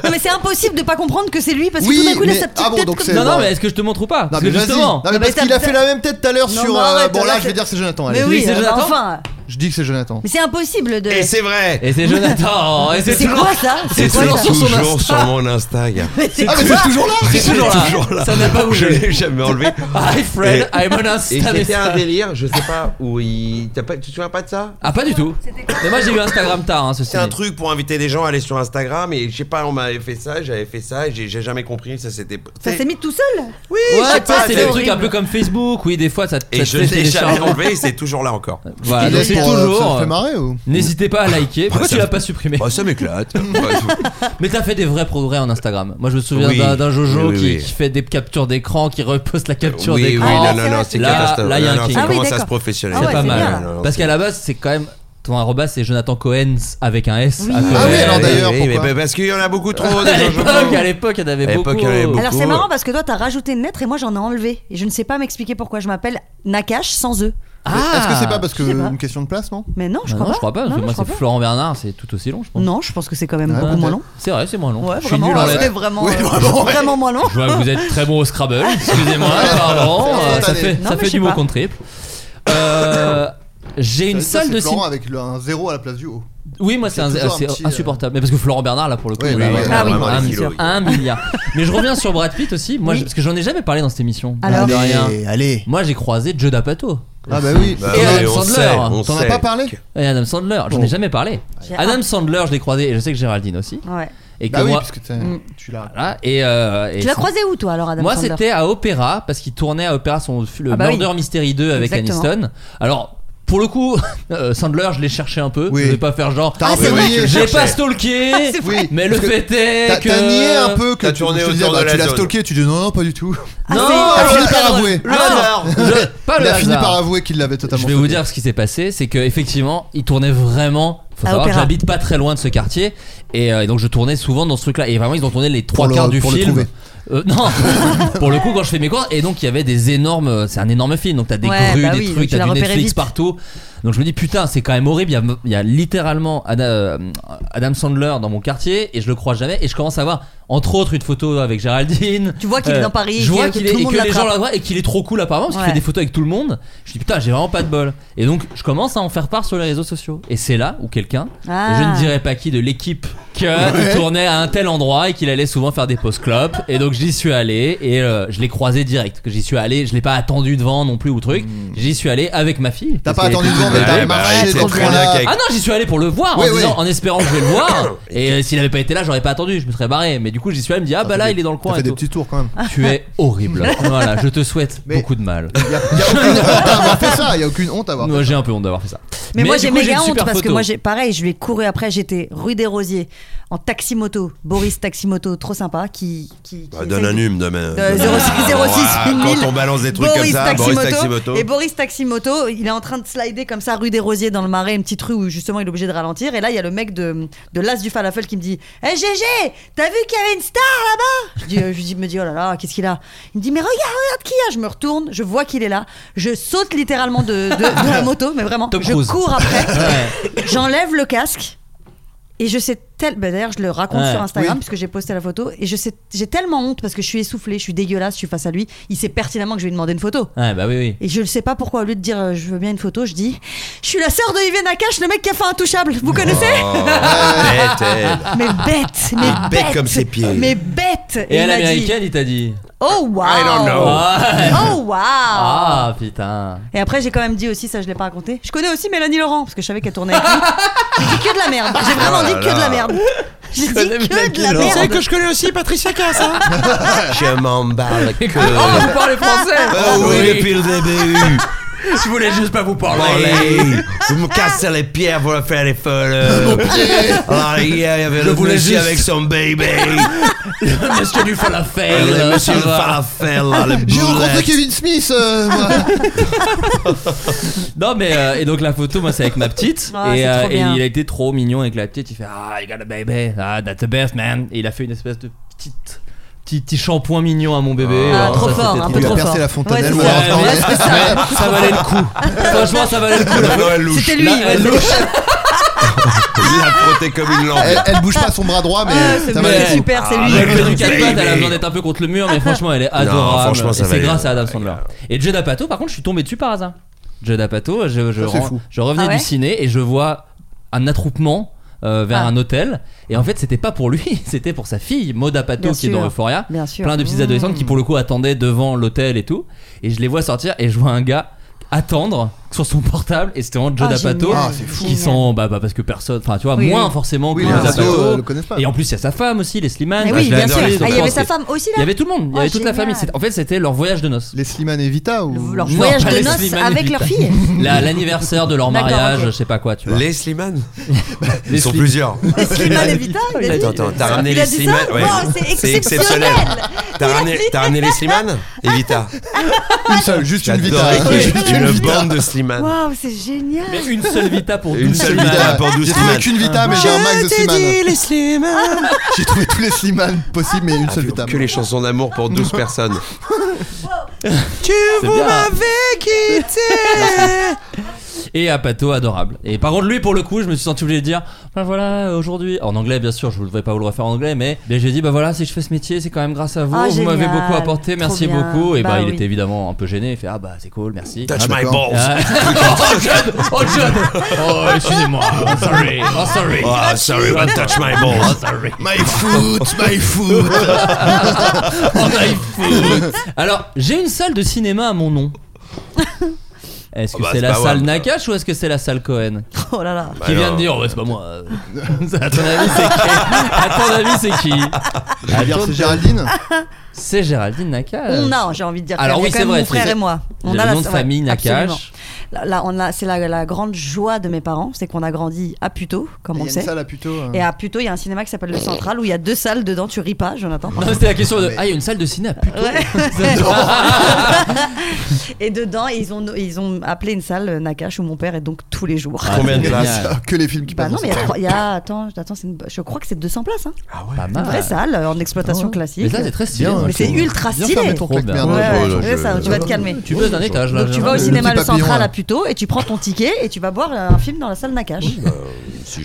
Speaker 4: non mais c'est impossible de pas comprendre que c'est lui parce que
Speaker 6: Oui,
Speaker 4: tout d'un coup il a
Speaker 6: mais-
Speaker 4: sa petite
Speaker 6: ah bon,
Speaker 4: tête
Speaker 6: donc
Speaker 4: comme
Speaker 6: c'est-
Speaker 5: Non, non,
Speaker 6: bon.
Speaker 5: mais est-ce que je te montre ou pas
Speaker 6: Non
Speaker 5: Parce
Speaker 6: mais
Speaker 5: que
Speaker 6: vas-y.
Speaker 5: justement,
Speaker 6: Non mais
Speaker 4: mais
Speaker 6: parce
Speaker 4: t'as-
Speaker 6: qu'il a
Speaker 4: t'as-
Speaker 6: fait la même tête tout à l'heure
Speaker 4: Non,
Speaker 6: sur.
Speaker 4: mais
Speaker 6: euh,
Speaker 4: arrête,
Speaker 6: Bon
Speaker 4: là,
Speaker 6: là, je
Speaker 4: c'est-
Speaker 6: vais dire que c'est Jonathan.
Speaker 4: Mais
Speaker 6: allez.
Speaker 4: oui,
Speaker 5: c'est
Speaker 4: euh,
Speaker 5: Jonathan
Speaker 4: enfin,
Speaker 6: Je dis que c'est Jonathan.
Speaker 4: mais c'est impossible de.
Speaker 2: Et c'est vrai.
Speaker 5: et c'est Jonathan, et
Speaker 4: Mais
Speaker 5: c'est
Speaker 4: C'est
Speaker 5: toujours,
Speaker 4: quoi ça
Speaker 2: Et
Speaker 4: C'est quoi
Speaker 5: toujours
Speaker 4: ça
Speaker 5: sur son
Speaker 2: toujours
Speaker 5: Insta.
Speaker 2: sur mon Insta, gars.
Speaker 4: Mais c'est
Speaker 6: Ah mais
Speaker 4: quoi
Speaker 6: c'est toujours là
Speaker 5: c'est toujours là. Ça n'a pas
Speaker 2: Je
Speaker 5: bougé.
Speaker 2: l'ai jamais enlevé.
Speaker 5: Hi Fred, I'm on Insta
Speaker 2: Et c'était un
Speaker 5: message.
Speaker 2: délire, je sais pas, où il. t'as pas- Tu te souviens pas de ça
Speaker 5: Ah pas du tout. Mais moi j'ai eu Instagram tard, hein, ceci.
Speaker 2: C'est un
Speaker 5: dit.
Speaker 2: truc pour inviter des gens à aller sur Instagram et je sais pas, on m'avait fait ça, j'avais fait ça et j'ai j'ai jamais compris, ça c'était.
Speaker 4: Ça s'est mis tout seul
Speaker 2: Oui,
Speaker 5: Ouais,
Speaker 2: je sais
Speaker 5: tu sais,
Speaker 2: pas,
Speaker 5: c'est
Speaker 2: c'est-
Speaker 5: des trucs un peu comme Facebook. Oui, des fois ça,
Speaker 2: Et
Speaker 5: ça
Speaker 2: je
Speaker 5: te fait
Speaker 2: l'ai jamais
Speaker 5: télécharger.
Speaker 2: enlevé et c'est toujours là encore.
Speaker 5: Voilà,
Speaker 6: Il
Speaker 5: donc
Speaker 6: est
Speaker 5: c'est
Speaker 6: pour, euh, Ça
Speaker 5: Ah, toujours.
Speaker 6: le fait marrer ou
Speaker 5: N'hésitez pas à liker. Pourquoi
Speaker 2: Ouais, ça
Speaker 5: tu l'as
Speaker 2: me-
Speaker 5: pas supprimé
Speaker 2: Bah, ça m'éclate.
Speaker 5: Mais t'as fait des vrais progrès en Instagram. Moi je me souviens
Speaker 2: Oui.
Speaker 5: d'un- d'un Jojo
Speaker 2: Oui, oui,
Speaker 5: qui,
Speaker 2: oui.
Speaker 5: qui fait des captures d'écran, qui reposte la capture
Speaker 2: oui, oui,
Speaker 5: d'écran.
Speaker 2: non,
Speaker 4: Ah,
Speaker 2: non,
Speaker 4: c'est
Speaker 2: non,
Speaker 4: vrai.
Speaker 2: c'est
Speaker 5: Là-
Speaker 2: catastrophe.
Speaker 5: là, il y a un
Speaker 2: Non, non,
Speaker 5: kick.
Speaker 2: ça
Speaker 4: Ah oui,
Speaker 2: commence à se
Speaker 4: d'accord.
Speaker 2: professionnaliser.
Speaker 4: Ah
Speaker 5: c'est
Speaker 4: ouais,
Speaker 5: pas
Speaker 4: c'est
Speaker 5: mal.
Speaker 4: bien, là.
Speaker 2: Non, non,
Speaker 5: Parce qu'à la base, c'est quand même ton arroba, c'est Jonathan Cohen avec un S.
Speaker 4: Oui.
Speaker 5: à Cohen.
Speaker 6: Ah oui, alors d'ailleurs,
Speaker 2: Oui, mais
Speaker 6: pourquoi
Speaker 2: bah, parce qu'il y en a beaucoup trop. des
Speaker 5: à
Speaker 2: gens
Speaker 5: l'époque,
Speaker 2: comme-
Speaker 5: à l'époque, il y en
Speaker 2: À
Speaker 5: avait
Speaker 2: l'époque,
Speaker 5: beaucoup.
Speaker 2: il y en avait beaucoup.
Speaker 5: Alors,
Speaker 4: Alors c'est
Speaker 2: Beaucoup.
Speaker 4: marrant parce que toi t'as rajouté une lettre et moi j'en ai enlevé et je ne sais pas m'expliquer pourquoi je m'appelle Nakash sans eux.
Speaker 5: ah,
Speaker 6: Est-ce que c'est pas parce que
Speaker 4: Je sais pas.
Speaker 6: une question de place, non
Speaker 4: Mais non, je
Speaker 5: Bah
Speaker 4: crois
Speaker 5: non,
Speaker 4: pas.
Speaker 5: je crois pas. parce
Speaker 4: Non,
Speaker 5: que
Speaker 4: non,
Speaker 5: moi,
Speaker 4: je crois
Speaker 5: c'est
Speaker 4: pas.
Speaker 5: Florent Bernard, c'est tout aussi long, je pense.
Speaker 4: Non, je pense que c'est quand même
Speaker 6: Ouais,
Speaker 4: beaucoup moins long.
Speaker 6: peut-être.
Speaker 5: C'est vrai, c'est moins long.
Speaker 4: Ouais,
Speaker 5: je suis
Speaker 4: vraiment.
Speaker 5: nul en
Speaker 4: ouais,
Speaker 5: lettres.
Speaker 4: C'était vraiment,
Speaker 6: Oui,
Speaker 4: euh,
Speaker 6: vraiment, ouais.
Speaker 4: vraiment moins long.
Speaker 5: Je vois que vous êtes très bon au Scrabble, excusez-moi, pardon,
Speaker 6: C'est
Speaker 5: euh, ça
Speaker 6: spontané.
Speaker 5: fait,
Speaker 4: Non,
Speaker 5: ça
Speaker 4: mais
Speaker 5: fait
Speaker 4: je
Speaker 5: du
Speaker 4: sais
Speaker 5: mot
Speaker 4: pas.
Speaker 5: contre triple. Euh, J'ai une
Speaker 6: Ça
Speaker 5: salle
Speaker 6: veut dire
Speaker 5: de
Speaker 6: que c'est Florent
Speaker 5: cinéma.
Speaker 6: avec le- un zéro à la place du haut.
Speaker 5: Oui, moi c'est un-
Speaker 6: C'est toujours un
Speaker 5: c'est
Speaker 6: petit, euh,
Speaker 5: insupportable. Mais parce que Florent Bernard là pour le coup,
Speaker 6: Oui, bah
Speaker 5: il
Speaker 6: oui,
Speaker 5: a
Speaker 6: oui,
Speaker 5: vraiment
Speaker 4: ah oui,
Speaker 5: un-
Speaker 2: vraiment les
Speaker 5: un,
Speaker 2: kilos, oui.
Speaker 5: un milliard. Mais je reviens sur Brad Pitt aussi, moi
Speaker 4: Oui.
Speaker 5: je- parce que j'en ai jamais parlé dans cette émission.
Speaker 4: Alors
Speaker 5: de rien.
Speaker 6: allez, Eh, allez.
Speaker 5: Moi j'ai croisé Joe D'Apato.
Speaker 6: Ah bah oui.
Speaker 2: Bah,
Speaker 5: Et
Speaker 2: oui,
Speaker 5: Adam
Speaker 2: on
Speaker 5: Sandler.
Speaker 2: sait, on
Speaker 6: T'en as
Speaker 2: sait.
Speaker 6: pas parlé
Speaker 5: Et Adam Sandler, j'en ai
Speaker 6: Bon.
Speaker 5: jamais parlé.
Speaker 4: J'ai-
Speaker 5: Adam Sandler, je l'ai croisé et je sais que Géraldine aussi.
Speaker 4: Ouais.
Speaker 5: Et que
Speaker 6: Bah oui,
Speaker 5: moi.
Speaker 6: parce que t'as-
Speaker 4: Mm.
Speaker 6: tu l'as.
Speaker 5: Voilà, et, euh, et
Speaker 4: Tu l'as
Speaker 5: c'est-
Speaker 4: croisé où toi alors Adam
Speaker 5: Moi,
Speaker 4: Sandler
Speaker 5: c'était à Opéra parce qu'il tournait à Opéra son le
Speaker 4: Ah bah oui.
Speaker 5: Murder Mystery 2 avec
Speaker 4: Exactement.
Speaker 5: Aniston. Alors, pour le coup, euh, Sandler, je l'ai cherché un peu.
Speaker 6: Oui.
Speaker 5: Je vais pas faire genre.
Speaker 6: T'as
Speaker 4: Ah,
Speaker 6: un
Speaker 4: c'est
Speaker 6: peu
Speaker 4: vrai.
Speaker 6: nié,
Speaker 5: je
Speaker 6: je
Speaker 5: l'ai
Speaker 6: cherchais.
Speaker 5: pas stalké.
Speaker 4: c'est vrai.
Speaker 6: Oui,
Speaker 5: Mais le
Speaker 6: parce que
Speaker 5: fait est
Speaker 6: T'as
Speaker 5: que.
Speaker 6: t'as nié un peu que
Speaker 2: T'as
Speaker 6: tu,
Speaker 2: tourné
Speaker 6: je te disais,
Speaker 2: autour de
Speaker 6: bah,
Speaker 2: la
Speaker 6: tu l'as
Speaker 2: zone.
Speaker 6: stalké, tu dis non, non, pas du tout.
Speaker 4: Ah,
Speaker 5: Non,
Speaker 4: c'est-
Speaker 6: Il a
Speaker 5: Ah,
Speaker 6: fini
Speaker 5: c'est
Speaker 6: par
Speaker 5: drôle.
Speaker 6: avouer.
Speaker 5: Le hasard. Je- Pas
Speaker 6: Il
Speaker 5: le
Speaker 6: a fini
Speaker 5: hasard.
Speaker 6: par avouer qu'il l'avait totalement
Speaker 5: Je vais vous
Speaker 6: stalké.
Speaker 5: dire ce qui s'est passé, c'est que effectivement, il tournait vraiment. Faut
Speaker 4: À
Speaker 5: savoir que
Speaker 4: Opéra.
Speaker 5: j'habite pas très loin de ce quartier et, euh, et donc je tournais souvent dans ce truc-là. Et vraiment, ils ont tourné les trois
Speaker 6: le-
Speaker 5: quarts du
Speaker 6: pour le
Speaker 5: film.
Speaker 6: trouver.
Speaker 5: Euh, non, pour le coup, quand je fais mes cours, et donc il y avait des énormes. C'est un énorme film, donc t'as des
Speaker 4: Ouais,
Speaker 5: grues,
Speaker 4: bah
Speaker 5: des
Speaker 4: oui,
Speaker 5: trucs,
Speaker 4: tu l'as
Speaker 5: t'as du
Speaker 4: repéré
Speaker 5: Netflix
Speaker 4: vite.
Speaker 5: partout. Donc je me dis putain, c'est quand même horrible. Il y a, il y a littéralement Ada- euh, Adam Sandler dans mon quartier et je le crois jamais. Et je commence à voir entre autres une photo avec Géraldine. Euh,
Speaker 4: Tu vois qu'il est dans Paris,
Speaker 5: Je
Speaker 4: que
Speaker 5: vois
Speaker 4: tout
Speaker 5: qu'il
Speaker 4: le
Speaker 5: est et
Speaker 4: monde
Speaker 5: que les
Speaker 4: l'attrape.
Speaker 5: gens la voient et qu'il est trop cool apparemment parce qu'il
Speaker 4: Ouais.
Speaker 5: fait des photos avec tout le monde. Je dis putain, j'ai vraiment pas de bol. Et donc je commence à en faire part sur les réseaux sociaux. Et c'est là où quelqu'un,
Speaker 4: Ah.
Speaker 5: et je ne dirais pas qui de l'équipe, que il tournait à un tel endroit et qu'il allait souvent faire des pauses clopes. Et donc j'y suis allé et euh, je l'ai croisé direct. Que j'y suis allé, je l'ai pas attendu devant non plus ou truc. J'y suis allé avec ma fille.
Speaker 6: Hmm. T'as
Speaker 5: parce
Speaker 6: pas
Speaker 5: qu'elle
Speaker 6: attendu
Speaker 5: était
Speaker 6: devant, avait
Speaker 2: bah
Speaker 6: pas
Speaker 2: oui, bah
Speaker 6: marché
Speaker 2: oui,
Speaker 6: de
Speaker 2: c'est
Speaker 6: ce
Speaker 2: très bien
Speaker 6: point-là.
Speaker 2: qu'avec-
Speaker 5: Ah non, j'y suis allé pour le voir
Speaker 6: Oui,
Speaker 5: en,
Speaker 6: oui.
Speaker 5: disant- en espérant que je vais le voir. Et euh, s'il avait pas été là, j'aurais pas attendu, je me serais barré. Mais du coup, j'y suis allé, me dit ah bah là, il est dans le
Speaker 6: T'as
Speaker 5: coin.
Speaker 6: fait
Speaker 5: Et
Speaker 6: des
Speaker 5: tout.
Speaker 6: petits tours quand même.
Speaker 5: Tu es horrible. voilà, je te souhaite
Speaker 6: Mais-
Speaker 5: beaucoup de mal.
Speaker 6: Il y a, il y a aucune honte à avoir fait ça. Il y a aucune honte à avoir.
Speaker 5: Moi, j'ai un peu honte d'avoir fait ça.
Speaker 4: Mais, moi
Speaker 5: du
Speaker 4: j'ai
Speaker 5: coup, une
Speaker 4: méga honte
Speaker 5: super
Speaker 4: parce que
Speaker 5: photo.
Speaker 4: moi j'ai pareil, je lui ai couru après, j'étais rue des Rosiers en taxi moto, Boris taxi moto trop sympa qui qui, qui
Speaker 3: Bah,
Speaker 4: essaye
Speaker 3: donne
Speaker 4: de-
Speaker 3: un hume demain.
Speaker 4: Euh, 06
Speaker 3: Ah,
Speaker 4: 1000.
Speaker 3: Quand on balance des trucs comme ça, Boris Taximoto.
Speaker 4: Et Boris Taximoto, il est en train de slider comme ça rue des Rosiers dans le marais, une petite rue où justement il est obligé de ralentir. Et là, il y a le mec de, de l'As du Falafel qui me dit Hé GG, t'as vu qu'il y avait une star là-bas Je, dis, euh, je dis- me dis Oh là là, qu'est-ce qu'il a Il me dit Mais regarde, regarde qui y a Je me retourne, je vois qu'il est là. Je saute littéralement de, de- de la moto, mais vraiment,
Speaker 5: Tom
Speaker 4: je
Speaker 5: Cruise.
Speaker 4: cours après.
Speaker 5: Ouais.
Speaker 4: J'enlève le casque. Et je sais tel. bah, D'ailleurs, je le raconte
Speaker 5: Ouais.
Speaker 4: sur Instagram
Speaker 6: Oui.
Speaker 4: puisque j'ai posté la photo. Et je sais, j'ai tellement honte parce que je suis essoufflée, je suis dégueulasse, je suis face à lui. Il sait pertinemment que je vais lui demander une photo.
Speaker 5: Ouais, bah oui, oui.
Speaker 4: Et je ne sais pas pourquoi, au lieu de dire euh, je veux bien une photo, je dis je suis la sœur de Yves Nakache, le mec qui a fait Intouchable. Vous connaissez
Speaker 3: Oh,
Speaker 2: Bête, elle.
Speaker 4: Mais bête, mais
Speaker 2: Ah, bête
Speaker 4: bête,
Speaker 2: comme ses pieds.
Speaker 4: Mais bête.
Speaker 5: Et, à
Speaker 4: il m'a dit
Speaker 5: l'américaine, il t'a dit.
Speaker 4: oh wow,
Speaker 2: I don't know.
Speaker 5: Ouais.
Speaker 4: oh wow.
Speaker 5: Ah putain.
Speaker 4: Et après, j'ai quand même dit aussi, ça je l'ai pas raconté, je connais aussi Mélanie Laurent, parce que je savais qu'elle tournait avec lui. J'ai dit que de la merde. J'ai vraiment
Speaker 2: Oh là
Speaker 4: dit que de
Speaker 2: là.
Speaker 4: la merde. J'ai dit
Speaker 5: connais
Speaker 4: que
Speaker 5: Mélanie
Speaker 4: de la
Speaker 5: Laurent.
Speaker 4: merde.
Speaker 2: je connais aussi Patricia Cass.
Speaker 3: Oh.
Speaker 5: Ah,
Speaker 2: Je m'emballe que.
Speaker 4: Ah,
Speaker 5: Oh, vous parlez français
Speaker 2: Ah oui, depuis le début.
Speaker 5: Je voulais juste pas vous
Speaker 2: Allez, vous me cassez les pieds pour faire les folles. Alors, hier, il y avait
Speaker 5: Je
Speaker 2: le
Speaker 5: voulais
Speaker 2: monsieur
Speaker 5: juste-
Speaker 2: avec son baby.
Speaker 5: Monsieur du falafel.
Speaker 2: le
Speaker 5: euh,
Speaker 2: monsieur
Speaker 5: ça
Speaker 2: le
Speaker 5: va.
Speaker 2: falafel, là, les
Speaker 6: J'ai rencontré
Speaker 2: boulettes.
Speaker 6: Kevin Smith. euh, moi.
Speaker 5: Non mais euh, et donc la photo moi c'est avec ma petite
Speaker 4: Ah,
Speaker 5: et, euh,
Speaker 4: c'est trop
Speaker 5: et
Speaker 4: bien.
Speaker 5: il a été trop mignon avec la petite il fait ah I got a baby ah that's the best man et il a fait une espèce de petite petit petit shampoing mignon à mon bébé
Speaker 4: Ah,
Speaker 5: Alors,
Speaker 4: trop
Speaker 5: ça,
Speaker 4: fort,
Speaker 5: c'était
Speaker 4: un
Speaker 5: trop
Speaker 4: peu
Speaker 6: Il
Speaker 5: bien.
Speaker 6: a
Speaker 4: trop
Speaker 6: percé
Speaker 4: fort.
Speaker 6: la fontaine. elle
Speaker 4: Ouais, c'est
Speaker 6: me
Speaker 5: Ouais,
Speaker 4: ça.
Speaker 6: l'a entendu.
Speaker 5: mais ça, ça valait le coup franchement ça valait le coup
Speaker 2: La Noël louche.
Speaker 4: C'était lui.
Speaker 5: Là, elle
Speaker 4: ouais.
Speaker 5: louche.
Speaker 2: Il l'a frotté comme une lampe.
Speaker 3: Eh.
Speaker 6: Elle, elle bouge pas son bras droit, mais
Speaker 4: Ah, c'est
Speaker 6: ça
Speaker 4: vrai.
Speaker 6: va.
Speaker 5: Ouais.
Speaker 4: super, c'est
Speaker 2: Ah,
Speaker 4: lui.
Speaker 5: Elle fait du
Speaker 2: Baby.
Speaker 5: quatre pattes, elle a besoin d'être un peu contre le mur, mais franchement, elle est adorable.
Speaker 2: franchement, ça
Speaker 5: Et c'est
Speaker 2: valait-
Speaker 5: grâce à Adam Sandler. Et Judd Apatow, par contre, je suis tombé dessus par hasard. Judd Apatow, je, je,
Speaker 6: Ça, c'est
Speaker 5: ren-
Speaker 6: fou.
Speaker 5: je revenais
Speaker 4: Ah ouais
Speaker 5: du ciné et je vois un attroupement. euh, vers
Speaker 4: Ah.
Speaker 5: un hôtel et en fait c'était pas pour lui c'était pour sa fille Maud Apatow
Speaker 4: Bien
Speaker 5: qui est dans
Speaker 4: sûr.
Speaker 5: Euphoria
Speaker 4: Bien sûr.
Speaker 5: plein de petites adolescentes qui pour le coup attendaient devant l'hôtel et tout et je les vois sortir et je vois un gars attendre sur son portable et c'était vraiment Judd
Speaker 4: Ah,
Speaker 5: Apatow
Speaker 4: génial.
Speaker 6: Ah, c'est fou.
Speaker 5: qui sont bah, bah, parce que personne enfin tu vois
Speaker 4: Oui,
Speaker 5: moins
Speaker 4: oui.
Speaker 5: forcément
Speaker 6: Oui,
Speaker 5: que
Speaker 6: les
Speaker 5: Maud
Speaker 6: ados,
Speaker 5: Apatow.
Speaker 6: euh, le connaissent pas.
Speaker 5: et en plus il y a sa femme aussi Leslie Mann
Speaker 4: Mais
Speaker 5: Enfin,
Speaker 4: oui,
Speaker 5: je l'ai
Speaker 4: bien sûr.
Speaker 5: adoré, donc
Speaker 4: Ah, il y
Speaker 5: je
Speaker 4: avait
Speaker 5: pense
Speaker 4: sa
Speaker 5: que-
Speaker 4: femme aussi
Speaker 5: il y
Speaker 4: là.
Speaker 5: avait tout le monde, il y
Speaker 4: Oh,
Speaker 5: avait toute la
Speaker 4: génial.
Speaker 5: famille. C'était- En fait, c'était leur voyage de noces.
Speaker 6: Les Slimane et Vita ou...
Speaker 4: Leur
Speaker 5: Non,
Speaker 4: voyage
Speaker 5: pas
Speaker 4: de
Speaker 5: les
Speaker 4: noces
Speaker 5: Slimane
Speaker 4: avec
Speaker 5: Vita.
Speaker 4: leur fille.
Speaker 5: La- L'anniversaire de leur
Speaker 4: D'accord,
Speaker 5: mariage,
Speaker 4: ok.
Speaker 5: je sais pas quoi, tu vois.
Speaker 2: Les Slimane
Speaker 5: Les
Speaker 2: Ils sont
Speaker 5: Slim-
Speaker 2: plusieurs.
Speaker 4: Et Slimane et Vita, il a dit.
Speaker 2: Attends, attends, t'as
Speaker 4: Il
Speaker 2: ramené
Speaker 4: a
Speaker 2: les
Speaker 4: dit ça
Speaker 2: Slimane
Speaker 4: Wow, c'est
Speaker 2: exceptionnel. T'as ramené, t'as ramené les Slimane Evita.
Speaker 6: Une seule, juste une Vita.
Speaker 2: J'adorais qu'il y ait
Speaker 6: Juste une
Speaker 2: une
Speaker 6: Vita.
Speaker 2: bande de Slimane.
Speaker 4: Waouh, c'est génial.
Speaker 5: Mais une seule Vita pour
Speaker 2: Une
Speaker 5: tout
Speaker 2: seule
Speaker 5: le monde.
Speaker 2: Vita pour douze
Speaker 6: J'ai trouvé
Speaker 2: Slimane.
Speaker 6: qu'une Vita, mais j'ai un max de Slimane.
Speaker 2: les Slimane.
Speaker 6: J'ai trouvé tous les Slimane possibles, mais une seule Vita.
Speaker 2: Que les chansons d'amour Ah, pour 12 personnes. tu
Speaker 5: C'est bien.
Speaker 2: quitté.
Speaker 5: Et Apato, adorable. Et par contre, lui, pour le coup, je me suis senti obligé de dire Bah voilà, aujourd'hui. En anglais, bien sûr, je ne voudrais pas vous le refaire en anglais, mais mais j'ai dit Bah voilà, si je fais ce métier, c'est quand même grâce à vous.
Speaker 4: Ah,
Speaker 5: vous m'avez
Speaker 4: génial.
Speaker 5: beaucoup apporté,
Speaker 4: Trop
Speaker 5: merci
Speaker 4: bien.
Speaker 5: beaucoup. Et bah,
Speaker 4: Bah
Speaker 5: il
Speaker 4: oui.
Speaker 5: était évidemment un peu gêné. Il fait Ah bah, c'est cool, merci.
Speaker 2: Touch
Speaker 6: Ah,
Speaker 2: my
Speaker 6: d'accord.
Speaker 2: balls.
Speaker 5: Ah. oh, John Oh, John Oh, excusez-moi. Oh, sorry. Oh, sorry.
Speaker 2: Oh, sorry, but touch my balls.
Speaker 5: sorry.
Speaker 6: My foot, my foot.
Speaker 5: Alors, j'ai une salle de cinéma à mon nom. Est-ce que
Speaker 2: bah,
Speaker 5: c'est
Speaker 2: c'est
Speaker 5: la
Speaker 2: pas
Speaker 5: salle
Speaker 2: moi.
Speaker 5: Nakash ou est-ce que c'est la salle Cohen
Speaker 4: Oh là là.
Speaker 5: Qui vient de
Speaker 2: non.
Speaker 5: dire, oh, bah, c'est pas moi. euh. à ton avis, c'est qui À ton avis, c'est qui
Speaker 6: C'est Géraldine
Speaker 5: C'est Géraldine Nakash.
Speaker 4: On a, j'ai envie de dire.
Speaker 5: Euh, Alors
Speaker 4: Il y a
Speaker 5: oui,
Speaker 4: quand
Speaker 5: c'est
Speaker 4: même
Speaker 5: vrai,
Speaker 4: Mon frère
Speaker 5: c'est-
Speaker 4: et moi.
Speaker 5: Vous
Speaker 4: On
Speaker 5: avez
Speaker 4: a
Speaker 5: le
Speaker 4: la
Speaker 5: nom de
Speaker 4: ouais,
Speaker 5: famille
Speaker 4: absolument.
Speaker 5: Nakash.
Speaker 4: Là, là, on a, c'est la, la grande joie de mes parents, c'est qu'on a grandi à Puteaux, comme
Speaker 6: Il y a
Speaker 4: on
Speaker 6: une
Speaker 4: le sait.
Speaker 6: salle à Puteaux. euh.
Speaker 4: Et à Puteaux, il y a un cinéma qui s'appelle Le Central où il y a deux salles dedans. Tu ris pas, Jonathan.
Speaker 5: Non, c'était la question de.
Speaker 6: Mais-
Speaker 5: Ah, il y a une salle de ciné à Puteaux.
Speaker 4: Ouais. et dedans, ils ont, ils ont appelé une salle euh, Nakash où mon père est donc tous les jours.
Speaker 5: Ah,
Speaker 2: Combien de
Speaker 5: c'est
Speaker 2: places
Speaker 5: génial.
Speaker 6: Que les films qui
Speaker 4: Bah
Speaker 6: passent.
Speaker 4: non, mais il y a
Speaker 6: ensemble.
Speaker 4: trois- il y, a. Attends, attends c'est une- je crois que c'est 200 places. Hein.
Speaker 2: Ah
Speaker 5: Pas mal.
Speaker 4: Une vraie salle euh, en exploitation
Speaker 5: Ah. Ouais.
Speaker 4: classique.
Speaker 5: Mais ça, c'est très stylé.
Speaker 6: Bien,
Speaker 5: moi,
Speaker 4: Mais
Speaker 5: je
Speaker 4: c'est
Speaker 5: trouve.
Speaker 4: ultra
Speaker 6: Bien
Speaker 4: stylé.
Speaker 6: fermé ton
Speaker 5: Trop bien.
Speaker 6: claque-merde.
Speaker 4: Ouais,
Speaker 6: Ouais,
Speaker 4: ouais,
Speaker 6: ouais,
Speaker 4: je fais
Speaker 6: je-
Speaker 4: ça, tu vas te calmer.
Speaker 5: Tu bosses d'un étage là.
Speaker 4: Donc tu vas au
Speaker 6: Le
Speaker 4: cinéma
Speaker 6: petit
Speaker 4: Le
Speaker 6: papillon,
Speaker 4: Central
Speaker 6: là.
Speaker 4: à Puteaux et tu prends ton ticket et tu vas boire un film dans la salle Nakash.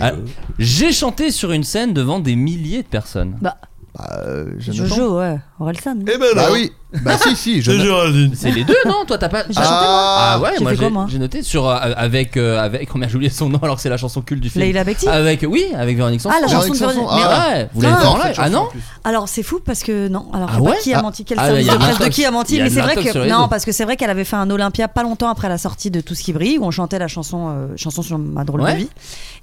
Speaker 5: Ah, J'ai chanté sur une scène devant des milliers de personnes.
Speaker 4: Bah,
Speaker 6: Bah, euh, Jonathan.
Speaker 4: Jojo, ouais, Orelsan.
Speaker 2: Eh ben
Speaker 6: Bah
Speaker 2: non.
Speaker 6: oui. Bah si, si, je.
Speaker 3: Géraldine.
Speaker 5: C'est les deux, non Toi, t'as pas.
Speaker 4: J'ai
Speaker 5: Ah,
Speaker 4: chanté, moi.
Speaker 5: Ah ouais,
Speaker 4: J'ai
Speaker 5: moi
Speaker 4: fait hein. quoi,
Speaker 5: j'ai
Speaker 4: moi
Speaker 5: j'ai noté sur euh, avec euh, avec oh merde, j'ai oublié son nom alors que c'est la chanson culte du film.
Speaker 4: Leïla Bekti
Speaker 5: Avec oui, avec Véronique Sanson.
Speaker 4: Ah, la
Speaker 6: J'ai
Speaker 4: chanson
Speaker 6: envie
Speaker 4: de
Speaker 6: que ça
Speaker 4: Véronique.
Speaker 6: soit-
Speaker 5: Mais
Speaker 6: Ah.
Speaker 5: ouais, vous l'avez
Speaker 4: Ah,
Speaker 5: fait en
Speaker 6: cette
Speaker 5: live.
Speaker 6: chanson,
Speaker 5: Ah
Speaker 6: en
Speaker 5: non
Speaker 6: plus.
Speaker 4: Alors c'est fou parce que non, alors je
Speaker 5: Ah
Speaker 4: sais
Speaker 5: ouais
Speaker 4: pas qui
Speaker 5: Ah.
Speaker 4: a menti, quel
Speaker 5: Ah,
Speaker 4: service
Speaker 5: il y a
Speaker 4: de
Speaker 5: une
Speaker 4: presse de
Speaker 5: attaque.
Speaker 4: qui a
Speaker 5: Il
Speaker 4: menti,
Speaker 5: y a
Speaker 4: mais
Speaker 5: une
Speaker 4: c'est vrai
Speaker 5: attaque sur
Speaker 4: que
Speaker 5: les
Speaker 4: non
Speaker 5: réseaux.
Speaker 4: parce que c'est vrai qu'elle avait fait un Olympia pas longtemps après la sortie de Tout ce qui brille où on chantait la chanson euh, chanson sur ma drôle
Speaker 5: Ouais.
Speaker 4: de vie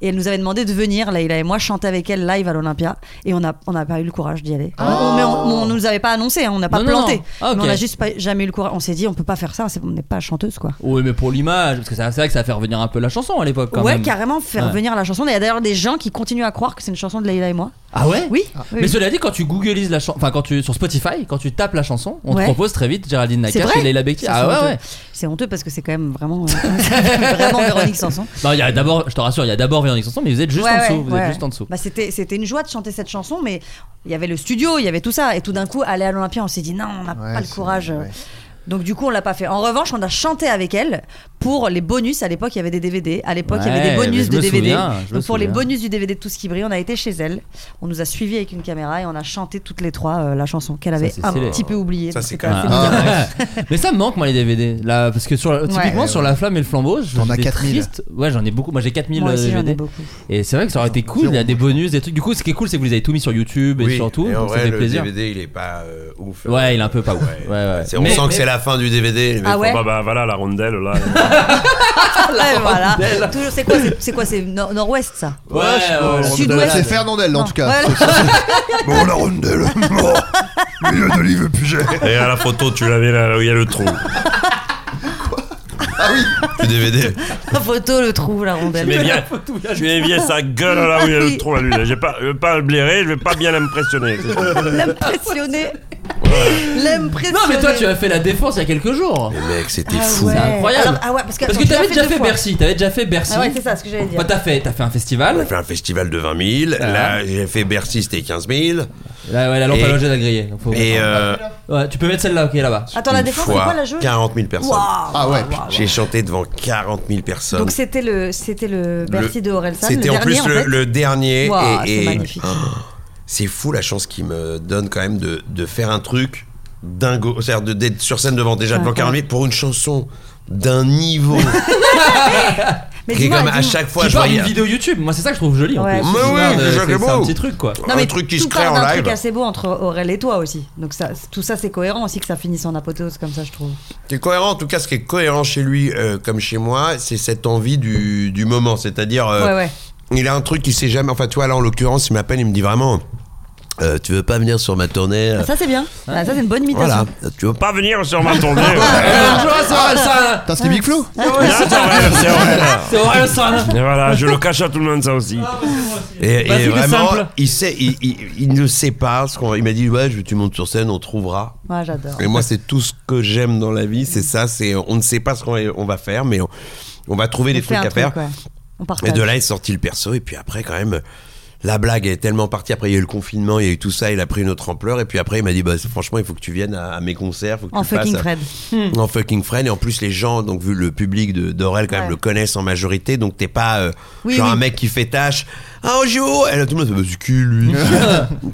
Speaker 4: et elle nous avait demandé de venir Leïla et moi chanter avec elle live à l'Olympia et on a on n'a pas eu le courage d'y aller. On- mais on, on nous avait pas annoncé, hein, on n'a pas
Speaker 5: Ah. Non, non,
Speaker 4: planté.
Speaker 5: non. Ah, ok.
Speaker 4: Mais on a juste pas, jamais eu le courage. On s'est dit on peut pas faire ça, c'est- on n'est pas chanteuse quoi.
Speaker 5: Oui, mais pour l'image, parce que ça- c'est vrai que ça fait revenir un peu la chanson à l'époque quand
Speaker 4: ouais,
Speaker 5: même.
Speaker 4: carrément faire
Speaker 5: Ouais.
Speaker 4: venir la chanson. Il y a d'ailleurs des gens qui continuent à croire que c'est une chanson de Leïla et moi.
Speaker 5: Ah ouais
Speaker 4: Oui. oui.
Speaker 5: Mais cela dit, quand tu googlises la chanson, enfin quand tu sur Spotify, quand tu tapes la chanson, on
Speaker 4: Ouais.
Speaker 5: te propose très vite Géraldine
Speaker 4: C'est
Speaker 5: Nakache
Speaker 4: vrai
Speaker 5: Bah, et Leila Bekti.
Speaker 4: Ça,
Speaker 5: Ah
Speaker 4: c'est
Speaker 5: ouais,
Speaker 4: honteux.
Speaker 5: ouais.
Speaker 4: C'est honteux parce que c'est quand même vraiment, euh, vraiment Véronique Sanson.
Speaker 5: Non, il y a d'abord, je te rassure, il y a d'abord Véronique Sanson, mais vous êtes juste
Speaker 4: Ouais,
Speaker 5: en dessous.
Speaker 4: ouais,
Speaker 5: vous
Speaker 4: ouais.
Speaker 5: êtes juste en dessous.
Speaker 4: Bah, c'était, c'était une joie de chanter cette chanson, mais il y avait le studio, il y avait tout ça. Et tout d'un coup, aller à l'Olympia, on s'est dit non, on n'a
Speaker 6: Ouais,
Speaker 4: pas le
Speaker 6: c'est-
Speaker 4: courage.
Speaker 6: ouais.
Speaker 4: Donc du coup, on l'a pas fait. En revanche, on a chanté avec elle pour les bonus. À l'époque, il y avait des DVD. À l'époque, il y
Speaker 5: Ouais,
Speaker 4: avait des bonus
Speaker 5: mais je
Speaker 4: de
Speaker 5: me
Speaker 4: DVD.
Speaker 5: souviens, je me
Speaker 4: Donc pour les
Speaker 5: souviens.
Speaker 4: bonus du DVD de Tout ce qui brille, on a été chez elle. On nous a suivis avec une caméra et on a chanté toutes les trois euh, la chanson qu'elle avait
Speaker 5: c'est
Speaker 4: un
Speaker 5: stylé.
Speaker 4: petit peu oubliée.
Speaker 2: Ça,
Speaker 4: Donc,
Speaker 2: c'est
Speaker 4: c'était
Speaker 2: quand
Speaker 4: assez
Speaker 5: Ah.
Speaker 4: bizarre.
Speaker 5: mais ça me manque moi les DVD là parce que sur la- typiquement
Speaker 6: Ouais.
Speaker 5: sur la flamme et le flambeau je
Speaker 6: T'en as
Speaker 5: j'étais
Speaker 6: 4000.
Speaker 5: triste ouais j'en ai beaucoup moi j'ai euh, 4000
Speaker 4: Moi aussi, j'en ai
Speaker 5: DVD
Speaker 4: beaucoup.
Speaker 5: et c'est vrai que ça aurait été cool
Speaker 6: Zéro.
Speaker 5: il y a des bonus des trucs du coup ce qui est cool c'est que vous les avez tout mis sur YouTube et sur tout
Speaker 2: et en
Speaker 5: donc ça
Speaker 2: vrai,
Speaker 5: fait
Speaker 2: le
Speaker 5: plaisir
Speaker 2: DVD, il est pas euh, ouf.
Speaker 5: ouais il est un peu pas ouf ouais ouais
Speaker 2: C'est- On
Speaker 5: Mais-
Speaker 2: sent que c'est la fin du DVD. les mecs
Speaker 4: Ah ouais.
Speaker 3: Bah, bah voilà la rondelle là.
Speaker 5: Ah,
Speaker 4: Ouais, voilà. Toujours, c'est quoi c'est- C'est quoi C'est nor- Nord-Ouest, ça
Speaker 5: ouais,
Speaker 3: euh,
Speaker 5: ouais,
Speaker 4: Sud-Ouest.
Speaker 5: Rondelle.
Speaker 6: C'est Fernandel en tout cas.
Speaker 4: Voilà.
Speaker 6: Bon, la rondelle.
Speaker 3: Oh,
Speaker 6: Milieu d'olive Puget.
Speaker 3: Et à la photo, tu l'avais là, là où il y a le trou.
Speaker 4: Ah
Speaker 2: du DVD.
Speaker 4: La photo le trouve, la rondelle.
Speaker 3: Mais bien, tu mets bien sa gueule là où il y a le trou là, lui. là. J'ai pas, je vais pas le blairer, je vais pas bien l'impressionner. c'est tout.
Speaker 4: L'impressionner. L'impressionner.
Speaker 5: non mais toi tu as fait la défense il y a quelques jours
Speaker 2: Les mecs, c'était
Speaker 4: Ah
Speaker 2: fou.
Speaker 4: ouais.
Speaker 5: C'est incroyable.
Speaker 4: Alors, ah ouais, parce que,
Speaker 5: parce
Speaker 4: attends,
Speaker 5: que
Speaker 4: tu l'as
Speaker 5: t'avais déjà
Speaker 4: deux
Speaker 5: fait
Speaker 4: fois.
Speaker 5: Bercy t'avais déjà fait Bercy
Speaker 4: Ah ouais, c'est ça ce que j'allais dire.
Speaker 5: Bah, t'as fait t'as fait un
Speaker 2: On a
Speaker 5: festival
Speaker 2: fait un festival de 20 000.
Speaker 3: Ah.
Speaker 2: Là, j'ai fait Bercy, c'était 15 000.
Speaker 5: là ouais la lampe
Speaker 2: Et-
Speaker 5: à loger la grillée Donc, faut-
Speaker 2: Et euh,
Speaker 3: Ah
Speaker 5: ouais, tu peux mettre celle-là ok là-bas
Speaker 4: Attends, la
Speaker 2: une
Speaker 4: défense, c'est
Speaker 2: fois,
Speaker 4: quoi la jauge
Speaker 2: 40 000 personnes.
Speaker 4: Waouh.
Speaker 6: Ah ouais.
Speaker 2: J'ai chanté devant 40 000 personnes.
Speaker 4: Donc c'était le, c'était le Bercy
Speaker 2: Le-
Speaker 4: de Orelsan, le
Speaker 2: C'était en
Speaker 4: dernier
Speaker 2: plus
Speaker 4: en
Speaker 2: le,
Speaker 4: fait.
Speaker 2: le dernier.
Speaker 4: Waouh,
Speaker 2: et-
Speaker 4: c'est
Speaker 2: et-
Speaker 4: magnifique.
Speaker 2: c'est fou la chance qu'il me donne quand même de, de faire un truc dingo, c'est-à-dire de- d'être sur scène devant
Speaker 4: Ah
Speaker 2: déjà devant 40 000 pour une chanson d'un niveau
Speaker 4: Mais
Speaker 2: qui est
Speaker 4: dis-moi,
Speaker 2: comme à
Speaker 4: dis-moi.
Speaker 2: chaque fois
Speaker 5: qui
Speaker 2: je
Speaker 5: part d'une
Speaker 2: voyais
Speaker 5: vidéo YouTube moi c'est ça que je trouve joli en
Speaker 4: Ouais. Ah,
Speaker 5: plus
Speaker 2: Mais
Speaker 5: C'est
Speaker 2: oui,
Speaker 5: marre de-
Speaker 2: déjà,
Speaker 5: c'est
Speaker 2: c'est
Speaker 5: c'est un
Speaker 2: beau.
Speaker 5: petit truc quoi
Speaker 2: un truc qui se
Speaker 4: tout
Speaker 2: crée
Speaker 4: part
Speaker 2: en
Speaker 4: d'un
Speaker 2: live.
Speaker 4: truc assez beau entre Aurel et toi aussi. Donc ça, tout ça c'est cohérent aussi que ça finisse en apothéose comme ça je trouve.
Speaker 2: C'est cohérent, en tout cas, ce qui est cohérent chez lui euh, comme chez moi, c'est cette envie du, du moment. C'est-à-dire, euh,
Speaker 4: ouais ouais.
Speaker 2: il a un truc qu'il sait jamais. Enfin, toi, là, en l'occurrence, il m'appelle, il me dit vraiment euh, Tu veux pas venir sur ma tournée euh,
Speaker 4: Ah, ça c'est bien. Ah, ça c'est une bonne imitation.
Speaker 2: Voilà, tu veux pas.
Speaker 3: Pas venir sur ma tournée.
Speaker 5: Bonjour
Speaker 4: Ah,
Speaker 2: Ah,
Speaker 5: Orelsan
Speaker 6: Putain, c'était Big Flo.
Speaker 3: Non, c'est vrai, c'est vrai.
Speaker 5: hein. C'est hein. Orelsan
Speaker 3: Et voilà, je le cache à tout le monde ça aussi.
Speaker 2: Et,
Speaker 5: Bah,
Speaker 2: et
Speaker 5: c'est
Speaker 2: vraiment,
Speaker 5: simple.
Speaker 2: il, sait, il, il- il ne sait pas. Ce qu'on- il m'a dit Ouais, je veux que tu montes sur scène, on trouvera.
Speaker 4: Ouais, j'adore.
Speaker 2: Et moi, c'est tout ce que j'aime dans la vie, c'est ça. C'est on ne sait pas ce qu'on va- on va faire, mais on, on va trouver des
Speaker 4: On fait
Speaker 2: trucs
Speaker 4: un
Speaker 2: à faire.
Speaker 4: ouais. On
Speaker 2: Et
Speaker 4: partage.
Speaker 2: de là est sorti le perso, et puis après, quand même, la blague est tellement partie. Après, il y a eu le confinement, il y a eu tout ça, il a pris une autre ampleur, et puis après, il m'a dit bah, franchement, il faut que tu viennes à, à mes concerts, faut que
Speaker 4: En
Speaker 2: tu fasses
Speaker 4: fucking
Speaker 2: à-
Speaker 4: Fred.
Speaker 2: en fucking friend. Et en plus, les gens, donc vu le public de d'Aurel, quand même,
Speaker 4: Ouais.
Speaker 2: le connaissent en majorité, donc t'es pas euh,
Speaker 4: Oui,
Speaker 2: genre
Speaker 4: oui.
Speaker 2: un mec qui fait tâche. Ah, bonjour Et là, tout le monde fait bah, c'est qui lui Tu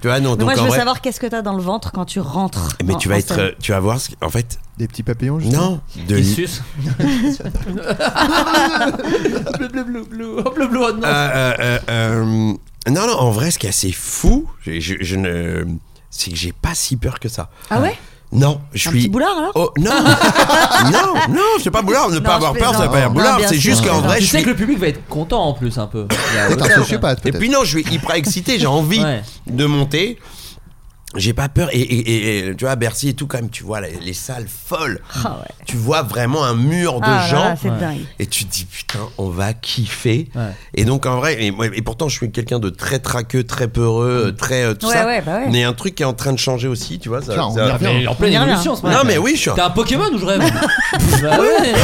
Speaker 2: vois, non,
Speaker 4: Mais
Speaker 2: donc
Speaker 4: moi je
Speaker 2: en
Speaker 4: veux
Speaker 2: vrai.
Speaker 4: savoir qu'est-ce que t'as dans le ventre quand tu rentres.
Speaker 2: Mais
Speaker 4: en-
Speaker 2: tu vas
Speaker 4: en
Speaker 2: être,
Speaker 4: scène.
Speaker 2: euh, tu vas voir, ce qui- en fait,
Speaker 6: Des petits papillons, je
Speaker 2: non, de
Speaker 5: Il suce. bleu, bleu, bleu, bleu. Oh, bleu, bleu, oh, non.
Speaker 2: Euh, euh, euh, non, non, en vrai, ce qui est assez fou, je, je- je ne, c'est que j'ai pas si peur que ça.
Speaker 4: Ah ouais
Speaker 2: Non, je
Speaker 4: Un
Speaker 2: suis.
Speaker 4: petit boulard alors
Speaker 2: Oh non, non, non, c'est pas boulard. Ne
Speaker 4: Non,
Speaker 2: pas
Speaker 4: je
Speaker 2: avoir peur,
Speaker 4: plaisante.
Speaker 2: ça va pas être
Speaker 4: Non,
Speaker 2: boulard.
Speaker 4: bien
Speaker 2: C'est
Speaker 4: sûr,
Speaker 2: juste
Speaker 4: je
Speaker 2: qu'en
Speaker 4: plaisante.
Speaker 2: vrai,
Speaker 5: tu
Speaker 2: je
Speaker 5: sais
Speaker 2: suis.
Speaker 5: que le public va être content en plus un peu. Il y a-
Speaker 6: Peut-être un sociopathe.
Speaker 2: Et
Speaker 6: peut-être.
Speaker 2: puis non, je suis hyper excité. J'ai envie
Speaker 5: Ouais.
Speaker 2: de monter. J'ai pas peur. Et, et- et- tu vois, Bercy et tout, quand même, tu vois les, les salles folles.
Speaker 4: Ah ouais.
Speaker 2: Tu vois vraiment un mur de
Speaker 4: Ah là
Speaker 2: gens.
Speaker 4: là, c'est dingue.
Speaker 2: Et tu te dis putain, on va kiffer.
Speaker 5: Ouais.
Speaker 2: Et donc en vrai, et, moi- et pourtant je suis quelqu'un de très traqueux, très
Speaker 6: Mm.
Speaker 2: peureux, euh, très euh, tout
Speaker 4: Ouais,
Speaker 2: ça.
Speaker 4: ouais, bah ouais.
Speaker 2: Mais un truc qui est en train de changer aussi, tu vois. Ça,
Speaker 6: Tiens, on
Speaker 2: ça-
Speaker 6: y revient.
Speaker 5: Mais en pleine
Speaker 4: On y revient.
Speaker 5: évolution, ce
Speaker 2: Non mais oui, je suis. un-
Speaker 5: T'as un Pokémon ou je rêve Bah hein. ouais. Ouais,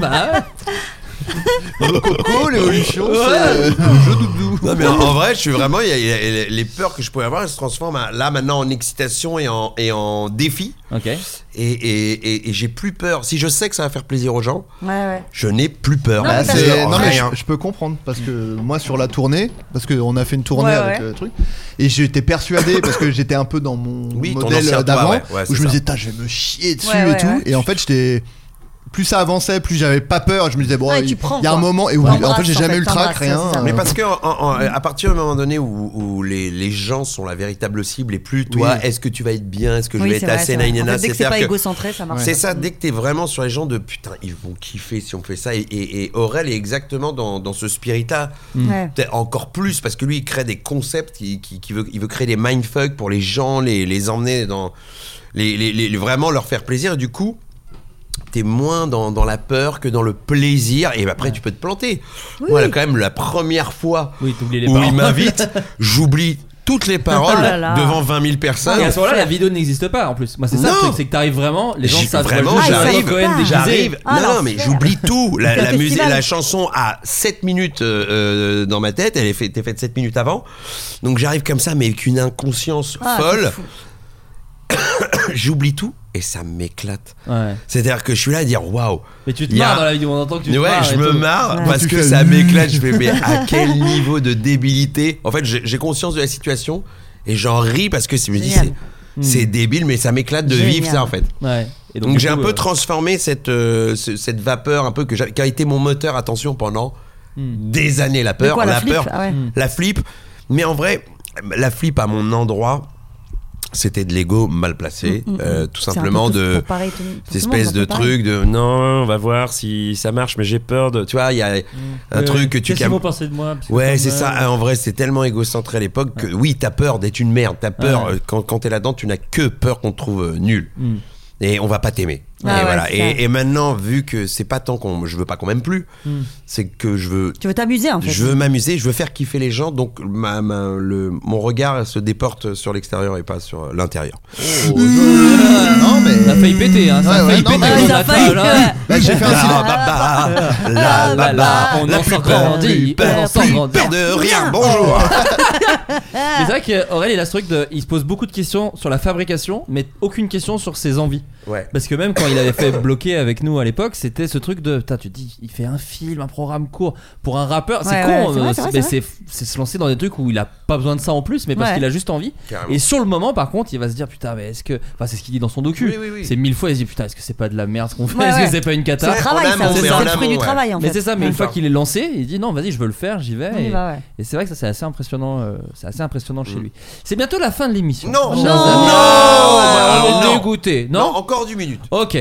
Speaker 5: Bah ouais.
Speaker 6: Coco, l'évolution, c'est
Speaker 2: Ouais.
Speaker 6: euh, le jeu doudou.
Speaker 2: Non, mais en, en vrai, je suis vraiment. il y a- il y a- les- les peurs que je pouvais avoir, elles se transforment à- là maintenant en excitation et en, et en défi.
Speaker 5: Ok.
Speaker 2: Et, et- et- et j'ai plus peur. Si je sais que ça va faire plaisir aux gens,
Speaker 4: Ouais, ouais.
Speaker 2: je n'ai plus peur.
Speaker 5: Ah,
Speaker 4: Non, mais
Speaker 6: Bah,
Speaker 4: parce
Speaker 6: c'est-
Speaker 2: que- hein.
Speaker 6: non, mais
Speaker 2: rien.
Speaker 6: je, je peux comprendre parce que moi sur la tournée parce qu'on a fait une tournée
Speaker 4: Ouais,
Speaker 6: avec
Speaker 4: ouais.
Speaker 6: le truc et j'étais persuadé parce que j'étais un peu dans mon
Speaker 2: Oui, ton
Speaker 6: modèle
Speaker 2: ancien toi,
Speaker 6: d'avant
Speaker 2: ouais, ouais, c'est
Speaker 6: où je
Speaker 2: ça.
Speaker 6: me disais Tain, je vais me chier dessus
Speaker 4: Ouais,
Speaker 6: et
Speaker 4: ouais,
Speaker 6: tout
Speaker 4: ouais.
Speaker 6: et en fait j'étais plus ça avançait plus j'avais pas peur je me disais bon
Speaker 4: Ouais,
Speaker 6: il
Speaker 4: tu prends,
Speaker 6: il y a un
Speaker 4: quoi.
Speaker 6: moment et où, en
Speaker 4: T'embrasses,
Speaker 6: fait j'ai
Speaker 4: en
Speaker 6: jamais
Speaker 4: fait,
Speaker 6: eu le trac
Speaker 4: t'embrasses,
Speaker 6: rien
Speaker 4: c'est ça.
Speaker 2: Mais
Speaker 6: euh,
Speaker 2: parce que en- en- à partir du moment donné où, où les, les gens sont la véritable cible et plus toi,
Speaker 6: Oui.
Speaker 2: est-ce que tu vas être bien, est-ce que je
Speaker 4: Oui,
Speaker 2: vais
Speaker 4: c'est
Speaker 2: être
Speaker 4: vrai,
Speaker 2: assez
Speaker 4: c'est vrai.
Speaker 2: nainana,
Speaker 4: En fait, dès que c'est
Speaker 2: c'est-à-dire
Speaker 4: pas
Speaker 2: que-
Speaker 4: égocentré, ça marche.
Speaker 2: C'est
Speaker 4: pas.
Speaker 2: ça, dès que t'es vraiment sur les gens de putain, ils vont kiffer si on fait ça. Et, et, et Aurel est exactement dans, dans ce spirit-là.
Speaker 4: Ouais.
Speaker 2: Peut-être Encore plus, parce que lui, il crée des concepts, il, qui, qui veut, il veut créer des mindfuck pour les gens, les, les emmener dans. Les, les- les- vraiment leur faire plaisir. Et du coup, t'es moins dans, dans la peur que dans le plaisir. Et après, tu peux te planter. Voilà, quand même, la première fois
Speaker 5: Oui, t'oublies les
Speaker 2: où
Speaker 5: paroles.
Speaker 2: il m'invite, j'oublie toutes les paroles
Speaker 4: Oh là là.
Speaker 2: devant 20 000 personnes.
Speaker 5: Et à ce moment-là, la vidéo n'existe pas en plus. Moi, c'est ça le
Speaker 2: Non.
Speaker 5: truc, c'est que t'arrives vraiment, les gens
Speaker 2: J'ai-
Speaker 5: savent
Speaker 2: vraiment,
Speaker 5: pas juste
Speaker 4: Ah, ils
Speaker 2: j'arrive,
Speaker 4: savent pas.
Speaker 5: Cohen déguisé.
Speaker 2: j'arrive.
Speaker 4: Ah,
Speaker 2: non, non,
Speaker 4: l'enfer.
Speaker 2: mais j'oublie tout. La,
Speaker 4: C'est un
Speaker 2: la musique,
Speaker 4: festival.
Speaker 2: la chanson à 7 minutes euh, euh, dans ma tête, elle est faite, était faite 7 minutes avant. Donc j'arrive comme ça, mais avec une inconscience
Speaker 4: Ah, c'est
Speaker 2: folle.
Speaker 4: fou.
Speaker 2: J'oublie tout et ça m'éclate.
Speaker 5: Ouais.
Speaker 2: C'est-à-dire que je suis là à dire waouh.
Speaker 5: Mais tu te
Speaker 2: Il y a-
Speaker 5: marres dans la vidéo, on entend que tu te
Speaker 2: ouais,
Speaker 5: marres.
Speaker 2: je
Speaker 5: et
Speaker 2: me
Speaker 5: tout.
Speaker 2: marre
Speaker 4: Ouais.
Speaker 2: parce
Speaker 6: Tu
Speaker 2: que
Speaker 6: fais
Speaker 2: ça
Speaker 6: nu.
Speaker 2: m'éclate. Je fais mais à quel niveau de débilité En fait, j'ai j'ai conscience de la situation et j'en ris parce que je me dis
Speaker 4: Génial. Hmm.
Speaker 2: c'est c'est débile, mais ça m'éclate de
Speaker 4: Génial.
Speaker 2: vivre ça en fait.
Speaker 5: Ouais. Et
Speaker 2: Donc,
Speaker 5: du
Speaker 2: j'ai
Speaker 5: coup,
Speaker 2: un peu
Speaker 5: euh,
Speaker 2: transformé cette, euh, ce- cette vapeur un peu que j'a- qui a été mon moteur attention pendant
Speaker 5: Hmm.
Speaker 2: des années la
Speaker 4: Mais
Speaker 2: peur
Speaker 4: quoi, la, flip
Speaker 2: peur Euh,
Speaker 4: Ah ouais.
Speaker 2: la flip mais en vrai la flip à mon endroit c'était de l'ego mal placé euh, tout
Speaker 4: Hmm, Mm, C'est un peu
Speaker 2: simplement
Speaker 4: tout-
Speaker 2: de
Speaker 4: pour pareil, tout- pour
Speaker 2: cette
Speaker 4: tout le monde,
Speaker 2: espèce
Speaker 4: un peu
Speaker 2: de
Speaker 4: pareil.
Speaker 2: truc de non on va voir si ça marche mais j'ai peur de tu vois il y
Speaker 5: Hmm.
Speaker 2: a
Speaker 5: euh,
Speaker 2: un truc que
Speaker 7: Qu'est-ce
Speaker 2: tu
Speaker 7: qu'ils
Speaker 2: calmes
Speaker 7: vont penser de moi
Speaker 2: Ouais, c'est ça. Ah, En vrai, c'est tellement égocentré à l'époque que oui, t'as peur d'être une merde. T'as peur
Speaker 5: Ouais.
Speaker 2: euh, quand, quand t'es là-dedans, tu n'as que peur qu'on te trouve euh, nul. Et on va pas t'aimer.
Speaker 4: Ah
Speaker 2: et
Speaker 4: ouais,
Speaker 2: voilà.
Speaker 4: c'est ça.
Speaker 2: Et, et maintenant, vu que c'est pas tant qu'on, je veux pas qu'on m'aime plus, c'est que je veux,
Speaker 4: Tu veux t'amuser en fait.
Speaker 2: je veux m'amuser, je veux faire kiffer les gens. Donc, ma, ma- le, mon regard se déporte sur l'extérieur et pas sur l'intérieur.
Speaker 6: Euh,
Speaker 2: Ah,
Speaker 6: non
Speaker 5: Ça a
Speaker 6: mais
Speaker 5: failli péter, hein. Ça
Speaker 6: Ouais,
Speaker 5: a
Speaker 6: ouais,
Speaker 5: failli
Speaker 6: non,
Speaker 5: péter. Ah.
Speaker 6: mais-
Speaker 5: on
Speaker 4: Ouais, ça
Speaker 5: a
Speaker 4: a failli,
Speaker 5: pas- là,
Speaker 6: là, j'ai fait un
Speaker 2: La
Speaker 6: silence.
Speaker 2: baba, la
Speaker 5: là, là,
Speaker 2: baba,
Speaker 5: on
Speaker 2: Bah, la
Speaker 5: en
Speaker 2: plus
Speaker 5: sort
Speaker 2: peur
Speaker 5: grandi,
Speaker 2: du peur,
Speaker 5: on en sort
Speaker 2: plus
Speaker 5: grandi.
Speaker 2: peur de rien. Bonjour.
Speaker 4: Ah,
Speaker 5: Mais c'est vrai euh, qu'Aurel, il a ce truc de. Il se pose beaucoup de questions sur la fabrication, mais aucune question sur ses envies.
Speaker 2: Ouais.
Speaker 5: Parce que même quand il avait fait bloquer avec nous à l'époque, c'était ce truc de. Putain, tu te dis, il fait un film, un programme court. Pour un rappeur, c'est
Speaker 4: Ouais,
Speaker 5: con,
Speaker 4: ouais, c'est
Speaker 5: euh,
Speaker 4: vrai, c'est vrai,
Speaker 5: mais
Speaker 4: c'est
Speaker 5: c'est c'est se lancer dans des trucs où il a pas besoin de ça en plus, mais parce
Speaker 4: Ouais.
Speaker 5: qu'il a juste envie.
Speaker 2: Carrément.
Speaker 5: Et sur le moment, par contre, il va se dire, putain, mais est-ce que. Enfin, c'est ce qu'il dit dans son docu.
Speaker 2: Oui, oui, oui.
Speaker 5: C'est mille fois, il se dit, putain, est-ce que c'est pas de la merde ce qu'on fait
Speaker 4: Ouais,
Speaker 5: Est-ce que
Speaker 4: ouais.
Speaker 5: c'est pas une
Speaker 4: C'est le
Speaker 5: cata
Speaker 2: en
Speaker 4: travail,
Speaker 2: amont,
Speaker 4: ça.
Speaker 2: mais
Speaker 4: C'est
Speaker 2: en
Speaker 4: le fruit
Speaker 2: amont,
Speaker 4: du
Speaker 2: ouais.
Speaker 4: travail en fait.
Speaker 5: Mais c'est ça, mais une
Speaker 2: D'accord.
Speaker 5: fois qu'il est lancé, il dit non, vas-y, je veux le faire, j'y vais.
Speaker 4: On y
Speaker 5: et-
Speaker 4: va, ouais.
Speaker 5: et c'est vrai que ça c'est assez impressionnant, euh, c'est assez impressionnant chez lui. C'est bientôt la fin de l'émission.
Speaker 2: Mm. Non.
Speaker 5: chers
Speaker 2: Non.
Speaker 5: amis.
Speaker 2: Non.
Speaker 5: Ah,
Speaker 2: Alors,
Speaker 5: On est
Speaker 2: non.
Speaker 5: dégoûté.
Speaker 2: Non,
Speaker 5: Non.
Speaker 2: encore 10 minutes.
Speaker 5: Ok.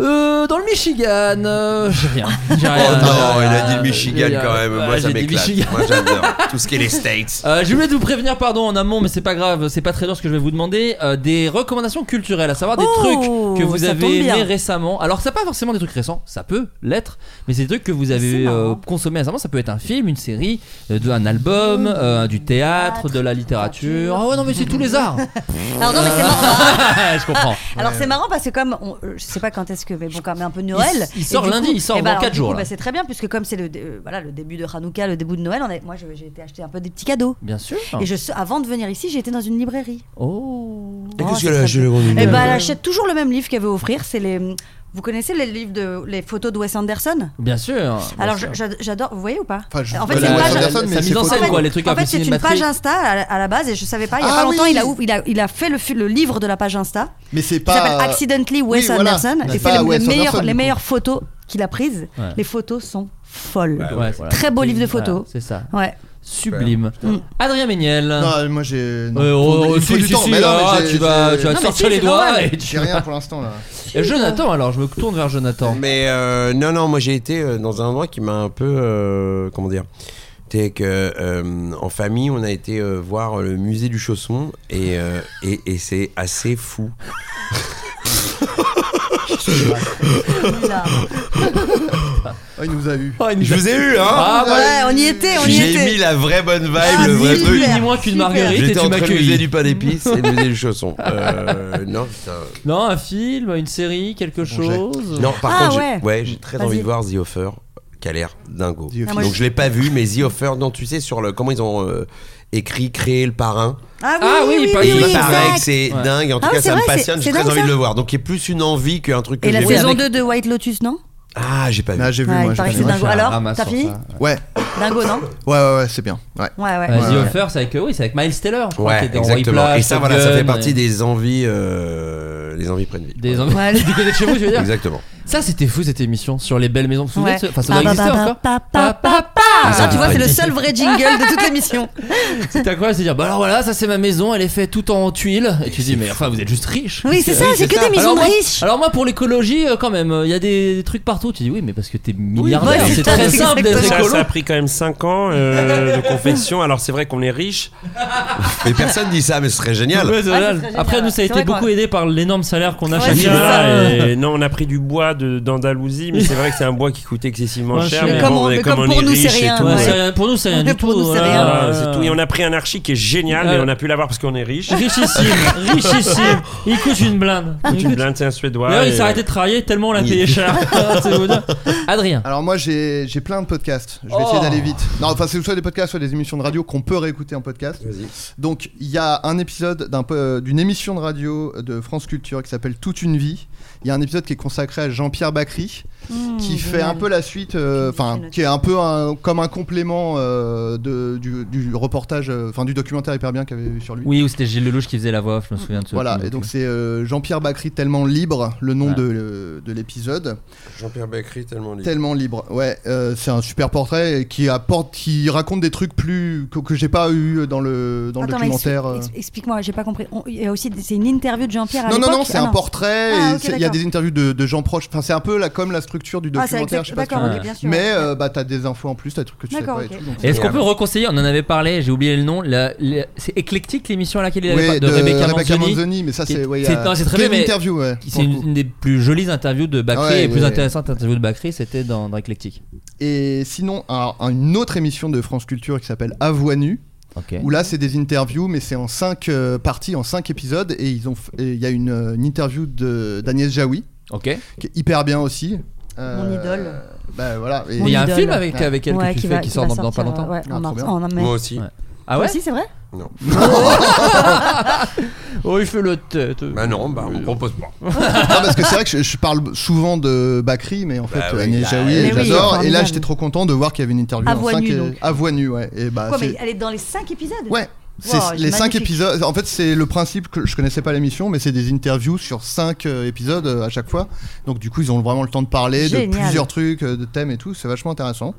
Speaker 5: Euh, dans le Michigan, euh, j'ai rien. J'ai rien.
Speaker 4: Ah,
Speaker 2: Oh non, il
Speaker 5: J'ai
Speaker 2: a
Speaker 5: rien.
Speaker 2: dit le Michigan
Speaker 5: J'ai rien.
Speaker 2: quand même. Moi,
Speaker 5: Ouais,
Speaker 2: ça
Speaker 5: j'ai dit
Speaker 2: m'éclate.
Speaker 5: Michigan.
Speaker 2: Moi, j'adore tout ce qui est les
Speaker 4: Ah,
Speaker 2: States.
Speaker 5: Euh, je voulais vous prévenir, pardon, en amont, mais c'est pas grave, c'est pas très dur ce que je vais vous demander. euh, des recommandations culturelles, à savoir des
Speaker 4: Oh,
Speaker 5: trucs que vous
Speaker 4: ça tombe
Speaker 5: avez aimés
Speaker 4: bien.
Speaker 5: récemment. Alors, c'est pas forcément des trucs récents, ça peut l'être, mais c'est des trucs que vous
Speaker 4: C'est
Speaker 5: avez
Speaker 4: marrant.
Speaker 5: euh, consommés récemment. Ça peut être un film, une série, euh, de- un
Speaker 4: Mmh.
Speaker 5: album, euh, du théâtre, de la littérature. Ah ouais, non, mais c'est tous les arts.
Speaker 4: Alors non, mais c'est marrant. hein.
Speaker 5: je comprends.
Speaker 4: Alors c'est marrant parce que comme on- euh, je sais pas quand est-ce que mais bon quand même un peu Noël.
Speaker 5: Il- il
Speaker 4: Et
Speaker 5: sort
Speaker 4: du
Speaker 5: lundi, il sort
Speaker 4: eh ben,
Speaker 5: dans
Speaker 4: alors,
Speaker 5: quatre
Speaker 4: du
Speaker 5: jours,
Speaker 4: coup,
Speaker 5: là.
Speaker 4: bah, c'est très bien puisque comme c'est le dé- euh, voilà le début de Hanouka, le début de Noël, on est- moi je- j'ai été acheter un peu des petits cadeaux.
Speaker 5: Bien sûr.
Speaker 4: Et je sais- avant de venir ici, j'ai été dans une librairie.
Speaker 5: Oh.
Speaker 2: Et
Speaker 4: Oh,
Speaker 2: qu'est-ce que
Speaker 4: c'est
Speaker 2: là,
Speaker 4: très
Speaker 2: je
Speaker 4: bien.
Speaker 2: le
Speaker 4: Et ben elle achète toujours le même livre qu'elle veut offrir, c'est les vous connaissez les livres de les photos de Wes Anderson
Speaker 5: Bien sûr.
Speaker 4: Alors
Speaker 5: Bien sûr.
Speaker 4: j'ad- j'adore, vous voyez ou pas
Speaker 6: Enfin, je-
Speaker 4: En
Speaker 6: Euh,
Speaker 4: fait, c'est
Speaker 6: la-
Speaker 4: une
Speaker 6: la-
Speaker 4: page
Speaker 6: la- Anderson,
Speaker 5: sa
Speaker 6: mais c'est
Speaker 5: mise en
Speaker 6: photo.
Speaker 5: scène,
Speaker 6: En
Speaker 5: quoi,
Speaker 6: fait-
Speaker 5: les trucs un
Speaker 4: en
Speaker 5: peu
Speaker 4: fait, c'est une
Speaker 5: cinématriques.
Speaker 4: page Insta à la, à la base et je savais pas. Il y a
Speaker 6: Ah
Speaker 4: pas longtemps,
Speaker 6: oui
Speaker 4: il, a, ouf- il, a, il a fait le, fi- le livre de la page Insta.
Speaker 6: mais c'est
Speaker 4: qui s'appelle
Speaker 6: pas
Speaker 4: Accidentally Wes
Speaker 6: oui, voilà.
Speaker 4: Anderson.
Speaker 6: Mais
Speaker 4: Et
Speaker 6: pas
Speaker 4: c'est le- le
Speaker 6: Wes Anderson,
Speaker 4: meilleur-
Speaker 6: du
Speaker 4: les
Speaker 6: coup.
Speaker 4: meilleures photos qu'il a prises.
Speaker 5: Ouais.
Speaker 4: Les photos sont folles.
Speaker 5: Bah Ouais, voilà.
Speaker 4: Très beau livre de
Speaker 5: Voilà,
Speaker 4: photos.
Speaker 5: c'est ça.
Speaker 4: Ouais.
Speaker 5: Sublime. Mm. Adrien Méniel.
Speaker 6: non moi j'ai non.
Speaker 5: Euh,
Speaker 6: Faut-
Speaker 5: oh,
Speaker 6: il
Speaker 5: si,
Speaker 6: faut du
Speaker 5: si,
Speaker 6: temps,
Speaker 5: si,
Speaker 6: mais non,
Speaker 5: ah,
Speaker 6: mais j'ai-
Speaker 5: tu vas,
Speaker 6: j'ai-
Speaker 5: tu vas te
Speaker 4: Non, mais
Speaker 5: sortir
Speaker 4: si,
Speaker 5: les
Speaker 4: c'est
Speaker 5: doigts
Speaker 4: normal.
Speaker 5: et tu
Speaker 6: j'ai rien pour l'instant là
Speaker 5: Et Jonathan, alors je me tourne vers Jonathan.
Speaker 2: Mais euh, non, non, moi j'ai été euh, dans un endroit qui m'a un peu. euh, comment dire C'était que euh, en famille, on a été euh, voir le musée du chausson et, euh, et, et c'est assez fou.
Speaker 6: oh, il nous a eu
Speaker 4: Ah,
Speaker 5: Oh, il nous
Speaker 2: Je
Speaker 5: a-
Speaker 2: vous ai eu, hein
Speaker 5: Ah, ouais.
Speaker 4: Ouais, on y était, on y
Speaker 2: J'ai mis
Speaker 4: était.
Speaker 2: la vraie bonne vibe,
Speaker 4: Ah,
Speaker 2: le vrai
Speaker 4: si,
Speaker 2: truc.
Speaker 4: super.
Speaker 5: Ni moins qu'une
Speaker 4: Super.
Speaker 5: marguerite et
Speaker 2: J'étais
Speaker 5: tu
Speaker 2: entre le musée
Speaker 5: m'accueilles.
Speaker 2: du pain d'épices et le musée du chausson. Euh, non, putain.
Speaker 5: Non, un film, une série, quelque
Speaker 6: Bon jet.
Speaker 5: chose.
Speaker 2: Non, par
Speaker 4: Ah
Speaker 2: contre, j'ai-
Speaker 4: ouais.
Speaker 2: ouais, j'ai très
Speaker 4: Vas-y.
Speaker 2: envie de voir The Offer, qui a l'air dingo.
Speaker 6: The Office.
Speaker 4: Ah, moi,
Speaker 2: Donc
Speaker 4: je-
Speaker 2: je l'ai pas vu, mais The Offer, non, tu sais sur le comment ils ont euh, écrit, créé le parrain.
Speaker 4: Ah oui,
Speaker 5: Ah oui,
Speaker 4: oui,
Speaker 5: pas-
Speaker 4: oui,
Speaker 2: il
Speaker 4: oui,
Speaker 2: me paraît
Speaker 4: exact.
Speaker 2: que c'est
Speaker 5: Ouais.
Speaker 2: dingue. En tout
Speaker 4: Ah,
Speaker 2: cas,
Speaker 4: c'est
Speaker 2: ça me
Speaker 4: vrai,
Speaker 2: passionne.
Speaker 4: c'est-
Speaker 2: J'ai
Speaker 4: c'est
Speaker 2: très
Speaker 4: dingue,
Speaker 2: envie
Speaker 4: ça.
Speaker 2: de le voir. Donc il y a plus une envie qu'un truc.
Speaker 4: Et
Speaker 2: que
Speaker 4: la
Speaker 2: j'ai vu.
Speaker 4: saison
Speaker 2: Avec-
Speaker 4: 2 de White Lotus, non
Speaker 2: Ah, j'ai pas vu.
Speaker 6: Ah, j'ai vu,
Speaker 4: Ouais,
Speaker 6: moi.
Speaker 4: il
Speaker 6: j'ai
Speaker 4: paraît
Speaker 6: pas
Speaker 4: que
Speaker 6: vu.
Speaker 4: c'est dingo. Alors, t'as fini
Speaker 6: Ouais,
Speaker 4: Dingo, non
Speaker 6: ouais, ouais, ouais, c'est bien. Ouais.
Speaker 4: Ouais, ouais.
Speaker 5: Euh, The
Speaker 6: Ouais.
Speaker 5: Offer, c'est avec, euh, oui, c'est avec Miles Taylor, je crois, qui
Speaker 2: Ouais,
Speaker 5: était dans
Speaker 2: exactement.
Speaker 5: Whiplash,
Speaker 2: Et ça,
Speaker 5: Top
Speaker 2: voilà, ça
Speaker 5: Gun,
Speaker 2: fait partie
Speaker 5: et-
Speaker 2: des envies, euh, les envies prennent vie.
Speaker 5: des hommes.
Speaker 4: Ouais.
Speaker 5: du côté de chez vous, je veux dire.
Speaker 2: Exactement.
Speaker 5: Ça, c'était fou cette émission sur les belles maisons. Vous vous souvenez
Speaker 4: Ouais.
Speaker 5: de ce- Enfin, ça
Speaker 4: Pa,
Speaker 5: doit
Speaker 4: pa,
Speaker 5: exister
Speaker 4: pa,
Speaker 5: encore.
Speaker 4: pa, pa,
Speaker 5: Pa, pa, pa.
Speaker 4: Ça, tu vois, c'est le seul vrai jingle de toute l'émission.
Speaker 5: C'est incroyable, c'est dire, bah alors voilà, ça c'est ma maison, elle est faite tout en tuiles. Et tu dis, mais enfin, vous êtes juste riche.
Speaker 4: Oui, c'est ça, c'est que des
Speaker 5: Alors
Speaker 4: maisons de
Speaker 5: moi,
Speaker 4: riches.
Speaker 5: alors moi, pour l'écologie, euh, quand même, euh, il y a des, des trucs partout. Tu dis, oui, mais parce que t'es milliardaire,
Speaker 4: ouais,
Speaker 5: c'est
Speaker 4: c'est
Speaker 5: très
Speaker 4: ça,
Speaker 5: simple d'être
Speaker 4: exactement.
Speaker 3: Ça,
Speaker 5: écolo.
Speaker 3: ça a pris quand même 5 ans euh, de confession. Alors c'est vrai qu'on est riche.
Speaker 2: Mais personne dit ça, mais ce serait génial.
Speaker 5: Ouais, c'est
Speaker 4: Ah,
Speaker 5: génial.
Speaker 4: ça serait
Speaker 5: Après,
Speaker 4: génial,
Speaker 5: nous, ça a
Speaker 4: ouais.
Speaker 5: été
Speaker 4: C'est vrai
Speaker 5: beaucoup
Speaker 4: qu'on-
Speaker 5: aidé par l'énorme salaire qu'on a
Speaker 4: Ouais,
Speaker 5: chacun.
Speaker 4: c'est ça.
Speaker 5: euh,
Speaker 3: Et non, on a pris du bois de- d'Andalousie, mais c'est vrai que c'est un bois qui coûte excessivement
Speaker 5: Ouais,
Speaker 3: cher.
Speaker 5: mais
Speaker 3: Mais,
Speaker 4: comme
Speaker 3: bon,
Speaker 4: on-
Speaker 3: on est-
Speaker 4: mais
Speaker 3: comme
Speaker 4: comme
Speaker 3: on
Speaker 4: pour
Speaker 3: est
Speaker 4: nous, c'est
Speaker 3: riche et
Speaker 4: rien.
Speaker 3: tout,
Speaker 5: Ouais,
Speaker 4: Ouais.
Speaker 5: c'est rien. Pour nous, c'est rien du
Speaker 4: Pour
Speaker 5: tout.
Speaker 4: nous, c'est
Speaker 5: voilà.
Speaker 4: rien.
Speaker 3: Voilà, Ah, c'est tout. Et on a pris un archi qui est génial,
Speaker 5: Ouais.
Speaker 3: mais on n'a pu l'avoir parce qu'on est riche.
Speaker 5: Richissime, richissime. Il coûte une blinde.
Speaker 3: Ou
Speaker 5: Il
Speaker 3: tu
Speaker 5: coûte-
Speaker 3: blindes, c'est un suédois.
Speaker 5: D'ailleurs,
Speaker 3: et-
Speaker 5: il s'est arrêté de travailler tellement on l'a payé cher. C'est vous dire. Adrien.
Speaker 6: Alors moi j'ai j'ai plein de podcasts. Je vais
Speaker 5: Oh.
Speaker 6: essayer d'aller vite. Non, enfin c'est soit des podcasts, soit des émissions de radio qu'on peut réécouter en podcast. Donc il y a un épisode d'un peu- d'une émission de radio de France Culture qui s'appelle Toute une vie. Il y a un épisode qui est consacré à Jean-Pierre Bacry
Speaker 5: Mmh,
Speaker 6: qui fait un peu la suite, euh, enfin
Speaker 4: J'ai noté.
Speaker 6: qui est un peu un- comme un complément euh, de, du, du reportage, euh, enfin du documentaire hyper bien qu'il y avait eu sur lui.
Speaker 5: Oui, ou c'était Gilles Lelouch qui faisait la voix off, je me souviens de ce
Speaker 6: Voilà,
Speaker 5: film.
Speaker 6: et donc c'est euh, Jean-Pierre Bacry tellement libre, le nom
Speaker 5: Ouais.
Speaker 6: de, euh, de l'épisode.
Speaker 2: Jean-Pierre Bacry, tellement libre.
Speaker 6: Tellement libre, ouais. euh, c'est un super portrait qui apporte, qui raconte des trucs plus que, que j'ai pas eu dans le dans
Speaker 4: Attends,
Speaker 6: le
Speaker 4: mais
Speaker 6: documentaire.
Speaker 4: expli-
Speaker 6: euh.
Speaker 4: ex- Explique-moi, j'ai pas compris. On- Il y a aussi, c'est une interview de Jean-Pierre. à
Speaker 6: Non, non,
Speaker 4: l'époque
Speaker 6: non, c'est
Speaker 4: Ah,
Speaker 6: un portrait.
Speaker 4: Ah,
Speaker 6: et
Speaker 4: ok,
Speaker 6: c'est- Il y a
Speaker 4: d'accord.
Speaker 6: des interviews de, de gens proches. Enfin, c'est un peu la, comme la structure du
Speaker 4: Ah, c'est
Speaker 6: documentaire.
Speaker 4: exact-
Speaker 6: je sais pas si tu
Speaker 4: D'accord,
Speaker 6: vois.
Speaker 4: ok, bien sûr.
Speaker 6: Mais
Speaker 4: ouais.
Speaker 6: euh, bah t'as des infos en plus, t'as des trucs que tu sais
Speaker 4: D'accord,
Speaker 6: pas et
Speaker 4: ok.
Speaker 6: tout. donc
Speaker 5: Et Est-ce
Speaker 6: c'est-
Speaker 5: qu'on peut reconseiller On en avait parlé, j'ai oublié le nom. la- la- c'est éclectique l'émission à laquelle il avait
Speaker 6: Oui,
Speaker 5: parlé de, Rebecca, Manzoni.
Speaker 6: mais ça
Speaker 5: qui-
Speaker 6: c'est ouais, il y
Speaker 5: c'est-
Speaker 6: a-
Speaker 5: non, c'est très
Speaker 6: quelle
Speaker 5: bien, mais-
Speaker 6: interview, ouais.
Speaker 5: C'est
Speaker 6: pour le
Speaker 5: une,
Speaker 6: coup.
Speaker 5: une des plus jolies interviews de Bacri
Speaker 6: Ouais,
Speaker 5: et les plus
Speaker 6: ouais.
Speaker 5: intéressantes interviews de Bacri, c'était dans, dans Eclectic.
Speaker 6: Et sinon, un- une autre émission de France Culture qui s'appelle À voix nue.
Speaker 5: Ok.
Speaker 6: Où là, c'est des interviews, mais c'est en cinq euh, parties, en cinq épisodes. Et ils ont f- et il y a une, euh, une interview de- d'Agnès Jaoui,
Speaker 5: Ok. Et
Speaker 6: qui est hyper bien aussi. Euh,
Speaker 4: Mon idole.
Speaker 6: Bah voilà. et-
Speaker 4: Mon
Speaker 5: il y a un
Speaker 4: idole.
Speaker 5: film avec, avec elle
Speaker 4: Ouais,
Speaker 5: que tu
Speaker 4: va-
Speaker 5: fais qui sort
Speaker 4: va
Speaker 5: dans, dans pas
Speaker 4: sortir,
Speaker 5: longtemps.
Speaker 4: Ouais,
Speaker 6: Ah,
Speaker 4: en
Speaker 6: trop
Speaker 4: mars.
Speaker 6: bien.
Speaker 4: en mai.
Speaker 2: Moi aussi.
Speaker 5: Ouais. Ah
Speaker 4: Toi
Speaker 5: ouais
Speaker 4: aussi, c'est vrai
Speaker 2: Non.
Speaker 5: Oh, il fait le tête.
Speaker 2: Bah non, bah on propose pas.
Speaker 6: Non, parce que c'est vrai que je, je parle souvent de Bakri, mais en fait,
Speaker 2: oui,
Speaker 6: Agnès
Speaker 2: bah, Mais
Speaker 6: Jaoui,
Speaker 4: oui,
Speaker 6: j'adore. et là,
Speaker 4: formidable.
Speaker 6: j'étais trop content de voir qu'il y avait une interview
Speaker 4: À
Speaker 6: en
Speaker 4: voix
Speaker 6: cinq
Speaker 4: nue,
Speaker 6: et-
Speaker 4: donc.
Speaker 6: À voix nue, ouais. Et bah,
Speaker 4: Quoi,
Speaker 6: c'est-
Speaker 4: mais elle est dans les 5 épisodes
Speaker 6: Ouais. C'est
Speaker 4: Wow,
Speaker 6: les cinq
Speaker 4: magnifique.
Speaker 6: épisodes. En fait, c'est le principe que je connaissais pas l'émission, mais c'est des interviews sur cinq euh, épisodes euh, à chaque fois. Donc du coup, ils ont vraiment le temps de parler de
Speaker 4: Génial.
Speaker 6: plusieurs trucs, euh, de thèmes et tout. C'est vachement intéressant.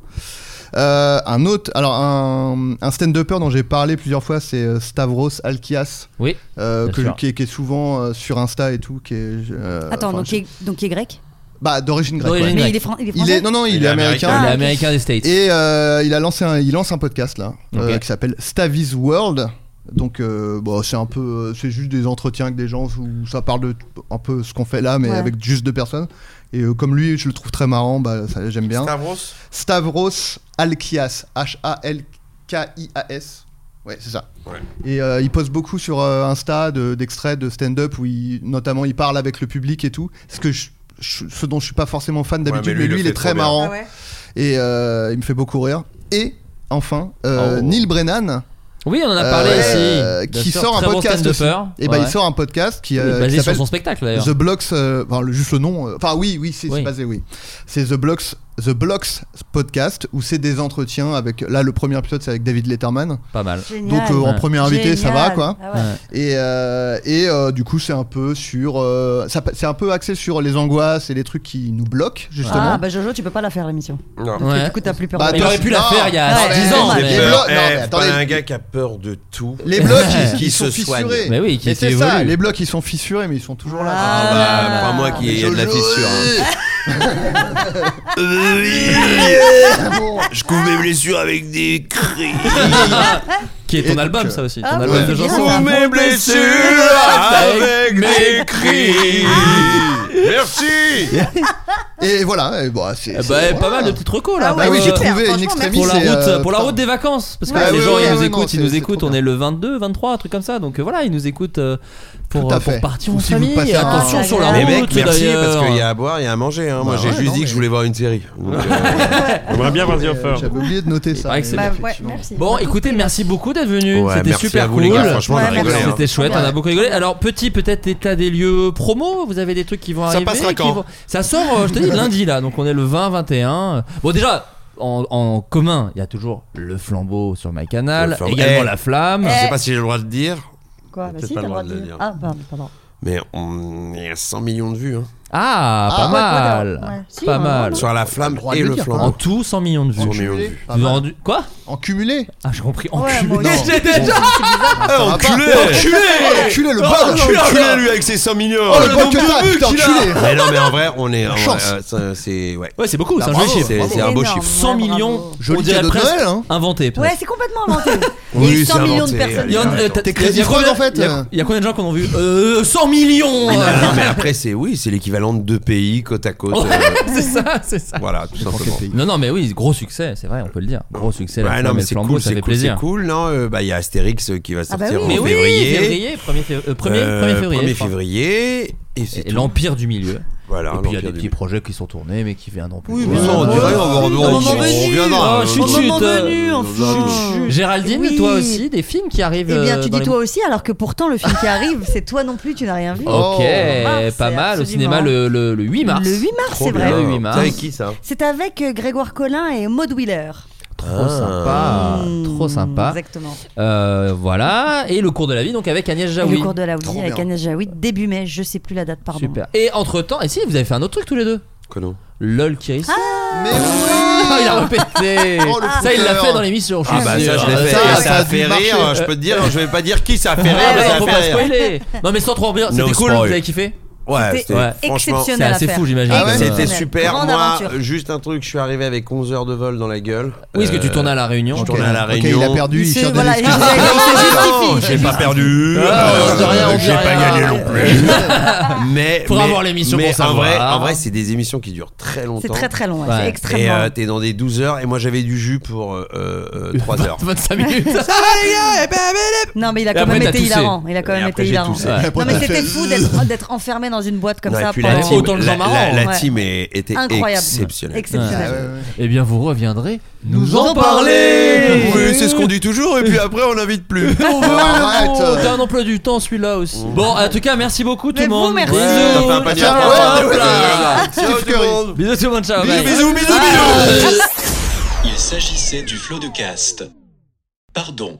Speaker 6: Euh, un autre, alors un, un stand-upper dont j'ai parlé plusieurs fois, c'est euh, Stavros Alkias,
Speaker 5: Oui.
Speaker 6: euh,
Speaker 5: Bien
Speaker 6: que-
Speaker 5: sûr.
Speaker 6: qui, est- qui est souvent euh, sur Insta et tout. Qui est, euh,
Speaker 4: Attends,
Speaker 6: enfin,
Speaker 4: donc,
Speaker 6: je-
Speaker 4: il est, donc il est grec
Speaker 6: bah d'origine grecque.
Speaker 5: D'origine grec.
Speaker 6: ouais.
Speaker 4: Mais il est, fran- il est
Speaker 6: Il
Speaker 4: français.
Speaker 6: est, non non, il,
Speaker 2: Il
Speaker 6: est
Speaker 2: est
Speaker 6: américain.
Speaker 5: Il est
Speaker 4: Ah, ok.
Speaker 5: américain des States.
Speaker 6: Et euh, il a lancé un, il lance un podcast là euh,
Speaker 5: Ok.
Speaker 6: qui s'appelle Stavis World. Donc euh, bon, c'est un peu, euh, c'est juste des entretiens avec des gens où ça parle de t- un peu ce qu'on fait là, mais
Speaker 4: Ouais.
Speaker 6: avec juste deux personnes. Et euh, comme lui, je le trouve très marrant, bah, ça, j'aime bien.
Speaker 2: Stavros
Speaker 6: Stavros Alkias, H-A-L-K-I-A-S. Ouais, c'est ça.
Speaker 2: Ouais.
Speaker 6: Et euh, il poste beaucoup sur euh, Insta de- d'extraits de, stand-up où il, notamment il parle avec le public et tout. Ce que je- je- ce dont je suis pas forcément fan
Speaker 2: mais
Speaker 6: d'habitude,
Speaker 2: lui,
Speaker 6: mais,
Speaker 2: il le
Speaker 6: lui il
Speaker 2: fait
Speaker 6: est très
Speaker 2: trop bien.
Speaker 6: marrant
Speaker 4: Ah ouais.
Speaker 6: et euh, il me fait beaucoup rire. Et enfin, euh,
Speaker 5: Oh.
Speaker 6: Neil Brennan,
Speaker 5: Oui, on en a
Speaker 6: Euh,
Speaker 5: parlé
Speaker 6: euh,
Speaker 5: ici.
Speaker 6: qui sort un
Speaker 5: très bon
Speaker 6: podcast
Speaker 5: stand-upper.
Speaker 6: et ben
Speaker 5: Ouais.
Speaker 6: il sort un podcast qui,
Speaker 5: Oui,
Speaker 6: euh, qui
Speaker 5: basé sur
Speaker 6: s'appelle
Speaker 5: son spectacle d'ailleurs.
Speaker 6: The Blocks, euh, enfin le- juste le nom. euh, Enfin oui, oui, c'est
Speaker 5: Oui.
Speaker 6: c'est basé, oui. C'est The Blocks, The Blocks podcast où c'est des entretiens avec. Là, le premier épisode c'est avec David Letterman.
Speaker 5: Pas mal.
Speaker 4: Génial.
Speaker 6: Donc euh, en
Speaker 5: Ouais.
Speaker 6: premier invité, ça va
Speaker 4: Génial.
Speaker 6: quoi.
Speaker 4: Ah ouais.
Speaker 6: Et, euh, et euh, du coup, c'est un peu sur, euh, ça- c'est un peu axé sur les angoisses et les trucs qui nous bloquent justement.
Speaker 4: Ah, bah Jojo, tu peux pas la faire l'émission.
Speaker 2: Non.
Speaker 5: Ouais.
Speaker 4: Du coup, t'as plus peur.
Speaker 6: Bah,
Speaker 4: de-
Speaker 5: Il
Speaker 6: toi,
Speaker 5: aurait pu la
Speaker 6: non.
Speaker 5: faire il y a
Speaker 4: Ouais,
Speaker 5: 10
Speaker 4: ouais,
Speaker 5: ans.
Speaker 4: ouais.
Speaker 2: J'ai
Speaker 5: mais-
Speaker 6: Les blocs-
Speaker 2: peur.
Speaker 6: non,
Speaker 2: Eh,
Speaker 6: mais
Speaker 2: c'est
Speaker 6: attendez.
Speaker 2: pas un gars qui a peur de tout.
Speaker 6: Les blocs, ils,
Speaker 2: Qui
Speaker 6: ils sont
Speaker 2: se soignent.
Speaker 6: fissurés.
Speaker 5: Mais oui, qui
Speaker 6: Mais c'est
Speaker 5: évolue.
Speaker 6: ça, les blocs ils sont fissurés, mais ils sont toujours là.
Speaker 2: Ah bah,
Speaker 4: Ah.
Speaker 2: crois-moi qu'il y a de la
Speaker 6: Jojo.
Speaker 2: fissure. hein.
Speaker 6: Bon.
Speaker 3: Je couvre mes blessures avec des cris.
Speaker 5: Qui est ton
Speaker 6: Et
Speaker 5: album,
Speaker 6: donc,
Speaker 5: ça aussi. Ton
Speaker 4: ah,
Speaker 5: album
Speaker 6: ouais.
Speaker 5: de
Speaker 4: bien,
Speaker 5: chansons.
Speaker 4: ça.
Speaker 3: Couvre mes blessures avec des cris. Merci
Speaker 2: Eh
Speaker 6: Et voilà, et bon, c'est.
Speaker 5: Eh
Speaker 6: c'est-
Speaker 5: bah, pas
Speaker 6: voilà.
Speaker 5: mal de petites recos là.
Speaker 4: Ah
Speaker 6: Bah
Speaker 4: ouais,
Speaker 6: oui,
Speaker 5: pour,
Speaker 6: j'ai
Speaker 5: euh,
Speaker 4: clair,
Speaker 6: trouvé une
Speaker 4: franchement,
Speaker 6: extrémiste.
Speaker 5: pour
Speaker 4: merci.
Speaker 5: la
Speaker 6: et,
Speaker 5: route,
Speaker 6: euh,
Speaker 5: pour la
Speaker 6: putain.
Speaker 5: route des vacances, parce que
Speaker 6: Ouais,
Speaker 5: les
Speaker 6: ouais,
Speaker 5: gens
Speaker 6: ouais,
Speaker 5: ils nous
Speaker 6: ouais, non,
Speaker 5: écoutent,
Speaker 6: c'est-
Speaker 5: ils nous
Speaker 6: c'est
Speaker 5: écoutent,
Speaker 6: trop
Speaker 5: on est
Speaker 6: bien.
Speaker 5: le 22, 23, un truc comme ça, donc euh, voilà, ils nous écoutent euh, pour,
Speaker 6: Tout à
Speaker 5: euh, pour
Speaker 6: fait.
Speaker 5: partir
Speaker 6: Ou
Speaker 5: en
Speaker 6: si vous
Speaker 5: famille. hein.
Speaker 6: passez un-
Speaker 5: attention
Speaker 4: Ah,
Speaker 5: sur la
Speaker 4: là, là.
Speaker 2: Les
Speaker 5: route,
Speaker 2: mecs, ben, merci
Speaker 5: d'ailleurs.
Speaker 2: parce qu'il y a à boire, il y a à manger. hein. Moi,
Speaker 6: Bah
Speaker 2: j'ai
Speaker 6: ouais,
Speaker 2: juste
Speaker 6: non,
Speaker 2: dit que
Speaker 6: mais-
Speaker 2: je voulais voir une série. Donc, euh,
Speaker 3: J'aimerais bien voir The
Speaker 6: Euh,
Speaker 3: Offer.
Speaker 6: J'avais oublié de noter ça.
Speaker 5: paraît que c'est
Speaker 4: Bah,
Speaker 6: ouais,
Speaker 4: ouais,
Speaker 6: effectivement.
Speaker 4: merci.
Speaker 5: Bon, écoutez, merci beaucoup d'être venu.
Speaker 2: ouais,
Speaker 5: C'était
Speaker 2: merci
Speaker 5: super
Speaker 2: à vous,
Speaker 5: cool.
Speaker 2: les gars. Franchement, on a
Speaker 4: Ouais,
Speaker 2: rigolé.
Speaker 4: merci.
Speaker 2: hein.
Speaker 5: C'était chouette, on a beaucoup rigolé. Alors, petit peut-être état des lieux promo, vous avez des trucs qui vont
Speaker 3: Ça
Speaker 5: arriver.
Speaker 3: passera
Speaker 5: qui
Speaker 3: quand
Speaker 5: vont- Ça sort, euh, je te dis, lundi là, donc on est le 20-21. Bon, déjà, en, en commun, il y a toujours le flambeau sur ma
Speaker 2: Le
Speaker 5: canal,
Speaker 2: flambeau.
Speaker 5: également
Speaker 2: Eh.
Speaker 5: la flamme.
Speaker 2: Je sais pas si j'ai le droit de dire,
Speaker 4: Quoi
Speaker 2: Peut-être
Speaker 4: Bah si,
Speaker 2: pas le
Speaker 4: t'as le droit
Speaker 2: droit de
Speaker 4: de
Speaker 2: le
Speaker 4: dire.
Speaker 2: dire.
Speaker 4: Ah, pardon, pardon.
Speaker 2: mais on est à 100 millions de vues. hein.
Speaker 5: Ah,
Speaker 6: Ah,
Speaker 5: pas
Speaker 6: ouais,
Speaker 5: mal.
Speaker 4: ouais, ouais. Si,
Speaker 5: pas
Speaker 4: ouais,
Speaker 5: mal.
Speaker 4: ouais,
Speaker 2: Sur la flamme
Speaker 6: droit de
Speaker 2: et
Speaker 6: le
Speaker 2: le
Speaker 6: dire,
Speaker 5: En
Speaker 2: flambeau.
Speaker 5: tout, 100 millions de vues.
Speaker 2: 100 millions de
Speaker 6: cumulé.
Speaker 2: vues.
Speaker 6: Pas
Speaker 5: Vous
Speaker 6: mal.
Speaker 5: rendu- Quoi
Speaker 6: En cumulé
Speaker 5: Ah, j'ai compris.
Speaker 4: Ouais, moi
Speaker 5: Enculé.
Speaker 4: aussi.
Speaker 5: J'ai déjà.
Speaker 6: Ah, enculé
Speaker 2: Enculé
Speaker 6: Enculé,
Speaker 5: Oh,
Speaker 6: le bol
Speaker 2: Enculé, enculé, lui, avec ses 100 millions
Speaker 6: Oh, le bon que t'as, putain, enculé
Speaker 2: Mais non, mais en vrai, on est. en vrai,
Speaker 6: Chance.
Speaker 2: euh, ça, C'est. Ouais.
Speaker 5: Ouais, c'est beaucoup, Bah, c'est un
Speaker 2: Bravo,
Speaker 5: joli chiffre.
Speaker 2: c'est- c'est un beau
Speaker 4: Énorme.
Speaker 2: chiffre.
Speaker 5: 100
Speaker 4: Ouais, bravo.
Speaker 5: millions, on
Speaker 6: Joli
Speaker 5: dirait
Speaker 6: cadeau de
Speaker 5: presque
Speaker 6: Noël, hein
Speaker 5: inventé.
Speaker 4: Ouais,
Speaker 5: peut-être.
Speaker 4: c'est complètement inventé. Il y
Speaker 2: Oui,
Speaker 4: a eu
Speaker 2: c'est
Speaker 4: 100 millions de
Speaker 2: inventé,
Speaker 4: personnes.
Speaker 5: Il y en-
Speaker 2: Ouais,
Speaker 5: euh,
Speaker 2: attends.
Speaker 5: t'as-
Speaker 6: T'es
Speaker 5: il y a- il y a
Speaker 6: Crazy
Speaker 5: combien-
Speaker 6: Frog, en fait,
Speaker 5: il y a-
Speaker 6: euh.
Speaker 5: Il y a combien de gens qui en ont vu Euh, 100 millions
Speaker 2: Mais non, non, mais après, c'est. Oui, c'est l'équivalent de deux pays côte à côte.
Speaker 5: Ouais,
Speaker 2: euh,
Speaker 5: c'est ça, c'est ça.
Speaker 2: Voilà, tout simplement.
Speaker 5: Non, non, mais oui, gros succès, c'est vrai, on peut le dire. Gros succès, la
Speaker 2: Ouais,
Speaker 5: flamme
Speaker 2: non, mais
Speaker 5: et le
Speaker 2: c'est
Speaker 5: flambeau,
Speaker 2: cool,
Speaker 5: ça
Speaker 2: c'est
Speaker 5: fait
Speaker 2: cool, c'est
Speaker 5: plaisir.
Speaker 2: cool, non Euh, Bah, il y a Astérix euh, qui va
Speaker 4: Ah bah
Speaker 2: sortir
Speaker 4: oui.
Speaker 2: en
Speaker 5: Mais oui,
Speaker 2: février.
Speaker 5: février, 1er février, euh, premier-
Speaker 2: Euh,
Speaker 5: premier février, je
Speaker 2: 1er
Speaker 5: crois.
Speaker 2: février. Et c'est
Speaker 5: Et
Speaker 2: tout.
Speaker 5: l'empire du milieu.
Speaker 2: Voilà,
Speaker 5: et puis il y a des
Speaker 2: l'Empire du
Speaker 5: petits projets qui sont tournés, mais qui viendront plus.
Speaker 2: Oui,
Speaker 5: tard.
Speaker 2: mais ça, on dirait, on va- on va-
Speaker 4: Au
Speaker 2: on
Speaker 4: moment venu.
Speaker 2: reviendra. hein.
Speaker 5: Oh,
Speaker 2: Non,
Speaker 5: chut,
Speaker 2: non,
Speaker 4: Au
Speaker 2: non,
Speaker 4: moment
Speaker 5: chut, euh,
Speaker 4: venu, enfin.
Speaker 5: Géraldine,
Speaker 4: Oui.
Speaker 5: toi aussi, des films qui arrivent.
Speaker 4: Eh bien,
Speaker 5: euh,
Speaker 4: tu
Speaker 5: dans
Speaker 4: dis
Speaker 5: les-
Speaker 4: toi aussi, alors que pourtant, le film qui arrive, c'est toi non plus, tu n'as rien vu.
Speaker 5: Ok,
Speaker 2: Oh.
Speaker 4: mars,
Speaker 5: pas
Speaker 4: Ah, c'est
Speaker 5: mal. Au
Speaker 4: absolument.
Speaker 5: cinéma le, le, le 8 mars.
Speaker 4: Le 8 mars,
Speaker 2: Trop
Speaker 4: c'est
Speaker 2: bien.
Speaker 4: vrai.
Speaker 5: Le 8 mars.
Speaker 2: C'est avec qui ça
Speaker 4: C'est avec euh, Grégoire Collin et Maud Wheeler.
Speaker 5: Trop sympa.
Speaker 4: Mmh,
Speaker 5: Ah. Trop sympa.
Speaker 4: Exactement.
Speaker 5: Euh, voilà. Et le cours de la vie, donc avec Agnès
Speaker 4: Et
Speaker 5: Jaoui.
Speaker 4: Le cours de la vie
Speaker 6: Trop
Speaker 4: avec
Speaker 6: bien.
Speaker 4: Agnès Jaoui, début mai, je sais plus la date, pardon.
Speaker 5: Super. Et entre temps, et si vous avez fait un autre truc tous les deux
Speaker 2: Conan.
Speaker 5: LOL Kiris.
Speaker 4: Ah.
Speaker 6: Mais oui
Speaker 5: Ah, il a répété
Speaker 6: Oh, le
Speaker 5: Ça, il l'a
Speaker 6: fouteur.
Speaker 5: fait dans l'émission. je suis
Speaker 2: Ah bah
Speaker 5: sûr.
Speaker 2: ça je l'ai fait,
Speaker 6: Ça,
Speaker 2: Et ça,
Speaker 6: ça a
Speaker 2: a
Speaker 6: dû
Speaker 2: fait
Speaker 6: marcher.
Speaker 2: rire, je peux te dire, je vais pas dire qui ça a fait rire,
Speaker 5: Ah,
Speaker 2: mais
Speaker 5: bah,
Speaker 2: ça
Speaker 5: faut
Speaker 2: a
Speaker 5: pas
Speaker 2: fait rire.
Speaker 5: spoiler. Non, mais sans trop rire,
Speaker 2: No
Speaker 5: c'était cool, vous
Speaker 2: spoil.
Speaker 5: avez kiffé
Speaker 2: Ouais,
Speaker 4: C'était
Speaker 2: Ah, c'était franchement
Speaker 5: C'est
Speaker 4: exceptionnel à
Speaker 5: assez
Speaker 4: faire.
Speaker 5: fou, j'imagine.
Speaker 6: Ah ouais,
Speaker 2: c'était
Speaker 4: Exceptionnel.
Speaker 2: super,
Speaker 4: Grande
Speaker 2: moi
Speaker 4: aventure.
Speaker 2: juste un truc, je suis arrivé avec 11 heures de vol dans la gueule.
Speaker 5: Oui, parce que tu
Speaker 2: Euh,
Speaker 5: tournais à La Réunion.
Speaker 2: je
Speaker 6: Ok,
Speaker 2: tournais à la
Speaker 6: ok,
Speaker 2: Réunion.
Speaker 6: il a perdu, il
Speaker 4: Il se-
Speaker 6: cherche des
Speaker 4: voilà,
Speaker 6: excuses.
Speaker 4: il se- il se
Speaker 2: Non,
Speaker 4: justifie.
Speaker 2: Ah, j'ai pas perdu,
Speaker 5: Ah, on dit rien, on
Speaker 2: euh,
Speaker 5: dit
Speaker 2: j'ai pas
Speaker 5: rien.
Speaker 2: gagné non plus. Mais
Speaker 5: Faut
Speaker 2: mais-
Speaker 5: avoir l'émission
Speaker 2: mais
Speaker 5: pour savoir.
Speaker 2: en vrai, en vrai, c'est des émissions qui durent très longtemps.
Speaker 4: C'est très très long, ouais,
Speaker 5: Ouais.
Speaker 4: c'est
Speaker 2: Et
Speaker 4: extrêmement.
Speaker 2: euh, t'es dans des 12 heures et moi j'avais du jus pour 3 heures.
Speaker 5: 25 minutes.
Speaker 4: eh ben, non, mais il a
Speaker 5: Et
Speaker 4: quand
Speaker 5: après,
Speaker 4: même
Speaker 5: t'as
Speaker 4: été
Speaker 5: toussé.
Speaker 4: hilarant. Il a quand
Speaker 2: Et
Speaker 4: même
Speaker 2: après,
Speaker 4: été
Speaker 2: j'ai
Speaker 4: hilarant.
Speaker 2: toussé.
Speaker 5: Ouais.
Speaker 4: Non,
Speaker 6: Après,
Speaker 4: mais
Speaker 6: t'as
Speaker 4: c'était
Speaker 6: fait-
Speaker 4: fou d'être d'être enfermé dans une boîte comme
Speaker 2: Non, et
Speaker 4: ça
Speaker 2: puis la
Speaker 4: pendant-
Speaker 2: team,
Speaker 5: Autant de gens
Speaker 2: la-
Speaker 5: marrants,
Speaker 2: la- la
Speaker 4: ouais.
Speaker 2: team est- était
Speaker 4: Incroyable.
Speaker 2: exceptionnelle.
Speaker 4: exceptionnel.
Speaker 6: Ouais, ouais, ouais.
Speaker 5: Eh bien, vous reviendrez
Speaker 4: Nous en parler.
Speaker 2: Oui, c'est ce qu'on dit toujours, et puis après on n'invite plus.
Speaker 6: Arrête
Speaker 5: T'as un Ah, emploi du temps celui-là aussi. Bon, en tout cas, merci beaucoup tout
Speaker 4: Mais
Speaker 5: le monde.
Speaker 4: vous, merci.
Speaker 5: Bisous.
Speaker 4: Ouais,
Speaker 2: t'as Oh. fait un panier à hein.
Speaker 5: Ciao,
Speaker 2: part.
Speaker 5: hop
Speaker 2: Ouais, ouais,
Speaker 5: là.
Speaker 2: ouais, ouais.
Speaker 6: Steve Curry.
Speaker 5: Bisous tout le monde, ciao.
Speaker 2: Bisous,
Speaker 5: bye.
Speaker 2: bisous, bisous,
Speaker 5: Ah.
Speaker 2: bisous.
Speaker 1: Il s'agissait du flot de cast. Pardon.